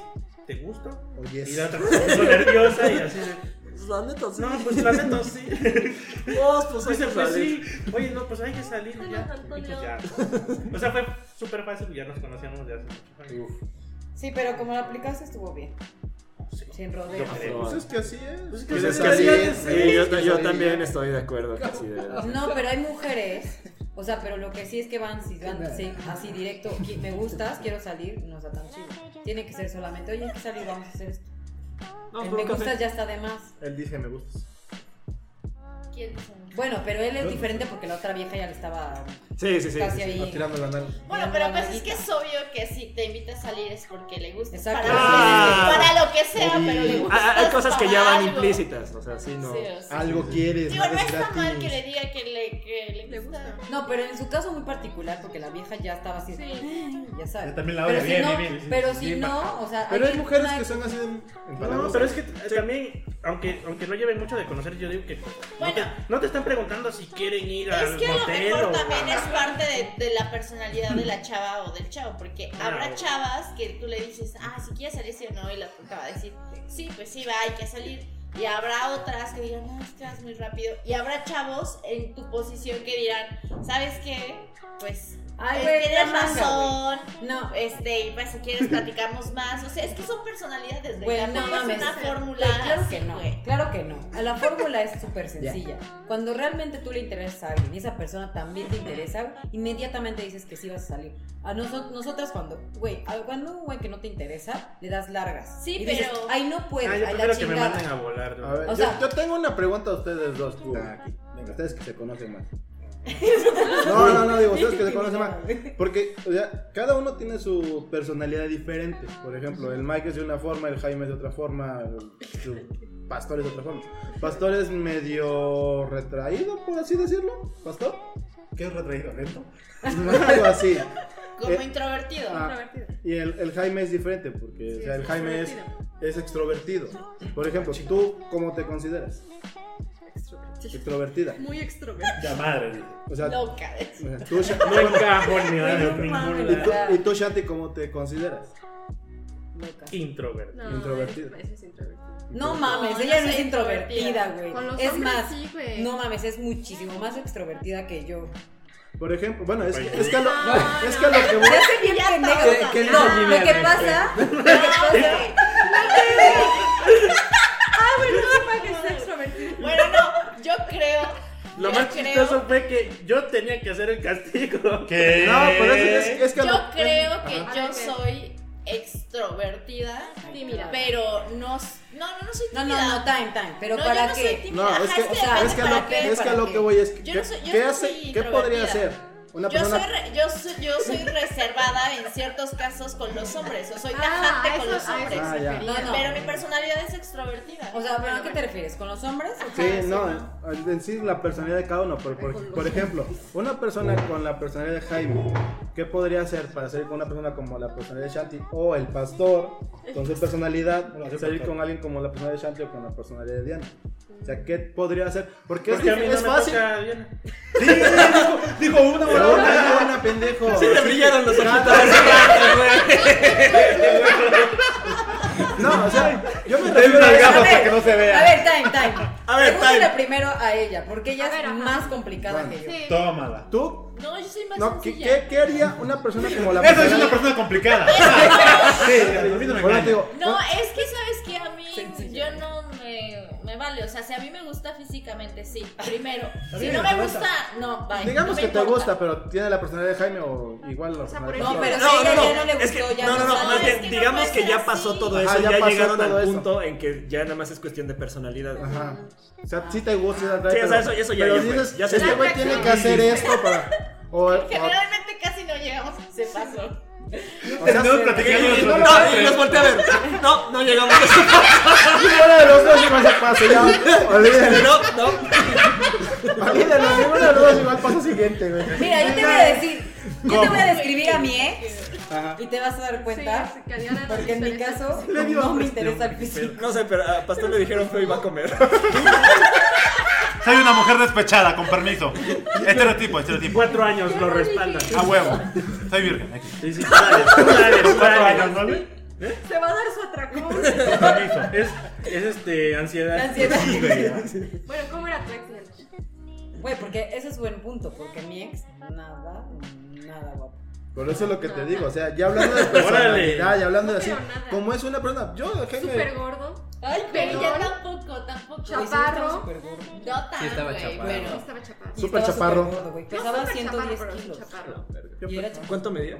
S2: ¿te gusta?
S5: Oye,
S2: Y la otra se puso nerviosa y así [laughs] de,
S3: La neta, sí.
S2: no, pues la neta sí. [laughs]
S3: Vos, pues,
S2: Pues,
S3: hay que
S2: pues,
S3: salir.
S2: sí, oye, no, pues hay que salir y ya. Y, pues, ya. O sea, fue súper fácil, ya nos conocíamos de hace muchos años.
S8: sí, pero como la aplicaste estuvo bien.
S2: Sí.
S8: Sin
S2: Yo
S8: rodeos.
S2: creo.
S5: pues es que así es.
S3: Pues es
S5: Pues
S3: que así
S5: es.
S3: es. Sí, yo,
S5: Sí,
S3: yo
S5: sí.
S3: también estoy de acuerdo que así de
S8: No, pero hay mujeres. O sea, pero lo que sí es que van, si van sí, así directo, qui- me gustas, quiero salir, no está tan chido. Tiene que ser solamente, oye, hay que salir, vamos a hacer esto.
S3: No, pues,
S8: El
S3: pero
S8: me
S3: un café.
S8: gustas ya está de más.
S5: Él dice me gustas.
S13: ¿Quién dice?
S8: Bueno, pero él es diferente porque la otra vieja ya le estaba
S3: Sí, sí, sí.
S8: casi
S3: sí.
S8: ahí.
S5: Tirando la nalga.
S13: Bueno,
S8: Una
S13: pero pues es que
S8: nalguita.
S13: es obvio que si te invita a salir es porque le gusta.
S8: Exacto.
S13: Para,
S3: Ah.
S13: para lo que sea, pero le
S3: Ah, ah,
S13: gusta.
S3: Hay cosas que ya van implícitas, o sea, sí, no.
S5: Algo quieres,
S13: Digo, no
S5: nada es
S13: está mal que
S5: gratis.
S13: le diga que le, que le gusta.
S8: No, pero en su caso muy particular porque la vieja ya estaba así. Ya sabes.
S1: Yo también la
S8: pero
S1: odio,
S8: si
S1: bien,
S8: no,
S1: bien, bien,
S8: pero
S1: bien,
S8: si
S1: bien
S8: no, o sea,
S5: Pero hay
S8: que-
S5: mujeres
S8: una-
S5: que son así de.
S2: No,
S5: empalagosas.
S2: pero es que t- también, aunque, aunque no lleven mucho de conocer, yo digo que pues, no, te,
S13: Bueno.
S2: no te están preguntando si quieren ir
S13: Es
S2: al
S13: que a lo
S2: motel
S13: mejor
S2: o
S13: también
S2: a-
S13: es parte de, de la personalidad
S2: [laughs]
S13: de la chava o del chavo, porque
S2: Ah,
S13: habrá
S2: bueno.
S13: chavas que tú le dices, ah, si quieres salir, sí o no, y la otra va a decir, sí, pues sí, va, hay que salir. Y habrá otras que digan, no, es que vas muy rápido. Y habrá chavos en tu posición que dirán, ¿sabes qué? Pues
S8: Ay,
S13: eh,
S8: güey,
S13: tienes
S8: la manga,
S13: razón,
S8: No,
S13: este, y pues si quieres platicamos más. O sea, es que son personalidades, güey.
S8: Güey, no
S13: tampoco es
S8: mames.
S13: una fórmula.
S8: Güey, claro
S13: así,
S8: que no.
S13: güey.
S8: Claro que no. A La fórmula es súper sencilla. Cuando realmente tú le interesas a alguien y esa persona también te interesa, inmediatamente dices que sí vas a salir. A nosotros nosotras cuando, güey, a- cuando un güey que no te interesa, le das largas.
S13: Sí,
S8: Y dices,
S13: pero-
S8: Ay, no
S13: pues,
S8: puedes,
S2: Ah,
S8: ay,
S2: yo
S8: la
S2: prefiero que me
S8: chingada.
S2: manden a volar.
S5: A ver,
S8: O
S5: yo,
S8: sea-
S5: yo tengo una pregunta a ustedes dos. Tú, aquí. Venga, ustedes que se conocen más. No, no, no, digo, ustedes que se conocen
S13: [laughs]
S5: más. Porque, o sea, cada uno tiene su personalidad diferente. Por ejemplo, el Mike es de una forma, el Jaime es de otra forma, el- su Pastor es de otra forma. Pastor es medio retraído, por así decirlo. ¿Pastor?
S4: ¿Qué es retraído? ¿Lento?
S5: [laughs] Algo así.
S13: Como
S5: Eh,
S13: introvertido.
S5: ah,
S11: Introvertido.
S5: y el, el Jaime es diferente, porque o sea, el
S11: es
S5: Jaime es,
S11: extrovertido.
S5: es extrovertido. Por ejemplo, ¿tú cómo te consideras? Extrovertida.
S11: Muy extrovertido.
S4: Ya madre, dije.
S5: O sea,
S13: Loca.
S5: tú, Sha-
S2: No encajo ni en ningún
S5: ¿Y tú,
S2: lado.
S5: y tú, Shanti, cómo te consideras?
S2: Introvertido.
S11: No,
S5: Introvertido.
S11: Eso es introvertido.
S8: No mames,
S13: No,
S8: ella
S13: no
S8: no es
S13: soy introvertida.
S8: introvertida, güey.
S11: Con los
S8: Es
S11: hombres
S8: más,
S11: sí, güey.
S8: no mames, es muchísimo más extrovertida que yo.
S5: Por ejemplo, bueno, es,
S4: Pues,
S5: es que a lo,
S11: no,
S5: es que a lo que voy.
S8: Ya sé bien pendejo.
S6: Que- que
S8: No,
S6: no,
S8: lo que
S6: Jimena,
S8: pasa, lo que Ah, pasa,
S11: que es extrovertido.
S13: Bueno, no, yo creo.
S2: Lo
S13: yo
S2: más
S13: creo-
S2: chistoso fue que yo tenía que hacer el castigo.
S4: ¿Qué?
S5: No, pero es, es, es que a
S13: Yo
S5: lo-
S13: creo que
S11: Ajá.
S13: yo soy extrovertida,
S11: Tímida.
S13: pero no, s- no, no, no soy tímida.
S8: no, no, no, time, time, pero
S13: No, yo
S8: para
S13: no soy
S8: qué?
S13: tímida.
S5: No, es
S13: Ajá,
S5: que,
S13: es que
S5: es que a
S13: depende
S5: lo,
S13: para qué,
S5: es que, a lo
S8: para
S5: que
S8: qué.
S5: voy es que,
S13: Yo no soy- yo
S5: ¿qué,
S13: no
S5: hace-
S13: soy
S5: ¿qué podría
S13: introvertida.
S5: hacer una
S13: Yo soy,
S5: persona?
S13: re- yo, soy, yo
S5: [laughs]
S13: soy reservada en ciertos casos con los hombres, o soy
S11: Ah,
S13: tajante
S11: a
S13: con
S11: eso-
S13: los
S11: a eso
S13: hombres.
S5: Ah, ya.
S8: No, no.
S13: Pero mi personalidad es extrovertida.
S8: O sea, ¿pero a qué te refieres? ¿Con los hombres? o
S5: Sí, no, en- en sí la personalidad de cada uno, pero por, por ejemplo, una persona con la personalidad de Jaime, ¿qué podría hacer para salir con una persona como la personalidad de Shanti o el pastor con su personalidad,
S4: No, sí,
S5: salir
S4: pastor.
S5: con alguien como la personalidad de Shanti o con la personalidad de Diana? O sea, ¿qué podría hacer? Porque,
S2: Porque a
S5: es,
S2: mí
S5: dif-
S2: no
S5: es
S2: me
S5: fácil.
S2: toca bien.
S5: Sí, dijo, dijo una buena, una buena pendejo.
S3: brillaron los ojitos.
S5: No, o sea, yo me
S4: Denle
S5: refiero
S4: una
S5: a
S4: gafas
S5: eso.
S4: para que no se
S8: A
S4: vea.
S8: ver, time, time.
S3: A ver,
S8: Pregúntale
S3: time.
S8: primero a ella, porque ella
S11: A ver,
S8: es
S11: ajá.
S8: más complicada
S5: Bueno.
S8: que yo.
S11: Sí.
S4: Tómala.
S5: ¿Tú?
S13: No, yo soy más
S5: No, ¿qué,
S13: sencilla.
S5: qué, qué haría una persona como la
S4: Eso es una
S5: personalidad-
S4: persona
S1: [laughs]
S4: complicada.
S5: Sí,
S4: A mí no me
S5: bueno,
S4: engañes.
S5: te digo,
S13: No, es que sabes que a mí
S8: Sencilla.
S13: yo no me, me vale. O sea, si a mí me gusta físicamente, sí, primero. Si no me gusta, no, bye.
S5: Digamos
S13: no me
S5: que te
S13: importa.
S5: gusta, pero tiene la personalidad de Jaime o igual la
S11: sea,
S5: personalidad de Flor.
S8: No,
S11: por ejemplo-
S8: pero si
S3: No,
S8: a
S3: no,
S8: ella
S3: no.
S8: ya no le
S3: es que,
S8: gustó, ya
S3: no, no, no,
S13: no
S3: más
S13: sabe.
S3: bien,
S13: Es que no
S3: digamos
S13: puede
S3: que
S13: ser
S3: ya pasó
S13: así.
S3: todo
S5: Ajá,
S3: eso,
S5: ya
S3: ya,
S5: pasó
S3: llegaron
S5: todo
S3: al
S5: eso.
S3: punto en que ya nada más es cuestión de personalidad.
S5: Ajá. O sea, sí te gusta. te atrae,
S3: Sí, o sea, eso- eso ya-
S5: pero
S3: ya fue,
S5: dices,
S3: ya se
S5: este
S3: dio.
S5: güey tiene que hacer esto para. O, o, o sea,
S13: Generalmente casi no llegamos a ese paso.
S4: Estamos platicando
S3: Y-
S4: nuestro
S3: No, y los volteé a ver. No, no
S5: [laughs]
S3: llegamos a eso.
S5: ninguno de los dos igual se pasa. Ya, olvídalo.
S3: No, no.
S5: Olvídalo, ninguno de los dos igual pasa siguiente, güey.
S8: Mira, yo te voy a decir, yo te voy a describir a mi ex
S5: Ajá.
S8: y te vas a dar cuenta,
S11: Sí, que Diana no
S8: porque en mi
S11: interesa.
S8: caso
S3: Le dio
S8: no me
S3: hambre este
S8: interesa el físico.
S3: No sé, pero a Pastor le dijeron feo y va a comer.
S4: Soy una mujer despechada, con permiso. Estereotipo, estereotipo.
S2: Cuatro años lo respaldan.
S4: A huevo. Soy virgen. aquí.
S2: Sí, sí, dale, tú dale, tú
S4: Cuatro
S2: dale.
S4: años, ¿vale?
S11: Se va a dar su atracón.
S4: Con permiso.
S2: Es, es este, ansiedad.
S8: La ansiedad.
S2: Sí, güey.
S11: bueno, ¿cómo era tu ex?
S8: Güey, porque ese es buen punto, porque mi ex, nada, nada guapo.
S5: Por eso es lo que te digo. O sea, ya hablando de personalidad, ya hablando de así.
S11: No, pero nada.
S5: Como es una persona. Yo,
S11: Súper
S5: Jaime.
S11: gordo.
S13: Ay, pero
S11: Perdón.
S13: ya tampoco, tampoco.
S11: Chaparro.
S13: No tan,
S6: Sí estaba
S13: güey,
S6: chaparro.
S11: Sí,
S13: pero-
S11: estaba chaparro.
S5: Súper chaparro.
S8: Pesaba
S11: No, súper
S8: 110
S11: chaparro, pero
S8: kilos.
S11: chaparro.
S8: Y era chaparro.
S3: ¿Cuánto medía?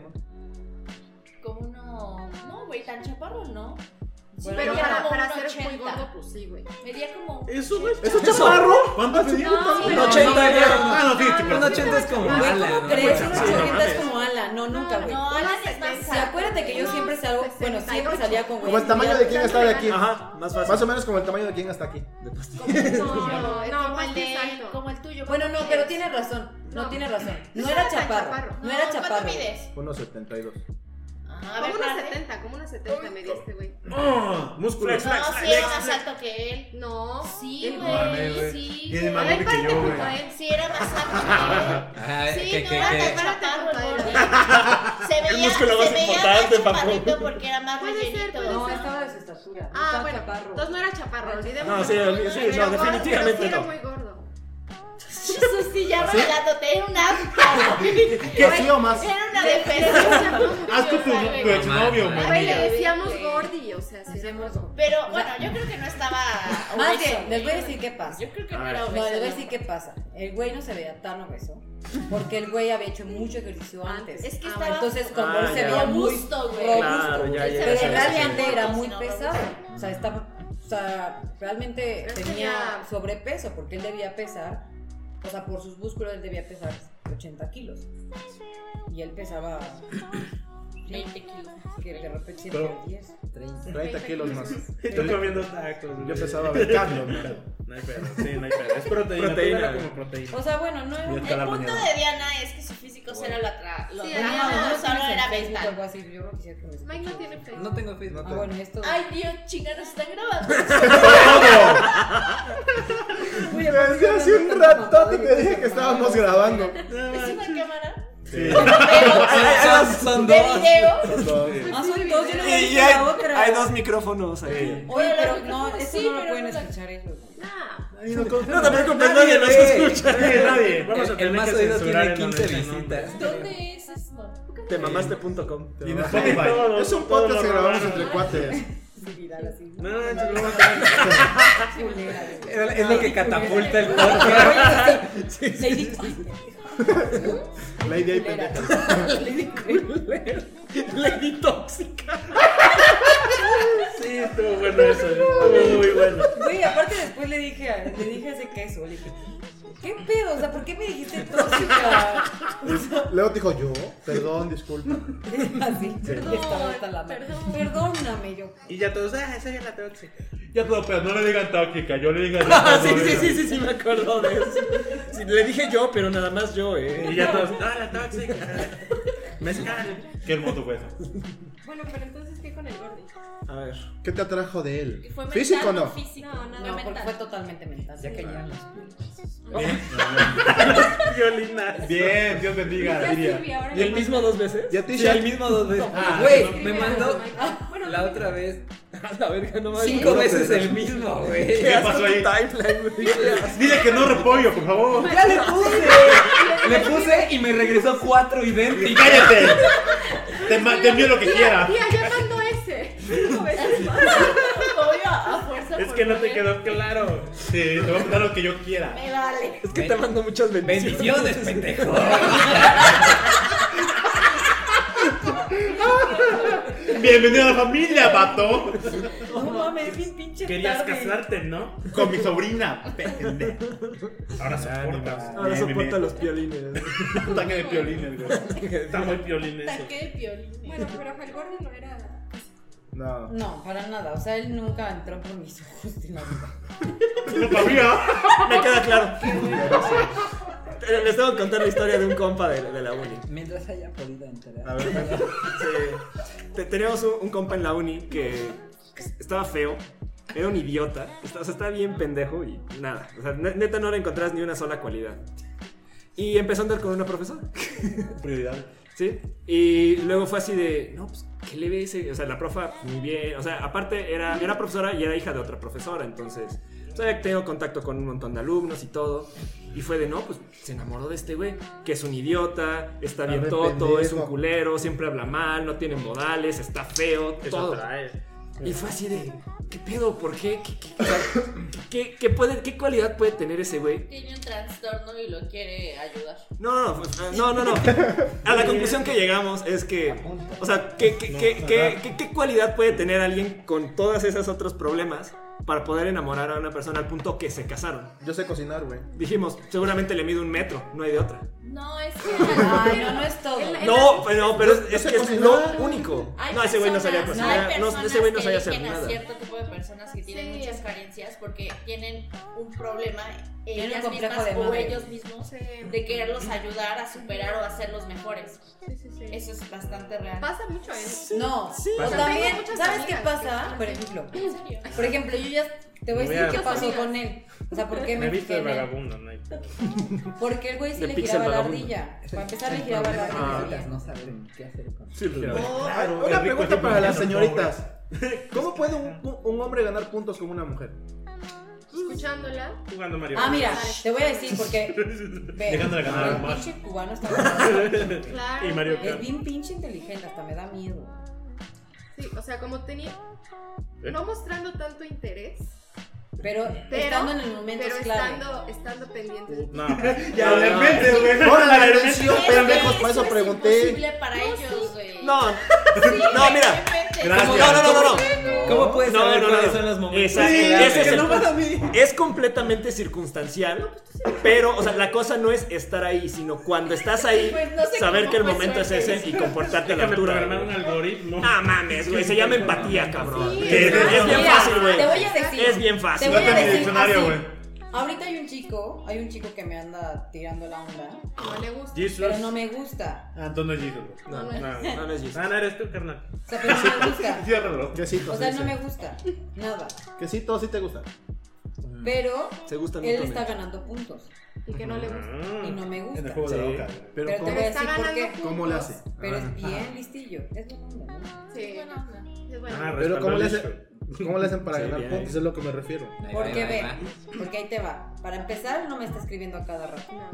S13: Como no. No, güey, tan chaparro no. Sí,
S8: Bueno,
S11: Pero
S13: medía
S11: para,
S13: como
S11: para
S13: un
S11: ser muy
S13: 80.
S11: gordo, pues sí, güey.
S13: Medía como.
S2: Eso no es
S5: ¿Eso es chaparro? ¿Cuánto te digo?
S11: No,
S3: Un
S11: pero-
S3: 80 era.
S4: Ah, no, sí, sí,
S3: Un
S4: pero-
S3: 80 es como.
S8: Güey,
S3: ala,
S8: ¿cómo
S3: ¿no?
S8: crees?
S3: Pues,
S8: Una
S3: sí, no
S8: chaqueta es
S3: mames.
S8: como ala. No, nunca, güey.
S13: No, Alan es más
S8: Sí, acuérdate que yo
S11: No,
S8: siempre salgo, bueno, siempre
S11: 68.
S8: salía con güeyes.
S5: Como el tamaño de quién está de aquí.
S3: Ajá, más fácil.
S5: Más o menos como el tamaño de quién está aquí.
S11: No, no,
S13: es
S11: no,
S13: como el
S11: más
S13: de-
S11: exacto.
S13: Como el tuyo.
S8: Bueno, no,
S13: ¿cuánto
S8: pero
S13: mides?
S8: tiene razón. No
S11: No.
S8: tiene razón. No
S11: No
S8: era
S11: era tan
S8: chaparro.
S11: chaparro.
S8: No era
S13: ¿Cuánto
S8: chaparro.
S13: mides?
S5: 1.72.
S13: Ah, a
S11: Como
S13: ver,
S11: unos
S13: espérate.
S11: 70, como unos 70 me este güey.
S2: Oh, músculo.
S3: Flex, flex,
S13: No, sí
S3: flex,
S13: era
S3: flex,
S13: más
S3: flex.
S13: alto que él.
S11: No.
S13: Sí,
S4: mames,
S13: güey,
S4: güey.
S13: sí.
S4: Tiene
S13: güey.
S4: más
S11: A ver,
S4: mami que yo,
S11: párate,
S4: güey.
S11: puto, eh.
S13: Sí, era
S4: [laughs]
S13: más alto
S6: Ah,
S13: que él. Sí,
S6: que,
S13: no
S6: que,
S13: era
S6: que-
S13: tan chaparro el
S11: Espérate,
S13: gordo. Se veía,
S3: músculo más
S13: se veía
S3: importante,
S13: más
S3: papá.
S13: chaparrito porque era más
S11: Puede ser,
S13: rellenito.
S11: puede
S8: No,
S11: ser.
S8: estaba de su estatura. No
S11: Ah,
S8: estaba
S11: bueno,
S8: chaparro.
S11: entonces no era chaparro, olvidemos.
S3: No, sí, sí, no,
S11: Pero gordo,
S3: definitivamente
S11: pero sí era
S3: no.
S11: muy gordo.
S13: Eso [laughs] sí, ya regalándote, era un asco.
S5: ¿Qué? ¿Así o más?
S13: Era una defensa.
S8: [laughs]
S4: Haz que tu, tu exnovio,
S6: No,
S4: güey.
S11: Güey, le decíamos
S13: Güey.
S11: gordi, o sea, sí era gordo.
S13: Pero bueno, yo creo que no estaba.
S8: Más
S13: obeso,
S8: bien, les voy a
S13: güey.
S8: decir qué pasa.
S13: Yo creo que no era
S8: No,
S13: obeso.
S8: les voy a decir qué pasa. El güey no se veía tan obeso porque el güey había hecho mucho ejercicio antes.
S13: Es que
S11: Ah,
S13: estaba.
S8: Entonces, como
S3: Ah,
S8: él se
S3: ya.
S8: veía muy
S13: Robusto, güey.
S8: robusto,
S3: Claro, ya, ya,
S8: pero
S3: ya, ya, ya.
S8: realmente era muy
S13: No,
S8: pesado. O sea, estaba, o sea, realmente
S11: Pero
S8: tenía
S11: tenía-
S8: sobrepeso porque él debía pesar O sea, por sus músculos él debía pesar 80 kilos. Y él pesaba.
S13: 20 kilos.
S8: Que de repente
S1: Pero-
S8: 110.
S6: 30.
S5: 30 kilos más.
S2: Y tú comiendo tacos, güey.
S5: Yo pesaba 20 kilos. mira.
S2: No hay pedo, sí, no hay pedo. Es proteína.
S3: Proteína,
S2: Proteína.
S3: güey.
S2: como proteína.
S8: O sea, bueno, no era.
S1: Voy a escalar
S13: El punto
S1: mañana.
S13: de Diana es que su físico cero la tra... Lo
S11: Sí,
S13: tenía,
S11: ajá,
S13: no, solo era
S8: Facebook o
S13: mental.
S8: algo así. Yo no quisiera que me
S11: Mike no
S8: escuche.
S11: tiene Facebook.
S6: No tengo Facebook.
S5: No
S8: Ah, bueno, y esto.
S13: Ay, Dios, chinga, nos están [laughs] grabando.
S8: Uy,
S5: Desde hace un rato te dije que estábamos grabando.
S13: ¿Es una cámara?
S1: Sí.
S6: Son- son- son
S13: ¿De
S6: dos.
S13: video?
S8: Ah, son dos, yo no voy a
S3: Y
S8: decir la
S3: hay,
S8: otra.
S3: hay dos micrófonos aquí.
S8: Oye, pero
S13: Pero
S8: no,
S13: los
S8: esto
S13: micrófonos sí,
S8: no lo
S13: pero
S8: pueden
S13: no la-
S8: escuchar ellos.
S3: No te preocupes, nadie nos
S6: ve.
S3: escucha.
S2: Nadie, nadie. Vamos a
S6: El, el
S2: tener
S6: más
S2: que
S6: oído
S2: censurar
S6: tiene
S2: en donde
S6: 15
S2: está, ¿no?
S6: visitas.
S13: ¿Dónde es eso?
S3: Te mamaste.com.
S1: Y en
S2: Sí,
S1: Spotify.
S2: todo,
S5: Es un
S2: todo
S5: podcast que
S2: lo
S5: grabamos
S2: robaron.
S5: entre cuates.
S8: Sí, viral así.
S2: No, no, no, no, no.
S8: Culera,
S6: Es es lo que catapulta el podcast.
S8: Lady
S5: Lady ahí pendeja.
S8: Lady culera.
S3: [laughs] Lady Tóxica.
S2: Sí, [laughs] estuvo bueno eso. ¿eh? Estuvo muy bueno.
S8: Güey, aparte después le dije, a- le dije a ese queso, le dije, ¿qué pedo? O sea, ¿por qué me
S11: [laughs]
S8: dijiste tóxica?
S5: Luego te dijo yo, perdón, disculpa.
S8: Así, y estaba hasta la madre.
S11: perdón.
S8: Perdóname yo.
S2: Y ya todos, ah, esa ya la tóxica.
S1: Ya todo, pero no le digan tóxica, yo le digo.
S3: Ah, sí, sí, sí, sí, sí, me acuerdo de eso. Sí, le dije yo, pero nada más yo, eh.
S2: Y ya todos, ah, la
S1: [laughs]
S2: tóxica. Mezcal.
S1: Qué hermoso fue eso.
S11: Bueno, pero entonces, ¿qué con el gordi?
S3: A ver.
S5: ¿Qué te atrajo de
S13: ¿Y
S5: él?
S13: fue mental
S5: ¿Físico o no?
S13: Físico.
S11: No, nada
S8: No, porque
S11: mental.
S8: fue totalmente mental.
S6: Ya caían los
S2: Violina.
S1: Bien, Dios bendiga,
S11: Ya Silvia,
S1: diría.
S11: ahora
S3: ¿Y el
S11: le
S3: mismo dos veces?
S5: ¿Y a ti,
S6: Sí, al
S5: Shaq?
S6: mismo dos veces.
S1: Ah,
S6: Güey,
S11: mando-
S6: me
S11: Primero,
S6: mandó
S11: Mike. Bueno,
S6: la otra vez
S3: A la verga, no mames.
S6: cinco
S3: No te
S6: veces [laughs]
S3: dejo. [laughs]
S6: el mismo, güey.
S3: ¿Qué
S1: ¿Qué
S3: asco
S1: pasó
S3: tu
S1: ahí?
S3: timeline, güey. Qué asco.
S1: Dile que no repollo, por favor.
S6: Ya le puse. Le puse y me regresó cuatro
S1: Y
S6: idénticas.
S1: cállate. Te, ma- Ah, te envío lo que
S11: Tía,
S1: quiera.
S11: tía, ya mandó ese. Cinco veces más.
S13: Obvio, a fuerza.
S2: Es
S13: por
S2: que no te
S13: poner-
S2: quedó claro.
S1: Sí, te voy a mandar lo que yo quiera.
S13: Me vale.
S3: Es que te mando muchas bendiciones.
S6: Bendiciones,
S3: [laughs]
S6: pendejo.
S1: Bienvenido a la familia, vato.
S8: No mames, es bien pinche
S2: Querías
S8: tarde.
S2: casarte, ¿no?
S1: Con mi sobrina, pendejo. Ahora soportas.
S3: Ahora
S1: Bien, bien,
S3: soporta
S1: bien.
S3: los piolines.
S1: Ataque de piolines, güey.
S2: Está muy violín eso.
S13: Taque de violín.
S11: Bueno, pero el gordi no era.
S5: No.
S8: No, para nada. O sea, él nunca entró por mis ojos en la vida.
S1: No sabía.
S3: Me queda claro. Pero les tengo que contar la historia de un compa de, de la uni.
S6: Mientras haya podido enterar.
S5: A ver,
S3: pues. Sí. Te- Teníamos un, un compa en la uni que estaba feo, era un idiota, está- o sea, estaba bien pendejo y nada. O sea, ne- neta no le encontrás ni una sola cualidad. Y empezó a andar con una profesora.
S1: Prioridad.
S3: Sí. Y luego fue así de, no, pues, ¿qué le ve ese? O sea, la profa, muy bien. O sea, aparte era, era profesora y era hija de otra profesora, entonces. Todavía tengo contacto con un montón de alumnos y todo. Y fue de, no, pues se enamoró de este güey, que es un idiota, está bien
S5: Arre,
S3: toto, es un
S5: pendejo.
S3: culero, siempre habla mal, no tiene modales, está feo, todo.
S2: ¿eh?
S3: Y fue así de, ¿qué pedo? ¿Por qué? ¿Qué, qué, o sea, qué- qué puede, ¿Qué cualidad puede tener ese güey
S13: Tiene un trastorno y lo quiere ayudar.
S3: no, no, no, fue- no, no, no. A la conclusión que llegamos es que, o sea, ¿qué, qué, qué- qué- qué- qué cualidad puede tener alguien con todas esas otros problemas para poder enamorar a una persona al punto que se casaron?
S5: yo sé cocinar, güey.
S3: Dijimos, seguramente le mide un metro, no hay de otra.
S13: No, es [laughs] que.
S8: Ay, no, no es todo.
S11: Él- él-
S3: No, pero, no, pero es, es
S5: sé
S3: que es lo
S5: cocinar.
S3: único.
S13: Hay
S3: No, ese güey no sabía
S13: personas- hay
S3: cocinar, no,
S13: personas
S3: ese güey no
S13: que
S3: sabía hacer
S13: eligen a
S3: nada.
S13: cierto tipo de personas que tienen
S11: Sí.
S13: muchas carencias porque tienen un problema
S8: Tienen un
S13: ellas
S8: complejo
S13: mismas
S8: de
S13: o
S8: madre.
S13: ellos mismos
S11: Sí.
S13: de quererlos ayudar a superar o a ser los mejores.
S11: Sí, sí, sí.
S13: Eso es bastante real.
S11: Pasa mucho eso.
S8: No, o
S11: Pasa.
S8: también,
S11: Tengo muchas
S8: ¿sabes qué
S11: amigas
S8: pasa?
S11: que-
S8: Por ejemplo,
S13: ¿En serio?
S8: por ejemplo, yo ya te voy
S2: Me
S8: a
S2: voy
S8: decir
S2: a-
S8: qué pasó
S11: Amigas.
S8: con él. O sea, ¿por qué
S2: Me
S8: me
S2: he visto de
S8: fijé en él?
S2: vagabundo, no hay pedo.
S8: Porque el güey sí
S3: De
S8: le
S3: Pixel
S8: giraba la
S3: Vagabundo.
S8: ardilla. Para empezar, le
S6: El
S8: giraba la
S6: problema
S3: Ah.
S6: es que
S8: ardilla.
S6: no saben qué hacer con
S3: Sí, pero-
S5: Oh, una
S1: el rico
S5: pregunta
S1: tipo
S5: para
S1: que
S5: las
S1: no
S5: señoritas. ¿Cómo puede un, un hombre ganar puntos con una mujer?
S11: Escuchándola.
S2: Jugando Mario.
S8: Ah,
S2: Bros.
S8: mira, te voy a decir porque.
S2: [laughs]
S8: ve, Ah.
S1: Dejándole ganar
S8: el
S1: algo
S8: [laughs]
S1: más.
S8: pinche cubano está guapo.
S11: Claro.
S2: Y Mario
S11: güey.
S8: Es bien pinche inteligente, hasta me da miedo.
S11: Sí, o sea, como tenía.
S2: Eh.
S11: No mostrando tanto interés,
S8: Pero,
S11: Pero-
S8: estando en el momento
S11: pero
S8: es clave.
S11: estando, estando pendiente. de ti.
S2: No,
S1: Ya le metes, güey.
S5: Ahora la
S1: le
S5: atención,
S13: Es que
S5: pendejos, por eso
S13: es
S5: pregunté.
S13: imposible para ellos, güey.
S3: No,
S13: Sí,
S3: no, mira.
S13: obviamente.
S1: Gracias.
S3: No, no, no, no, no.
S6: ¿Cómo puedes
S3: No,
S6: saber
S3: no, no.
S6: cuáles son los momentos?
S3: Exacto.
S6: clave?
S3: Ese es
S6: Que
S3: el
S6: no
S3: punto.
S6: van a mí.
S3: Es completamente circunstancial, pero, o sea, la cosa no es estar ahí, sino cuando estás ahí,
S13: Pues no sé
S3: saber
S13: cómo
S3: que el
S13: fue
S3: momento es
S13: suerte.
S3: ese y comportarte a la
S2: Déjame
S3: altura.
S2: programar
S3: güey.
S2: un algoritmo.
S3: Ah, mames, güey, se llama empatía, cabrón.
S13: Sí,
S3: es, es bien
S13: mira,
S3: fácil, güey.
S13: Te voy a decir.
S3: Es bien
S13: Te
S3: fácil.
S13: voy a
S4: Date mi
S13: decir
S4: diccionario,
S13: así.
S4: güey.
S8: Ahorita hay un chico, hay un chico que me anda tirando la onda,
S11: No le gusta.
S2: Jesus.
S8: pero no me gusta.
S2: Ah, entonces no es Jesus, güey.
S11: No, no es.
S2: No, no.
S3: No, no es Jesus.
S2: Ah, no eres tú, carnal.
S8: O sea, pero no me gusta.
S2: Ciérralo.
S5: Que sí,
S8: O
S5: todos
S8: sea, no me gusta. Nada.
S5: Que sí, todos sí te gustan.
S8: Pero
S3: Se gustan
S8: él está
S3: mutuamente.
S8: ganando puntos
S11: Y que no le gusta.
S2: Ah.
S8: y no me
S1: En el
S8: gusta.
S1: juego de la
S3: Sí.
S1: boca.
S5: Pero,
S8: Pero te
S5: ¿cómo,
S8: voy a
S11: Pero está
S8: decir por
S11: ganando.
S8: qué.
S11: juntos.
S5: cómo le hace?
S8: Pero es bien listillo. Es buena onda, ¿no?
S11: Sí. Es buena onda. Es buena
S2: Ah,
S11: onda.
S5: Pero ¿cómo le,
S2: respaldó
S5: hacen, ¿cómo le hacen para
S3: Sí,
S5: ganar
S3: bien.
S5: puntos? Es a lo que me refiero.
S6: Ahí va, ahí
S8: Porque
S6: va, ahí
S8: ve,
S6: va.
S8: porque ahí te va. Para empezar, no me está escribiendo a cada rato.
S2: Ah.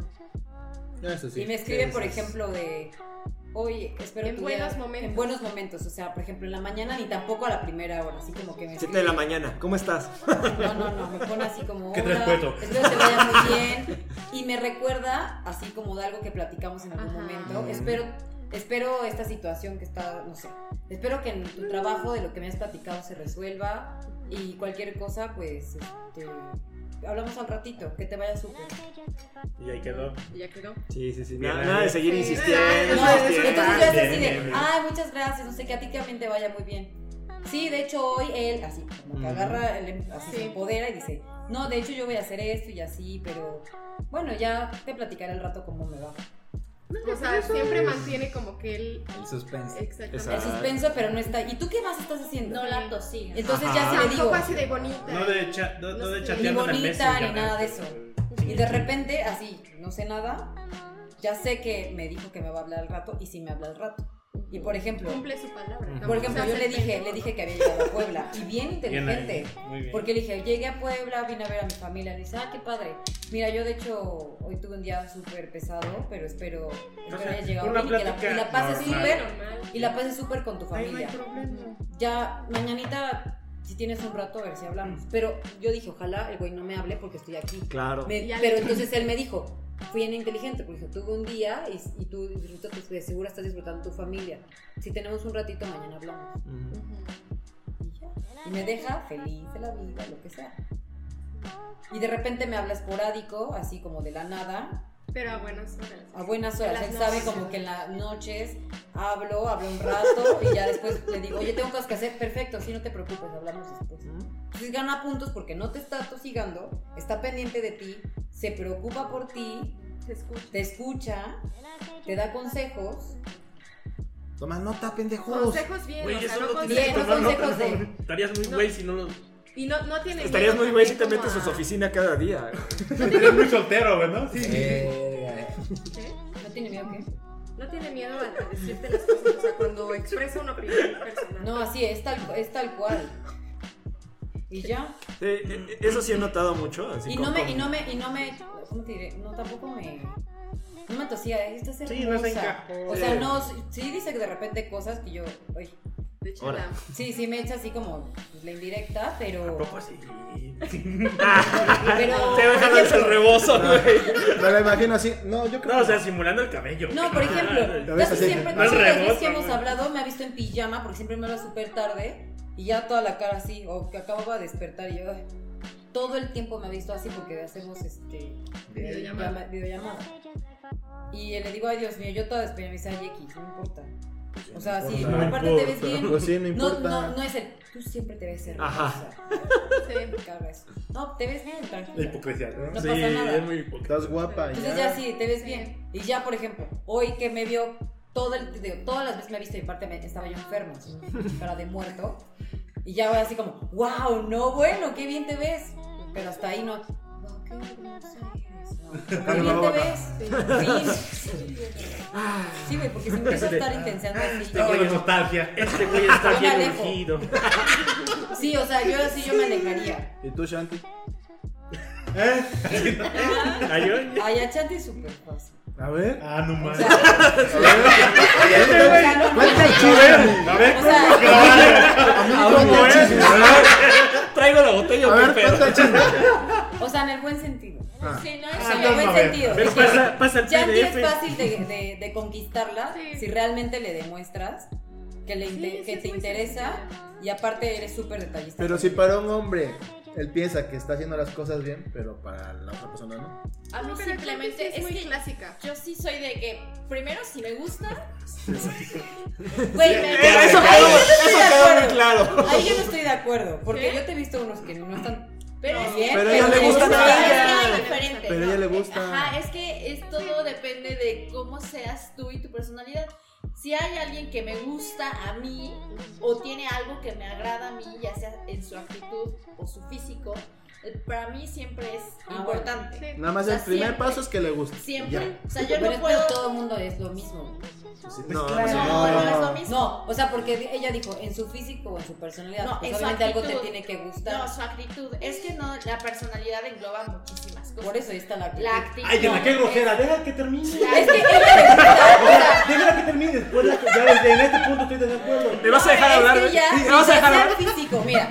S5: Eso sí.
S8: Y me escribe,
S5: Eso
S8: por
S5: sí.
S8: ejemplo, de. Oye, espero
S11: En
S8: tu
S11: buenos
S8: día-
S11: momentos.
S8: En buenos momentos. O sea, por ejemplo, en la mañana ni tampoco a la primera hora. Así como que me.
S3: 7 de la mañana, ¿cómo estás?
S8: escribe- No, no, no. Me pone así como.
S1: ¿Qué
S8: "Hola,
S1: traes puesto?"
S8: Espero te vaya muy bien. Y me recuerda así como de algo que platicamos en algún
S11: Ajá.
S8: momento.
S3: Mm.
S8: Espero. Espero esta situación que está, no sé. Espero que en tu trabajo de lo que me has platicado se resuelva. Y cualquier cosa, pues. este, hablamos al ratito. Que te vaya súper.
S2: Y ahí quedó.
S11: Y ya quedó.
S3: Sí, sí, sí.
S2: Bien,
S3: Nada,
S2: ahí.
S3: nada de seguir
S11: Sí,
S3: insistiendo.
S11: nada,
S8: No,
S11: Eso
S8: entonces
S11: es
S3: insistiendo.
S8: yo
S2: bien,
S8: es así
S2: bien,
S8: de,
S2: bien.
S8: ay, muchas gracias, no sé que a ti también te vaya muy bien. Sí, de hecho hoy él, así, como que
S3: Ujú.
S8: agarra, el- em, así
S11: Sí.
S8: se empodera y dice, no, de hecho yo voy a hacer esto y así, pero bueno, ya te platicaré al rato cómo me va.
S11: O
S8: pues
S11: sea, siempre mantiene como que él.
S6: El suspense.
S8: El
S11: Exactamente.
S3: Exacto.
S8: suspenso, pero no está. ¿Y tú qué más estás haciendo?
S13: No la tosiga.
S8: Entonces
S3: Ajá.
S8: ya se le digo,
S11: Tampoco así de bonita.
S2: No de, cha, no, no de
S11: Ni
S2: chateando en el
S8: bonita,
S2: Messenger,
S8: ni nada
S2: ¿eh?
S8: de eso. y de repente, así, no sé nada, ya sé que me dijo que me va a hablar al rato y sí me habla al rato. Y por ejemplo,
S11: Cumple su palabra. tampoco
S8: Por ejemplo,
S11: se
S8: yo
S11: hace
S8: le dije,
S11: pendejo.
S8: le dije que había llegado a Puebla y bien
S2: Bien ahí.
S8: inteligente.
S2: Muy bien.
S8: Porque le dije, llegué a Puebla, vine a ver a mi familia. Le dice, ah, qué padre. Mira, yo de hecho hoy tuve un día súper pesado, pero espero, espero
S2: sea,
S8: hayas llegado
S2: una
S8: bien y que la,
S2: plática
S8: y la pases
S2: normal.
S8: súper.
S11: Normal.
S8: Y la pases súper con tu
S2: Ahí no hay
S8: familia.
S2: problema.
S8: Ya, mañanita, si tienes un rato, a ver si hablamos. Pero yo dije, ojalá el güey no me hable porque estoy aquí.
S3: Claro.
S8: Me-
S11: Ya le-
S8: pero entonces él me dijo, fui bien inteligente, porque dijo, tuve un día y, y tú disfrutas, pues, de seguro estás disfrutando tu familia. Si tenemos un ratito, mañana hablamos.
S3: Ujú.
S8: Y ya. Y me deja feliz de la vida, lo que sea. Y de repente me habla esporádico, así como de la nada,
S11: Pero a buenas horas.
S8: a buenas horas.
S11: A las
S8: Él sabe
S11: noches.
S8: como que en las noches hablo, hablo un rato y ya después le digo, oye, tengo cosas que hacer, perfecto, sí, no te preocupes, hablamos después. Entonces gana puntos porque no te está tosigando, está pendiente de ti, se preocupa por ti,
S11: Se escucha.
S8: te escucha, te da consejos.
S5: Toma nota, pendejos.
S11: Consejos bien,
S2: Güey,
S11: o sea,
S2: eso
S11: no
S2: lo tienes que
S8: bien,
S11: consejos.
S2: tomar
S8: los
S2: nota,
S8: consejos
S2: [laughs]
S8: de-
S2: ¿no? Estarías muy güey si no lo...
S11: Y no, no tiene
S3: Estarías
S11: miedo
S3: muy güey si te
S11: también
S3: metes a
S11: como
S8: ah.
S3: su oficina cada día.
S1: Eres
S5: [laughs]
S1: muy soltero, güey, ¿no? Sí.
S6: Verga.
S11: ¿Eh?
S8: ¿No tiene miedo qué?
S11: No tiene miedo a decirte las cosas, o sea, cuando expresa una opinión personal.
S8: No, así es tal, es tal cual. Y ya.
S3: Eh, eh, eso sí he notado mucho. así
S8: Y
S3: con-
S8: no me,
S3: con-
S8: y no me, y no me, ¿cómo te diré? No, tampoco me, no me tosía, ¿eh? estás hermosa.
S2: Sí, no se encajó.
S8: O sea, no, sí dice que de repente cosas que yo, oye,
S11: De hecho,
S3: Ahora.
S11: la-
S8: sí, sí me echa así como pues, la indirecta, pero,
S2: Poco así.
S8: pero, [laughs]
S3: Te
S8: por
S3: dejan el
S8: ejemplo,
S3: rebozo, güey.
S5: Me la imagino así. No, yo creo
S2: No, o
S5: que-
S2: sea, simulando el cabello.
S8: no, por ejemplo,
S5: ves
S8: casi
S5: así.
S8: siempre,
S2: No, al
S8: todas las veces
S2: rebozo,
S8: que hemos
S2: güey.
S8: hablado me ha visto en pijama porque siempre me habla súper tarde y ya toda la cara así, o que acababa de despertar y yo, ay, todo el tiempo me ha visto así porque hacemos este,
S11: Videollamada.
S8: llama- videollamada. Y le digo, ay Dios mío, yo toda despedida me dice, ay X, no importa. O sea, sí,
S5: importa.
S8: aparte te ves bien.
S5: Pues sí, no
S8: No,
S5: importa.
S8: no, no es el, tú siempre te ves hermosa.
S3: Ajá.
S8: Me caga eso. No, te ves bien,
S1: La
S8: tranquila.
S1: hipocresía, ¿no?
S8: No pasa nada.
S2: es muy hipócrita.
S5: Estás guapa. y
S8: Entonces ya sí, te ves bien. Y ya, por ejemplo, hoy que me vio, todo el, te digo, todas las veces me ha visto y parte me- estaba yo enfermo, así, cara de muerto. Y ya voy así como, wow, no, bueno, qué bien te ves. Pero hasta ahí no. "Guau, qué hermosa eres", no, Qué bien te ves. Sí, Sí, güey, porque si empiezo a estar intenseando así,
S2: Este güey es nostalgia. Este güey está
S8: Yo me
S2: bien
S8: alejo.
S2: ungido.
S8: sí, o sea, yo así yo me alejaría.
S5: ¿Y tú, Shanti?
S2: Ay, oye.
S8: Ay, a Chanti es súper fácil.
S5: A ver.
S1: Ah, no mames. [laughs]
S8: O sea, no, no, no,
S1: A ver,
S8: o sea,
S5: ¿Cómo es?
S3: Ah, Traigo la botella,
S5: A
S3: qué
S5: ver, pues,
S3: pedo.
S5: cuenta el chisme.
S8: O sea, en el buen sentido.
S3: Ah.
S13: Sí, Ah, no
S8: O
S13: es
S8: sea, en
S1: no,
S8: el
S1: a
S8: buen
S1: ver,
S8: sentido.
S2: Pero pues,
S8: de que
S2: pasa, pasa el
S8: Chanti es
S2: PDF.
S8: fácil de, de- de conquistarla
S11: Sí.
S8: si realmente le demuestras que, le inte- que te interesa y aparte eres súper detallista.
S5: Pero si para un hombre él piensa que está haciendo las cosas bien, pero para la otra persona no.
S13: A mí simplemente es,
S11: muy
S13: que
S11: clásica.
S13: yo sí soy de que primero si me gusta. Güey, me-
S8: eso quedó, muy
S5: claro.
S8: Ahí yo no estoy de acuerdo, porque
S13: ¿Sí?
S8: yo te he visto unos que no están
S13: Pero es
S8: bien.
S5: Pero a ella le
S8: te
S5: gustan
S8: gustan
S5: a
S8: ellas.
S5: ella.
S13: Es que es diferente,
S5: Pero a
S13: ¿no?
S5: ella le gusta.
S13: Ajá, es que es todo depende de cómo seas tú y tu personalidad. Si hay alguien que me gusta a mí o tiene algo que me agrada a mí, ya sea en su actitud o su físico, eh, para mí siempre es
S8: bueno.
S13: importante.
S5: Nada más
S13: O sea,
S5: el primer
S13: siempre.
S5: paso es que le guste.
S13: Siempre.
S5: Ya.
S13: O sea, yo
S8: Pero
S13: no
S8: es
S13: puedo.
S8: que todo el mundo es lo mismo.
S5: No,
S8: Claro.
S5: no,
S13: No, no es lo mismo.
S8: No, o sea, porque ella dijo en su físico o en su personalidad,
S13: No,
S8: pues
S13: en su
S8: obviamente algo te
S13: actitud.
S8: tiene que gustar.
S13: No, su actitud. Es que no, la personalidad engloba muchísimas cosas.
S8: Por eso ahí está la actitud.
S13: La actitud.
S1: Ay, que la que
S13: es-
S1: grosera, deja que termine.
S13: la-
S8: Es que ella
S1: O sea, Déjala que termine,
S5: pues,
S1: después la- ya desde en este punto estoy de acuerdo.
S3: ¿Me vas a dejar hablar?
S8: es que ya,
S3: güey? ¿Me vas a dejar
S8: mientras
S3: hablar?
S8: sea el físico, mira.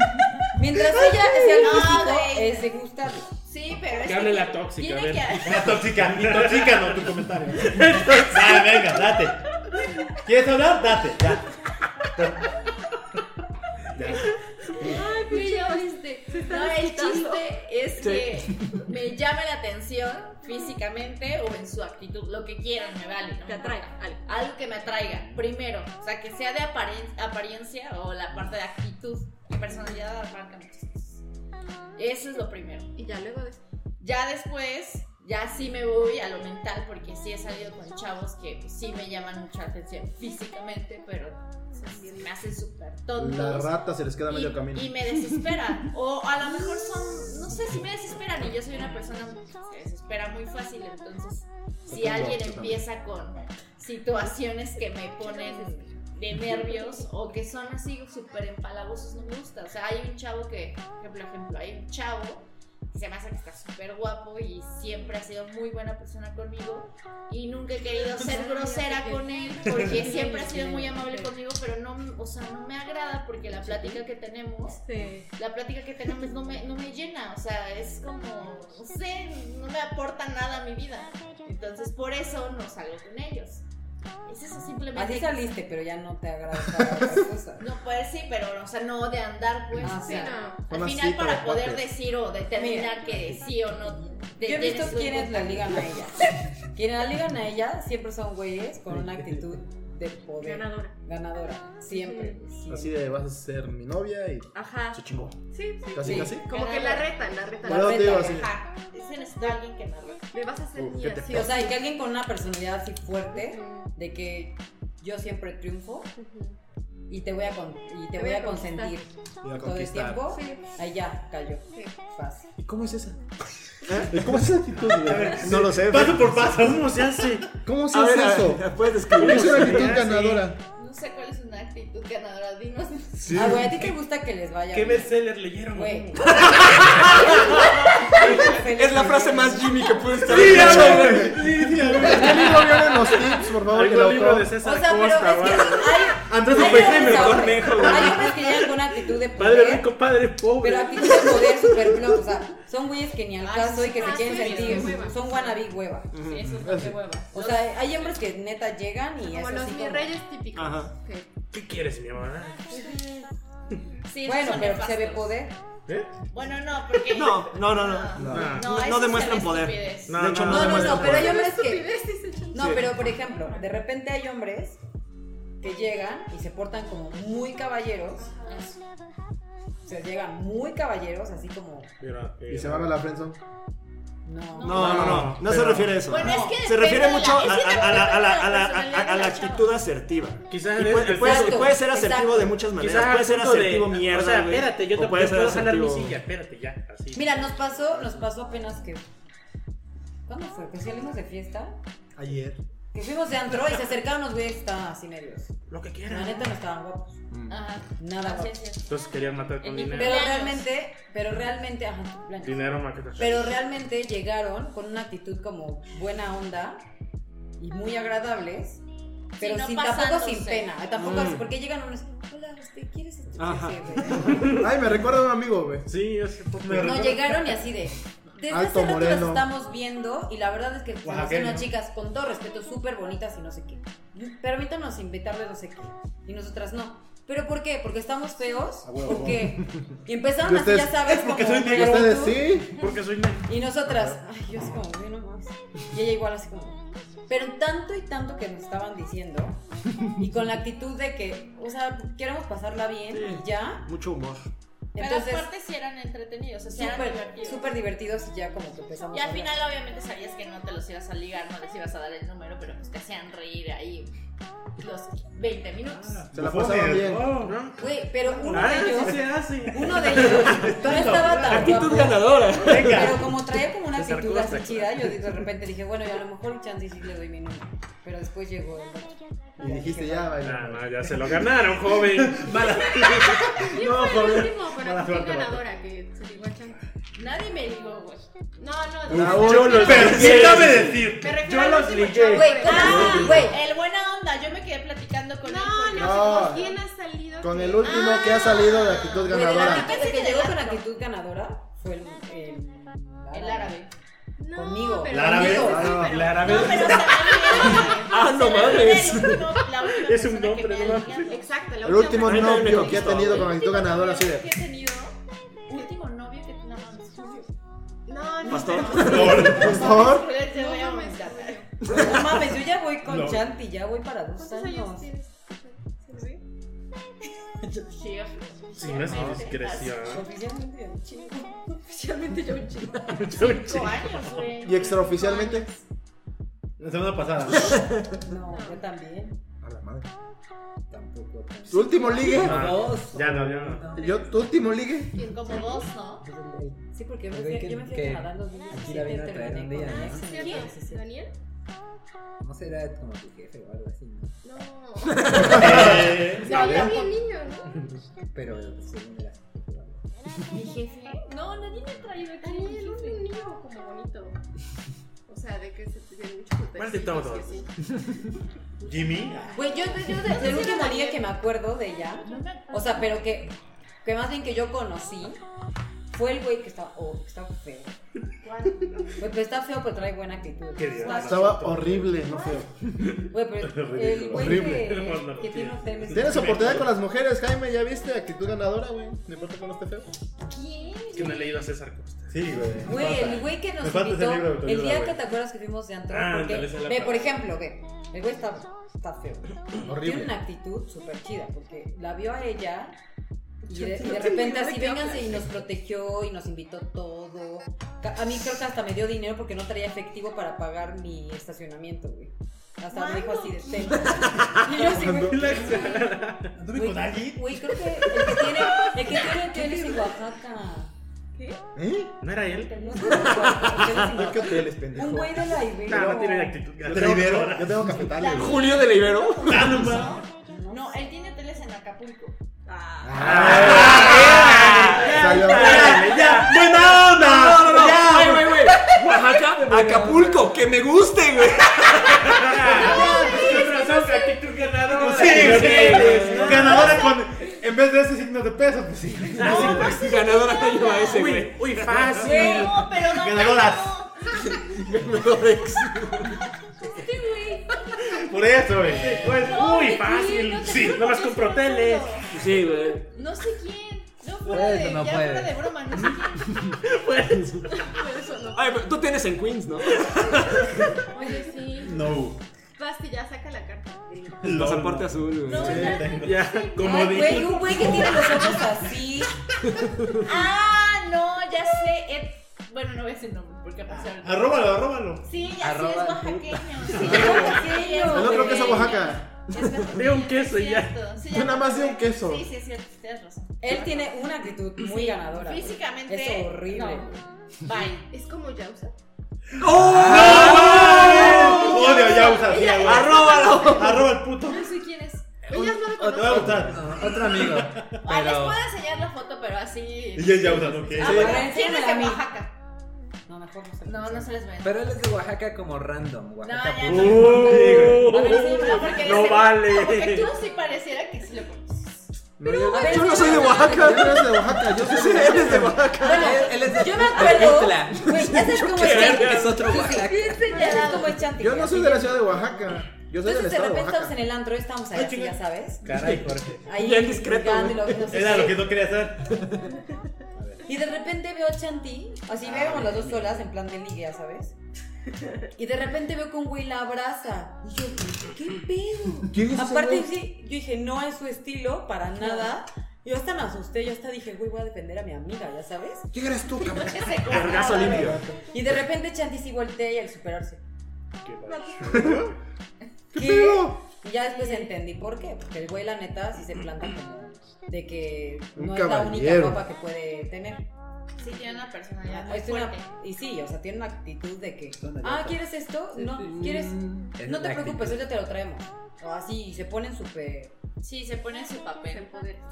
S8: Mientras ella sea el
S13: No,
S8: físico,
S13: güey.
S8: es de gustarle.
S13: Sí, pero es
S2: Que hable la tóxica,
S13: tiene
S2: a ver.
S13: que-
S1: La tóxica, intoxícanos tu comentario. Dale, venga, date. ¿Quieres hablar? Date, ya.
S13: Ay, pero ya oíste. No, el chiste es que me llame la atención físicamente o en su actitud, lo que quieran, me vale. no
S11: Te
S13: me
S11: atraiga,
S13: importa.
S11: vale.
S13: Algo que me atraiga, primero. O sea, que sea de aparen- apariencia o la parte de actitud. La personalidad arranca muchas cosas. Eso es lo primero.
S11: Y ya luego de
S13: Ya después, ya sí me voy a lo mental, porque sí he salido con chavos que pues, sí me llaman mucha atención físicamente, pero o sea, sí me hacen súper tontos
S5: La rata se les queda a
S13: y,
S5: medio camino.
S13: y me desesperan. O a lo mejor son, no sé si me desesperan. Y yo soy una persona que se desespera muy fácil. Entonces, si
S5: Yo también,
S13: alguien
S5: yo también.
S13: empieza con situaciones que me ponen de nervios o que son así súper empalagosos, no me gusta. O sea, hay un chavo que, por ejemplo, ejemplo, hay un chavo que se me hace que está súper guapo y siempre ha sido muy buena persona conmigo y nunca he querido ser grosera con él porque siempre ha sido muy amable conmigo, pero no, o sea, no me agrada porque la plática que tenemos, la plática que tenemos no me, no me llena, o sea, es como, no sé, no me aporta nada a mi vida. Entonces, por eso no salgo con ellos. Es eso simplemente.
S8: Así saliste, pero ya no te agrada otra cosa.
S13: No, pues sí, pero, o sea, no de andar, pues.
S8: Ah,
S13: o
S8: sí,
S13: sea,
S11: no.
S13: Al
S5: Una
S13: final,
S5: cita
S13: para
S5: de
S13: poder
S5: cuates.
S13: decir o determinar que sí o no. de-
S8: Yo he visto
S13: tienes un
S8: quienes la
S13: gusto.
S8: ligan a ella. Quienes la ligan a ella siempre son güeyes con una actitud de poder
S11: ganadora.
S8: ganadora. Siempre. sí.
S5: Así de vas a ser mi novia y
S11: Ajá.
S5: se chingó.
S11: Sí, sí.
S5: Casi,
S8: Sí.
S5: casi.
S11: Como que la retan, la
S5: Por
S11: retan.
S5: eso te digo así.
S13: Ajá. Ah, Ese necesito a alguien que me hable.
S11: Me vas a hacer
S3: Uh,
S5: Uf,
S11: mía,
S5: ¿qué te
S11: sí
S8: O
S11: o sí.
S8: sea, y que alguien con una personalidad así fuerte, de que yo siempre triunfo
S11: Ujú.
S8: y te voy a, con- y te voy a
S5: Y
S8: consentir
S5: a
S8: todo el
S5: conquistar.
S8: tiempo,
S11: Sí.
S8: ahí ya cayó.
S11: Sí.
S8: Fácil.
S5: ¿Y cómo es esa? ¿Y ¿Cómo es esa actitud, güey? No lo sé.
S1: Paso por
S8: [laughs]
S1: paso, uno se hace.
S5: ¿Cómo es
S3: A ver, a
S5: eso?
S3: ver, puedes
S5: ¿Cómo
S3: describir.
S5: es una actitud
S1: sí.
S5: ganadora?
S13: No sé cuál es una actitud ganadora, dinos.
S8: Ah, güey, a ti te gusta que les vaya.
S2: ¿Qué
S8: bien?
S2: bestseller leyeron?
S8: Güey. [laughs]
S3: Es la frase más Jimmy que pude estar
S5: ¿Qué libro vienen los tips, por favor?
S2: Algún
S5: Que lo
S2: libro de
S5: autor-
S8: O
S2: César
S8: sea, pero
S2: Costa,
S8: es que
S2: ¿vale?
S8: hay,
S2: Andrés
S8: hay
S2: Upeje me
S8: hombres ahora.
S2: cornejo, güey.
S8: Hay hombres que llegan con actitud de
S2: Padre
S8: poder,
S2: rico, padre pobre.
S8: pero actitud de poder super blog. O sea, son güeyes que ni al
S13: Ah,
S8: caso y que se
S13: ah,
S8: quieren
S13: sí, sí,
S8: sentir.
S11: sí, hueva.
S8: Son wannabe hueva.
S13: Sí, eso es lo que hueva.
S8: O sea, hay hombres que neta llegan y
S11: Como
S8: es
S11: los
S8: así
S11: mis
S8: como-
S11: reyes típicos.
S3: Ajá.
S11: Ok.
S2: ¿Qué quieres, mi mamá?
S13: Sí, esos
S8: Bueno,
S13: son
S8: pero se
S13: nefastos.
S8: ve poder.
S2: ¿Eh?
S13: Bueno, no, porque.
S3: No, no, no, no.
S5: No.
S3: no
S13: eso es
S3: demuestran
S13: ser
S3: poder.
S13: estupidez.
S3: de hecho, no,
S8: No, no,
S3: demuestran
S8: no, pero hay
S3: poder.
S8: hombres que.
S11: Estupidez, dice Chan.
S8: No, pero por ejemplo, de repente hay hombres que llegan y se portan como muy caballeros. O sea, llegan muy caballeros, así como.
S2: eh,
S5: Y se van a la friendzone.
S8: No.
S3: No, no, no, no, se refiere a eso.
S13: Bueno, es que
S3: se
S13: depende
S3: refiere
S13: de la-
S3: mucho a,
S13: es que
S3: a- a la, a la- a la-
S13: depende de la
S3: a- a- a la
S13: personalidad de la
S3: actitud asertiva.
S2: Quizás
S3: Y
S2: el-
S3: puede,
S2: el
S3: puede-
S2: punto-
S3: puede ser asertivo
S8: exacto.
S3: de muchas maneras.
S2: Quizás
S3: puede
S2: al
S3: ser
S2: punto de-
S3: asertivo mierda.
S2: O sea,
S3: güey.
S2: espérate, yo
S3: O
S2: te
S3: puede
S2: puedo
S3: ser
S2: jalar mi
S3: asertivo-
S2: silla, espérate, ya, así.
S8: Mira, nos pasó, nos pasó apenas que. ¿Cuándo fue? Que salimos de fiesta.
S5: Ayer.
S8: Que fuimos de antro y se acercaron los güeyes que estaban así nerviosos.
S2: Lo que
S8: La
S2: quieras.
S8: neta no estaban guapos.
S13: Ajá.
S8: Nada
S13: Así
S8: guapos.
S13: es cierto.
S2: Entonces querían matar con
S13: En mi
S2: dinero.
S8: Pero realmente, pero realmente, ajá, tu plan.
S2: Dinero, maqueta.
S8: Pero realmente llegaron con una actitud como buena onda y muy agradables. Pero
S13: Sí, no
S8: sin, tampoco
S13: pasándose.
S8: sin pena. Tampoco
S3: Mm.
S8: así, porque llegan unos. Hola, este, ¿usted quiere ese
S3: Ajá.
S8: güey?"
S5: Ay, me recuerda a un amigo, güey.
S2: Sí, yo sé. pues, me
S8: No
S2: recuerdo.
S8: llegaron y así de. Desde
S5: Alto
S8: hace rato las
S5: Moreno.
S8: estamos viendo y la verdad es que son
S2: Oaxaqueño.
S8: unas chicas con todo respeto súper bonitas y no sé qué. Permítanos invitarles no sé qué. Y nosotras no. ¿Pero por qué? ¿Porque estamos feos?
S5: A huevo.
S8: Porque y
S5: Y
S8: empezaron así,
S5: ustedes- [laughs]
S8: ya sabes,
S2: porque
S8: como
S2: soy
S5: ¿Y
S2: negro.
S5: ustedes
S8: tú.
S5: sí?
S2: Porque soy negro.
S8: Y nosotras, ay, yo así como, "Ve nomás". Y ella igual así como. Pero tanto y tanto que nos estaban diciendo, y con la actitud de que, o sea, queremos pasarla bien y ya.
S3: Mucho humor.
S13: Pero
S8: Entonces,
S13: aparte sí eran entretenidos, o sea, eran
S8: súper
S13: divertidos.
S8: súper divertidos y ya como que empezamos.
S13: Y al
S8: a hablar.
S13: final obviamente sabías que no te los ibas a ligar, no les ibas a dar el número, pero pues te hacían reír ahí los 20 minutos.
S5: Se la pasaban bien.
S2: Oh.
S8: Güey, pero uno
S2: Ah,
S8: de ellos.
S2: sí se hace.
S8: Uno de ellos no estaba tan
S3: Actitud
S8: guapo,
S3: ganadora.
S13: [laughs]
S8: pero como traía como una
S2: Se acercó,
S8: actitud
S2: se
S8: así
S2: acercó.
S8: chida, yo de repente dije, bueno, y a lo mejor chance y sí le doy mi número. Pero después llegó el otro.
S5: Y dijiste ya,
S2: No,
S5: baila.
S2: Ah, no, ya se lo ganaron,
S8: [laughs]
S2: joven. Mala.
S11: ¿Quién fue el último para
S1: Mala
S11: ti
S1: suerte,
S11: ganadora que se ligó a Chanta?
S13: Nadie me ligó, güey.
S11: No, no,
S5: Uf,
S11: no.
S5: yo los-
S1: Permítame decir.
S11: Me refiero
S2: Yo
S11: al
S2: los
S11: último
S2: ligué.
S11: chavo,
S8: Güey,
S11: pero-
S13: Ah,
S8: güey.
S13: el buena onda, yo me quedé platicando con él.
S11: No,
S13: porque-
S11: no,
S5: No.
S11: ¿con quién has salido?
S5: Con
S11: que-
S5: el último que ha salido de actitud
S8: Güey, de la
S5: ganadora.
S8: actitud- el que llegó con actitud ganadora fue el, el,
S13: El árabe.
S11: No,
S8: Conmigo.
S11: pero-
S2: La árabe.
S11: conmigo.
S5: Ah,
S2: La árabe.
S13: No, pero se me viene-
S3: Ah, no
S13: se me viene
S3: mames.
S13: el último- la última
S2: Es un
S13: persona que
S2: nombre,
S13: me
S2: no
S13: ha
S2: mames.
S13: ligado.
S11: Exacto, la
S5: El último
S3: Ahorita me
S5: novio que ha
S3: conquistó.
S5: tenido con actitud
S13: Último
S5: ganadora, así
S13: novio
S5: de.
S13: que he tenido, último novio que nada más me subió.
S11: No, no.
S3: Pastor.
S5: Por favor.
S13: Te
S11: No,
S13: voy a
S11: no me
S13: mandar.
S8: No mames, yo ya voy con
S1: No.
S8: Chanti, ya voy para
S13: Pues
S8: dos
S11: ¿Cuántos años
S8: años.
S11: tienes? ¿Sí?
S13: Sí,
S2: Si no es mi discreción.
S8: Oficialmente, chico.
S13: [laughs]
S11: Oficialmente yo un chico.
S13: Cinco años, güey.
S5: ¿Y extraoficialmente?
S1: La semana pasada.
S8: No, yo también.
S5: A la madre.
S6: Tampoco. tanto.
S5: ¿Tu último ligue?
S2: Ah,
S6: Dos.
S2: Ya no, ya no.
S6: No.
S5: Yo, ¿Tu último ligue?
S13: Como dos, ¿no?
S8: Sí, porque yo me
S6: Pero
S8: fui,
S6: Pues que-
S8: yo me fui
S6: que
S8: a Canadá en 2017
S6: aquí la vino a traer
S8: terminé
S6: un día,
S8: con Ah,
S6: ¿no?
S8: Alex en el
S11: ¿Cierto?
S8: 2017.
S11: ¿Daniel?
S6: No será como tu jefe o algo así, ¿no?
S11: No.
S2: Eh,
S11: Se
S2: a
S11: veía
S2: ver.
S11: bien niño, ¿no?
S6: Pero según era.
S13: Mi jefe. No, nadie me ha traído aquí. mi
S11: Daniel,
S13: jefe.
S11: un niño como bonito. O sea, de que se tiene mucho potencial.
S2: Más de todo.
S11: que sí.
S2: Jimmy.
S8: Güey, yo, yo desde el último día que me acuerdo de ella,
S13: No me acuerdo.
S8: o sea, pero que, que más bien que yo conocí, fue el güey que estaba, oh, que estaba feo.
S13: ¿Cuál?
S8: Güey, pero está feo, pero trae buena actitud.
S2: Qué bien.
S8: Está-
S5: Estaba horrible, no feo.
S8: Güey, pero el
S2: [laughs]
S8: güey
S5: Horrible.
S8: que, que tiene un tenis.
S5: Tienes oportunidad con las mujeres, Jaime, ya viste, actitud ganadora, güey. No importa con este feo.
S13: ¿Quién?
S2: Es que no he leído a César Costa.
S1: Sí, güey.
S8: Güey,
S1: Pasa.
S8: el güey que
S1: Me
S8: nos
S1: falta ese
S8: invitó,
S1: libro de autoayuda,
S8: el día que
S1: güey.
S8: te acuerdas que fuimos de antro,
S2: Ah,
S8: porque,
S2: ándale, esa es la
S8: ve, por
S2: palabra.
S8: ejemplo, ve, el güey está, está
S2: [clears throat]
S8: feo, tiene
S5: Horrible.
S8: una actitud súper chida, porque la vio a ella y de, de repente así, vénganse, y nos protegió y nos invitó todo, Ca- a mí creo que hasta me dio dinero porque no traía efectivo para pagar mi estacionamiento, güey. Hasta me dijo así de "Ten". [laughs] Y yo así, güey,
S1: Anduve con alguien.
S8: güey, creo que el que tiene, el que tiene hoteles en Oaxaca.
S5: ¿Eh?
S2: ¿No era él?
S8: No sé, hoteles en
S5: ¿De
S8: [laughs]
S5: qué
S8: Oaxaca.
S5: hoteles,
S8: Un
S5: pendejo?
S8: güey de la Ibero.
S2: No, no tiene actitud. [laughs]
S5: Yo tengo, yo tengo cafetales, güey.
S3: Julio de la
S5: [laughs]
S3: Ibero.
S13: No, él tiene hoteles en Acapulco.
S8: Ah,
S1: Ah.
S5: Ah, Salió.
S2: ¡Ya!
S3: ¡Buena onda! No, no, no. Ay, güey, güey. Oaxaca, Acapulco, que me guste, güey.
S2: Con Ah, razón, su actitud ganadora.
S1: Sí, pues, sí.
S2: No,
S1: Ganadora con. En vez de ese signo de peso, pues sí.
S3: Ganadora te lleva ese,
S2: Uy,
S3: güey.
S2: uy, fácil.
S13: No, pero no.
S1: Ganadoras.
S3: [laughs] Ganadora ex.
S1: Por eso, güey.
S2: Pues
S13: No,
S2: muy
S13: sí,
S2: fácil.
S13: no te
S2: sí,
S13: juro
S2: nomás
S13: que
S2: compro
S13: sí,
S2: hoteles.
S13: no.
S3: Sí, güey.
S13: No sé quién. No, fuera
S6: Puede
S13: de,
S6: o no
S13: ya
S6: puede.
S13: fuera de broma, no sé quién.
S3: Ay, pero tú tienes en Queens, ¿no?
S11: Oye, sí.
S1: No.
S11: Basti, ya saca la carta.
S3: El
S1: No,
S3: pasaporte azul,
S13: No,
S3: güey.
S13: no.
S2: Ya, como
S8: Ay, güey,
S2: dije.
S8: un güey que tiene los ojos
S5: [laughs]
S8: así.
S13: Ah, no, ya sé. Ed- Bueno, no voy a decir nombre porque pasaron.
S1: Arróbalo, arróbalo.
S13: Sí, ya sí es
S6: Arroba
S13: oaxaqueño.
S8: [laughs]
S13: Sí, es oaxaqueño.
S5: El otro queso Oaxaca.
S2: Ve un queso y ya.
S13: Cierto, sí,
S5: Yo nada más de un queso.
S13: Sí, sí, es cierto, tienes razón.
S8: Él tiene una actitud muy
S13: Sí,
S8: ganadora. güey.
S13: Físicamente.
S8: Es horrible.
S13: no. Bye.
S11: Es como Yausa.
S1: Odio ya usas, sí, güey.
S3: ¡Arróbalo!
S1: Arroba el puto.
S11: No sé quién es. Ellas no lo
S1: Te va a
S11: conocen.
S1: gustar.
S6: Ah, otro amigo.
S13: Ay, Ah, les puedo
S6: Pero.
S13: enseñar la foto, pero así.
S1: Y ya ya usas, ok.
S13: Ah,
S8: Sí.
S13: bueno,
S8: Pero
S13: ¿quién es
S8: enséñamela a
S13: de
S8: mí.
S13: Oaxaca?
S8: No, mejor no se
S13: No, no se les ve.
S6: Pero él es de Oaxaca como random.
S13: No,
S6: Oaxaca
S13: ya
S6: puro.
S13: no.
S2: Uh,
S5: Oh,
S13: A ver, Ah, sí, no, porque de
S2: no
S13: seguro-
S2: vale.
S13: Porque tú sí pareciera que sí lo conoces.
S5: No,
S8: A ver,
S9: Yo no
S8: sí,
S9: soy de
S8: no,
S9: Oaxaca.
S8: no, no.
S5: Yo no soy de Oaxaca, yo soy de
S3: Eres de Oaxaca.
S8: Bueno,
S6: Él es de
S8: yo me acuerdo.
S6: Tepetla.
S8: Güey, ya sabes cómo es
S3: verga.
S6: Es otro
S8: Sí, sí.
S6: Oaxaca.
S9: Bien
S8: Ya sabes
S9: señalado.
S8: cómo es Chanti.
S5: Yo no soy de la ciudad de Oaxaca. Yo soy del
S8: Entonces de
S5: estado de
S8: repente estamos
S5: Oaxaca.
S8: en el antro, estamos ahí así, ya sabes.
S2: Caray, Jorge.
S8: Ahí
S3: Bien discreto,
S8: juzgando y lo- no sé
S2: Era
S8: qué.
S2: lo que no quería hacer.
S8: Y de repente veo a Chanti, así veíamos las dos solas en plan de ligue, ya sabes. Y de repente veo que un güey la abraza. Y yo, ¿qué pedo?
S5: ¿Quién es ese
S8: Aparte,
S5: güey?
S8: sí, yo dije, no es su estilo para nada. Yo hasta me asusté, yo hasta dije, güey, voy a defender a mi amiga, ya sabes.
S5: ¿Quién eres tú, cabrón?
S3: Vergazo limpio.
S8: Y de repente Chanti sí voltea y al superarse.
S5: [laughs]
S8: ¿Qué
S5: pedo?
S8: Y ya después entendí por qué. Porque el güey, la neta, sí se planta como de que
S5: Un
S8: no es la única
S5: caballero.
S8: ropa que puede tener.
S13: Sí, tiene una personalidad
S8: Ah,
S13: muy
S8: es una-
S13: fuerte.
S8: y sí, o sea, tiene una actitud de que,
S6: Son
S8: ah,
S6: idiotas.
S8: ¿quieres esto? No, ¿quieres?
S6: Es
S8: No te
S6: la
S8: preocupes,
S6: actitud.
S8: ahorita te lo traemos. O así, y se ponen súper...
S13: Sí, se pone en su papel.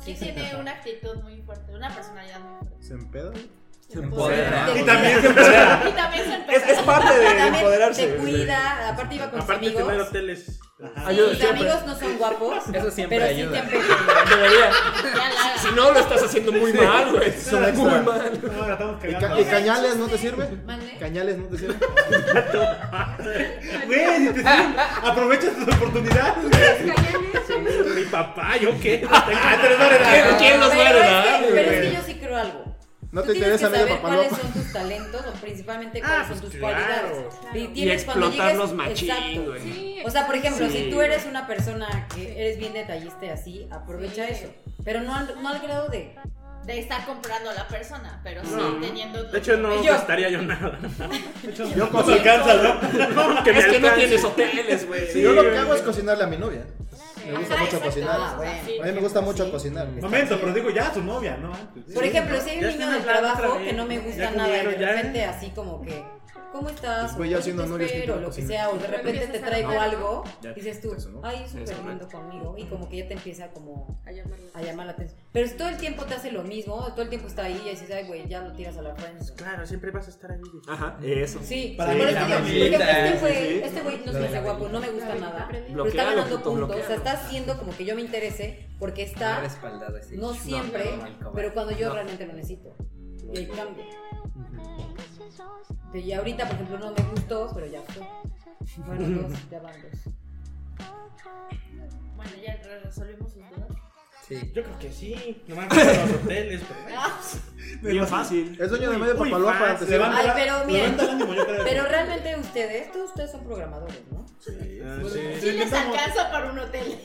S13: Sí, tiene una actitud muy fuerte, una personalidad muy fuerte.
S5: ¿Se empeda?
S6: Se empodera.
S8: Te
S4: Y también se
S13: Y también se
S3: Es,
S13: empezó.
S3: es parte de
S8: También
S3: empoderarse.
S8: te cuida, aparte iba con
S2: Aparte,
S8: sus
S2: tener
S8: amigos.
S2: hoteles. Ajá.
S8: Sí,
S3: Ayuda
S8: sus
S3: siempre.
S8: amigos no son guapos,
S6: Eso siempre
S8: pero
S6: ayuda.
S8: sí te
S3: Debería.
S13: Ya la haga.
S3: Si no, lo estás haciendo muy mal, güey.
S5: un
S3: muy
S5: extra.
S3: mal.
S2: No, la estamos
S5: ¿Y,
S2: cagando.
S5: ca- y cañales no te sirve?
S13: Mande.
S5: ¿Cañales no te [laughs] sirve?
S2: Güey, si te sirven, aprovecha tus oportunidades. güey. Mi papá, ¿yo qué? Ah, te lo van a dar.
S3: ¿Quién- quién los va a
S8: pero, es
S3: heredar,
S8: que, pero es que
S3: güey?
S8: yo sí creo algo.
S5: No
S8: Tú
S5: te
S8: tienes
S5: interesa
S8: que
S5: medio
S8: saber cuáles
S5: papalopa.
S8: son tus talentos o principalmente
S2: Ah,
S8: cuáles son
S2: pues
S8: tus
S2: claro.
S8: cualidades. Y,
S3: Y
S8: tienes cuando
S3: explotarlos
S8: llegues-
S3: machín,
S8: exacto.
S3: güey.
S8: O sea, por ejemplo,
S3: Sí.
S8: si tú eres una persona que eres bien detallista y así, aprovecha
S13: Sí.
S8: eso. Pero no al, no al grado de.
S13: De estar comprando a la persona, pero sí
S2: No.
S13: teniendo.
S2: De hecho, no
S8: Y yo.
S2: gastaría yo nada. De hecho,
S5: Yo
S2: no
S5: con-
S2: me alcanza, ¿no? Que me
S3: Es que no
S2: alcance.
S3: tienes hoteles, güey.
S5: Yo lo que hago es cocinarle a mi novia. Me gusta
S13: Ajá,
S5: mucho
S13: exacto.
S5: cocinar.
S13: Ah, sí.
S5: A mí me gusta mucho cocinar.
S1: Momento, pero digo ya, su novia, ¿no?
S8: Por ejemplo, si hay
S2: Ya
S8: un niño
S2: están
S8: del
S2: hablando
S8: trabajo
S2: otra vez.
S8: que no me gusta
S2: Ya
S8: nada y de
S2: comieron, ya.
S8: repente así como que. ¿Cómo estás?
S5: Pues, güey, ya
S8: ¿Cómo
S5: siendo
S8: te
S5: novios, ni
S8: espero?
S5: para
S8: Lo que
S5: cocinar.
S8: sea, o de repente te
S11: empiezas a
S8: traigo
S11: hablar,
S8: algo,
S4: Ya te
S8: dices tú,
S4: eso, ¿no?
S8: ay, es súper
S4: correcto.
S8: lindo conmigo. Y como que ya te empieza como
S11: A llamarlo.
S8: a llamar la atención. Pero si todo el tiempo te hace lo mismo, todo el tiempo está ahí y dices, ay, güey, ya lo tiras a la friendzone.
S2: Claro, siempre vas a estar ahí. güey.
S3: Ajá, eso.
S8: Sí,
S2: Para
S8: sí,
S2: mí
S8: por
S2: la
S8: eso digo, por
S6: mamita,
S8: ejemplo, este
S3: sí, sí.
S8: güey, este güey no se me hace guapo, no me gusta
S11: Claro,
S8: nada,
S11: aprendí.
S8: pero está
S3: Bloquealo,
S8: ganando
S3: puto,
S8: puntos, o sea,
S3: bloquealo.
S8: está haciendo como que yo me interese, porque
S6: Está
S8: está,
S6: respaldado ese.
S8: no siempre,
S6: no, no, no.
S8: pero cuando yo
S6: No.
S8: realmente lo necesito, y ahí cambio. Y ahorita, por ejemplo, no me gustó, pero ya fue. Bueno,
S3: [laughs]
S8: dos, ya van dos.
S13: Bueno, ya re- resolvimos sus dudas.
S6: Sí.
S2: Yo creo que sí. Nomás que los hoteles. pero-
S3: Bien [laughs] fácil.
S5: Es dueño de medio
S2: Uy,
S5: papalopa.
S2: fácil.
S5: antes era-
S2: Levanta
S8: Ay,
S2: la-
S8: pero miren.
S2: levanta el ánimo, yo creo.
S8: Pero realmente ustedes, todos ustedes son programadores, ¿no?
S2: Ah, sí.
S13: Sí les alcanza para un hotel.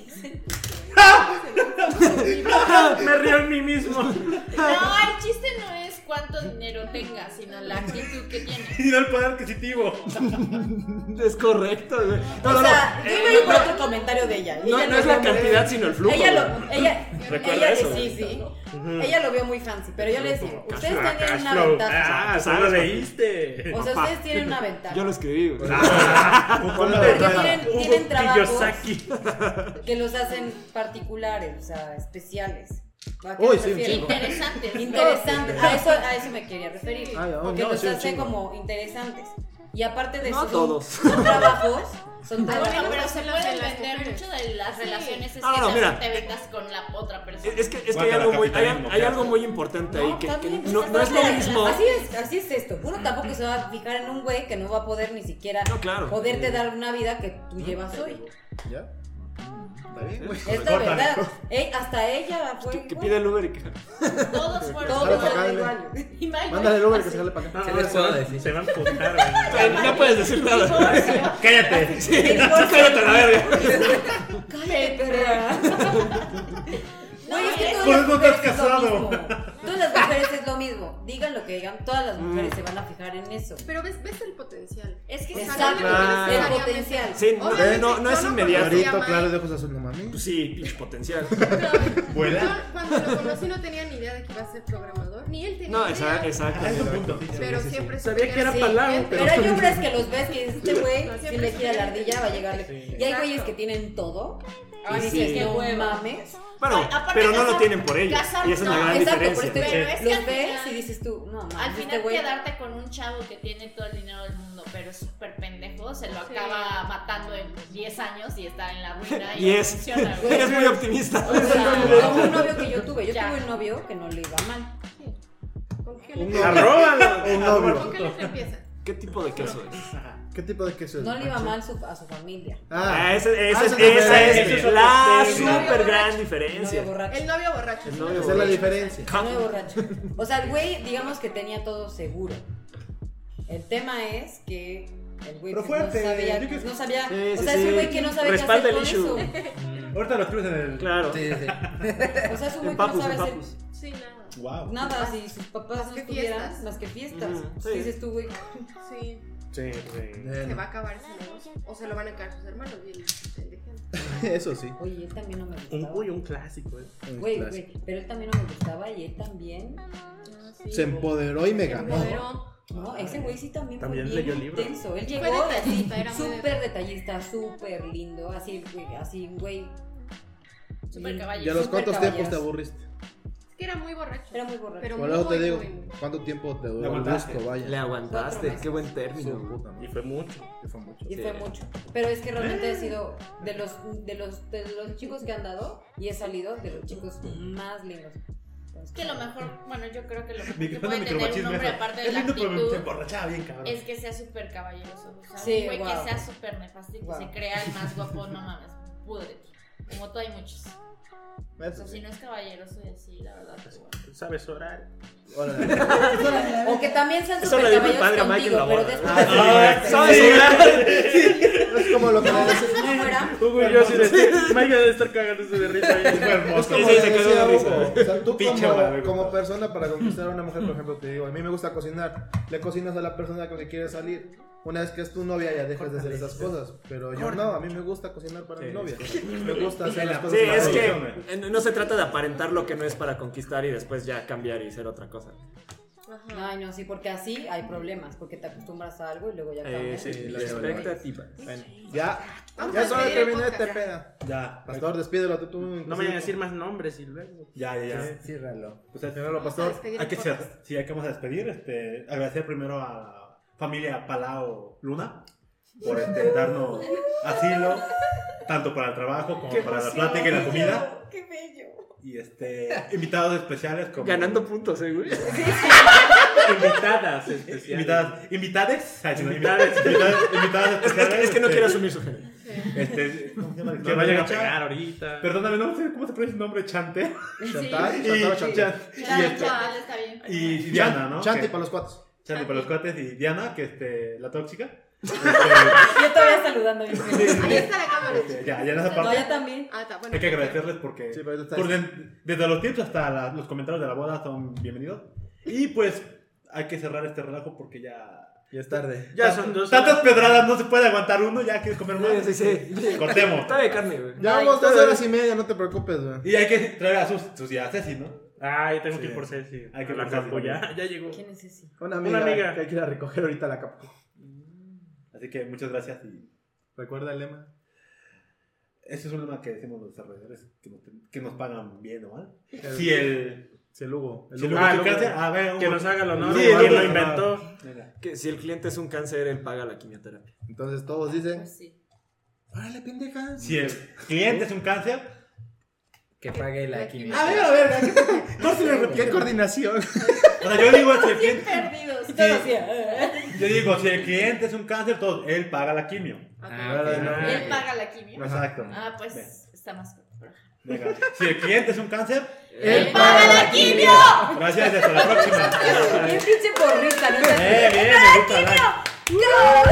S2: Me río en mí mismo.
S13: No, el chiste no es cuánto dinero tengas, sino la actitud que tienes.
S2: [laughs] Y no el poder adquisitivo.
S3: Es correcto, güey. No, no,
S8: o
S3: no.
S8: sea, yo me
S3: Eh,
S8: di por otro comentario de ella. y
S3: No,
S8: ella
S3: no es la
S8: vio muy-
S3: cantidad, sino el flujo.
S8: Ella
S3: güey.
S8: lo, ella,
S3: Recuerda
S8: ella
S3: eso.
S8: sí, sí.
S3: Mm.
S8: Ella lo vio muy fancy, pero yo le decía, ustedes
S2: Ah,
S8: tienen
S2: cash
S8: una
S2: flow.
S8: ventaja.
S2: Ah,
S3: ¿sabes?
S2: ¿sabes? lo leíste.
S8: O sea,
S3: Papá.
S8: ustedes tienen una ventaja.
S3: Yo lo escribí, güey.
S5: Ponle
S8: Porque
S5: ventana.
S8: tienen,
S2: Hugo
S8: tienen trabajos
S2: Kiyosaki.
S8: que los hacen particulares, o sea, especiales. ¿A qué
S5: Uy,
S8: me
S5: sí, un
S8: refiero?
S5: chingo.
S13: Interesante. ¿no?
S8: Interesante.
S3: [laughs]
S8: A eso, a eso me quería referir.
S5: Ay, oh,
S8: porque
S5: no,
S8: los
S5: sí, un
S8: hace
S5: chingo.
S8: como interesantes. Y aparte de
S3: No
S8: eso, son-
S3: todos.
S8: son trabajos.
S3: [laughs]
S8: Son
S13: Ah,
S8: trabajos.
S13: Bueno, pero se
S11: Los de
S13: puede
S11: las
S13: vender
S11: mujeres.
S13: mucho de las relaciones es
S3: No,
S13: que
S3: no,
S13: también
S3: mira. Eh,
S13: te vengas con la otra persona.
S3: Es que, es que hay,
S2: Guácala,
S3: algo muy, hay,
S2: capitalismo,
S3: hay
S2: ¿qué
S3: algo
S2: haces?
S3: muy importante ahí que, que
S8: también, pues,
S3: no, no es lo
S8: aparte,
S3: mismo.
S8: Así es, así es esto. Uno tampoco se va a fijar en un güey que no va a poder ni siquiera
S3: No, claro.
S8: poderte dar una vida que tú llevas hoy.
S5: ¿Ya? ¿Está bien, güey?
S8: Es la verdad. Ey, hasta ella fue.
S3: Que, que
S8: igual.
S3: pide el Uber y que.
S13: Todos fueron.
S5: Jala
S8: Todo lo
S5: para acá,
S8: hace
S5: dale.
S8: igual.
S13: Y mal,
S5: Mándale el Uber que
S13: así.
S5: se jale para acá.
S2: No,
S6: ¿Qué
S2: no,
S6: les
S2: se
S6: puedo
S2: van-
S6: decir?
S2: Ah, Se van a putar, güey.
S3: No puedes decir nada. [laughs]
S8: [laughs]
S2: Cállate.
S3: Sí, tú cállate a la verga.
S8: Cállate,
S13: [laughs]
S8: perra. No, es que
S1: Por
S8: todas
S1: eso
S8: las
S1: no
S8: mujeres
S1: estás
S8: es lo
S1: casado.
S8: mismo. Todas las mujeres es lo mismo. Digan lo que digan, todas las mujeres se van a fijar en eso.
S11: Pero ves, ves el potencial.
S13: Mm. Es que
S11: Exacto.
S13: saben lo que
S3: Claro.
S13: necesitan.
S8: El potencial.
S3: Sí, no,
S11: Obviamente,
S3: no, no es
S11: yo no
S3: inmediato.
S11: conocía.
S5: Clarito, claro, de ojos azul, no mames.
S3: Pues sí, pinche potencial.
S11: Yo
S1: Vuela.
S11: cuando lo conocí no tenía ni idea de que iba a ser programador, ni él tenía
S3: No,
S11: idea,
S3: exacto. exacto.
S1: Es un punto.
S11: pero siempre
S2: Sabía que era
S11: sí,
S2: palabra,
S11: él-
S8: Pero hay hombres que los ves y dices, este güey, si le gira la ardilla, va a llegarle.
S2: Sí.
S8: Y hay güeyes
S11: Exacto.
S8: que tienen todo. Y
S13: Ay, sí,
S8: dices,
S13: qué
S8: no
S13: Ah, hueva.
S8: mames.
S3: Bueno,
S13: Ay, aparte
S3: pero no
S13: casar-
S3: lo tienen por ellos.
S13: casar-
S3: Y esa es la
S13: no,
S3: gran
S8: Exacto, por
S3: diferencia.
S8: este güey.
S13: Pero es que
S8: Los
S13: al
S8: ves
S13: final-
S8: y dices tú, no
S13: Al
S8: mames, este
S13: final
S8: güey.
S13: quedarte con un chavo que tiene todo el dinero del mundo, pero es súper pendejo, se lo acaba matando en 10 10 años y está en la ruina
S1: [laughs]
S13: y,
S3: Y
S13: no
S3: [laughs] es-
S13: funciona, güey.
S8: este-
S3: Eres muy optimista.
S13: O sea,
S8: Como un novio que yo tuve. Yo
S13: Ya.
S8: tuve un novio que no le iba mal.
S11: ¿Con qué
S5: Un
S11: le-
S2: Arróbalo.
S5: Un novio.
S11: con qué letra empieza?
S3: ¿Qué tipo de queso es?
S5: Pues, ¿Qué tipo de queso es?
S8: No le iba mal su- a su familia.
S5: Ah,
S3: Ah, esa, esa
S5: Ah,
S3: es,
S5: esa es
S3: esa es
S2: diferente.
S3: la
S2: Eso es otro
S3: super
S11: tema.
S3: gran
S8: El novio
S3: diferencia.
S8: borracho.
S11: El novio borracho.
S3: El novio
S5: esa es la diferencia.
S3: Ah.
S8: El novio borracho. O sea, el güey, digamos que tenía todo seguro. El tema es que el güey
S5: Pero
S8: pues,
S5: fuerte,
S8: no sabía.
S5: yo que-
S8: No sabía
S3: Sí,
S8: o
S3: sí,
S8: sea, es
S3: sí.
S8: un güey que no sabe
S3: Respalda
S8: qué hacer
S3: el
S8: con
S3: issue.
S8: eso.
S1: Ahorita lo escribes en el.
S3: Claro.
S6: Sí, sí.
S8: O sea, es un güey
S3: En
S8: que no
S3: papus,
S8: sabe
S3: en
S8: hacer
S3: papus.
S11: Sí, nada.
S1: Wow.
S8: nada
S5: Ah.
S8: si sus papás
S11: Más
S8: no
S11: que
S8: estuvieran
S11: fiestas.
S8: más que fiestas.
S3: Ujú,
S8: Entonces
S3: sí.
S8: dices tú, güey,
S11: Sí.
S1: Sí, sí.
S11: Se va a
S5: Bueno,
S11: acabar ese negocio. O se lo van a quedar sus hermanos. bien pendejeando.
S5: [laughs] eso sí.
S8: oye, él también no me gustaba.
S2: Un, uy, un clásico. eh.
S5: un
S8: Güey,
S5: clásico.
S8: güey, pero él también no me gustaba y él también.
S11: Ah,
S5: Se empoderó y me
S11: Se
S5: ganó.
S11: empoderó.
S8: No, ese güey sí también,
S2: También
S8: fue
S2: leyó
S8: bien
S2: libros.
S8: intenso. Él
S11: Fue
S8: llegó
S11: detallista, era muy
S8: súper detallista, súper lindo, así, güey, así, güey.
S13: Súper
S8: bien-
S13: caballero.
S5: ¿Y a los
S8: súper
S5: cuántos tiempos te
S8: caballero.
S5: aburriste?
S11: Es que era muy borracho.
S8: Era muy borracho.
S11: Pero
S5: Por
S11: muy,
S5: eso te digo,
S11: muy, muy.
S5: ¿cuánto tiempo te duró el
S1: aguantaste.
S5: gusto? Vaya.
S3: Le aguantaste, qué buen término.
S5: Su
S3: güey.
S5: puta
S2: Y
S5: madre.
S2: fue mucho.
S5: Que fue mucho.
S8: Y fue
S3: Sí.
S8: mucho. Pero es que realmente he sido de los, de los, de los chicos que han dado y he salido de los chicos más lindos. Entonces,
S13: Es que lo mejor, bueno, yo creo que lo mejor
S1: Mi-
S13: que
S1: manda
S13: puede tener un
S1: micromachismo
S13: hombre
S1: eso.
S13: aparte de
S1: Es
S13: la
S1: lindo, pero
S13: actitud
S1: se emborrachaba bien, cabrón.
S13: es que sea súper caballeroso. O sea,
S8: Sí,
S13: un güey
S8: guau.
S13: que sea súper nefasto y que
S8: Guau.
S13: se crea
S1: [laughs]
S13: el más guapo, no mames, pudre. Como tú hay muchos. O
S5: Eso
S13: sea, si
S5: sí.
S13: no es caballeroso y así, la verdad. pues, bueno.
S2: Tú sabes orar.
S5: Órale.
S8: O que también sean
S3: Eso
S8: súper
S3: le dijo el
S8: caballeros
S3: padre a Mike en
S8: contigo,
S3: la
S8: pero
S3: boda.
S8: después
S5: Ah, sí.
S3: Ah, ¿Sabes?
S5: Es como lo que le decía.
S8: no fuera.
S2: Hugo y yo sí de Mike debe estar cagándose de risa. ahí. Fue
S5: Es
S2: hermoso.
S5: como
S3: Sí, sí,
S5: le
S3: se quedó
S5: decía
S3: de risa.
S5: Hugo, o sea, tú
S2: Pinche
S5: como,
S2: madre.
S5: como persona para conquistar a una mujer, por ejemplo, te digo, a mí me gusta cocinar, le cocinas a la persona con la que quieres salir. Una vez que es tu novia ya dejas de hacer esas cosas, pero yo no, a mí me gusta cocinar para mi novia. Me gusta hacer las
S3: Sí,
S5: cosas. para
S3: es
S5: ella.
S3: que eh, no se trata de aparentar lo que no es para conquistar y después ya cambiar y ser otra cosa.
S11: Ajá.
S8: Ay, no, sí, porque así hay problemas, porque te acostumbras a algo y luego ya
S3: Eh,
S8: cambias.
S3: sí,
S5: sí,
S3: la
S5: sí,
S3: expectativa. Bueno.
S5: Ya,
S11: Vamos
S5: ya
S11: a
S5: solo
S11: despedir el
S5: terminé
S11: podcast,
S5: este
S11: ya.
S5: peda.
S1: Ya.
S5: Pastor, despídelo tú. tú
S2: No me vayan a decir más nombres y luego.
S1: Ya, ya, ya.
S5: Ciérralo.
S1: Pues al final lo
S11: Vamos a
S1: pasó.
S11: despedir
S1: Hay
S11: el
S1: que
S11: podcast.
S1: ser, sí, hay que vamos a despedir. Este, agradecer primero a la familia Palau Luna por este, darnos asilo, tanto para el trabajo como para la plática y la comida.
S11: ¡Qué bello!
S1: Y este, invitados especiales como
S3: Ganando puntos, eh, güey.
S2: Invitadas especiales.
S1: invitadas, invitades, Ay, sí,
S2: Invitades.
S1: invitades, invitadas
S3: Es, es que,
S1: especiales,
S3: es que no
S1: este,
S3: quiero asumir su género.
S1: Este, ¿cómo se llama?
S2: Que vayan a pegar ahorita.
S1: Perdóname, no sé cómo se pronuncia el nombre, Chante.
S5: Chantal,
S1: Y,
S5: Chantal, Chantal.
S1: Chan- y
S13: Ya,
S1: este-
S13: chaval, está bien.
S1: y Diana, ¿no?
S5: Chanti
S1: Que-
S5: para los cuates.
S1: Chanti para los cuates y Diana, que este, la tóxica.
S8: Yo todavía saludando bien.
S11: Ahí está la cámara.
S1: Este, [laughs] ya, ya en esa
S8: No,
S1: parte.
S8: yo también.
S11: Ah, está bueno.
S1: Hay que agradecerles porque,
S5: Sí, pero eso está-
S1: por den- desde los tips hasta la- los comentarios de la boda son bienvenidos. Y pues hay que cerrar este relajo porque ya...
S5: Ya es tarde.
S2: Ya son dos.
S1: Tantas pedradas no se puede aguantar uno, ya quieres comer más.
S3: Sí, sí.
S1: Cortemos.
S3: Está de carne, güey.
S5: Ya vamos dos horas y media, no te preocupes, güey.
S1: Y hay que traer a sus, sus y a Ceci, ¿no?
S2: Ay, tengo
S1: Sí.
S2: que ir por Ceci.
S1: Hay que
S2: A
S1: por
S2: la
S1: Ceci
S2: campo ya.
S1: también.
S2: Ya llegó.
S8: ¿Quién
S5: [laughs]
S8: es ese?
S5: Una amiga,
S2: Una amiga.
S5: que hay que ir a recoger ahorita la capa.
S1: Así que muchas gracias. Y
S5: Recuerda el lema.
S1: ese es un lema que decimos los desarrolladores, que nos, que nos pagan bien o mal. Si el...
S5: Si el Hugo.
S1: Si el
S2: Ah,
S1: Hugo
S2: el
S1: se
S2: Hugo.
S1: cansa, a ver,
S2: Que
S1: Hugo.
S2: nos haga el honor.
S1: Sí,
S2: de
S1: el
S2: ¿Quién
S1: Hugo.
S2: lo inventó?
S1: Venga.
S3: Que si el cliente es un cáncer, él paga la quimioterapia.
S5: Entonces todos dicen.
S13: Pues sí.
S5: ¡Órale, pendeja!
S1: Si el cliente es un cáncer,
S6: Que pague
S8: [laughs]
S6: la
S1: A
S6: quimioterapia.
S1: ver, a ver,
S11: [laughs]
S1: córtale,
S5: ¡Qué coordinación!
S1: O sea, yo digo, si el cliente,
S13: Perdidos.
S8: Y
S1: Sí.
S8: todo así, ah.
S1: yo digo, si el cliente es un cáncer, todo, él paga la quimio.
S6: Ah,
S2: ok.
S6: ok.
S13: Y él paga la quimio.
S1: Exacto.
S13: Ah, pues está más corto.
S1: Venga, si el cliente es un cáncer,
S13: ¡Él paga la quimio!
S1: gracias y hasta la próxima.
S13: [laughs]
S8: Bien pinche porrista, ¿no?
S1: Eh, bien, me gusta like.
S8: ¡No!